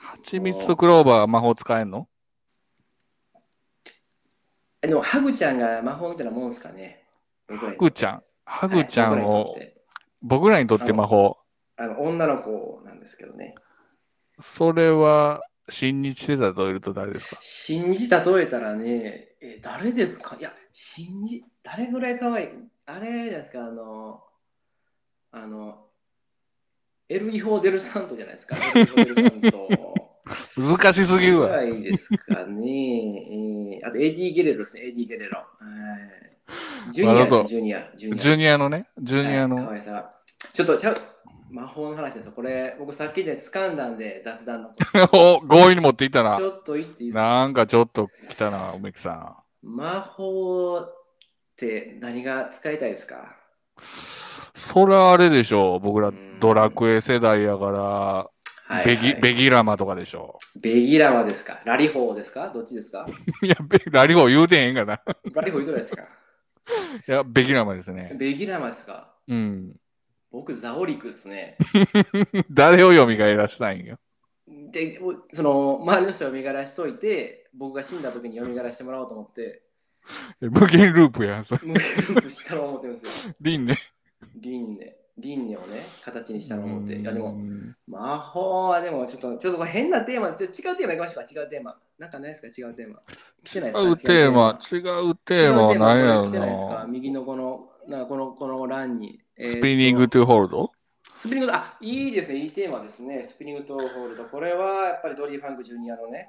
Speaker 8: 蜂蜜とクローバーは魔法使えんの
Speaker 9: えでも、ハグちゃんが魔法みたいなもんですかね。僕ら
Speaker 8: ハ
Speaker 9: に
Speaker 8: グちゃん。ハグちゃん
Speaker 9: はい僕
Speaker 8: を
Speaker 9: らにとっ、
Speaker 8: 僕らにと
Speaker 9: て
Speaker 8: って魔法。
Speaker 9: あの、女の子なんですけどね。
Speaker 8: それは、新日で例えると誰ですか
Speaker 9: 信じ例えたらね、え、誰ですかいや、信じ、誰ぐらい可愛いあれじゃないですか、あの、あの、エルイホーデルサントじゃないですか。エルイホーデルサント。
Speaker 8: 難しすぎる
Speaker 9: ぐ
Speaker 8: わ。
Speaker 9: らいですかね。えーあと、エディ・ゲレロですね、エディ・ゲレロ。はいジュニア
Speaker 8: なるほ
Speaker 9: で
Speaker 8: ど
Speaker 9: す、ジュニア。ジ
Speaker 8: ジュニア
Speaker 9: の
Speaker 8: のね、ジュニアの。
Speaker 9: はい、可愛さ。ちょっと、ちゃう、魔法の話ですよ。これ、僕さっきで掴んだんで、雑談のこと。
Speaker 8: お強引に持っていったな
Speaker 9: ち。ょっと言っていいですか
Speaker 8: なんかちょっと来たな、梅木さん。
Speaker 9: 魔法って何が使いたいですか
Speaker 8: それはあれでしょう。僕
Speaker 9: う
Speaker 8: ら
Speaker 9: ん
Speaker 8: ドラクエ世代やから、
Speaker 9: はい、
Speaker 8: ベギ、
Speaker 9: はい
Speaker 8: ベギラマとかでしょ
Speaker 9: ベギラはですかラリホーですかどっちですか
Speaker 8: う。い や、ベラリゴ言うてへんがな。
Speaker 9: ラリホーい とですか
Speaker 8: いや、ベギラマです ね。
Speaker 9: ベギラマですか
Speaker 8: うん。
Speaker 9: 僕、ザオリクですね。
Speaker 8: 誰を読み返らしたいんよ。
Speaker 9: で、もうその、周りの人を蘇らしといて、僕が死んだ時に蘇らしてもらおうと思って、
Speaker 8: 無限ループやん、それ。
Speaker 9: 無限ループしたろう思ってま すよ。
Speaker 8: リンね。
Speaker 9: 輪廻、輪廻をね、形にしたろう思って。いや、で
Speaker 8: う
Speaker 9: も、
Speaker 8: ん
Speaker 9: 魔法はでも、ちょっと、ちょっとこれ変なテーマで、ちょっと違うテーマいきましょうか、違うテーマ。なんかないですか、違うテーマ。来てないですか
Speaker 8: 違うテーマ、違うテーマは何やろ
Speaker 9: 違うテーマこれ来てないですか
Speaker 8: な。
Speaker 9: 右のこの、なんかこの、この欄に。えーと
Speaker 8: スピニングトゥホールド
Speaker 9: スピニング、あ、いいですね、いいテーマですね。スピニングとホールド。これはやっぱりドリー・ファンク・ジュニアのね、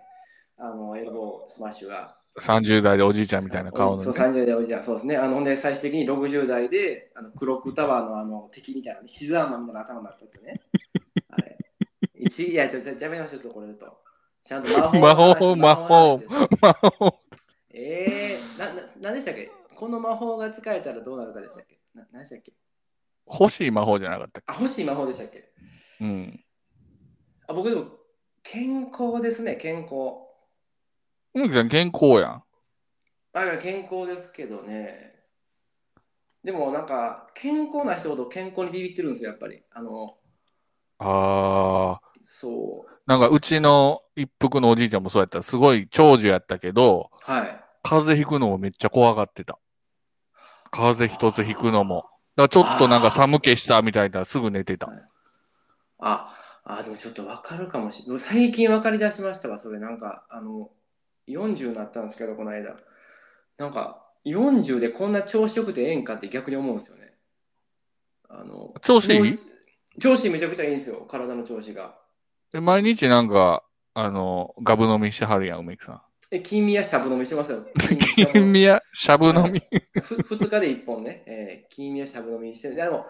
Speaker 9: あの、エルボースマッシュが。
Speaker 8: ?30 代でおじいちゃんみたいな顔の
Speaker 9: そう、
Speaker 8: ね。
Speaker 9: 30代おじいちゃん、そうですね。あの、ほんで、最終的に60代で、あの、クロックタワーのあの、敵みたいな、シザーマンみたいな頭になったってね。あれ。一いや、ちょ、ちょ、やめましょう、ちょっとこれちょっと。ちゃんと
Speaker 8: 魔
Speaker 9: 魔
Speaker 8: 法
Speaker 9: 法
Speaker 8: 魔法
Speaker 9: の話ですよ
Speaker 8: 魔法
Speaker 9: えー、な、な、なんでしたっけこの魔法が使えたらどうなるかでしたっけな、何でしたっけ
Speaker 8: 欲しい魔法じゃなかったっ
Speaker 9: あ、欲しい魔法でしたっけ
Speaker 8: けうん。
Speaker 9: あ僕でも健康ですね健康
Speaker 8: 梅木さん健康やん。
Speaker 9: あいや健康ですけどねでもなんか健康な人ほど健康にビビってるんですよやっぱりあの
Speaker 8: ああ。
Speaker 9: そう
Speaker 8: なんかうちの一服のおじいちゃんもそうやった。すごい長寿やったけど、
Speaker 9: はい
Speaker 8: 風邪ひくのもめっちゃ怖がってた。風邪一つひくのも。だからちょっとなんか寒気したみたいなすぐ寝てた。
Speaker 9: ああでもちょっとわかるかもしれない最近わかりだしましたわそれなんかあの40になったんですけどこの間なんか40でこんな調子よくてええんかって逆に思うんですよねあの
Speaker 8: 調子いい
Speaker 9: すご調子めちゃくちゃいいんですよ体の調子が
Speaker 8: で毎日なんか、あの、ガブ飲みしてはるやん、梅木さん。
Speaker 9: え金宮しゃぶ飲みしてま すよ
Speaker 8: 金宮、しゃぶ飲み。
Speaker 9: ふ2日で1本ね、えー、金やしゃぶ飲みしてでも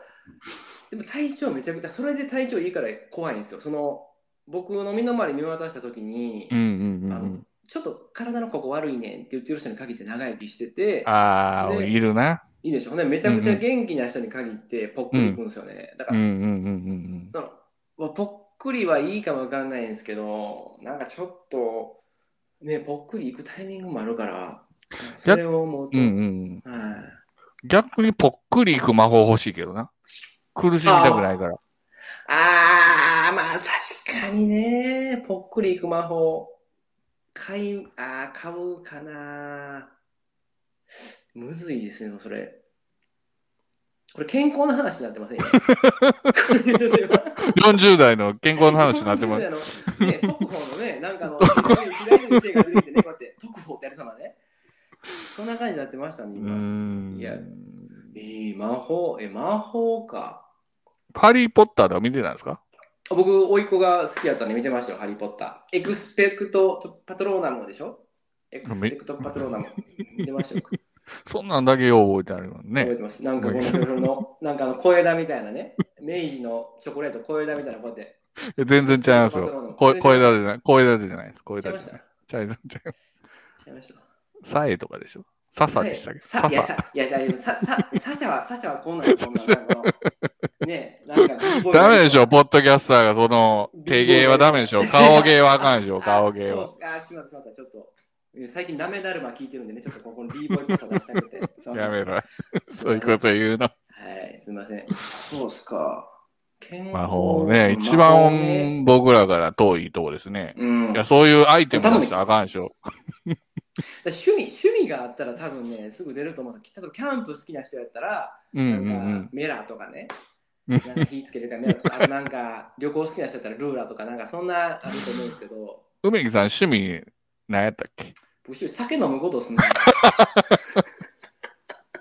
Speaker 9: でも体調めちゃくちゃそれで体調いいから怖いんですよその僕の身の回り見渡した時 に、
Speaker 8: うんうんうん
Speaker 9: あ
Speaker 8: う
Speaker 9: の
Speaker 8: ん。
Speaker 9: ちょっと体のここ悪いねんって言ってる人に限って長生きしてて
Speaker 8: ああ、
Speaker 9: で
Speaker 8: いるな。
Speaker 9: いいでしょほんでめちゃくちゃ元気な人に限ってぽっくりいくんですよね、だか
Speaker 8: うん
Speaker 9: ら、
Speaker 8: うんうんうん
Speaker 9: そのまあぽっくりはいいかもわかんないんですけどなんかちょっとねぽっくりいくタイミングもあるからそれを思う
Speaker 8: う
Speaker 9: と、
Speaker 8: ん。うんうん。
Speaker 9: はい
Speaker 8: 逆にぽっくりいく魔法欲しいけどな。苦しみたくない から。
Speaker 9: あー、まあ確かにね、ぽっくりいく魔法、買い、あー、買うかな。むずいですね、それ。これ健康の話になってませんよ。
Speaker 8: 40代の健康の話にな ってます。
Speaker 9: す。ね、特報のね、なんかあの、左の手が出てきてね、こうやって、特報ってやるさまね。そんな感じになってましたね、
Speaker 8: うー
Speaker 9: 今。
Speaker 8: ん
Speaker 9: いやえー、魔法、え、魔法か。
Speaker 8: ハリー・ポッターでは見てないですか
Speaker 9: あ僕、甥いっ子が好きやったんで見てましたよ、ハリー・ポッター。エクスペクト・パトローナムでしょエクスペクト・パトローナム。見て ましたよ。
Speaker 8: そんなんだけよう覚えてあるもん
Speaker 9: 覚え
Speaker 8: ね。
Speaker 9: てます。なんかこのフルフ ルの、なんかあの小枝みたいなね、明治のチョコレート小枝みたいなこうやって。
Speaker 8: いや全然違いますよ。こ声だけじゃない。声だけじゃないです。声
Speaker 9: ちゃ
Speaker 8: だ
Speaker 9: い
Speaker 8: け
Speaker 9: ま
Speaker 8: じ
Speaker 9: し
Speaker 8: ゃ
Speaker 9: た。
Speaker 8: な
Speaker 9: ち
Speaker 8: い。ちゃいますちゃいます
Speaker 9: ゃいました。
Speaker 8: サエとかでしょ。ササでしたっけ
Speaker 9: さ
Speaker 8: サ
Speaker 9: いや、
Speaker 8: サ。
Speaker 9: さ、いや、さ、いやさ、さ、サシャは、サシャはこんなん、こんなんなんかの。ねえ、なんか、
Speaker 8: ダメでしょ、ポッドキャスターがその、手芸はダメでしょ。顔芸はあかん でしょ、顔芸は
Speaker 9: あ。そうあ、しまった、しまった、ちょっと。最近ダメだるま聞いてるんでね、ちょっとここの B ボイっぽさ出したくて。すいません
Speaker 8: やめろ。 そういうこと言うの。
Speaker 9: はい、すみません。そうっすか。健康
Speaker 8: 魔法ね、一番僕らから遠いとこですね。
Speaker 9: う
Speaker 8: い
Speaker 9: ん、だ
Speaker 8: や、
Speaker 9: か
Speaker 8: そういうアイテム出したらあかんでしょ。
Speaker 9: ら趣味趣味があったら多分ね、すぐ出ると思う。例えばキャンプ好きな人やったら、
Speaker 8: うん
Speaker 9: なん
Speaker 8: うんうん
Speaker 9: か。メラとかね、
Speaker 8: う
Speaker 9: なん
Speaker 8: ん
Speaker 9: か火つけてたらメラとか、あとなんか旅行好きな人やったらルーラーとか、なんかそんなあると思うんですけど、
Speaker 8: 梅木さん、趣味、何やったっけ
Speaker 9: 僕趣味酒飲むこ とですね。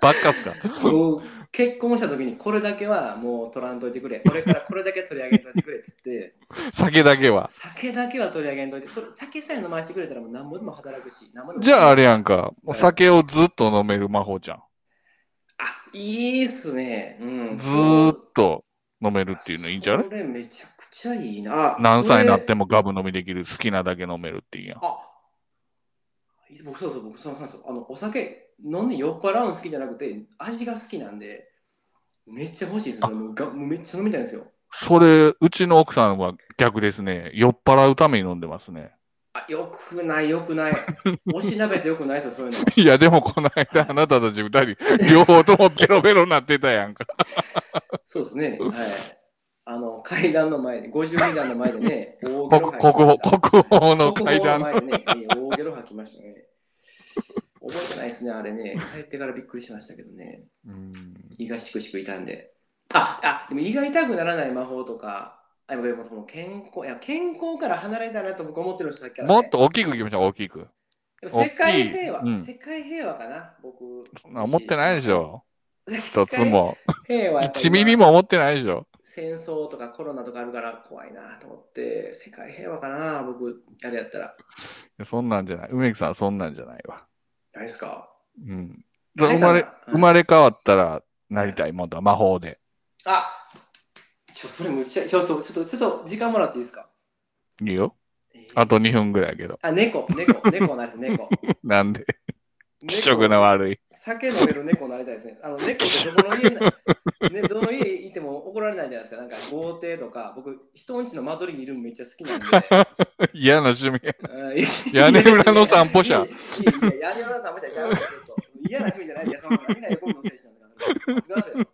Speaker 8: バッカっすか。
Speaker 9: 僕結婚した時にこれだけはもう取らんといてくれ。俺からこれだけ取り上げんといてくれっつって、
Speaker 8: 酒だけは。
Speaker 9: 酒だけは取り上げんといて、それ酒さえ飲ましてくれたらもう何ぼでも働くし、何ぼでも
Speaker 8: じゃああれやんか、お酒をずっと飲める魔法ちゃん。
Speaker 9: あ、いいっすね。うん。
Speaker 8: ずーっと飲めるっていうのいいんじゃない
Speaker 9: それめちゃくちゃいいな。
Speaker 8: 何歳になって
Speaker 9: も。
Speaker 8: もガブ飲みできる、好きなだけ飲めるっていうやん。
Speaker 9: あ、僕そうそう、僕そうなんですよ。あの、お酒飲んで酔っ払うの好きじゃなくて、味が好きなんで、めっちゃ欲しいですよ。もうがもうめっちゃ飲みたいんですよ。
Speaker 8: それ、うちの奥さんは逆ですね。酔っ払うために飲んでますね。
Speaker 9: あ、よくない、よくない。おしなべてよくないですよ、そういうの。
Speaker 8: いや、でもこの 間、あなたたち二人、両方ともベロベロなってたや んか。
Speaker 9: そうですね。はい。あの、階段の前で、52段の前でね、大ゲ
Speaker 8: 国
Speaker 9: ロ
Speaker 8: 国
Speaker 9: 吐いてました
Speaker 8: 宝、国宝の
Speaker 9: 国
Speaker 8: 階段
Speaker 9: 宝の前でね、えー大ゲロ吐きましたね。覚えてないですね、あれね。帰ってからびっくりしましたけどね。
Speaker 8: うん
Speaker 9: 胃がしくしく痛んで。あ、あ、でも胃が痛くならない魔法とか、あ、でもでもその健康、いや、健康から離れたいなと僕思ってる人さっきから、ね。
Speaker 8: もっと大きくいきましょう、大きく。
Speaker 9: でも世界平和、
Speaker 8: 大きいうん
Speaker 9: 世界平和かな、僕。
Speaker 8: そんな思ってないでしょ。一
Speaker 9: 一
Speaker 8: つ。も。
Speaker 9: 平和やっぱり
Speaker 8: 1ミリも思ってないでしょ。
Speaker 9: 戦争とかコロナとかあるから怖いなと思って、世界平和かな、僕、あれやったら。
Speaker 8: いやそんなんじゃない。梅木さん、そんなんじゃないわ。
Speaker 9: ないですか。
Speaker 8: うん。
Speaker 9: あ
Speaker 8: 生
Speaker 9: れかな
Speaker 8: まれ、
Speaker 9: うん
Speaker 8: 生まれ変わったらなりたいもんだ、魔法で。
Speaker 9: あちょ、それむっちゃ、ちょっと、ちょっと、ちょっと、時間もらっていいですか。
Speaker 8: いいよ。
Speaker 9: えー
Speaker 8: あと2分ぐらいやけど。
Speaker 9: あ、猫、猫、猫なりたい、 猫。
Speaker 8: なんで、気色の
Speaker 9: 猫
Speaker 8: 悪い。
Speaker 9: 酒飲める猫になりたいですね。あの、猫ってどこの家な、ね、どの家行っても怒られないじゃないですか。なんか豪邸とか、僕、人んちの間取り見るのめっちゃ好きなんで。
Speaker 8: 嫌な趣味や。
Speaker 9: うんい
Speaker 8: 屋根裏の散歩者
Speaker 9: いやいやいや屋根裏の散歩者、やめてちょっと嫌な趣味じゃないです。その何が横の選手なんだから。待ってくださいよ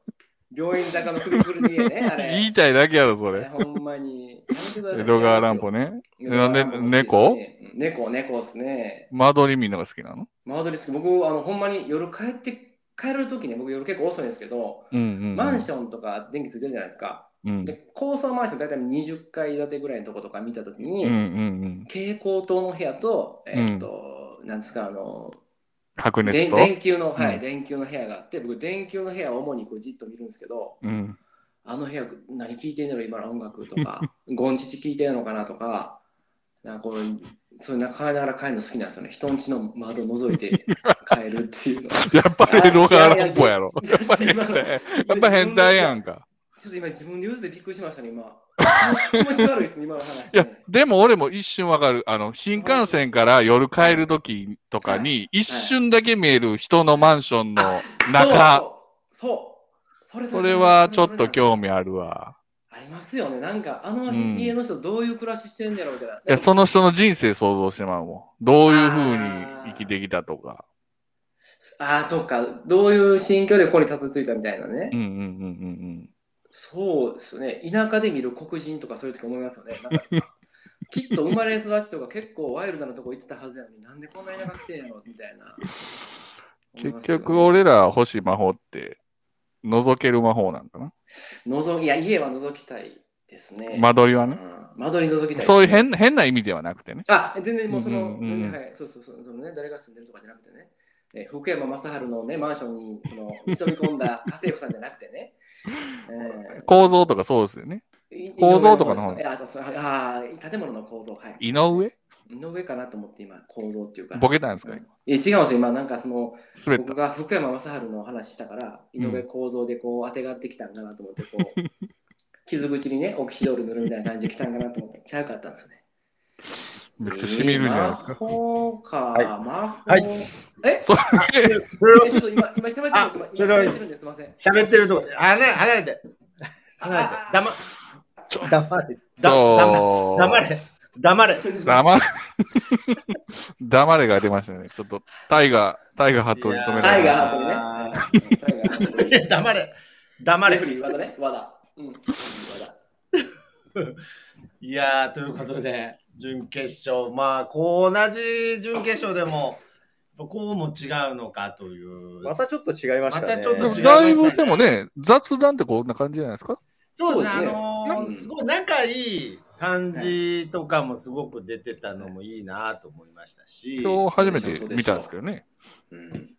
Speaker 9: 病院坂のくるくるにね、あれ。
Speaker 8: 言いたいだけやろ、そ
Speaker 9: あれ
Speaker 8: れ。
Speaker 9: ほんまに。やめてください
Speaker 8: 江戸川乱歩。ね。
Speaker 9: 江戸川
Speaker 8: な
Speaker 9: 乱
Speaker 8: ん
Speaker 9: 歩
Speaker 8: で
Speaker 9: 好きです
Speaker 8: 猫
Speaker 9: ねうん猫、猫ですね。
Speaker 8: 間取りみんなが好きなの
Speaker 9: マードリスク、僕、あの、ほんまに夜帰って、帰る時ね、僕夜結構遅いんですけど、
Speaker 8: うんうんうん。
Speaker 9: マンションとか電気ついてるじゃないですか。
Speaker 8: うん
Speaker 9: で、高層マンション大体20階建てぐらいのとことか見たときに、
Speaker 8: うんうんうん。
Speaker 9: 蛍光灯の部屋と、えーっと、なんですか、あの、
Speaker 8: 白熱
Speaker 9: 電
Speaker 8: と。
Speaker 9: 電球の、はい、
Speaker 8: うん
Speaker 9: 電球の部屋があって、僕、電球の部屋を主にこうじっと見るんですけど、
Speaker 8: うん。
Speaker 9: あの部屋、何聴いてんのろ、今の音楽とか、ゴンチチ聴いてんのかなとか、なんかこう、そういう中ながら帰るの好きなんですよね。人んちの窓覗 いて帰るっていうの。
Speaker 8: やっぱり江戸川乱歩やろ。
Speaker 9: い
Speaker 8: や
Speaker 9: や
Speaker 8: っぱ
Speaker 9: いや
Speaker 8: 変
Speaker 9: いや
Speaker 8: 態。やっぱ変態やんか。
Speaker 9: ちょっと今自分で言うてびっくりしましたね、今。気持ち悪いですね、今の話、
Speaker 8: いや
Speaker 9: ね。、
Speaker 8: でも俺も一瞬わかる。あの、新幹線から夜帰る時とかに、一瞬だけ見える人のマンションの中。
Speaker 9: そうそうそう。そ
Speaker 8: それはちょっと
Speaker 9: 日。
Speaker 8: 興味あるわ。
Speaker 9: ありますよね。なんか、あの
Speaker 8: うん
Speaker 9: 家の人どういう暮らししてんだろうみたいな。
Speaker 8: いや、その人の人生想像してまうもん。どういう風に生きてきたとか。
Speaker 9: ああ、そっか。どういう心境でここにたどり着いたみたいなね。
Speaker 8: うんうんうんうん
Speaker 9: そうですね。田舎で見る黒人とかそういう時思いますよね。なんかきっと生まれ育ちとか結構ワイルドなとこ行ってたはずやのに、なんでこんな田舎来てんやろみたいな。
Speaker 8: うん。結局俺ら星魔法って、覗ける魔法なんかな。
Speaker 9: のぞいや、家は覗きたいですね。
Speaker 8: 間取りは
Speaker 9: う
Speaker 8: ね。
Speaker 9: ん窓に覗きたいですね
Speaker 8: そういう変変な意味ではなくてね。
Speaker 9: あ、全然もうその、
Speaker 8: うんうんうん
Speaker 9: 全然はい、そうそうそう、そのね、誰が住んでるとかじゃなくてね、えー福山雅治のね、マンションにその潜み込んだ 家政婦さんじゃなくてね、
Speaker 8: 構造とかそうですよね。
Speaker 9: えー
Speaker 8: 構造とかの方
Speaker 9: いやそうそうあー建物の構造、はい。
Speaker 8: 井上
Speaker 9: 井上かなと思って今、構造っていうか。
Speaker 8: ボケたんです
Speaker 9: う
Speaker 8: か
Speaker 9: ん
Speaker 8: 今
Speaker 9: え違うんですよ、今なんかその、
Speaker 8: 滑った
Speaker 9: 僕。が福山雅治の話したから、井上構造でこう、当てがってきたんかなと思って、こう、 傷口にね、オキシドール塗るみたいな感じで来たんかなと思って、ちゃうかったんですね。
Speaker 8: めっちゃ染みるじゃないです
Speaker 9: え
Speaker 8: か
Speaker 9: ー。魔法か、
Speaker 5: い
Speaker 9: 魔法。
Speaker 1: はい
Speaker 9: え、
Speaker 8: そ
Speaker 1: それを
Speaker 9: えちょっと今、今喋ってるんです。今
Speaker 1: それは
Speaker 9: 喋ってるんです。すみません。
Speaker 1: 喋ってるとこ、離れ離れて、離れて、黙黙れ、だ
Speaker 8: そう
Speaker 1: 黙れ、黙れ、
Speaker 8: 黙れ、黙れが出ましたね。ちょっと、タイガー、タイガーハットに止めら
Speaker 9: タ
Speaker 8: れ
Speaker 9: イ
Speaker 8: ま
Speaker 9: ガ
Speaker 8: し
Speaker 9: ー
Speaker 8: た。
Speaker 9: ハットにね。タイガーハットに。
Speaker 1: 黙れ、黙
Speaker 9: レフ
Speaker 1: れ。
Speaker 9: リー、和田ね、和田。うん。和田
Speaker 1: いやー、ということで、準決勝、まあ、こう同じ準決勝でも、こうも違うのかという。
Speaker 5: またちょっと違いましたね。
Speaker 1: またちょっと
Speaker 8: でも
Speaker 1: 違いました
Speaker 8: だいぶでもね、雑談ってこんな感じじゃないですか
Speaker 1: そうです
Speaker 9: そ
Speaker 1: ね、
Speaker 9: うですね
Speaker 1: あの
Speaker 9: うん
Speaker 1: ー、すごい仲いい感じとかもすごく出てたのもいいなと思いましたし、
Speaker 8: 今日初めて見たんですけどね。
Speaker 9: うん。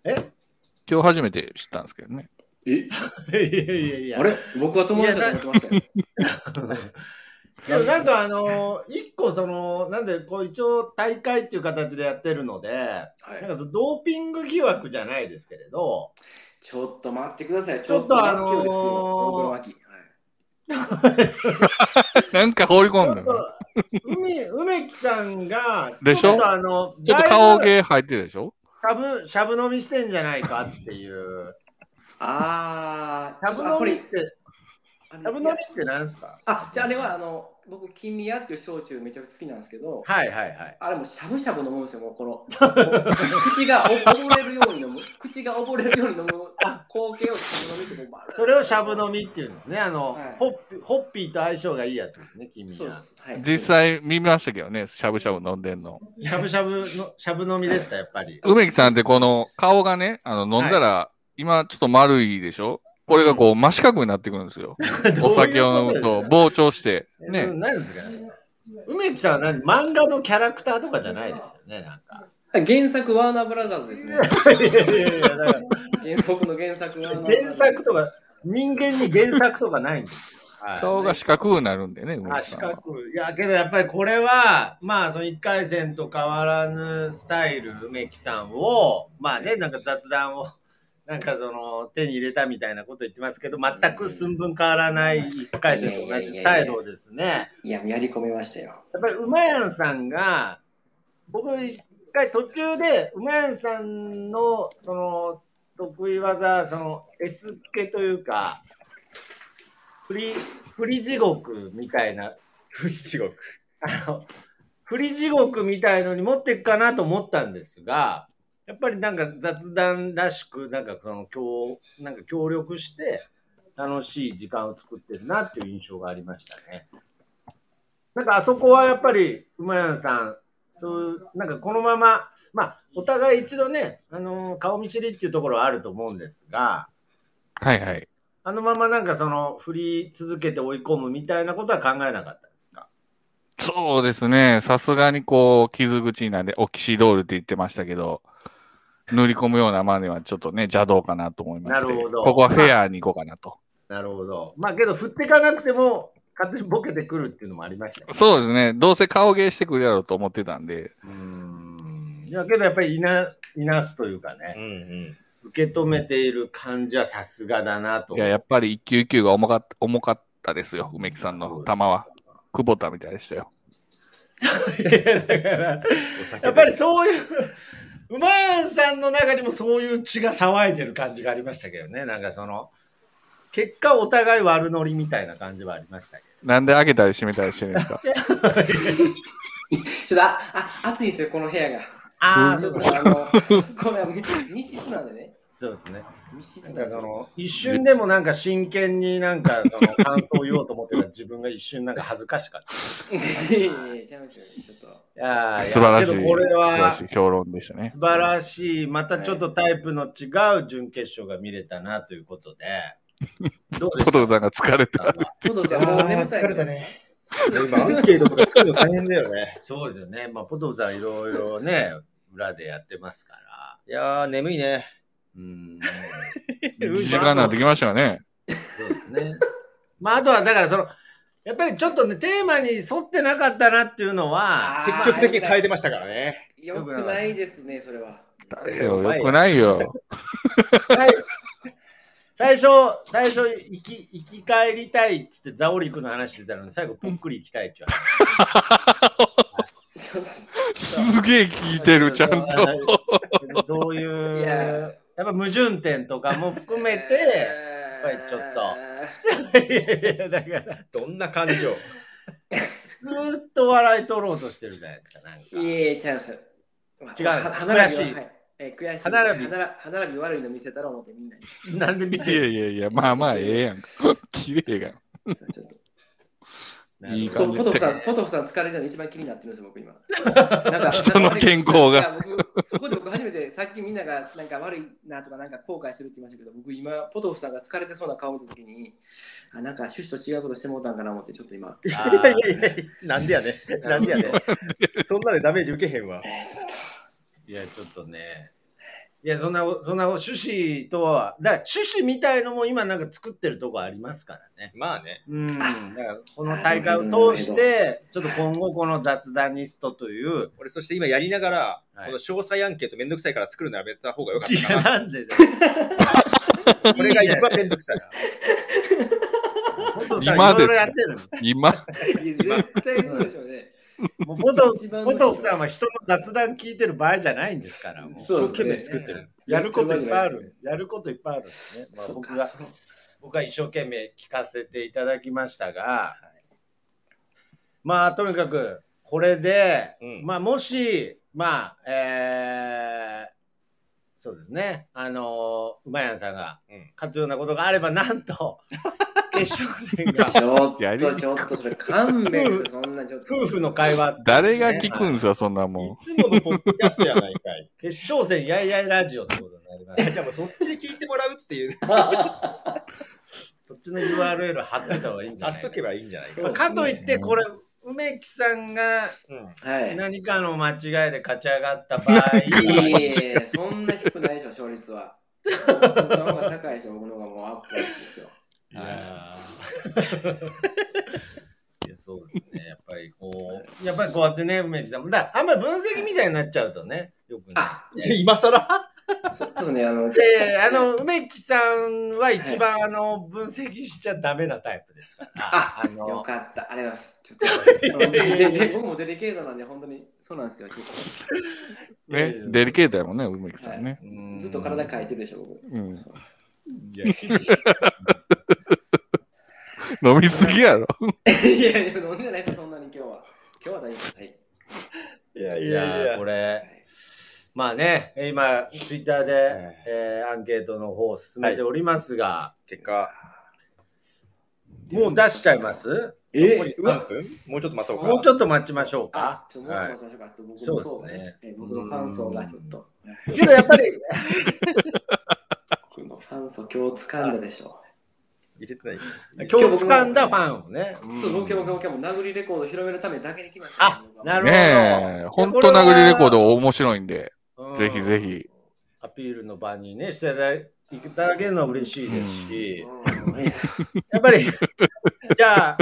Speaker 8: 今日初めて知ったんですけどね。
Speaker 9: え、
Speaker 1: いやいやいや
Speaker 9: あれ、僕は友達だと思ってましたよ。
Speaker 1: でもなんかあのー、一個その、なんで、こう一応大会っていう形でやってるので、
Speaker 9: はい
Speaker 1: なんかそのドーピング疑惑じゃないですけれど、
Speaker 9: ちょっと待ってください。
Speaker 1: ちょっと
Speaker 9: 待てよですよ
Speaker 1: あのー
Speaker 9: 僕の脇。はい
Speaker 8: なんか放り込んだ
Speaker 1: ちょっ
Speaker 8: な。
Speaker 1: と梅梅木さんが、
Speaker 8: でしょ
Speaker 1: ちょっとあの、
Speaker 8: ちょっと顔芸入ってるでしょ
Speaker 1: だいぶしゃぶ、しゃぶ飲みしてんじゃないかっていう。
Speaker 9: あ
Speaker 1: しゃ
Speaker 9: ー、
Speaker 1: ぶ
Speaker 9: あこ
Speaker 1: 飲みっ
Speaker 9: れ、
Speaker 1: て、
Speaker 9: あれ
Speaker 1: しゃぶ飲みってなんですか
Speaker 9: あ、じゃああれは、あの、僕、金宮っていう焼酎めちゃくちゃ好きなんですけど、
Speaker 1: はいはいはい。
Speaker 9: あれもうしゃぶしゃぶ飲むんですよ、もうこの。もう口が溺れるように飲む。口が溺れるように飲む光景をしゃぶ飲みってもう
Speaker 1: それをしゃぶ飲みっていうんですね。あの、
Speaker 9: はい
Speaker 1: ホッピホッピーと相性がいいやつですね、君
Speaker 9: そうで
Speaker 1: は。
Speaker 9: す。はい、
Speaker 8: 実際見ましたけどね、しゃぶしゃぶ飲んでんの。
Speaker 1: しゃぶしゃぶの、しゃぶ飲みでした、やっぱり。
Speaker 8: 梅木さんってこの顔がね、あの飲んだら、今ちょっと丸いでしょこれがこう真四角になってくるんで すよ。お酒を飲むと膨張して。
Speaker 1: ね、
Speaker 8: ね。
Speaker 1: 何ですかね梅木さんは何漫画のキャラクターとかじゃないですよね、なんか。
Speaker 9: 原作ワーナーブラザーズですね。
Speaker 1: いやいやいや、だから
Speaker 9: 原作の原作ワーナーブラザー
Speaker 1: 原
Speaker 9: ズ。
Speaker 1: 作とか、人間に原作とかないんですよ。はい
Speaker 8: 顔が四角になるんでね、梅
Speaker 1: あ
Speaker 8: 木
Speaker 1: 四
Speaker 8: さんは。
Speaker 1: 角いやけどやっぱりこれはまあその1回戦と変わらぬスタイル梅木さんをまあねなんか雑談をなんかその手に入れたみたいなこと言ってますけど全く寸分変わらない1回戦と同じスタイルをですね
Speaker 9: いや、やり込みましたよ。
Speaker 1: やっぱりうまやんさんが僕1回途中でうまやんさんのその得意技その S 系というか振り振り地獄みたいな
Speaker 5: 地獄。
Speaker 1: あの、振り地獄みたいのに持っていくかなと思ったんですが、やっぱりなんか雑談らしく、なんかその協、なんか協力して、楽しい時間を作ってるなっていう印象がありましたね。なんかあそこはやっぱり、馬やんさん、そういう、なんかこのまま、まあ、お互い一度ね、あのー顔見知りっていうところはあると思うんですが、
Speaker 8: はいはい。
Speaker 1: あのままなんかその、振り続けて追い込むみたいなことは考えなかったんですか
Speaker 8: そうですね。さすがにこう、傷口なんで、オキシドールって言ってましたけど、塗り込むような真似はちょっとね、邪道かなと思いまして、
Speaker 1: なるほど
Speaker 8: ここはフェアに行こうかなと。
Speaker 1: なるほど。まあけど、振っていかなくても、勝手にボケてくるっていうのもありましたね
Speaker 8: そうですね。どうせ顔芸してくるやろうと思ってたんで、
Speaker 1: うーんいやけどやっぱりいないなすというか
Speaker 5: う
Speaker 1: ね、
Speaker 5: ん
Speaker 1: 受け止めている感じはさすがだなと。
Speaker 8: いや、やっぱり一球一球が重かった重かったですよ、梅木さんの球は。久保田みたいでしたよ。
Speaker 1: いやだから
Speaker 5: お酒で
Speaker 1: やっぱりそういう、うまやんさんの中にもそういう血が騒いでる感じがありましたけどね、なんかその、結果お互い悪ノリみたいな感じはありましたけ
Speaker 8: なんで上げたり締めたりしてるんですか
Speaker 9: ちょっと、あ、あ、暑いんですよ、この部屋が。
Speaker 1: ど。ああ、
Speaker 9: ち
Speaker 1: そ
Speaker 9: ょ
Speaker 1: う
Speaker 9: っ
Speaker 1: です
Speaker 9: と、あの、ごめん、密室なんでね。
Speaker 1: そうですね。
Speaker 9: 密室
Speaker 1: なんか
Speaker 9: なんで
Speaker 1: その、一瞬でもなんか真剣になんかその感想を言おうと思ってた自分が一瞬なんか恥ずかしかった。
Speaker 9: すよ。いやいやいやちゃうんですよ、ちょっと。
Speaker 1: いやー
Speaker 8: 素晴ら
Speaker 1: や
Speaker 8: しい、素
Speaker 1: けどこれは
Speaker 8: 晴らしい評論でしたね。
Speaker 1: 素晴らしい、またちょっとタイプの違う準決勝が見れたなということで、どうで
Speaker 8: ポト
Speaker 1: し
Speaker 8: フさんが疲れて
Speaker 1: た
Speaker 8: る。
Speaker 1: か
Speaker 9: ポトフさん、もう眠たい。。
Speaker 5: うん。今、アンケートとか作るの大変だよね。
Speaker 1: そうですよね、まあ、ポトフさん、いろいろね、裏でやってますから、
Speaker 5: いやー、眠いね。
Speaker 1: うーん、
Speaker 8: 2時 間になってきましたよね。
Speaker 1: そうですね。まあ、あとはだからその、やっぱりちょっとね、テーマに沿ってなかったなっていうのは、
Speaker 5: 積極的に変えてましたからね。
Speaker 9: よくないですね、それは。
Speaker 8: よくないよ。
Speaker 1: 最最初、最初生き、生き返りたいっつって、ザオリクの話してたのに、最後、ぽっくり行きたいっていう話
Speaker 9: ちょっ
Speaker 8: すげえ聞いて る、ちゃんと。
Speaker 1: はいそういう、
Speaker 9: いや
Speaker 1: やっぱ矛盾点とかも
Speaker 9: と
Speaker 1: 含めて、ぱりちょっといやいやいやだから、
Speaker 5: どんな感 情
Speaker 1: ずっと笑い取ろうとしてるじゃないですか、なんか。
Speaker 9: いえいえ、チャンス。違
Speaker 1: 違う
Speaker 9: 歯並びは
Speaker 1: 悔しい
Speaker 9: はいえー悔しい。
Speaker 1: 歯並び
Speaker 9: 歯並歯並び悪いの見せたら思ってみんなに。
Speaker 1: なんで見
Speaker 8: いやいやいや、まあまあ、ええや んか。綺麗やん。
Speaker 9: そうちょっと
Speaker 8: いい
Speaker 9: ポ
Speaker 8: 感じ
Speaker 9: ポトフさん、ポトフさん疲れたの一番気になってるんですよ、僕今。なんか
Speaker 8: 人の健康が。
Speaker 9: なんか僕そこで僕初めて、さっきみんながなんか悪いなとか、なんか後悔してるって言いましたけど、僕今、ポトフさんが疲れてそうな顔見たときに、あ、なんか趣旨と違うことしてもうたんかな思って、ちょっと今。
Speaker 5: いやいやいやいや、なんでやね。なんでやね。そんなでダメージ受けへんわ
Speaker 9: え。ー、ちょっと。
Speaker 1: いや、ちょっとね。いや、そんな、そんな趣旨とは、だから趣旨みたいのも今なんか作ってるとこありますからね。
Speaker 5: まあね。
Speaker 1: うん。だからこの大会を通して、ちょっと今後この雑談ニストという、
Speaker 5: 俺、そして今やりながら、
Speaker 1: はい
Speaker 5: この詳細アンケートめんどくさいから作るのやめた方がよかっ
Speaker 1: い
Speaker 5: た
Speaker 1: や、
Speaker 5: かな。
Speaker 1: なんでだ
Speaker 5: これが一番めんどくさいな。
Speaker 1: よポトフさん
Speaker 8: 今
Speaker 1: い
Speaker 8: ですか
Speaker 1: ろいろやってるの
Speaker 8: 今、
Speaker 9: いや絶対そうでしょうね。
Speaker 1: もうポト
Speaker 9: 一番
Speaker 1: ポトフさんは人の雑談聞いてる場合じゃないんですから、もう
Speaker 9: そう
Speaker 5: 一生懸命作ってる。
Speaker 1: やることいっぱいある。やることいっぱいあるんですね。まあ、
Speaker 9: そうか
Speaker 1: 僕が、僕が一生懸命聞かせていただきましたが、まあ、とにかく、これで、
Speaker 5: うん
Speaker 1: まあ、もし、まあ、えーそうですね、あのー、うまやんさんが
Speaker 5: うん
Speaker 1: 勝つようなことがあれば、なんと、 決勝戦が、
Speaker 9: ちょっ
Speaker 8: やり
Speaker 9: と、ちょっと、それ勘弁 して、そんなちょっと。
Speaker 1: 夫婦の会話、
Speaker 8: 誰が聞くんですか、そんないも
Speaker 5: つものポッドキャストやないかい。
Speaker 1: 決勝戦やいやいラジオってことになります。
Speaker 5: じゃあもうそっちで聞いてもらうっていう、
Speaker 1: そっちの URL 貼っといた方がいいんじゃ
Speaker 5: 貼
Speaker 1: ない
Speaker 5: っとけばいいんじゃないか。
Speaker 1: まあかといって、これ、梅木さんが
Speaker 5: うん。
Speaker 9: はい。
Speaker 1: 何かの間違いで勝ち上がった場合、
Speaker 9: いやいやいやそんな低くないでしょ、勝率は。僕の方が高いでしょ、僕の方がもうアップアップですよ。
Speaker 1: いや ーいやそうですね、やっぱりこう、やっぱりこうやってね、梅木さんも、だからあんまり分析みたいになっちゃうとね、よくない。
Speaker 9: あ
Speaker 5: 今更
Speaker 9: そちょっとね、あの、
Speaker 1: で、あの、梅木さんは一番、あの、分析しちゃダメなタイプですから、
Speaker 9: あ
Speaker 1: あ
Speaker 9: よ
Speaker 1: の、
Speaker 9: かった、ありがとう ございます。ちょっと、でで僕もデリケートなんで、本当にそうなんですよ、ちょっ
Speaker 8: う。ね、デリケートやもんね、梅木さんね。
Speaker 9: と。ずっと体かいてるでしょ、僕。
Speaker 8: うん、
Speaker 9: そう です
Speaker 8: 飲みすぎやろ。
Speaker 9: いやいや、飲んでないです、そんなに今日は。今日は大丈夫。はい。
Speaker 5: いや
Speaker 1: い
Speaker 5: いやい
Speaker 1: やー
Speaker 5: や
Speaker 1: こ。れ、まあね、今、ツイッターで、えーアンケートの方を進めておりますが、
Speaker 2: 結果、
Speaker 1: もう出しちゃいます
Speaker 2: 残
Speaker 9: え
Speaker 2: り3分もうちょっと待とうか。
Speaker 1: もうちょっと待ちましょうか
Speaker 9: あ、。ちょっともうそうしましょうか。ちょっと僕もそうね。え僕の感想がちょっと。
Speaker 1: けどやっぱり、
Speaker 9: 僕の感想今日掴んだでしょ。
Speaker 2: 入れてない。
Speaker 1: 今日掴んだファンをね。
Speaker 9: そう、ロケロケロケも殴りレコード広めるためだけに来ました。
Speaker 1: あ
Speaker 9: 僕は
Speaker 1: なる
Speaker 8: ねえ、
Speaker 1: ほど
Speaker 8: 本当殴りレコード面白いんで、ぜひぜ
Speaker 1: ひ。
Speaker 8: ひ。
Speaker 1: アピールの場にね、していただいていただけるのは嬉しいですし、
Speaker 9: うんいいっす
Speaker 1: やっぱり、 じゃあ、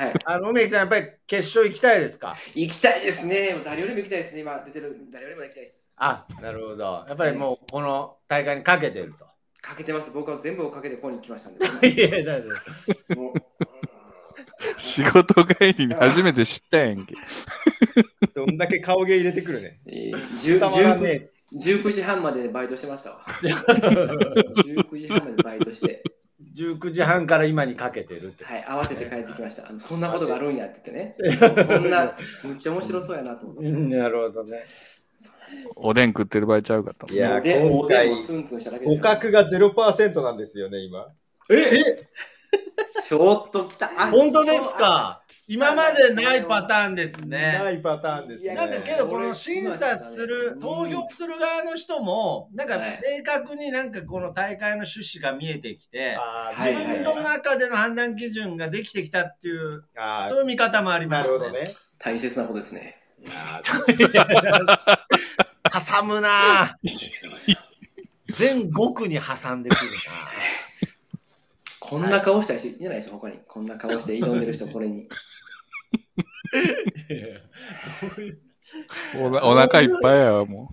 Speaker 9: はい。
Speaker 1: あの梅木さん、やっぱり決勝行きたいですか
Speaker 9: 行きたいですね。誰よりも行きたいですね。今出てる誰よりも行きたいです。
Speaker 1: あ、なるほど。やっぱりもう、この大会にかけてると。
Speaker 9: かけてます。僕は全部をかけてここに来ましたんで。
Speaker 1: いや、だって
Speaker 9: もう
Speaker 8: 仕事帰りに初めて知ったやんけ。
Speaker 2: どんだけ顔芸入れてくるね。
Speaker 9: え ー
Speaker 1: 伝わらねえ。
Speaker 9: 19 19時半までバイトしてましたわ。19時半までバイトして、
Speaker 1: 19時半から今にかけてるって。
Speaker 9: はい、慌てて帰ってきました。あのそんなことがあるんやって言ってね。そんな、むっちゃ面白そうやなと思って。
Speaker 1: うんなるほどね。
Speaker 8: おでん食ってる場合ちゃうかと
Speaker 2: い。や
Speaker 9: おでん
Speaker 2: ー、
Speaker 9: お
Speaker 2: 今
Speaker 9: で
Speaker 2: 回
Speaker 9: んを、ツンツンしただけで
Speaker 2: 互
Speaker 9: すよ。
Speaker 2: 角が0%なんですよね、今。
Speaker 9: えちょっと来た。あ
Speaker 1: 本当ですか今までないパターンです
Speaker 2: な
Speaker 1: ね。
Speaker 2: いパターンですね。
Speaker 9: い
Speaker 1: な
Speaker 9: や
Speaker 1: んかけど、この審査する、投票する側の人も、なんか
Speaker 9: はい
Speaker 1: 明確になんかこの大会の趣旨が見えてきて、
Speaker 2: あー
Speaker 9: はい
Speaker 1: 自分の中での判断基準ができてきたっていう、
Speaker 2: あ
Speaker 1: そういう見方もあり
Speaker 2: ー、
Speaker 1: ま
Speaker 2: な
Speaker 1: す
Speaker 2: るほどね。
Speaker 9: 大切なことですね。
Speaker 1: 挟むなぁ全5区に挟んでくる
Speaker 9: こんな顔した人いないでしょ、他に。こんな顔して挑んでる人、これに。
Speaker 8: おなお腹いっぱいやわ、も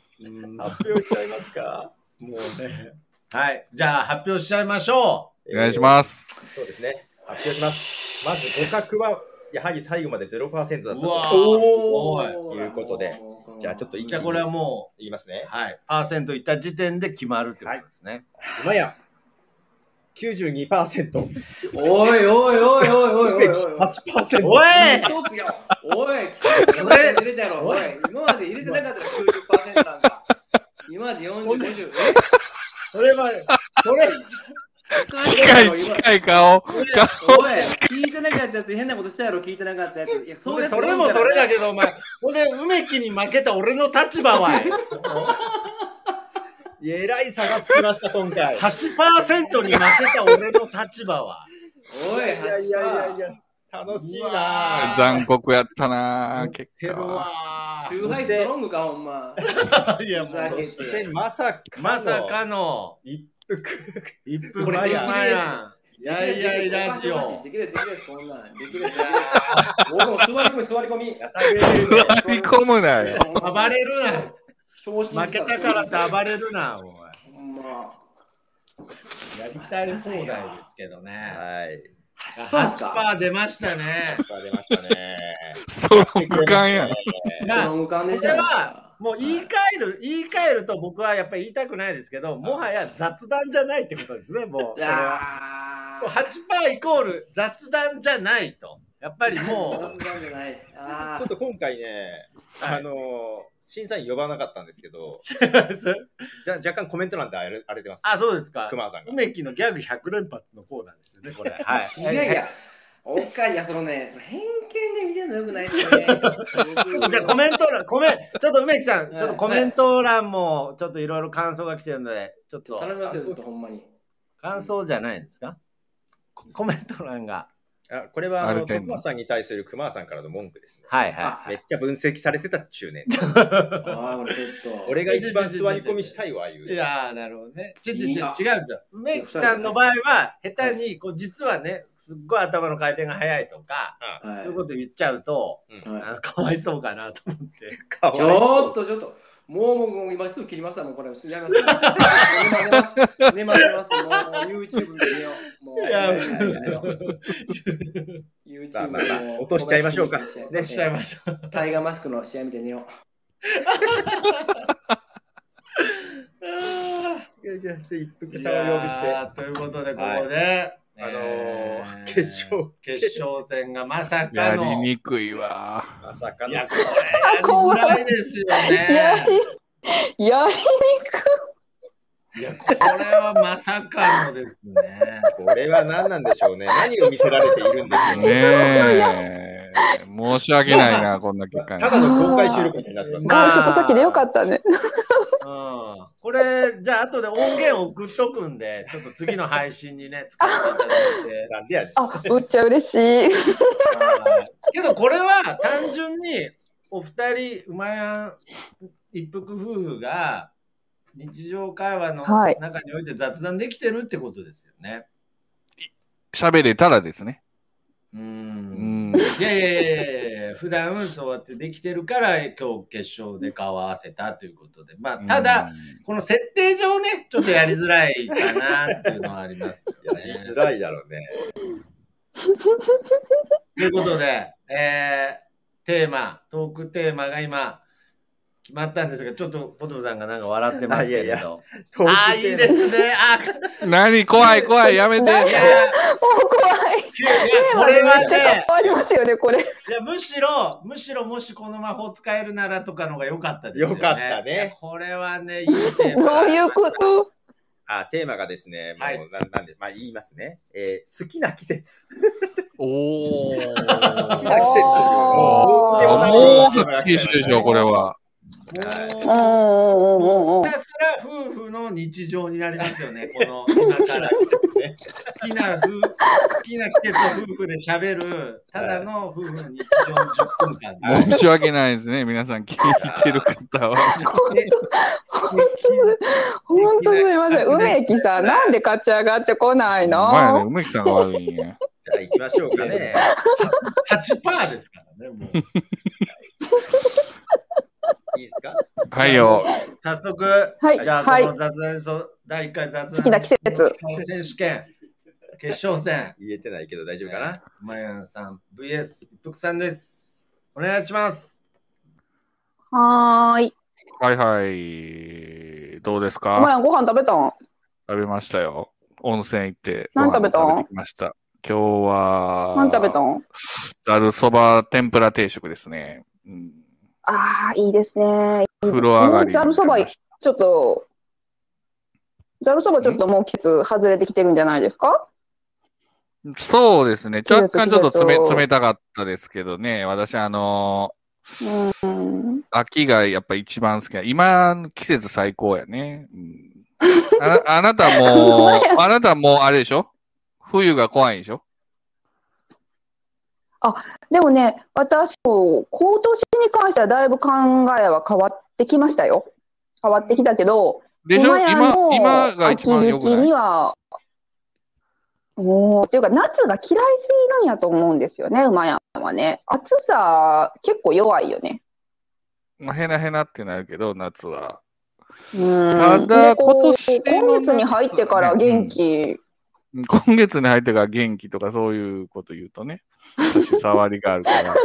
Speaker 2: 発表しちゃいますか。もうね。
Speaker 1: なぁはい。じゃあ発表しちゃいましょ
Speaker 8: う。お願いします。
Speaker 2: す。そうですね。発表します。まず互角は、やはり最後まで0%だった
Speaker 1: う。
Speaker 2: と
Speaker 1: うわ
Speaker 2: と
Speaker 1: ぁ
Speaker 9: お
Speaker 1: す
Speaker 2: いいうことで、じゃあちょっと一気
Speaker 1: じゃあ
Speaker 2: に
Speaker 1: これはも
Speaker 2: 言います
Speaker 1: う、
Speaker 2: ね。
Speaker 1: はい。パーセントいった時点で決まるってことですね。
Speaker 2: 今や、92%、
Speaker 9: おいおいおいおいおいおいおいおい。
Speaker 2: 8%。
Speaker 1: おい
Speaker 9: 嘘つけよおい、これ入れたやろ、おい、今まで入れてなかったら90%なんか。今まで40、50。え
Speaker 1: それは、それ、
Speaker 8: 近い近い顔。
Speaker 9: おい、聞いてなかったやつ、変なことしたやろ、聞いてなかったやつ。いや、
Speaker 1: そ
Speaker 9: そう
Speaker 1: れ
Speaker 9: やつ
Speaker 1: それもそれだけど、お前、ほんで、梅木に負けた俺の立場は、
Speaker 2: えらい差がつきました、今回。
Speaker 1: 8%に負けた俺の立場は。
Speaker 9: おい、
Speaker 2: いやいやいやい
Speaker 9: 8%。
Speaker 2: や、楽しいう
Speaker 1: わ
Speaker 2: なぁ。
Speaker 8: 残酷やったなぁ、結果は。
Speaker 1: わ
Speaker 9: チューハイストロングか、ほんま。
Speaker 1: いや、も
Speaker 9: ふざ
Speaker 1: う
Speaker 9: け
Speaker 2: そして
Speaker 9: て。
Speaker 2: まさかの、
Speaker 1: まさかの、
Speaker 2: 一服。
Speaker 1: 一服
Speaker 9: これ
Speaker 1: 前
Speaker 9: できる
Speaker 1: やん。いやいやいや、ラジオ。
Speaker 9: できるできるこんなん。できるできる。 僕も座り込み、座り込み。
Speaker 2: やさぐれてるね。
Speaker 8: 割り込むなよ。
Speaker 1: 暴れるな。
Speaker 9: 負
Speaker 1: 負けたからって暴れるな、おい。
Speaker 9: ほんま。
Speaker 1: やりたい放題ですけどね。
Speaker 2: はい。
Speaker 9: 8%っす
Speaker 1: 8%
Speaker 9: か
Speaker 1: 出ましたね。
Speaker 2: さあ出ました ね。
Speaker 8: ストロング感やん。
Speaker 9: スト
Speaker 1: なあ
Speaker 9: ロング感で
Speaker 1: こ
Speaker 9: し
Speaker 1: れ
Speaker 9: たね
Speaker 1: はもう言い換える、言い換えると僕はやっぱり言いたくないですけど、もはや雑談じゃないってことですね、もう。
Speaker 9: いやー
Speaker 1: 8%イコール雑談じゃないと。やっぱり も
Speaker 9: 雑談じゃない。あ
Speaker 2: ちょっと今回ね、
Speaker 1: はい
Speaker 2: あのー審査員呼ばなかったんです け
Speaker 1: う。
Speaker 2: ど、じゃ若干コメント欄で荒れ荒れてます。
Speaker 1: あ、そうですか。
Speaker 2: 熊さんが。
Speaker 1: 梅木のギャグ100連発のコーナーですよね、これ。はい。
Speaker 9: ーいやいや、おっかいいや、そのね、その偏見で見てるのよくないですよね。ちょっと
Speaker 1: じゃあコメント欄、コメンちょっと梅木さん、
Speaker 9: はい
Speaker 1: ちょっとコメント欄もちょっといろいろ感想が来てるので、ちょっと
Speaker 9: 頼みますよ、ちょっとほんまに。
Speaker 1: 感想じゃないんですかココメント欄が。
Speaker 2: あこれはあ
Speaker 8: 荒
Speaker 2: の
Speaker 8: れてんの
Speaker 2: 徳間さんに対する熊さんからの文句ですね。
Speaker 1: はいは
Speaker 2: めっちゃ分析されてた 中年。
Speaker 9: ああ、俺ちょっと。
Speaker 2: 俺が一番座り込みしたいわ、ああいう。
Speaker 1: い。いやー、なるほどね。ちょっと違う
Speaker 9: い
Speaker 1: ん
Speaker 9: や
Speaker 1: ですよ。梅木さんの場合は、下手に、こう、実はね、すっごい頭の回転が速いとか、
Speaker 9: は
Speaker 1: そう
Speaker 9: い
Speaker 1: いうこと言っちゃうと、
Speaker 9: は
Speaker 1: あのかわいそうかなと思って。
Speaker 2: かわ
Speaker 9: い
Speaker 2: い
Speaker 9: ちょ
Speaker 2: そ
Speaker 9: っとちょっと。もうもうもう今すぐ切りますわ、もうこれ。やめます。寝ま寝ます。もう YouTube で見よう。もう
Speaker 1: いや
Speaker 9: YouTube
Speaker 2: まあまあまあ
Speaker 9: でも
Speaker 2: 落としちゃいましょうか
Speaker 9: 飛ばすぎて
Speaker 1: でしちゃいま しょう。
Speaker 9: タイガーマスクの試合見て寝よう。
Speaker 2: う。いやいやで一服
Speaker 1: い
Speaker 2: さんを呼びして、
Speaker 1: やーということで、ここで、
Speaker 2: あのー
Speaker 1: えー
Speaker 2: 決勝。
Speaker 1: 決勝戦がまさか
Speaker 8: や
Speaker 1: の。
Speaker 8: りにくいわ。
Speaker 2: まさか
Speaker 1: い
Speaker 2: の
Speaker 1: や、これ、やりづらいですよね。
Speaker 6: やりにくい
Speaker 1: いや、これはまさかのですね。
Speaker 5: これは何なんでしょうね。何を見せられているんでしょうね。
Speaker 8: ねえ。申し訳ないな、こんな結果に
Speaker 5: ただの公開収録になってますね。
Speaker 1: あー
Speaker 6: あーちょっと先でよかったね。
Speaker 1: うんこれ、じゃあ、後で音源送っとくんで、ちょっと次の配信にね、使っていただい て。
Speaker 5: なんでやねん
Speaker 6: あ、めっちゃ嬉しい。
Speaker 1: はい けど、これは単純に、お二人、うまやん、一服夫婦が、日常会話の
Speaker 6: はい
Speaker 1: 中において雑談できてるってことですよね。
Speaker 8: 喋れたらですね。
Speaker 1: う。
Speaker 8: うんん。
Speaker 1: いやいやいやいやいや普段そうやってできてるから、今日決勝で顔を合わせたということで。まあ、ただ、この設定上ね、ちょっとやりづらいかなっていうのはありますよ
Speaker 5: やり
Speaker 1: ね。
Speaker 5: づらいだろうね。
Speaker 1: ということで、えーテーマ、トークテーマが今、決まったんですが、ちょっとポトフさんがなんか笑ってますけれど。
Speaker 5: あいやいや
Speaker 1: ああ、いいで。すね。あ
Speaker 8: うん何怖い怖い、やめ
Speaker 1: い
Speaker 8: て。
Speaker 1: や、
Speaker 6: もう怖い。
Speaker 1: いやこれはね、
Speaker 6: ありますよね、これ。
Speaker 1: いやむしろ、むしろもしこの魔法使えるならとかのが良かったですよね。
Speaker 5: 良かったね
Speaker 1: いやこれはね、いいテー
Speaker 6: ど
Speaker 1: マ。
Speaker 6: ういうこと
Speaker 5: あ、テーマがですね、も
Speaker 1: はいう
Speaker 5: ななんで、まあ言いますね。えー好きな季節。
Speaker 8: お
Speaker 5: 好
Speaker 8: ー。
Speaker 5: きな季節。
Speaker 6: あー
Speaker 5: でもなんか
Speaker 8: もうはっきりしてるでしょ、これは。
Speaker 1: はい
Speaker 6: うんうんうんうんうん
Speaker 1: ひ。たすら夫婦の日常になりますよ ね、この今から季節ね。好きな夫婦好きな季節を夫婦で喋る、ただの夫婦の日常の10分間で。
Speaker 8: 申し訳ないですね、皆さん聞いてる方は。
Speaker 6: 本当すみません。梅木さん、なんで勝ち上がってこない
Speaker 8: お前やね、
Speaker 6: の
Speaker 8: 梅木さんが悪いんや。
Speaker 5: じゃあ行きましょうか ね。
Speaker 1: 8%ですからね、もう。
Speaker 5: いいですか
Speaker 8: はいよ。
Speaker 1: 早速、
Speaker 6: はい
Speaker 1: じゃあ、
Speaker 6: はい
Speaker 1: この雑談演奏、第1回雑談
Speaker 6: 好きな季節
Speaker 1: 選手権、決勝戦、
Speaker 5: 言えてないけど大丈夫かな
Speaker 1: マヤンさん VS 一服さんです。お願いします。
Speaker 6: はーい。
Speaker 8: はいはい。どうです
Speaker 6: お前
Speaker 8: か
Speaker 6: はご飯食べたん
Speaker 8: 食べましたよ。温泉行って。
Speaker 6: 何食べた
Speaker 8: ご
Speaker 6: ん
Speaker 8: 飯を食べてきました。今日は、
Speaker 6: 何食べたん
Speaker 8: ざるそば天ぷら定食ですね。うん、
Speaker 6: ああ、いいですね。
Speaker 8: 風呂上がり。
Speaker 6: もうざるそばちょっと、ざるそばちょっともう季節外れてきてるんじゃないですか
Speaker 8: そうですね。若干ちょっと冷
Speaker 6: ちょっと
Speaker 8: 冷たかったですけどね。私、あの
Speaker 6: うん。
Speaker 8: 秋がやっぱ一番好きな。今の季節最高やね。うん、あ なあなたも
Speaker 6: お前、
Speaker 8: あなたもあれでしょ冬が怖いでしょ
Speaker 6: でもね、私、今年に関してはだいぶ考えは変わってきましたよ。変わってきたけど、
Speaker 8: でしょ
Speaker 6: 熊谷
Speaker 8: 今、
Speaker 6: の
Speaker 8: 今が一番良
Speaker 6: 秋
Speaker 8: く
Speaker 6: 口
Speaker 8: な
Speaker 6: に
Speaker 8: い
Speaker 6: は、もう、っていうか、夏が嫌いすぎるんやと思うんですよね、馬屋はね。暑さ、結構弱いよね。
Speaker 8: まあへなへなってなるけど、夏は。
Speaker 6: うん
Speaker 8: ただ
Speaker 6: でこう
Speaker 8: 今年の
Speaker 6: 今月に入ってから元気、
Speaker 8: 今月に入ってから元気とかそういうこと言うとね、私触りがあ るから。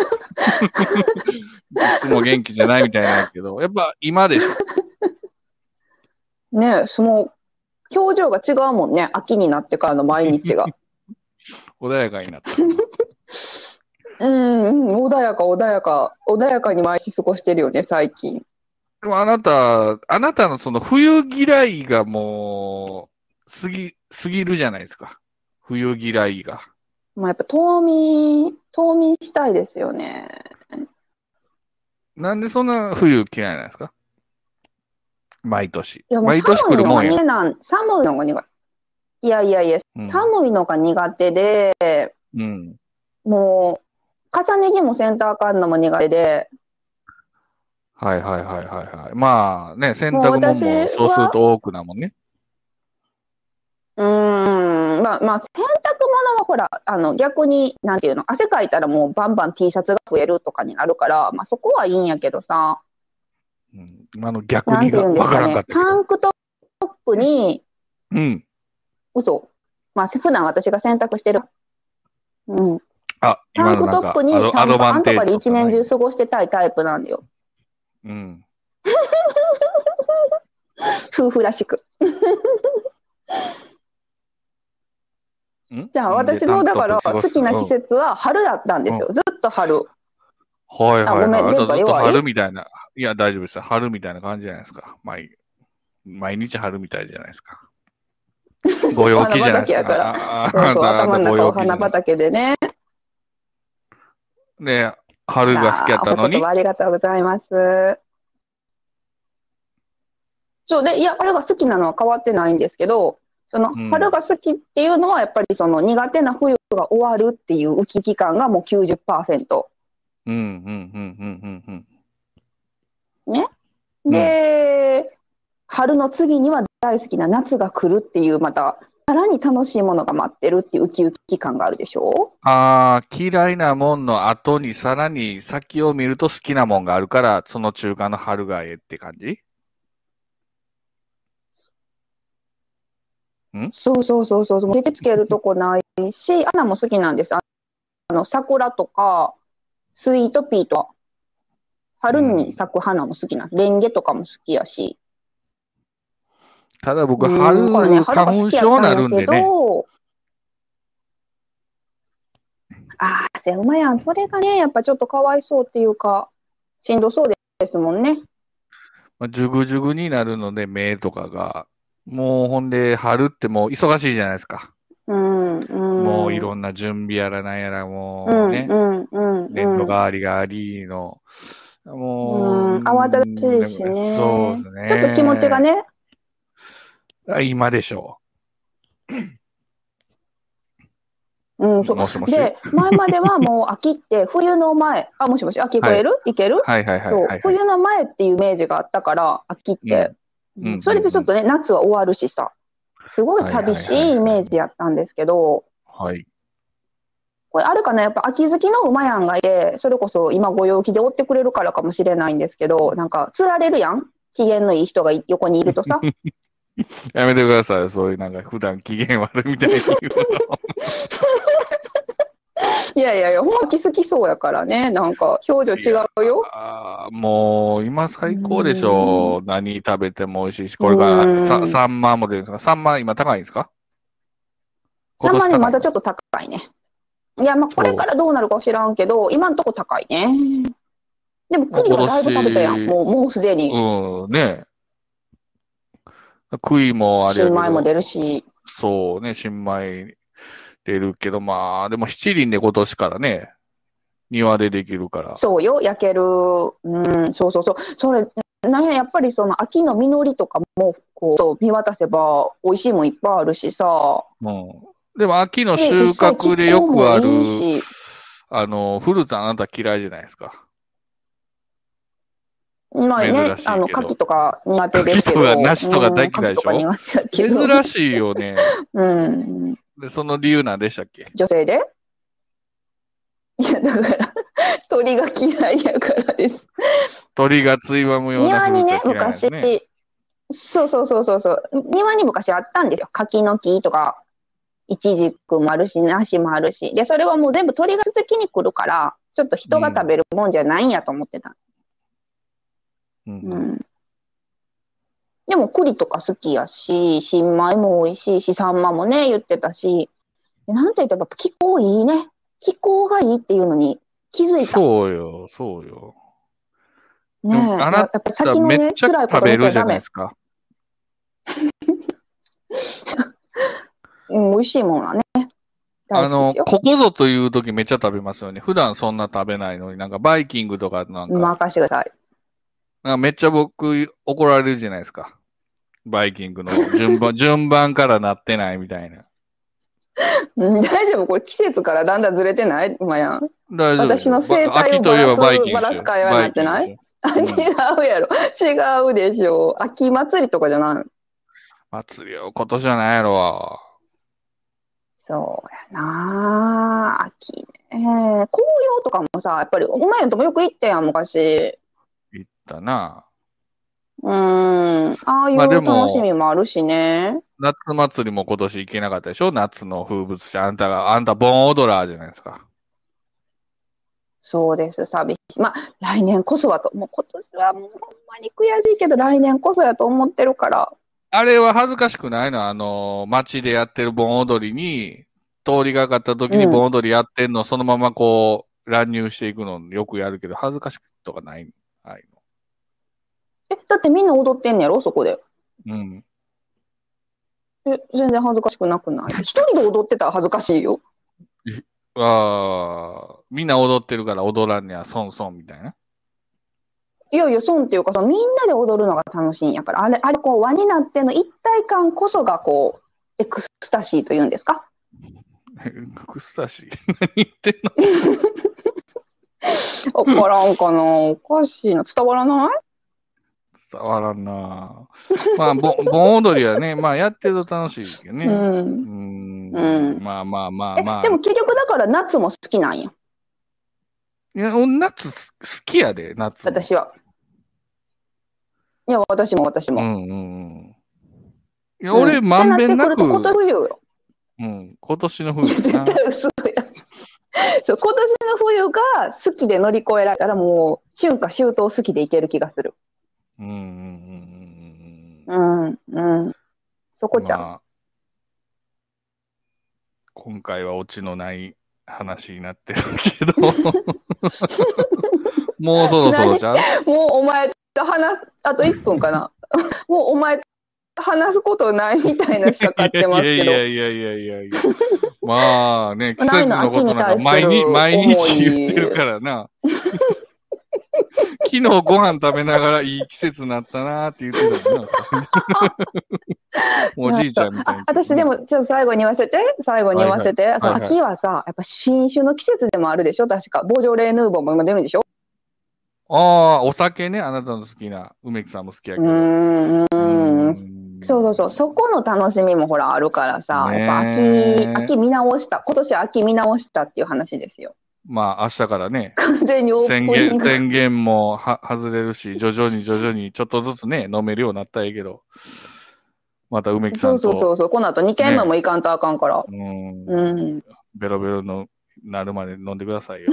Speaker 8: いつも元気じゃないみたいなんやけど、やっぱ今でしょ。
Speaker 6: ね、その、表情が違うもんね、秋になってからの毎日が。
Speaker 8: 穏やかになった。
Speaker 6: うん、うん穏やか、穏やか、穏やかに毎日過ごしてるよね、最近。
Speaker 8: でもあなた、あなたのその冬嫌いがもう、すぎ、すぎるじゃないですか。冬嫌いが。
Speaker 6: まあ、やっぱ冬眠、冬眠したいですよね。
Speaker 8: なんでそんな冬嫌いなんですか毎年。
Speaker 6: いやもう
Speaker 8: 毎年来るもん
Speaker 6: 寒いの
Speaker 8: や
Speaker 6: が。なん寒いのが苦い。いやいやいや、
Speaker 8: うん
Speaker 6: 寒いのが苦手で、
Speaker 8: うん。
Speaker 6: もう、重ね着もセンターかんのも苦手で、
Speaker 8: はいはいはいはいはい。まあね、洗濯物
Speaker 6: もう
Speaker 8: も
Speaker 6: 私
Speaker 8: そうすると多くなもんね。
Speaker 6: うーん、まあまあ、洗濯物はほら、あの逆に、なんていうの、汗かいたらもうバンバン T シャツが増えるとかになるから、まあそこはいいんやけどさ、
Speaker 8: うん、今の逆
Speaker 6: なん
Speaker 8: に
Speaker 6: てい
Speaker 8: が
Speaker 6: うんです
Speaker 8: わか
Speaker 6: から
Speaker 8: んか
Speaker 6: ね
Speaker 8: っ、たけ
Speaker 6: タ
Speaker 8: ど。
Speaker 6: ンクトップに、
Speaker 8: うん。
Speaker 6: 嘘、まあ普段私が洗濯してる。うん、
Speaker 8: あ、
Speaker 6: タ
Speaker 8: 今
Speaker 6: ン
Speaker 8: の
Speaker 6: ク
Speaker 8: な
Speaker 6: ト
Speaker 8: んか
Speaker 6: ップに
Speaker 8: ア
Speaker 6: 短
Speaker 8: ド
Speaker 6: パ
Speaker 8: アドバン
Speaker 6: ンと
Speaker 8: テー
Speaker 6: か
Speaker 8: ジ
Speaker 6: で
Speaker 8: とか
Speaker 6: 一
Speaker 8: ない
Speaker 6: 年中過ごしてたいタイプなんだよ。
Speaker 8: うん。
Speaker 6: 夫婦らしく。
Speaker 8: ん
Speaker 6: じゃあ私のだから好きな季。節は春だったんですよ。ずっと春。
Speaker 8: はいはい
Speaker 6: あご
Speaker 8: はい。
Speaker 6: めん
Speaker 8: あとずっ
Speaker 6: 電
Speaker 8: と
Speaker 6: 波弱い
Speaker 8: 春みたいな、いや、大丈夫です。春みたいな感じじゃないですか。毎毎日春みたいじゃないですか。 ご陽気じゃないで
Speaker 6: 花畑
Speaker 8: す
Speaker 6: やか
Speaker 8: か。
Speaker 6: ら
Speaker 8: ああ
Speaker 6: そうそう
Speaker 8: あ
Speaker 6: 頭
Speaker 8: なた
Speaker 6: の
Speaker 8: ご
Speaker 6: 中お
Speaker 8: 陽気じ
Speaker 6: 花
Speaker 8: ゃないですか
Speaker 6: 畑でね。
Speaker 8: ね春が好きやったの
Speaker 6: あお言
Speaker 8: に
Speaker 6: 葉、ありがとうございます。そうで、いや、春が好きなのは変わってないんですけど、その
Speaker 8: うん
Speaker 6: 春が好きっていうのは、やっぱりその苦手な冬が終わるっていう浮き期間がもう90%。
Speaker 8: うんうんうんうんうんうん。
Speaker 6: で、春の次には大好きな夏が来るっていう、また、さらに楽しいものが待ってるっていうウキウキ期間があるでしょ
Speaker 8: ああ、嫌いなもんの後にさらに先を見ると好きなもんがあるから、その中間の春がええって感じ
Speaker 6: そうそうそうそう、もうケチつけるとこないし、アナも好きなんです。あの、桜とか、スイートピーとか、春に咲く花も好きなんです。レンゲとかも好きやし。
Speaker 8: ただ僕、
Speaker 6: うん
Speaker 8: 春、
Speaker 6: だからね春が
Speaker 8: 花
Speaker 6: 好
Speaker 8: 粉
Speaker 6: きや
Speaker 8: 症
Speaker 6: った
Speaker 8: なるん
Speaker 6: や
Speaker 8: で
Speaker 6: け
Speaker 8: ね。
Speaker 6: どああ、せ馬やん。それがね、やっぱちょっとかわいそうっていうか、しんどそうですもんね。
Speaker 8: まあ、ジュグジュグになるので、目とかが。もうほんで、春ってもう忙しいじゃないですか。
Speaker 6: うん、うん。
Speaker 8: もういろんな準備やらなんやら、も
Speaker 6: う、
Speaker 8: うんね
Speaker 6: う、ん、うん、うん。
Speaker 8: 年度変わりがありの。
Speaker 6: う
Speaker 8: もう、
Speaker 6: ん、慌ただしいし
Speaker 8: でも
Speaker 6: ね。
Speaker 8: そうです
Speaker 6: ちょっと気持ちがね、
Speaker 8: ね。今でしょ
Speaker 6: うん、そう
Speaker 8: う。もしもし。
Speaker 6: で、前まではもう秋って冬の前、あ、もしもし、あ、聞こえる、い、ける、
Speaker 8: はいはいは
Speaker 6: そ
Speaker 8: い
Speaker 6: う
Speaker 8: はいはい。
Speaker 6: 冬の前っていうイメージがあったから、秋って。
Speaker 8: うんうん
Speaker 6: それでちょっとね、夏は終わるしさ、すごい寂しいイメージやったんですけど、
Speaker 8: はい。
Speaker 6: これあるかな、やっぱ秋好きの馬やんがいて、それこそ今ご陽気で追ってくれるからかもしれないんですけど、なんか、釣られるやん機嫌のいい人が横にいると さ、
Speaker 8: やめてください。そういうなんか普段機嫌悪いみたいに言うの。
Speaker 6: いやいやいや、ほんま気好きそうやからね、なんか表情違うよ。
Speaker 8: あーもう今最高でしょう。何食べても美味しいし、これか
Speaker 6: うん
Speaker 8: らさサンマも出るんですかサンマ今高いんですか今
Speaker 6: たま
Speaker 8: 年
Speaker 6: に
Speaker 8: 高
Speaker 6: ま
Speaker 8: い
Speaker 6: だちょっと高いね。いや、まあ、これからどうなるかは知らんけど、今のとこ高いね。でも、栗はだいぶ食べたやん。
Speaker 8: 今年
Speaker 6: もう、もうすでに。
Speaker 8: うん、ねえ。杭もあれや
Speaker 6: 新
Speaker 8: け
Speaker 6: 米も
Speaker 8: ど、
Speaker 6: 出るし。
Speaker 8: そうね、新米出るけど、まあ、でも七輪で今年からね、庭でできるから。
Speaker 6: そうよ、焼ける。うん、そうそうそう。それ、なんや、やっぱりその秋の実りとかも、こう、見渡せば、美味しいもんいっぱいあるしさ。
Speaker 8: うん。でも秋の収穫でよくある、あの、フルーツあなた嫌いじゃないですか。
Speaker 6: まあね
Speaker 8: 珍しいけ、ど
Speaker 6: あの、柿とか苦手ですけど。
Speaker 8: 柿とか梨とか大嫌いでしょ
Speaker 6: うん柿とか苦手やけど
Speaker 8: 珍しいよね。
Speaker 6: うん。
Speaker 8: で、その理由なんでしたっけ
Speaker 6: 女性でいやだから鳥が嫌いだからです。
Speaker 8: 鳥がついばむような
Speaker 6: 庭
Speaker 8: フル
Speaker 6: に
Speaker 8: ーツ
Speaker 6: ね
Speaker 8: は嫌いなんで
Speaker 6: 昔
Speaker 8: す
Speaker 6: そ
Speaker 8: ね。
Speaker 6: うそうそうそうそう庭に昔あったんですよ柿の木とかイチジクもあるし梨もあるしでそれはもう全部鳥が好きに来るからちょっと人が食べるもんじゃないんやと思ってた、
Speaker 8: うん
Speaker 6: うんでも栗とか好きやし新米も美味しいしサンマもね言ってたしなんて言ったら気候いいね気候がいいっていうのに気づいた
Speaker 8: そうよ、そうよ。
Speaker 6: ねえ、
Speaker 8: でもあ
Speaker 6: や
Speaker 8: な
Speaker 6: っぱり
Speaker 8: だ
Speaker 6: 先の
Speaker 8: め
Speaker 6: ね、
Speaker 8: っちゃ
Speaker 6: 辛いこ
Speaker 8: 食
Speaker 6: と見ち
Speaker 8: べる
Speaker 6: ゃ
Speaker 8: じゃ
Speaker 6: ダ
Speaker 8: な
Speaker 6: メ
Speaker 8: いで。すか。
Speaker 6: うん、美味しいものはね。
Speaker 8: あの、
Speaker 6: 大好き
Speaker 8: ここぞという時めっちゃ食べますよね。普段そんな食べないのに、なんかバイキングとかなん
Speaker 6: ですよ
Speaker 8: か、
Speaker 6: 任せてください。
Speaker 8: なんかめっちゃ僕怒られるじゃないですか。バイキン グの順番、順番からなってないみたいな。
Speaker 6: うん 大丈夫これ季節からだんだんずれてない今やん。
Speaker 8: 大丈夫ですよ。
Speaker 6: 私の生態を
Speaker 8: ば秋といえばバイキングです
Speaker 6: バラす
Speaker 8: よ。
Speaker 6: 会話になってない
Speaker 8: バイキングですよ
Speaker 6: あ違うやろ。違うでしょ。秋祭りとかじゃない
Speaker 8: 祭りよ、今年じゃないやろ。
Speaker 6: そうやなあ秋ね。紅葉とかもさ、やっぱり、お前んともよく行ったやん、昔。
Speaker 8: 言ったな。
Speaker 6: うん。ああいう
Speaker 8: まあで
Speaker 6: 楽
Speaker 8: も
Speaker 6: しみもあるしね。
Speaker 8: 夏祭りも今年行けなかったでしょ夏の風物詩。あんたが、あんた盆踊ラーじゃないですか。
Speaker 6: そうです、寂しい。まあ、来年こそはと、もう今年はもうほんまに悔しいけど、来年こそやと思ってるから、
Speaker 8: あれは恥ずかしくないのあの、街でやってる盆踊りに、通りがかった時に
Speaker 6: うん
Speaker 8: 盆踊りやってんの、そのままこう、乱入していくのよくやるけど、恥ずかしくとかない。はい。
Speaker 6: え、だってみんな踊ってんねやろ、そこで。
Speaker 8: うん。
Speaker 6: え、全然恥ずかしくなくない一人で踊ってたら恥ずかしいよ。
Speaker 8: ああ、みんな踊ってるから踊らんにゃ、損損みたいな。
Speaker 6: いやいや、損っていうか、そのみんなで踊るのが楽しいんやから、あれ、あれ、こう、輪になっての一体感こそが、こう、エクスタシーというんですか
Speaker 8: クスタシー。何言ってんの
Speaker 6: わからんかなおかしいな。伝わらない
Speaker 8: 伝わらんなぁまあ、ぼ盆踊りはね、まあやってると楽しいけどね。
Speaker 6: う。
Speaker 8: うんん
Speaker 6: うん
Speaker 8: まあまあまあ
Speaker 6: え、
Speaker 8: まあ。
Speaker 6: でも結局だから夏も好きなんや、
Speaker 8: いや、俺夏す好きやで、夏も。
Speaker 6: 私は。いや、私も私
Speaker 8: う
Speaker 6: も。
Speaker 8: んうんうん。いや、
Speaker 6: うん
Speaker 8: 俺、まんべんな
Speaker 6: って
Speaker 8: く、
Speaker 6: なってくると今年冬よ。
Speaker 8: うん、今年の
Speaker 6: 絶
Speaker 8: 冬
Speaker 6: 対
Speaker 8: やな。
Speaker 6: 嘘や。そう今年の冬が好きで乗り越えられたらもう春夏秋冬好きでいける気がする。
Speaker 8: うんうんうんうんうんうん。
Speaker 6: うんうん。そこちゃん。
Speaker 8: まあ今回はオチのない話になってるけ ど。もうそろそろじゃん
Speaker 6: もうお前と話すあと1分かな。もうお前と話すことないみたいなしかかってます
Speaker 8: い
Speaker 6: け
Speaker 8: や
Speaker 6: ど。
Speaker 8: いやいやいやいやいや。まあね、季
Speaker 6: ない
Speaker 8: 節
Speaker 6: の
Speaker 8: のことなんか毎日、毎日言ってるからな。 昨日ご飯食べながらいい季節になったなーって言って たもんな。おじいちゃんみたいな。
Speaker 6: あ私でもちょっと最後に言わせて最後に言わせて、
Speaker 8: いはいはい
Speaker 6: 秋はさやっぱ新酒の季節でもあるでしょ確かボージョレーヌーボーも今出るでしょ
Speaker 8: ああ、お酒ね、あなたの好きな、梅木さんも好きや
Speaker 6: う
Speaker 8: けど。
Speaker 6: ーんうーん
Speaker 8: ん
Speaker 6: そうそうそうそこの楽しみもほらあるからさ、
Speaker 8: ねえ
Speaker 6: やっぱ秋秋見直した今年は秋見直したっていう話ですよ
Speaker 8: まあ、明日からね、
Speaker 6: 完全にオ
Speaker 8: 宣
Speaker 6: ープニン
Speaker 8: 言、
Speaker 6: グ
Speaker 8: 宣言もは外れるし、徐々に徐々にちょっとずつね、飲めるようになったらいいけど、また梅木さ
Speaker 6: そ
Speaker 8: ん
Speaker 6: う
Speaker 8: と、
Speaker 6: そうそうそうこの後2軒目も行かんとあかんから、
Speaker 8: うん
Speaker 6: うん
Speaker 8: ベロベロのなるまで飲んでくださいよ。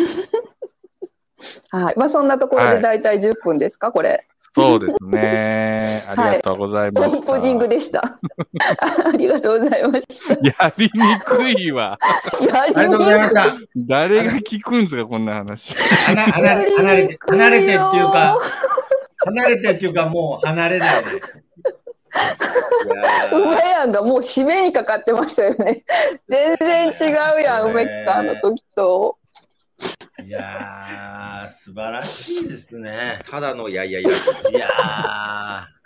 Speaker 6: はいまあそんなところで大体10分ですか、これ
Speaker 8: そうです ね。ありがとうござい
Speaker 6: オ
Speaker 8: ま
Speaker 6: ー
Speaker 8: した。
Speaker 6: プニングでした ありがとうございました
Speaker 8: やりにくいわ。
Speaker 6: やり
Speaker 1: ありがとうございました。
Speaker 8: 誰が聞くんですか、こんな 話。
Speaker 1: 離離れ離れて、離れてっていうか、離れてっていうか、もう離れないね。いやー
Speaker 6: 梅やんがもう締めにかかってましたよね。全然違うやん、梅木さんの時と。
Speaker 1: いやー、素晴らしいですね。
Speaker 2: ただのいやいやいや。
Speaker 1: いや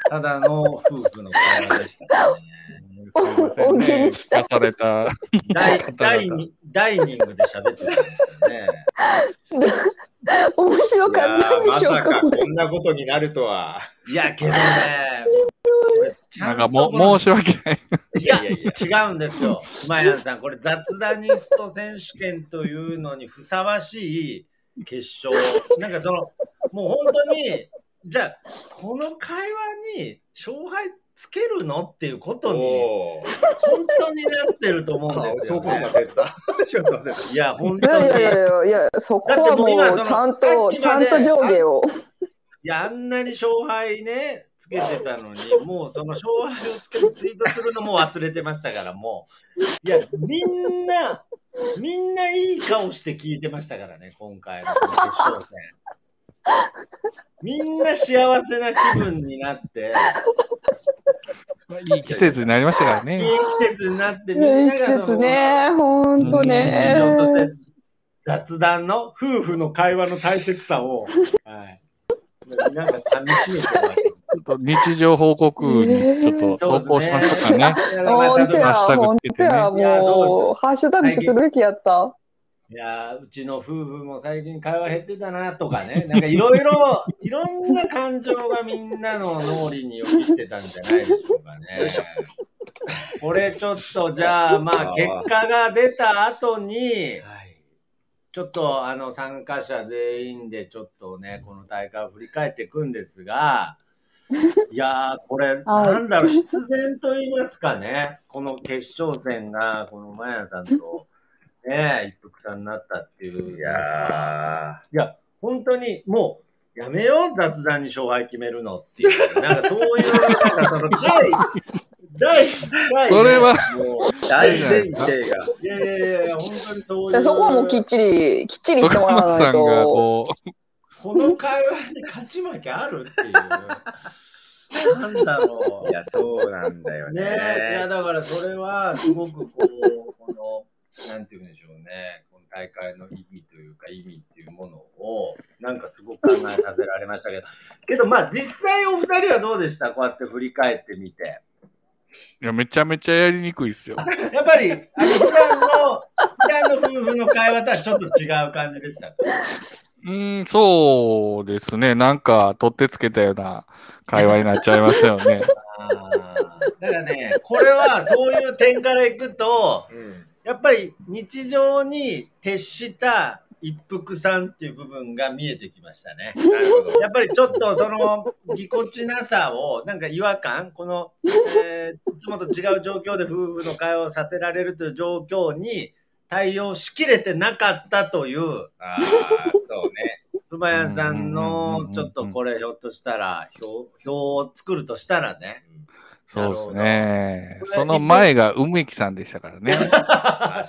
Speaker 1: ー、ただの夫婦の会話でした、ね。
Speaker 8: すいませんね。聞かされた。
Speaker 1: ダイダイニダイニングで喋ってたんですよね。
Speaker 6: 面白
Speaker 2: いや
Speaker 6: かったん
Speaker 2: ー
Speaker 6: で
Speaker 2: ま
Speaker 6: しょう
Speaker 2: さ
Speaker 6: か
Speaker 2: か
Speaker 6: これ。
Speaker 2: こんなことになるとは。
Speaker 1: いや、けどね、これち
Speaker 8: な
Speaker 1: ゃ
Speaker 8: ん
Speaker 1: ん
Speaker 8: か
Speaker 1: と
Speaker 8: も
Speaker 1: こ
Speaker 8: う
Speaker 1: の
Speaker 8: 申し訳ない。
Speaker 1: いや、違うんですよ。マヤンさん、これ雑談ニスト選手権というのにふさわしい決勝。なんかその、もう本当に、じゃあ、この会話に勝敗つけるのっていうことに、
Speaker 2: おー
Speaker 1: 本当になってると思うんです
Speaker 2: 投
Speaker 1: よ、
Speaker 2: 稿忘
Speaker 1: ね。
Speaker 2: れてた。ちょっと忘れて
Speaker 1: いや、本
Speaker 6: い
Speaker 1: 当
Speaker 6: やい
Speaker 1: に。
Speaker 6: やい
Speaker 1: い
Speaker 6: やいや、そこはもうちゃんと、ちゃんと上下を。
Speaker 1: や、あんなに勝敗ね、つけてたのに、もうその勝敗をつけるツイートするのも忘れてましたから、もう。いや、みんな、みんないい顔して聞いてましたからね、今回のこの決勝戦。みんな幸せな気分になって、
Speaker 8: いい季節になりましたから
Speaker 1: いい
Speaker 8: ね。
Speaker 1: 季節になって、
Speaker 6: い
Speaker 1: みん
Speaker 6: い
Speaker 1: な
Speaker 6: 季
Speaker 1: がそ
Speaker 6: 節
Speaker 1: の、
Speaker 6: ね、ほんとね
Speaker 1: 日。常として雑談の夫婦の会話の大切さを、はい。なんか噛み締めてもらって
Speaker 8: ちょっと日常報告にちょっと投稿しましたからね。
Speaker 6: ほんとや、ほんとや、
Speaker 1: いや
Speaker 6: も、
Speaker 1: そう
Speaker 6: ハッシュタグ作るべきやった。
Speaker 1: いやーうちの夫婦も最近会話減ってたなとかね、なん かいろいろ、いろんな感情がみんなの脳裏によぎってたんじゃないでしょうかね。これちょっとじゃあ、まあ結果が出た後に、ちょっとあの参加者全員でちょっとね、この大会を振り返っていくんですが、いやー、これ、なんだろう、必然と言いますかね、この決勝戦が、このマヤさんと、ね、一服さんになったっていう。
Speaker 2: いや
Speaker 1: いや、本当にもう、やめよう、雑談に勝敗決めるのっていう。なんかそういう、なんかその、対、第第
Speaker 8: これは
Speaker 1: もう
Speaker 2: 大前 提が。
Speaker 1: いやいやいやいや、本当にそう
Speaker 6: じ
Speaker 1: い
Speaker 6: ゃ
Speaker 1: う。
Speaker 6: あそこはもうきっちり、きっちりして
Speaker 8: 徳
Speaker 6: もらわ
Speaker 8: 松
Speaker 6: な
Speaker 8: さ
Speaker 6: い
Speaker 8: んが
Speaker 6: と。
Speaker 8: こう、
Speaker 1: この会話に勝ち負けあるっていう。なんだろ
Speaker 2: いや、そうなんだよ
Speaker 1: う。ねえ、いや
Speaker 2: ね。
Speaker 1: だからそれはすごくこう、この、なんていうんでしょうね、この大会の意義というか、意味っていうものを、なんかすごく考えさせられましたけど、けどまあ実際お二人はどうでしたこうやって振り返ってみて。
Speaker 8: いや、めちゃめちゃやりにくいっすよ。
Speaker 1: やっぱり、あの普段の、普段の夫婦の会話とはちょっと違う感じでしたか。
Speaker 8: うーん、そうですね。なんか、取ってつけたような会話になっちゃいますよ ね。
Speaker 1: あーだからね、これはそういう点からいくと、
Speaker 5: うん
Speaker 1: やっぱり日常に徹した一服さんっていう部分が見えてきました ね。
Speaker 2: なるほど。
Speaker 1: やっぱりちょっとそのぎこちなさを、なんか違和感、この、えーいつもと違う状況で夫婦の会話をさせられるという状況に対応しきれてなかったという、
Speaker 2: ああ、そうね。
Speaker 1: ふばやさん
Speaker 8: うんうんうんうんう
Speaker 1: の
Speaker 8: ん
Speaker 1: ちょっとこれひょっとしたら表表を作るとしたらね。
Speaker 8: そうですね。
Speaker 1: ど
Speaker 8: その前が梅木さんでしたか らね。
Speaker 2: 確か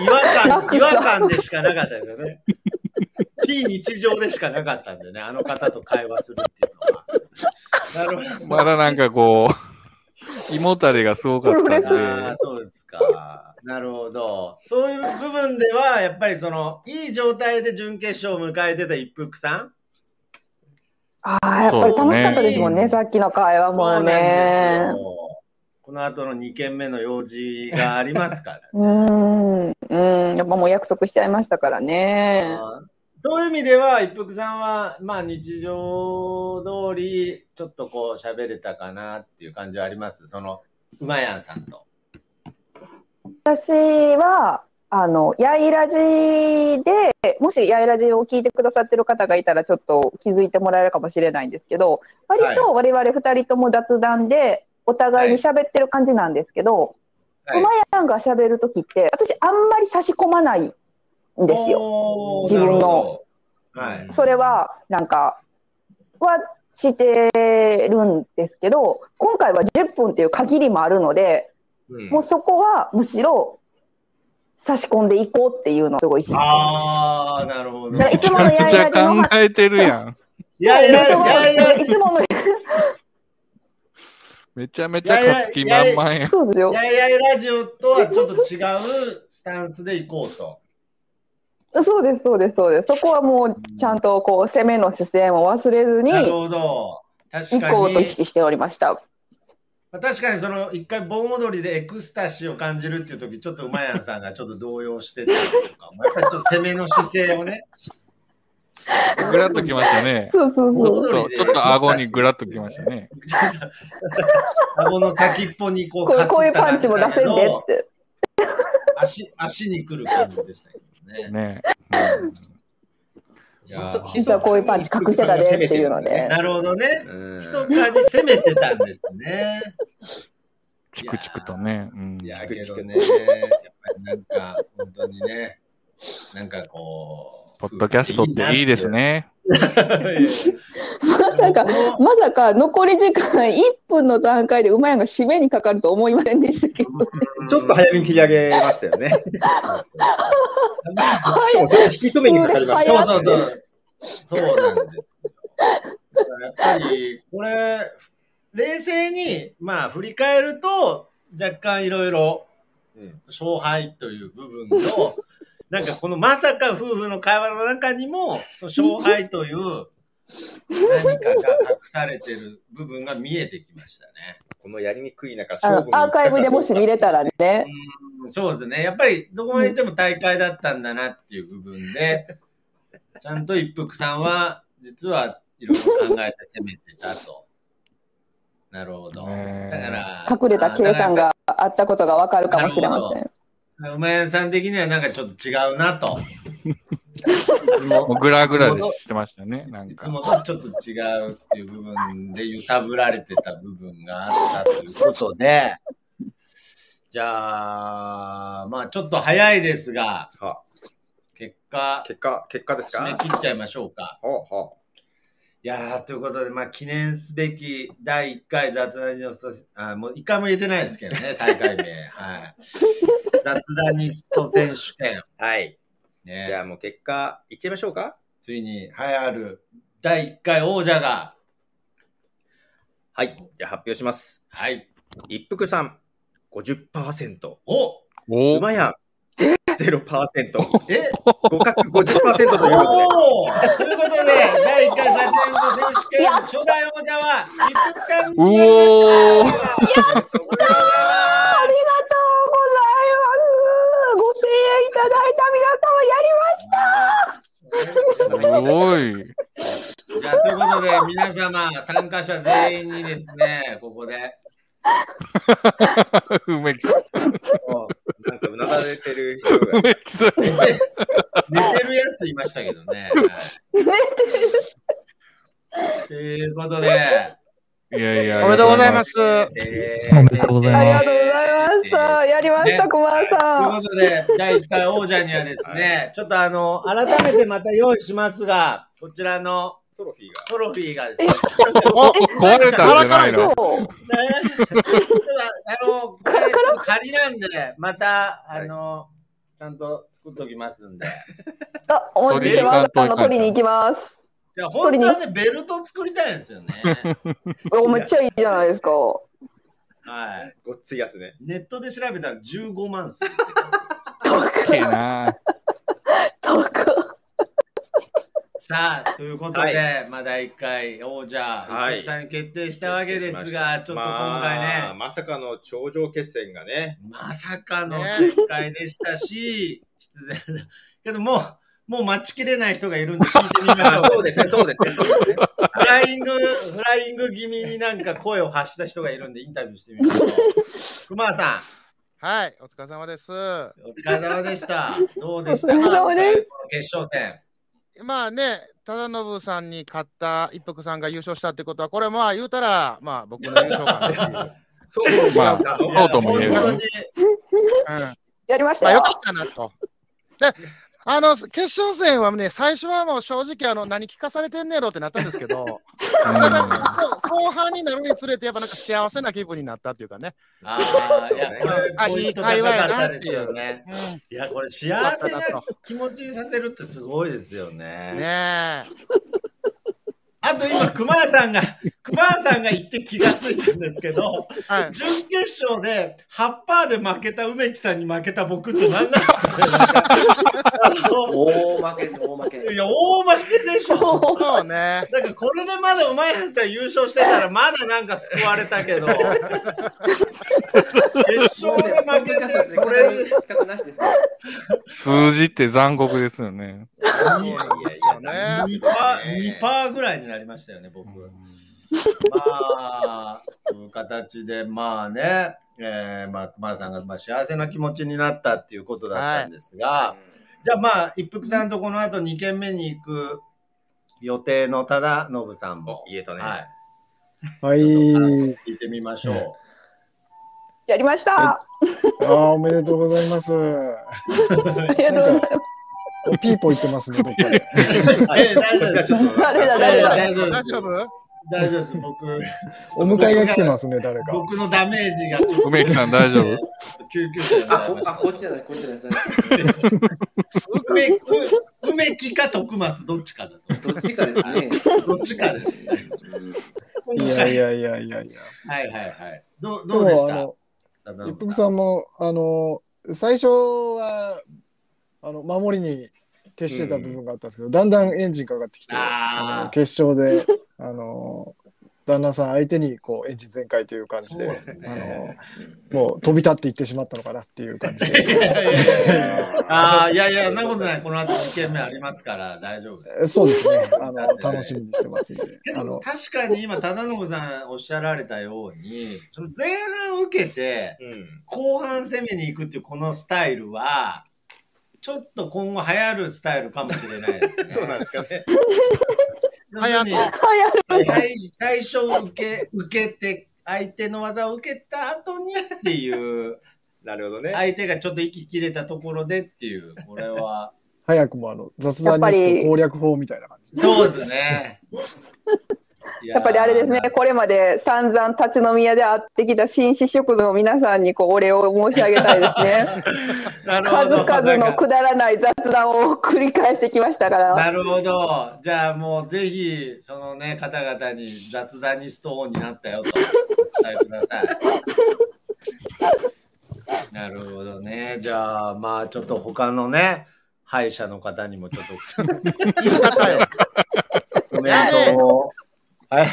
Speaker 2: に。
Speaker 1: 違和感、違和感でしかなかったですよね。非日常でしかなかったんでね、あの方と会話するっていうのは。なるほど。
Speaker 8: まだなんかこ う、胃もたれがすごかったん
Speaker 1: ああ
Speaker 8: で
Speaker 1: ー、、そうですか。なるほど。そういう部分では、やっぱりその、いい状態で準決勝を迎えてた一服さん。
Speaker 6: ああ、やっぱり楽しかったですもん
Speaker 8: そうですね
Speaker 6: ね、さっきの会話も
Speaker 1: そう
Speaker 6: ね
Speaker 1: なんです。よこの後の2件目の用事があります から。
Speaker 6: うーん、うん、やっぱもう約束しちゃいましたからね。
Speaker 1: そういう意味では、一服さんは、まあ日常通り、ちょっとこう喋れたかなっていう感じはあります。その、うまやんさんと。
Speaker 6: 私は、あの、やいらじで、もしやいらじを聞いてくださってる方がいたら、ちょっと気づいてもらえるかもしれないんですけど、割と我々二人とも雑談で、お互いに喋ってる感じなんですけど、
Speaker 1: はいう
Speaker 6: まやんが喋るときって、私あんまり差し込まないんですよ。
Speaker 1: おー
Speaker 6: 自
Speaker 1: な
Speaker 6: 分の
Speaker 1: るほどはい。
Speaker 6: それは、なんか、はしてるんですけど、今回は10分っていう限りもあるので、
Speaker 2: うん
Speaker 6: もうそこはむしろ差し込んでいこうっていうのをすごい意識して
Speaker 1: ああ、なるほど。
Speaker 6: だからい
Speaker 8: め
Speaker 6: つ
Speaker 8: ち
Speaker 6: も
Speaker 8: ゃ
Speaker 6: の
Speaker 8: め
Speaker 6: やい
Speaker 8: ちゃ
Speaker 6: らじの
Speaker 8: 考
Speaker 6: 話
Speaker 8: えてるやん。
Speaker 1: やいらじ、やいら
Speaker 6: い
Speaker 1: じ
Speaker 6: つ、もの
Speaker 8: めちゃめちゃ勝つ気満々やん。
Speaker 6: そうですよ。
Speaker 1: やいやいラジオとはちょっと違うスタンスでいこうと。
Speaker 6: そうです、そうです、そうです。そこはもうちゃんとこう攻めの姿勢も忘れずに
Speaker 1: なるほど。確
Speaker 6: 行
Speaker 1: か
Speaker 6: こうと意
Speaker 1: に、
Speaker 6: 識しておりました。
Speaker 1: まあ確かにその一回盆踊りでエクスタシーを感じるっていう時、ちょっとうまやんさんがちょっと動揺してたりとか、やっぱりちょっと攻めの姿勢をね、
Speaker 8: ぐらっときましたね。
Speaker 6: そうそう
Speaker 8: ち
Speaker 1: 盆
Speaker 6: そ
Speaker 8: ょ
Speaker 6: う。
Speaker 8: っ
Speaker 1: 踊り
Speaker 8: と、
Speaker 1: で
Speaker 8: ちょっと顎にぐらっときましたね。
Speaker 1: 顎の先っぽにこう
Speaker 6: こういう
Speaker 1: かす
Speaker 6: こういう
Speaker 1: った
Speaker 6: パンチも出せんで
Speaker 1: ど
Speaker 6: って。
Speaker 1: 足、足に来る感じでしたけどね。
Speaker 8: ね。
Speaker 1: いやー
Speaker 6: 実はこういうパンチ隠してたでっていうので。
Speaker 1: なるほどね。
Speaker 2: うん。
Speaker 1: 密かに攻めてたんです ね。
Speaker 8: チクチクとね。うん
Speaker 1: い。や、け
Speaker 2: チクチ
Speaker 1: ど
Speaker 2: ク
Speaker 1: ね、やっぱりなんか、本当にね、なんかこう。
Speaker 8: ポッドキャストっていいですね。
Speaker 1: 夫婦っていいなっていう。
Speaker 6: なんか、まさか残り時間1分の段階でうまやんが締めにかかると思いませんでしたけど。
Speaker 2: ちょっと早めに切り上げましたよね。
Speaker 1: そ
Speaker 2: しかもそれ引き止めにかかりました。
Speaker 1: うそうそう。そうなんですよ。だからやっぱり、これ、冷静に、まあ、振り返ると、若干いろいろ、
Speaker 2: うん
Speaker 1: 勝敗という部分の、なんかこのまさか夫婦の会話の中にも、その勝敗という何かが隠されてる部分が見えてきましたね。
Speaker 2: このやりにくい中、
Speaker 6: あ
Speaker 2: 勝負に
Speaker 6: の
Speaker 2: 行
Speaker 6: ア
Speaker 2: った
Speaker 6: ー
Speaker 2: か
Speaker 6: カイブでもし見れたらね。
Speaker 1: そうですね。やっぱりどこまで行っても大会だったんだなっていう部分で、 ちゃんと一服さんは、実はいろいろ考えて攻めてたと。なるほど。だ
Speaker 8: ねえ
Speaker 1: から、
Speaker 6: 隠れた計算があったことがわかるかもしれません。
Speaker 1: あ。馬屋さん的にはなんかちょっと違うなと。いつも
Speaker 8: もうグラグラでしてましたね。なん
Speaker 1: いつ
Speaker 8: か。
Speaker 1: もとちょっと違うっていう部分で揺さぶられてた部分があったということで、じゃあ、まあちょっと早いですが、
Speaker 2: は
Speaker 1: 結果、
Speaker 2: 結果、結果です
Speaker 1: 締め
Speaker 2: か
Speaker 1: 切っちゃいましょうか。
Speaker 2: はあは
Speaker 1: いやー、ということで、まあ、記念すべき第1回雑談ニスト、あもう1回も言えてないですけど ね、大会名。はい。雑談ニスト選手権。
Speaker 2: はい。
Speaker 1: ね、
Speaker 2: じゃあもう結果、いっちゃいましょうか。
Speaker 1: ついに、栄えある第1回王者が、
Speaker 2: はい。じゃあ発表します。
Speaker 1: はい。
Speaker 2: 一服さん、50%。
Speaker 1: お
Speaker 8: お
Speaker 2: うまやん、0%。
Speaker 1: え
Speaker 2: 互角50%ということで。
Speaker 1: おーということで、第1回雑談ニスト選手権、初代王者は、一服さんに
Speaker 8: う
Speaker 1: 決まりました
Speaker 8: おー
Speaker 6: ありがとうございます。ご声援いただいた皆様やり
Speaker 8: すごい。
Speaker 1: じゃあ、ということで、皆様、参加者全員にですね、ここで、
Speaker 8: 梅木
Speaker 2: なんかうなだれてる人 が。
Speaker 8: 梅木さん。
Speaker 1: 寝て寝てるやついましたけどね。はいということで、
Speaker 8: いやいや。。
Speaker 3: おめでとうございますす。
Speaker 1: え
Speaker 7: おめでとうございます
Speaker 6: ました。ありがとうございました。やりました、小林さ。
Speaker 1: というんことで、第1回王者にはですね、ちょっとあの、改めてまた用意しますが、こちらの
Speaker 2: トロフィーが。
Speaker 1: トロフィーがですね、
Speaker 8: お壊れたんじゃないの
Speaker 6: そう。
Speaker 1: あの、これちょっと仮なんで、また、あの、ちゃんと作っときますんで。
Speaker 6: あ、お待ちしてます。あの、取りに行きます。
Speaker 1: じゃあ、本当はね、ベルト作りたいんですよね。
Speaker 6: お、めっちゃいいじゃないですか。
Speaker 1: はい。
Speaker 2: ごっついやつね。
Speaker 1: ネットで調べたら15万する。
Speaker 8: けえな。
Speaker 1: さあ、ということで、
Speaker 2: は
Speaker 1: まあ、第1回王者、
Speaker 2: はい
Speaker 1: 一服さんに決定したわけですが、ちょっと今回ね、
Speaker 2: まあ、まさかの頂上決戦 がね。
Speaker 1: まさかの
Speaker 3: ね
Speaker 1: 展開でしたし、必然だ。けどもう、もう待ちきれない人がいるんで聞いてみましょ
Speaker 2: あ
Speaker 1: う。
Speaker 2: そうで すね、そうですね、そうですね。
Speaker 1: フライング、フライング気味になんか声を発した人がいるんでインタビューしてみましょう。熊さ
Speaker 3: はい、お疲れ様です。
Speaker 1: ん、お疲れ様でした。どうでした
Speaker 6: お疲れ様です
Speaker 1: 決勝戦。
Speaker 3: まあね、忠信さんに勝った一服さんが優勝したってことは、これまあ言うたら、まあ僕の優勝かなっていう。
Speaker 2: そうです
Speaker 8: まあそうとも言える
Speaker 1: いや本当に
Speaker 3: うん
Speaker 6: やりまし
Speaker 3: ま
Speaker 6: た
Speaker 3: あ、よ
Speaker 6: よ
Speaker 3: か。ったなと。で、あの決勝戦はね、最初はもう正直、あの何聞かされてんねやろってなったんですけど、ただ後半になるにつれて、やっぱなんか幸せな気分になったっていうかね、
Speaker 1: ああ、いや、こ
Speaker 3: あ
Speaker 1: れ、
Speaker 3: い
Speaker 1: ポ
Speaker 3: い
Speaker 1: イント高
Speaker 3: 会話や
Speaker 1: か
Speaker 3: な
Speaker 1: った
Speaker 3: って
Speaker 1: で
Speaker 3: いう
Speaker 1: すよね。
Speaker 3: うん、よ
Speaker 1: いや、これ、幸
Speaker 3: かっ
Speaker 1: せ
Speaker 3: たな
Speaker 1: な
Speaker 3: と。
Speaker 1: 気持ちにさせるってすごいですよね。
Speaker 3: ね
Speaker 1: あと今、熊谷さんが、熊谷さんが言って気がついたんですけど、
Speaker 3: え、はい、
Speaker 1: 準決勝で8%で負けた梅木さんに負けた僕って何なんですかね
Speaker 9: 大負けです、大負け。
Speaker 1: いや、大負けでしょ。
Speaker 3: そうね、
Speaker 1: なんかこれでまだうまいはずさん優勝してたらまだなんか救われた けど決勝で負けてそれで
Speaker 9: 資格なしですね。
Speaker 8: 数字って残酷ですよね。
Speaker 3: そうなんですよね。
Speaker 1: 2%, 2%ぐらいになりましたよね僕まあそういう形でまあね、えーまあ、熊谷さんがまあ幸せな気持ちになったっていうことだったんですが、じゃあまあ一服さんとこの後2軒目に行く予定の忠信さんも、
Speaker 2: 言えたね。
Speaker 1: はい、
Speaker 4: はい。
Speaker 1: 聞いてみましょ う。
Speaker 6: やりました。
Speaker 4: ああ、おめでとうございます。
Speaker 6: ありがとうございます。
Speaker 4: ピーポ言ってます ね、どっかで。
Speaker 1: ええ大丈夫です。
Speaker 6: 誰だ、
Speaker 1: 大
Speaker 6: 誰
Speaker 1: 丈夫
Speaker 6: だ。
Speaker 1: 大丈夫
Speaker 3: 大丈夫
Speaker 1: 大丈夫です。僕、
Speaker 4: お迎えが来てますね、誰か。
Speaker 1: 僕のダメージがちょっ
Speaker 8: 梅木さん大丈夫
Speaker 1: と 救急車に
Speaker 9: あ
Speaker 1: なり
Speaker 9: こ
Speaker 1: まし
Speaker 9: あ、
Speaker 1: た。
Speaker 9: こっちじゃない、こっちじゃない。
Speaker 1: 梅う梅木か徳松どっちかだと。
Speaker 9: どっちかですね。
Speaker 1: どっちかですね。
Speaker 4: いやいやいやいやいや。
Speaker 1: はいはいはい。どうどうでし
Speaker 4: もあ
Speaker 1: た
Speaker 4: の一服さんも、あの、最初は、あの、守りに徹してた部分があったんですけど、だんだんエンジンかかってきて、あの
Speaker 1: ああ、
Speaker 4: 決勝で、あの、旦那さん相手に、こう、エンジン全開という感じで、
Speaker 1: そうです
Speaker 4: あの
Speaker 1: ね、
Speaker 4: もう飛び立っていってしまったのかなっていう感じで。
Speaker 1: いやいやいやああ、いやいや、そんなことない。この後2軒目ありますから大丈夫です。
Speaker 4: そうですね。あの、楽しみにしてますんで。
Speaker 1: けど
Speaker 4: あの、
Speaker 1: 確かに今、忠信さんおっしゃられたように、その前半を受けて、
Speaker 2: うん。
Speaker 1: 後半攻めに行くっていうこのスタイルは、ちょっと今後流行るスタイルかもしれないですね。
Speaker 2: そうなんですかね。
Speaker 1: 要するに
Speaker 3: 流行
Speaker 1: 最最初受け、受けて、相手の技を受けた後にっていう、
Speaker 2: なるほどね。
Speaker 1: 相手がちょっと息切れたところでっていう、これは。
Speaker 4: 早くもあの、雑談リスト攻略法みたいな感じで。
Speaker 1: そうですね。
Speaker 6: やっぱりあれですね、これまで散々立ち飲み屋で会ってきた紳士食堂の皆さんにこうお礼を申し上げたいですね。
Speaker 1: なるほ
Speaker 6: 数
Speaker 1: ど。
Speaker 6: 々
Speaker 1: なん
Speaker 6: の
Speaker 1: か
Speaker 6: くだらない雑談を繰り返してきましたから。
Speaker 1: なるほど。じゃあもうぜひ、そのね、方々に雑談にストーンになったよと伝えてくだ さい。なるほどね。じゃあまあちょっと他のね、歯医者の方にもちょっ
Speaker 3: 言い方よ。
Speaker 1: とコメントを。はい。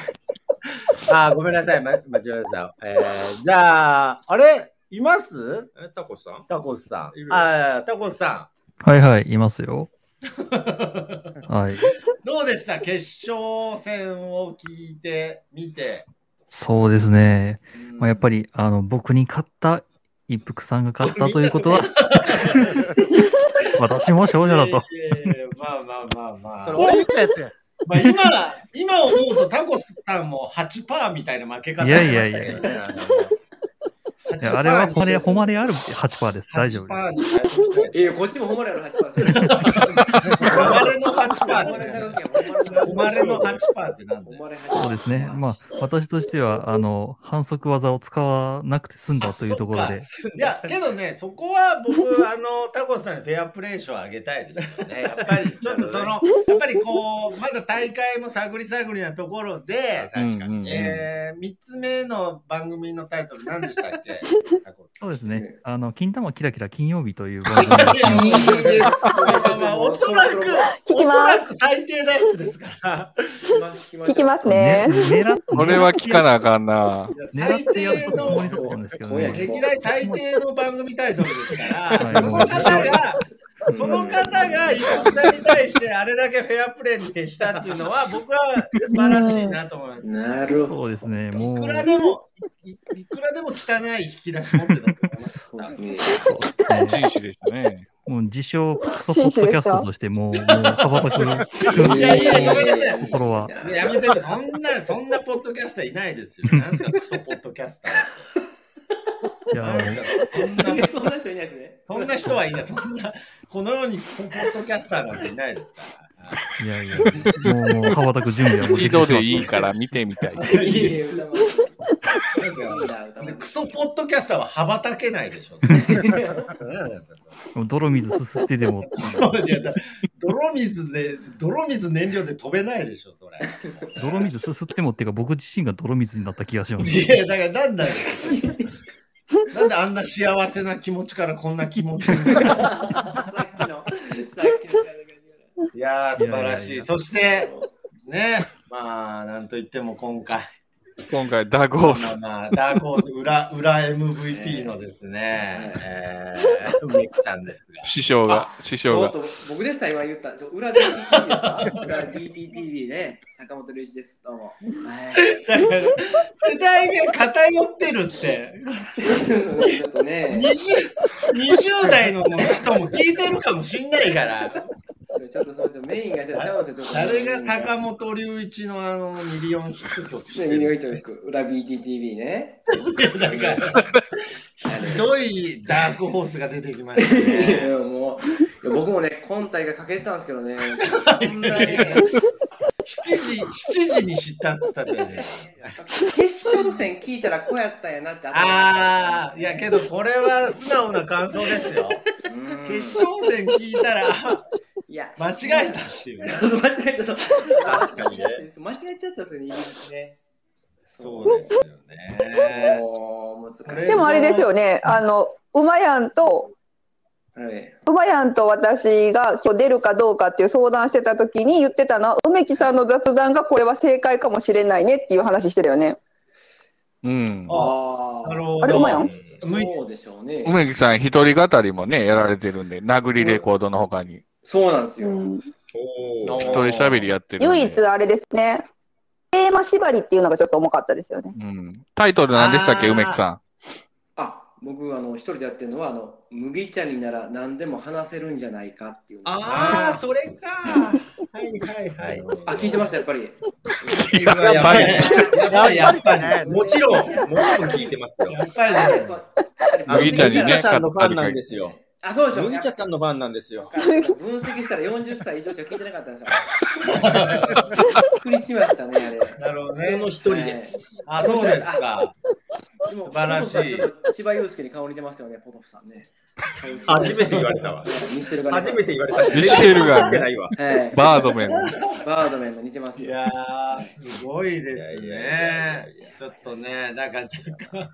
Speaker 1: あー、ごめんなさい。ま、間違えました。えー、じゃあ、あれいます
Speaker 2: えタコさん
Speaker 1: タコスさ
Speaker 2: いる
Speaker 1: ん。あー、タコスさ
Speaker 7: はいはい、いますよ。はい。
Speaker 1: ん。どうでした決勝戦を聞いて、見て。
Speaker 7: そうですね。
Speaker 1: うん
Speaker 7: まあ、やっぱり、あの、僕に勝った、一服さんが勝ったということは、 私も少女 だと。
Speaker 1: いやいやいやまあまあまあまあ
Speaker 3: それ。俺言ったやつや。
Speaker 1: まあ今、今思うとタコスさんも8%みたいな負け方
Speaker 7: いやいやいや
Speaker 1: してましたけどね
Speaker 7: いやあれは誉れ、誉れある8%です。大丈夫です。
Speaker 1: 8%に変えてきたや
Speaker 9: いや、こっちも誉れある8%。
Speaker 1: つ誉れの8%
Speaker 9: 誉れ
Speaker 1: って
Speaker 9: 高きゃ誉れ高き
Speaker 1: 誉れの8%ってなんだよ
Speaker 9: 誉れ
Speaker 7: そうですね。まあ、私としては、あの、反則技を使わなくて済んだというところで。
Speaker 1: いや、けどね、そこは僕、あの、タコスさんにフェアプレー賞をあげたいですよね。やっぱり、ちょっとその、やっぱりこう、まだ大会も探り探りなところで、
Speaker 8: 確かに
Speaker 1: えー、3つ目の番組のタイトル何でしたっけタコ
Speaker 7: そうで
Speaker 4: そ
Speaker 7: す
Speaker 4: うです
Speaker 7: ね
Speaker 4: ね。
Speaker 7: あの、金玉キラキラ金曜日という番組です。
Speaker 9: いいです
Speaker 1: まあおそらく、
Speaker 6: 聞
Speaker 1: おそ
Speaker 6: きま
Speaker 1: らく最低なやつですから。
Speaker 6: す。聞きます
Speaker 7: ね
Speaker 6: ね。
Speaker 7: 狙っ
Speaker 8: これは聞かなあかんな。
Speaker 7: 狙
Speaker 1: 最
Speaker 7: ってやっ
Speaker 1: 低
Speaker 7: たつもりだ
Speaker 1: の、
Speaker 7: ったんですけど
Speaker 9: 今夜
Speaker 7: ね。
Speaker 1: 歴代最低の番組タイトルですから、
Speaker 7: はい
Speaker 1: その方が、その方が伊藤さんに対してあれだけフェアプレーに徹したっていうのは、僕は素晴らしいなと思います。
Speaker 9: なるほど。
Speaker 7: そうですね。
Speaker 1: い
Speaker 7: も
Speaker 1: うく、らでも、いいくらでも汚い引き出し持ってたと思います。
Speaker 9: そうですね。
Speaker 8: 紳士でしたね。
Speaker 7: もう自称クソポッドキャストとしてもう、もう羽ばたく。
Speaker 1: いやいや、ごめんなさい。
Speaker 7: ところは
Speaker 1: やめてくださいそんな、そんなポッドキャスターいないですよ。なんすか、クソポッドキャスター
Speaker 7: いや、
Speaker 1: なんすかそんな
Speaker 9: そんな人いないですね。
Speaker 1: そんな人はいない。そんな、この世にポッドキャスターなんていないですから。
Speaker 7: いやいや、もうもう羽ばたく準備はもう
Speaker 8: 一
Speaker 7: きてしま
Speaker 8: 度
Speaker 7: った
Speaker 8: でいいから見てみたい。
Speaker 9: いいね、歌も。
Speaker 1: でクソポッドキャスターは羽ばたけないでしょ。何なんだよ
Speaker 7: もう泥水すすってでも。
Speaker 1: いやだ泥水で、泥水燃料で飛べないでしょ、それ。
Speaker 7: 泥水すすってもっていうか、僕自身が泥水になった気がします。
Speaker 1: いや、だからなんだよ。なんであんな幸せな気持ちからこんな気持ちに。
Speaker 9: さっきの、さっきの。
Speaker 1: いやー、素晴ら
Speaker 7: いやいや
Speaker 1: し
Speaker 7: い
Speaker 1: い。
Speaker 7: や
Speaker 1: そして、ね、まあ、なんといっても今回、
Speaker 8: 今回、ダークホー
Speaker 1: まあま
Speaker 8: ス。
Speaker 1: あ、ダークホース裏、裏 MVP のですね、えー、梅木さんですが。
Speaker 8: 師匠が、師匠が。
Speaker 9: 僕でした、今言った。裏 DTT ですか裏 DTTV ね。坂本龍一です。どうも。
Speaker 1: だから世代が偏ってるって、
Speaker 9: ちょっとね、
Speaker 1: 20, 20代の人も聞いてるかもしんないから、
Speaker 9: ちょっとそれメインがちょっとちゃうんですよ。
Speaker 1: 誰が坂本龍一のあのミリオンヒット曲知って
Speaker 9: ミニオ
Speaker 1: る
Speaker 9: イト裏 BTTV ね。
Speaker 1: ひどいダークホースが出てきました
Speaker 9: いや
Speaker 1: ね。
Speaker 9: いやもういや僕もね、今大会かけてたんですけどね、こんなね、
Speaker 1: 7時、7時に知ったって言ったってね。
Speaker 9: 決勝戦聞いたらこうやったんやなって
Speaker 1: ああ、いやけどこれは素直な感想ですよ。
Speaker 9: うん
Speaker 1: 決勝戦聞いたら、あ
Speaker 9: いや
Speaker 1: 間違えたっていうね。
Speaker 9: そう間違えたそう
Speaker 1: 確かにね
Speaker 9: 間違えた間違えちゃったんですよね、入り口ね。
Speaker 1: そうですよね。
Speaker 9: そう難しい。
Speaker 6: でもあれですよね、あの、馬やんと、
Speaker 9: はい
Speaker 6: 馬やんと私が今日出るかどうかっていう相談してた時に言ってたのは、梅木さんの雑談がこれは正解かもしれないねっていう話してたよね。
Speaker 8: うん。
Speaker 9: あ
Speaker 1: な
Speaker 9: あ
Speaker 1: る、ほ
Speaker 6: あれうまいや
Speaker 1: ど
Speaker 6: ん。
Speaker 1: 向い
Speaker 9: そうでしょうね。
Speaker 8: 梅木さん、一人語りもね、やられてるんで、殴りレコードの他に、
Speaker 9: そうなんです
Speaker 6: う
Speaker 9: よ。
Speaker 6: ん
Speaker 8: 一人喋りやってるんで。
Speaker 6: 唯一あれですね、テーマ縛りっていうのがちょっと重かったですよね。
Speaker 8: うん。タイトル何でしたっけ、
Speaker 1: あー
Speaker 8: 梅木さ
Speaker 9: あ僕あの一人でやってるのはあの麦茶になら何でも話せるんじゃないかっていうの
Speaker 1: ああ、それか。はいはいはい。
Speaker 9: あ聞いてましたやっぱり
Speaker 2: や
Speaker 1: や
Speaker 2: っ
Speaker 1: っ
Speaker 2: ぱ
Speaker 1: ぱ
Speaker 2: り
Speaker 1: り、やっぱり、やっぱりね。
Speaker 2: もちろん、もちろん聞いてますよ。
Speaker 1: やっぱりね。
Speaker 8: 麦茶にね
Speaker 2: 麦茶さんのファンなんですよ。
Speaker 9: ああ、そうでしょ。
Speaker 5: 麦茶さんの番なんですよ。
Speaker 9: 分析したら40歳以上しか聞いてなかったんですよ。びっくりしましたね、あれ。
Speaker 1: なるほど
Speaker 5: その
Speaker 1: ね。
Speaker 5: 一人です。
Speaker 1: あ、そうですか。
Speaker 9: でも
Speaker 1: 素晴らしい
Speaker 9: ポトフさんちょっと千葉雄介に顔似てますよね、ポトフさんね。
Speaker 5: 初めて言われた わ。
Speaker 9: ミシェルがね
Speaker 5: 初めて言われた。
Speaker 8: ミシェルがね
Speaker 5: 見てないわ。
Speaker 9: はい
Speaker 8: バードメン。
Speaker 9: バードメンの似てます
Speaker 1: い
Speaker 9: よ。
Speaker 1: やー、すごいで
Speaker 5: いやい
Speaker 1: す
Speaker 5: やいや
Speaker 1: ね
Speaker 5: いや。
Speaker 1: ちょっとね、なんか若干、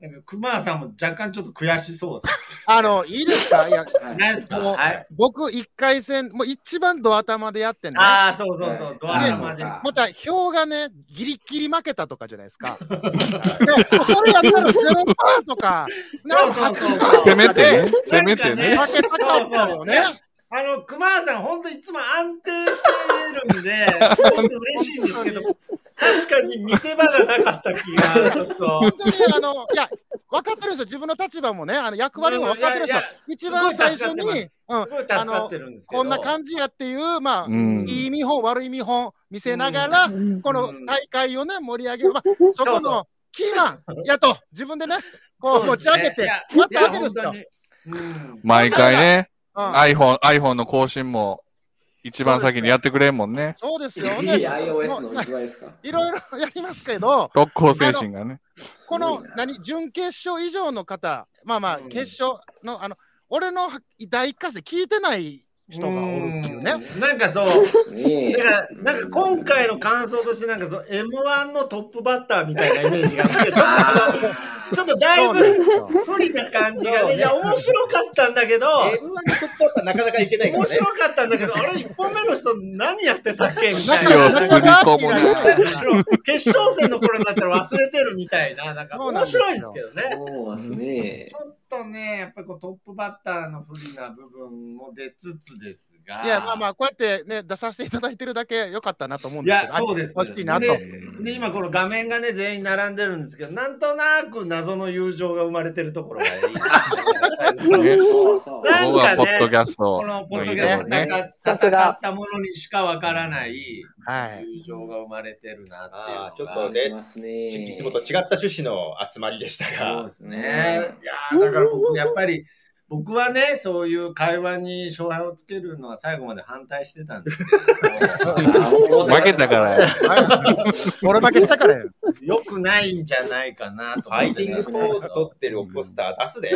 Speaker 1: なんか熊さんも若干ちょっと悔しそうです。
Speaker 3: あの、いいですかいや、
Speaker 9: はい
Speaker 1: ないですか
Speaker 3: もう
Speaker 1: はい。
Speaker 3: 僕、一回戦、もう一番ド頭でやってんのね。
Speaker 1: ああ、そうそうそう、ドア
Speaker 3: そ
Speaker 1: 玉
Speaker 9: う
Speaker 1: です。
Speaker 9: か
Speaker 3: また票がね、ギリギリ負けたとかじゃないですか。それやったらゼロパーとか、なんか
Speaker 1: そうそうそう
Speaker 8: せめてね。せめ
Speaker 1: な
Speaker 8: て
Speaker 1: ん
Speaker 8: ね。
Speaker 1: か
Speaker 3: 負けたかったのよね。
Speaker 1: あの、熊さん、本当いつも安定してるんで、すごく嬉しいんですけど、確かに見せ場がなかった気が、ちょっと
Speaker 3: 本。当にあの、いや、分かってるんですよ。自分の立場もね、あの役割も分かってるんですよ。一番最初に、
Speaker 1: すごい助かってますす、ごい助
Speaker 3: うん
Speaker 1: かってるんですけど。
Speaker 3: こんな感じやっていう、まあ、
Speaker 8: うん
Speaker 3: いい見本、悪い見本見せながら、この大会をね、盛り上げる、 まあ、そこのキーマンやと、自分でね、こう持ち上げて、やっ
Speaker 1: い
Speaker 3: た
Speaker 1: や、
Speaker 3: わけで
Speaker 1: 本
Speaker 3: す
Speaker 1: 当
Speaker 3: よ。
Speaker 1: に。うん
Speaker 8: 毎回ね、
Speaker 3: うん
Speaker 8: iPhone、iPhone の更新も一番先にやってくれんもんね。
Speaker 3: そうですよ
Speaker 9: い
Speaker 3: ね。
Speaker 9: い iOS
Speaker 3: もう
Speaker 9: の時代ですか。
Speaker 3: いろいろやりますけど、
Speaker 8: 特攻精神がね。
Speaker 3: こ
Speaker 9: す
Speaker 3: の
Speaker 9: ごいな
Speaker 3: 何準決勝以上の方、まあまあ、
Speaker 1: うん
Speaker 3: 決勝の、あの俺の第一回戦聞いてない人がおるっていうね。
Speaker 1: なんかそう。
Speaker 9: そうですね
Speaker 1: だから、なんか今回の感想として、なんかそう、M1 のトップバッターみたいなイメージがあって、ちょっとちょっとだい
Speaker 3: そうなんで
Speaker 1: ぶ
Speaker 3: すよ
Speaker 1: 不利な感じが
Speaker 5: そう
Speaker 1: ね。
Speaker 5: ね
Speaker 1: いや、面白かったんだけど、
Speaker 5: M1 のトップバッターなかなかいけないから
Speaker 1: 面
Speaker 5: ね
Speaker 1: 白。かったんだけど、あれ、1本目の人何やってたっけみたい
Speaker 8: 強
Speaker 1: な。
Speaker 8: すぎ込む
Speaker 1: なん
Speaker 8: な。
Speaker 1: かあの決勝戦の頃になったら忘れてるみたいな、なんか
Speaker 3: そうな
Speaker 1: 面
Speaker 3: んですよ
Speaker 1: 白いんですけどね。
Speaker 9: そうですね
Speaker 1: ち。ょっとね、やっぱりこうトップバッターの不利な部分も出つつですが。
Speaker 3: いや、まあまあ、こうやってね、出させていただいてるだけ良かったなと思うん
Speaker 1: い
Speaker 3: ですけ
Speaker 1: や
Speaker 3: ど、、
Speaker 1: そうです。
Speaker 3: 欲しいなと。
Speaker 1: でで今この画面がね、全員並んでるんですけど、なんとなく謎の友情が生まれてるところ がいい。
Speaker 8: ね
Speaker 9: そうそう。
Speaker 1: な
Speaker 8: ここが
Speaker 1: ん
Speaker 8: ポ
Speaker 1: か
Speaker 8: ッドキ
Speaker 1: ね、
Speaker 8: ャスト
Speaker 1: このポ
Speaker 8: の
Speaker 1: ッ
Speaker 8: い
Speaker 1: ドキ
Speaker 8: いとこ
Speaker 1: ャ
Speaker 8: ろ
Speaker 1: スト
Speaker 8: ね。
Speaker 1: が戦ったものにしかわからない
Speaker 3: はい。
Speaker 1: 友情が生まれてるな
Speaker 5: あー
Speaker 1: って
Speaker 5: ち
Speaker 1: い
Speaker 5: ょ
Speaker 1: うの
Speaker 5: っ
Speaker 1: が
Speaker 5: と
Speaker 9: 出てますね。
Speaker 5: いつもと違った趣旨の集まりでした
Speaker 9: そうで
Speaker 5: が。
Speaker 9: す
Speaker 1: ね
Speaker 9: ね。
Speaker 1: いやーだから僕やっぱり僕はねそういう会話に勝敗をつけるのは最後まで反対してた んです けど
Speaker 8: 負けたからや。
Speaker 3: 俺負けしたからよ。
Speaker 1: よくないんじゃないかなと
Speaker 5: フ
Speaker 1: 思
Speaker 5: ァ
Speaker 1: っ
Speaker 5: イテ
Speaker 1: て
Speaker 5: ィン
Speaker 1: たん
Speaker 5: グポ
Speaker 1: ですけど
Speaker 5: ーズ取ってるオポスター出すで。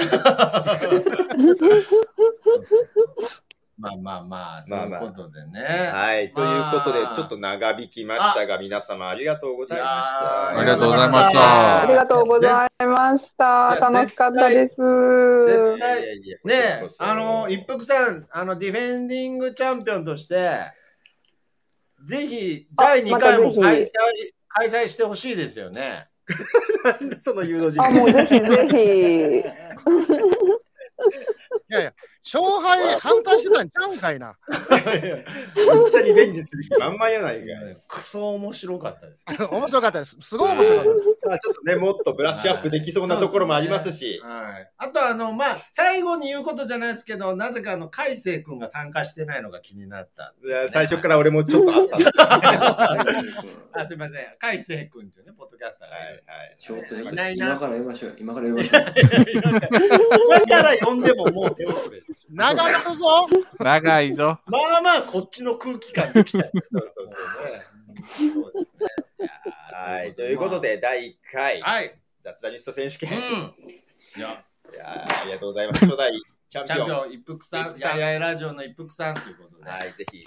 Speaker 1: まあまあまあそう
Speaker 5: まあ
Speaker 1: いう
Speaker 5: まあ
Speaker 1: ことでね、
Speaker 5: はい。ということで、ちょっと長引きましたが、皆様ありがとうございました。
Speaker 1: い
Speaker 8: やーありがとうございました
Speaker 6: ありがとうございました。楽しかったです。
Speaker 5: い
Speaker 1: 絶
Speaker 5: や
Speaker 1: 対
Speaker 5: いやいや
Speaker 1: ねえあの一服さんあのディフェンディングチャンピオンとしてぜひ第2回も
Speaker 6: また
Speaker 1: 開
Speaker 6: ぜ
Speaker 1: 催開催してほしいですよね。
Speaker 5: なんでその誘導
Speaker 6: あ、も うぜひぜ
Speaker 3: いやいや、勝敗反対してたんちゃうんかいな。
Speaker 5: 人めっちゃリベンジする気満々やないかよ。
Speaker 1: クソ面白かったです。
Speaker 3: 面白かったです。すごい面白かったです。
Speaker 5: まあちょっとね、もっとブラッシュアップできそうなところもありますし。
Speaker 1: はい。あとあの、まあ、最後に言うことじゃないですけど、なぜかあの、海星くんが参加してないのが気になった。
Speaker 5: いや最初から俺もちょっとあったんだ。
Speaker 1: あ、すみません。海星くんっていうね、ポッドキャスターがいるんです
Speaker 9: ちょっ
Speaker 1: け
Speaker 9: と
Speaker 1: ど
Speaker 9: 今
Speaker 1: いない
Speaker 9: から
Speaker 1: な。
Speaker 9: 読みましょう。今から読みま しょう。
Speaker 1: だから呼んでももう手遅れです。
Speaker 3: 長なるぞ。
Speaker 8: 長いぞ。
Speaker 1: まあまあ、こっちの空気感できたよね
Speaker 5: そうそうそう
Speaker 1: そうですね
Speaker 5: はい。ということで、第1回、
Speaker 1: はい。
Speaker 5: 雑談リスト選手権。
Speaker 1: う
Speaker 5: い
Speaker 1: ん。いや、
Speaker 5: やーありがとうございます。初代チャン
Speaker 1: チ
Speaker 5: ピオ
Speaker 1: ャン
Speaker 5: ン。
Speaker 1: ピ
Speaker 5: は
Speaker 1: オン一服さ
Speaker 5: 一
Speaker 1: ん、
Speaker 5: 服
Speaker 1: や
Speaker 5: さん
Speaker 1: やいラジオの一服さんということで。
Speaker 5: い、ぜひ。
Speaker 6: ひ。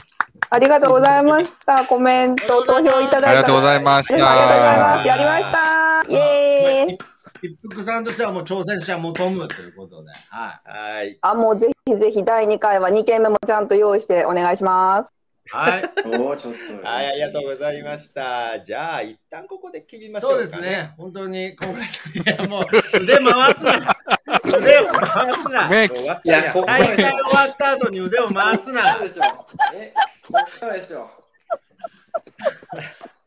Speaker 6: ありがとうございました。コメント、投票いただいた。
Speaker 8: ありがとうございまし
Speaker 6: ありがとうございま
Speaker 8: た
Speaker 6: す。。やりました。イエーイ。
Speaker 1: 一服さんとしてはもう挑戦者もトムということで。は
Speaker 5: はい。
Speaker 6: あ、もうぜひぜひ第2回は2件目もちゃんと用意してお願いします。
Speaker 1: い。はい。
Speaker 9: おーちょっと。
Speaker 5: はい、ありがとうございました。じゃあ、一旦ここで切りましょう
Speaker 1: そう
Speaker 5: か、
Speaker 1: です。ね、本当に今回、いやもう素で回す な、腕を回すな、
Speaker 8: メイク
Speaker 5: 終わった
Speaker 9: いや、ここから
Speaker 1: 大
Speaker 9: でし
Speaker 1: 会
Speaker 9: ょ。
Speaker 1: 終わった後に腕を回すな、
Speaker 9: え、ここからでしょ。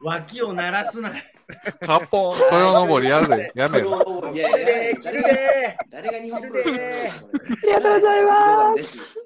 Speaker 1: 脇を鳴らすな、
Speaker 8: カポン、豊登りやるで。やめろ。
Speaker 9: いやいや
Speaker 5: 切るでー切るでー
Speaker 9: 誰が日本プロレス。
Speaker 6: ありがとうございます
Speaker 9: ぜひ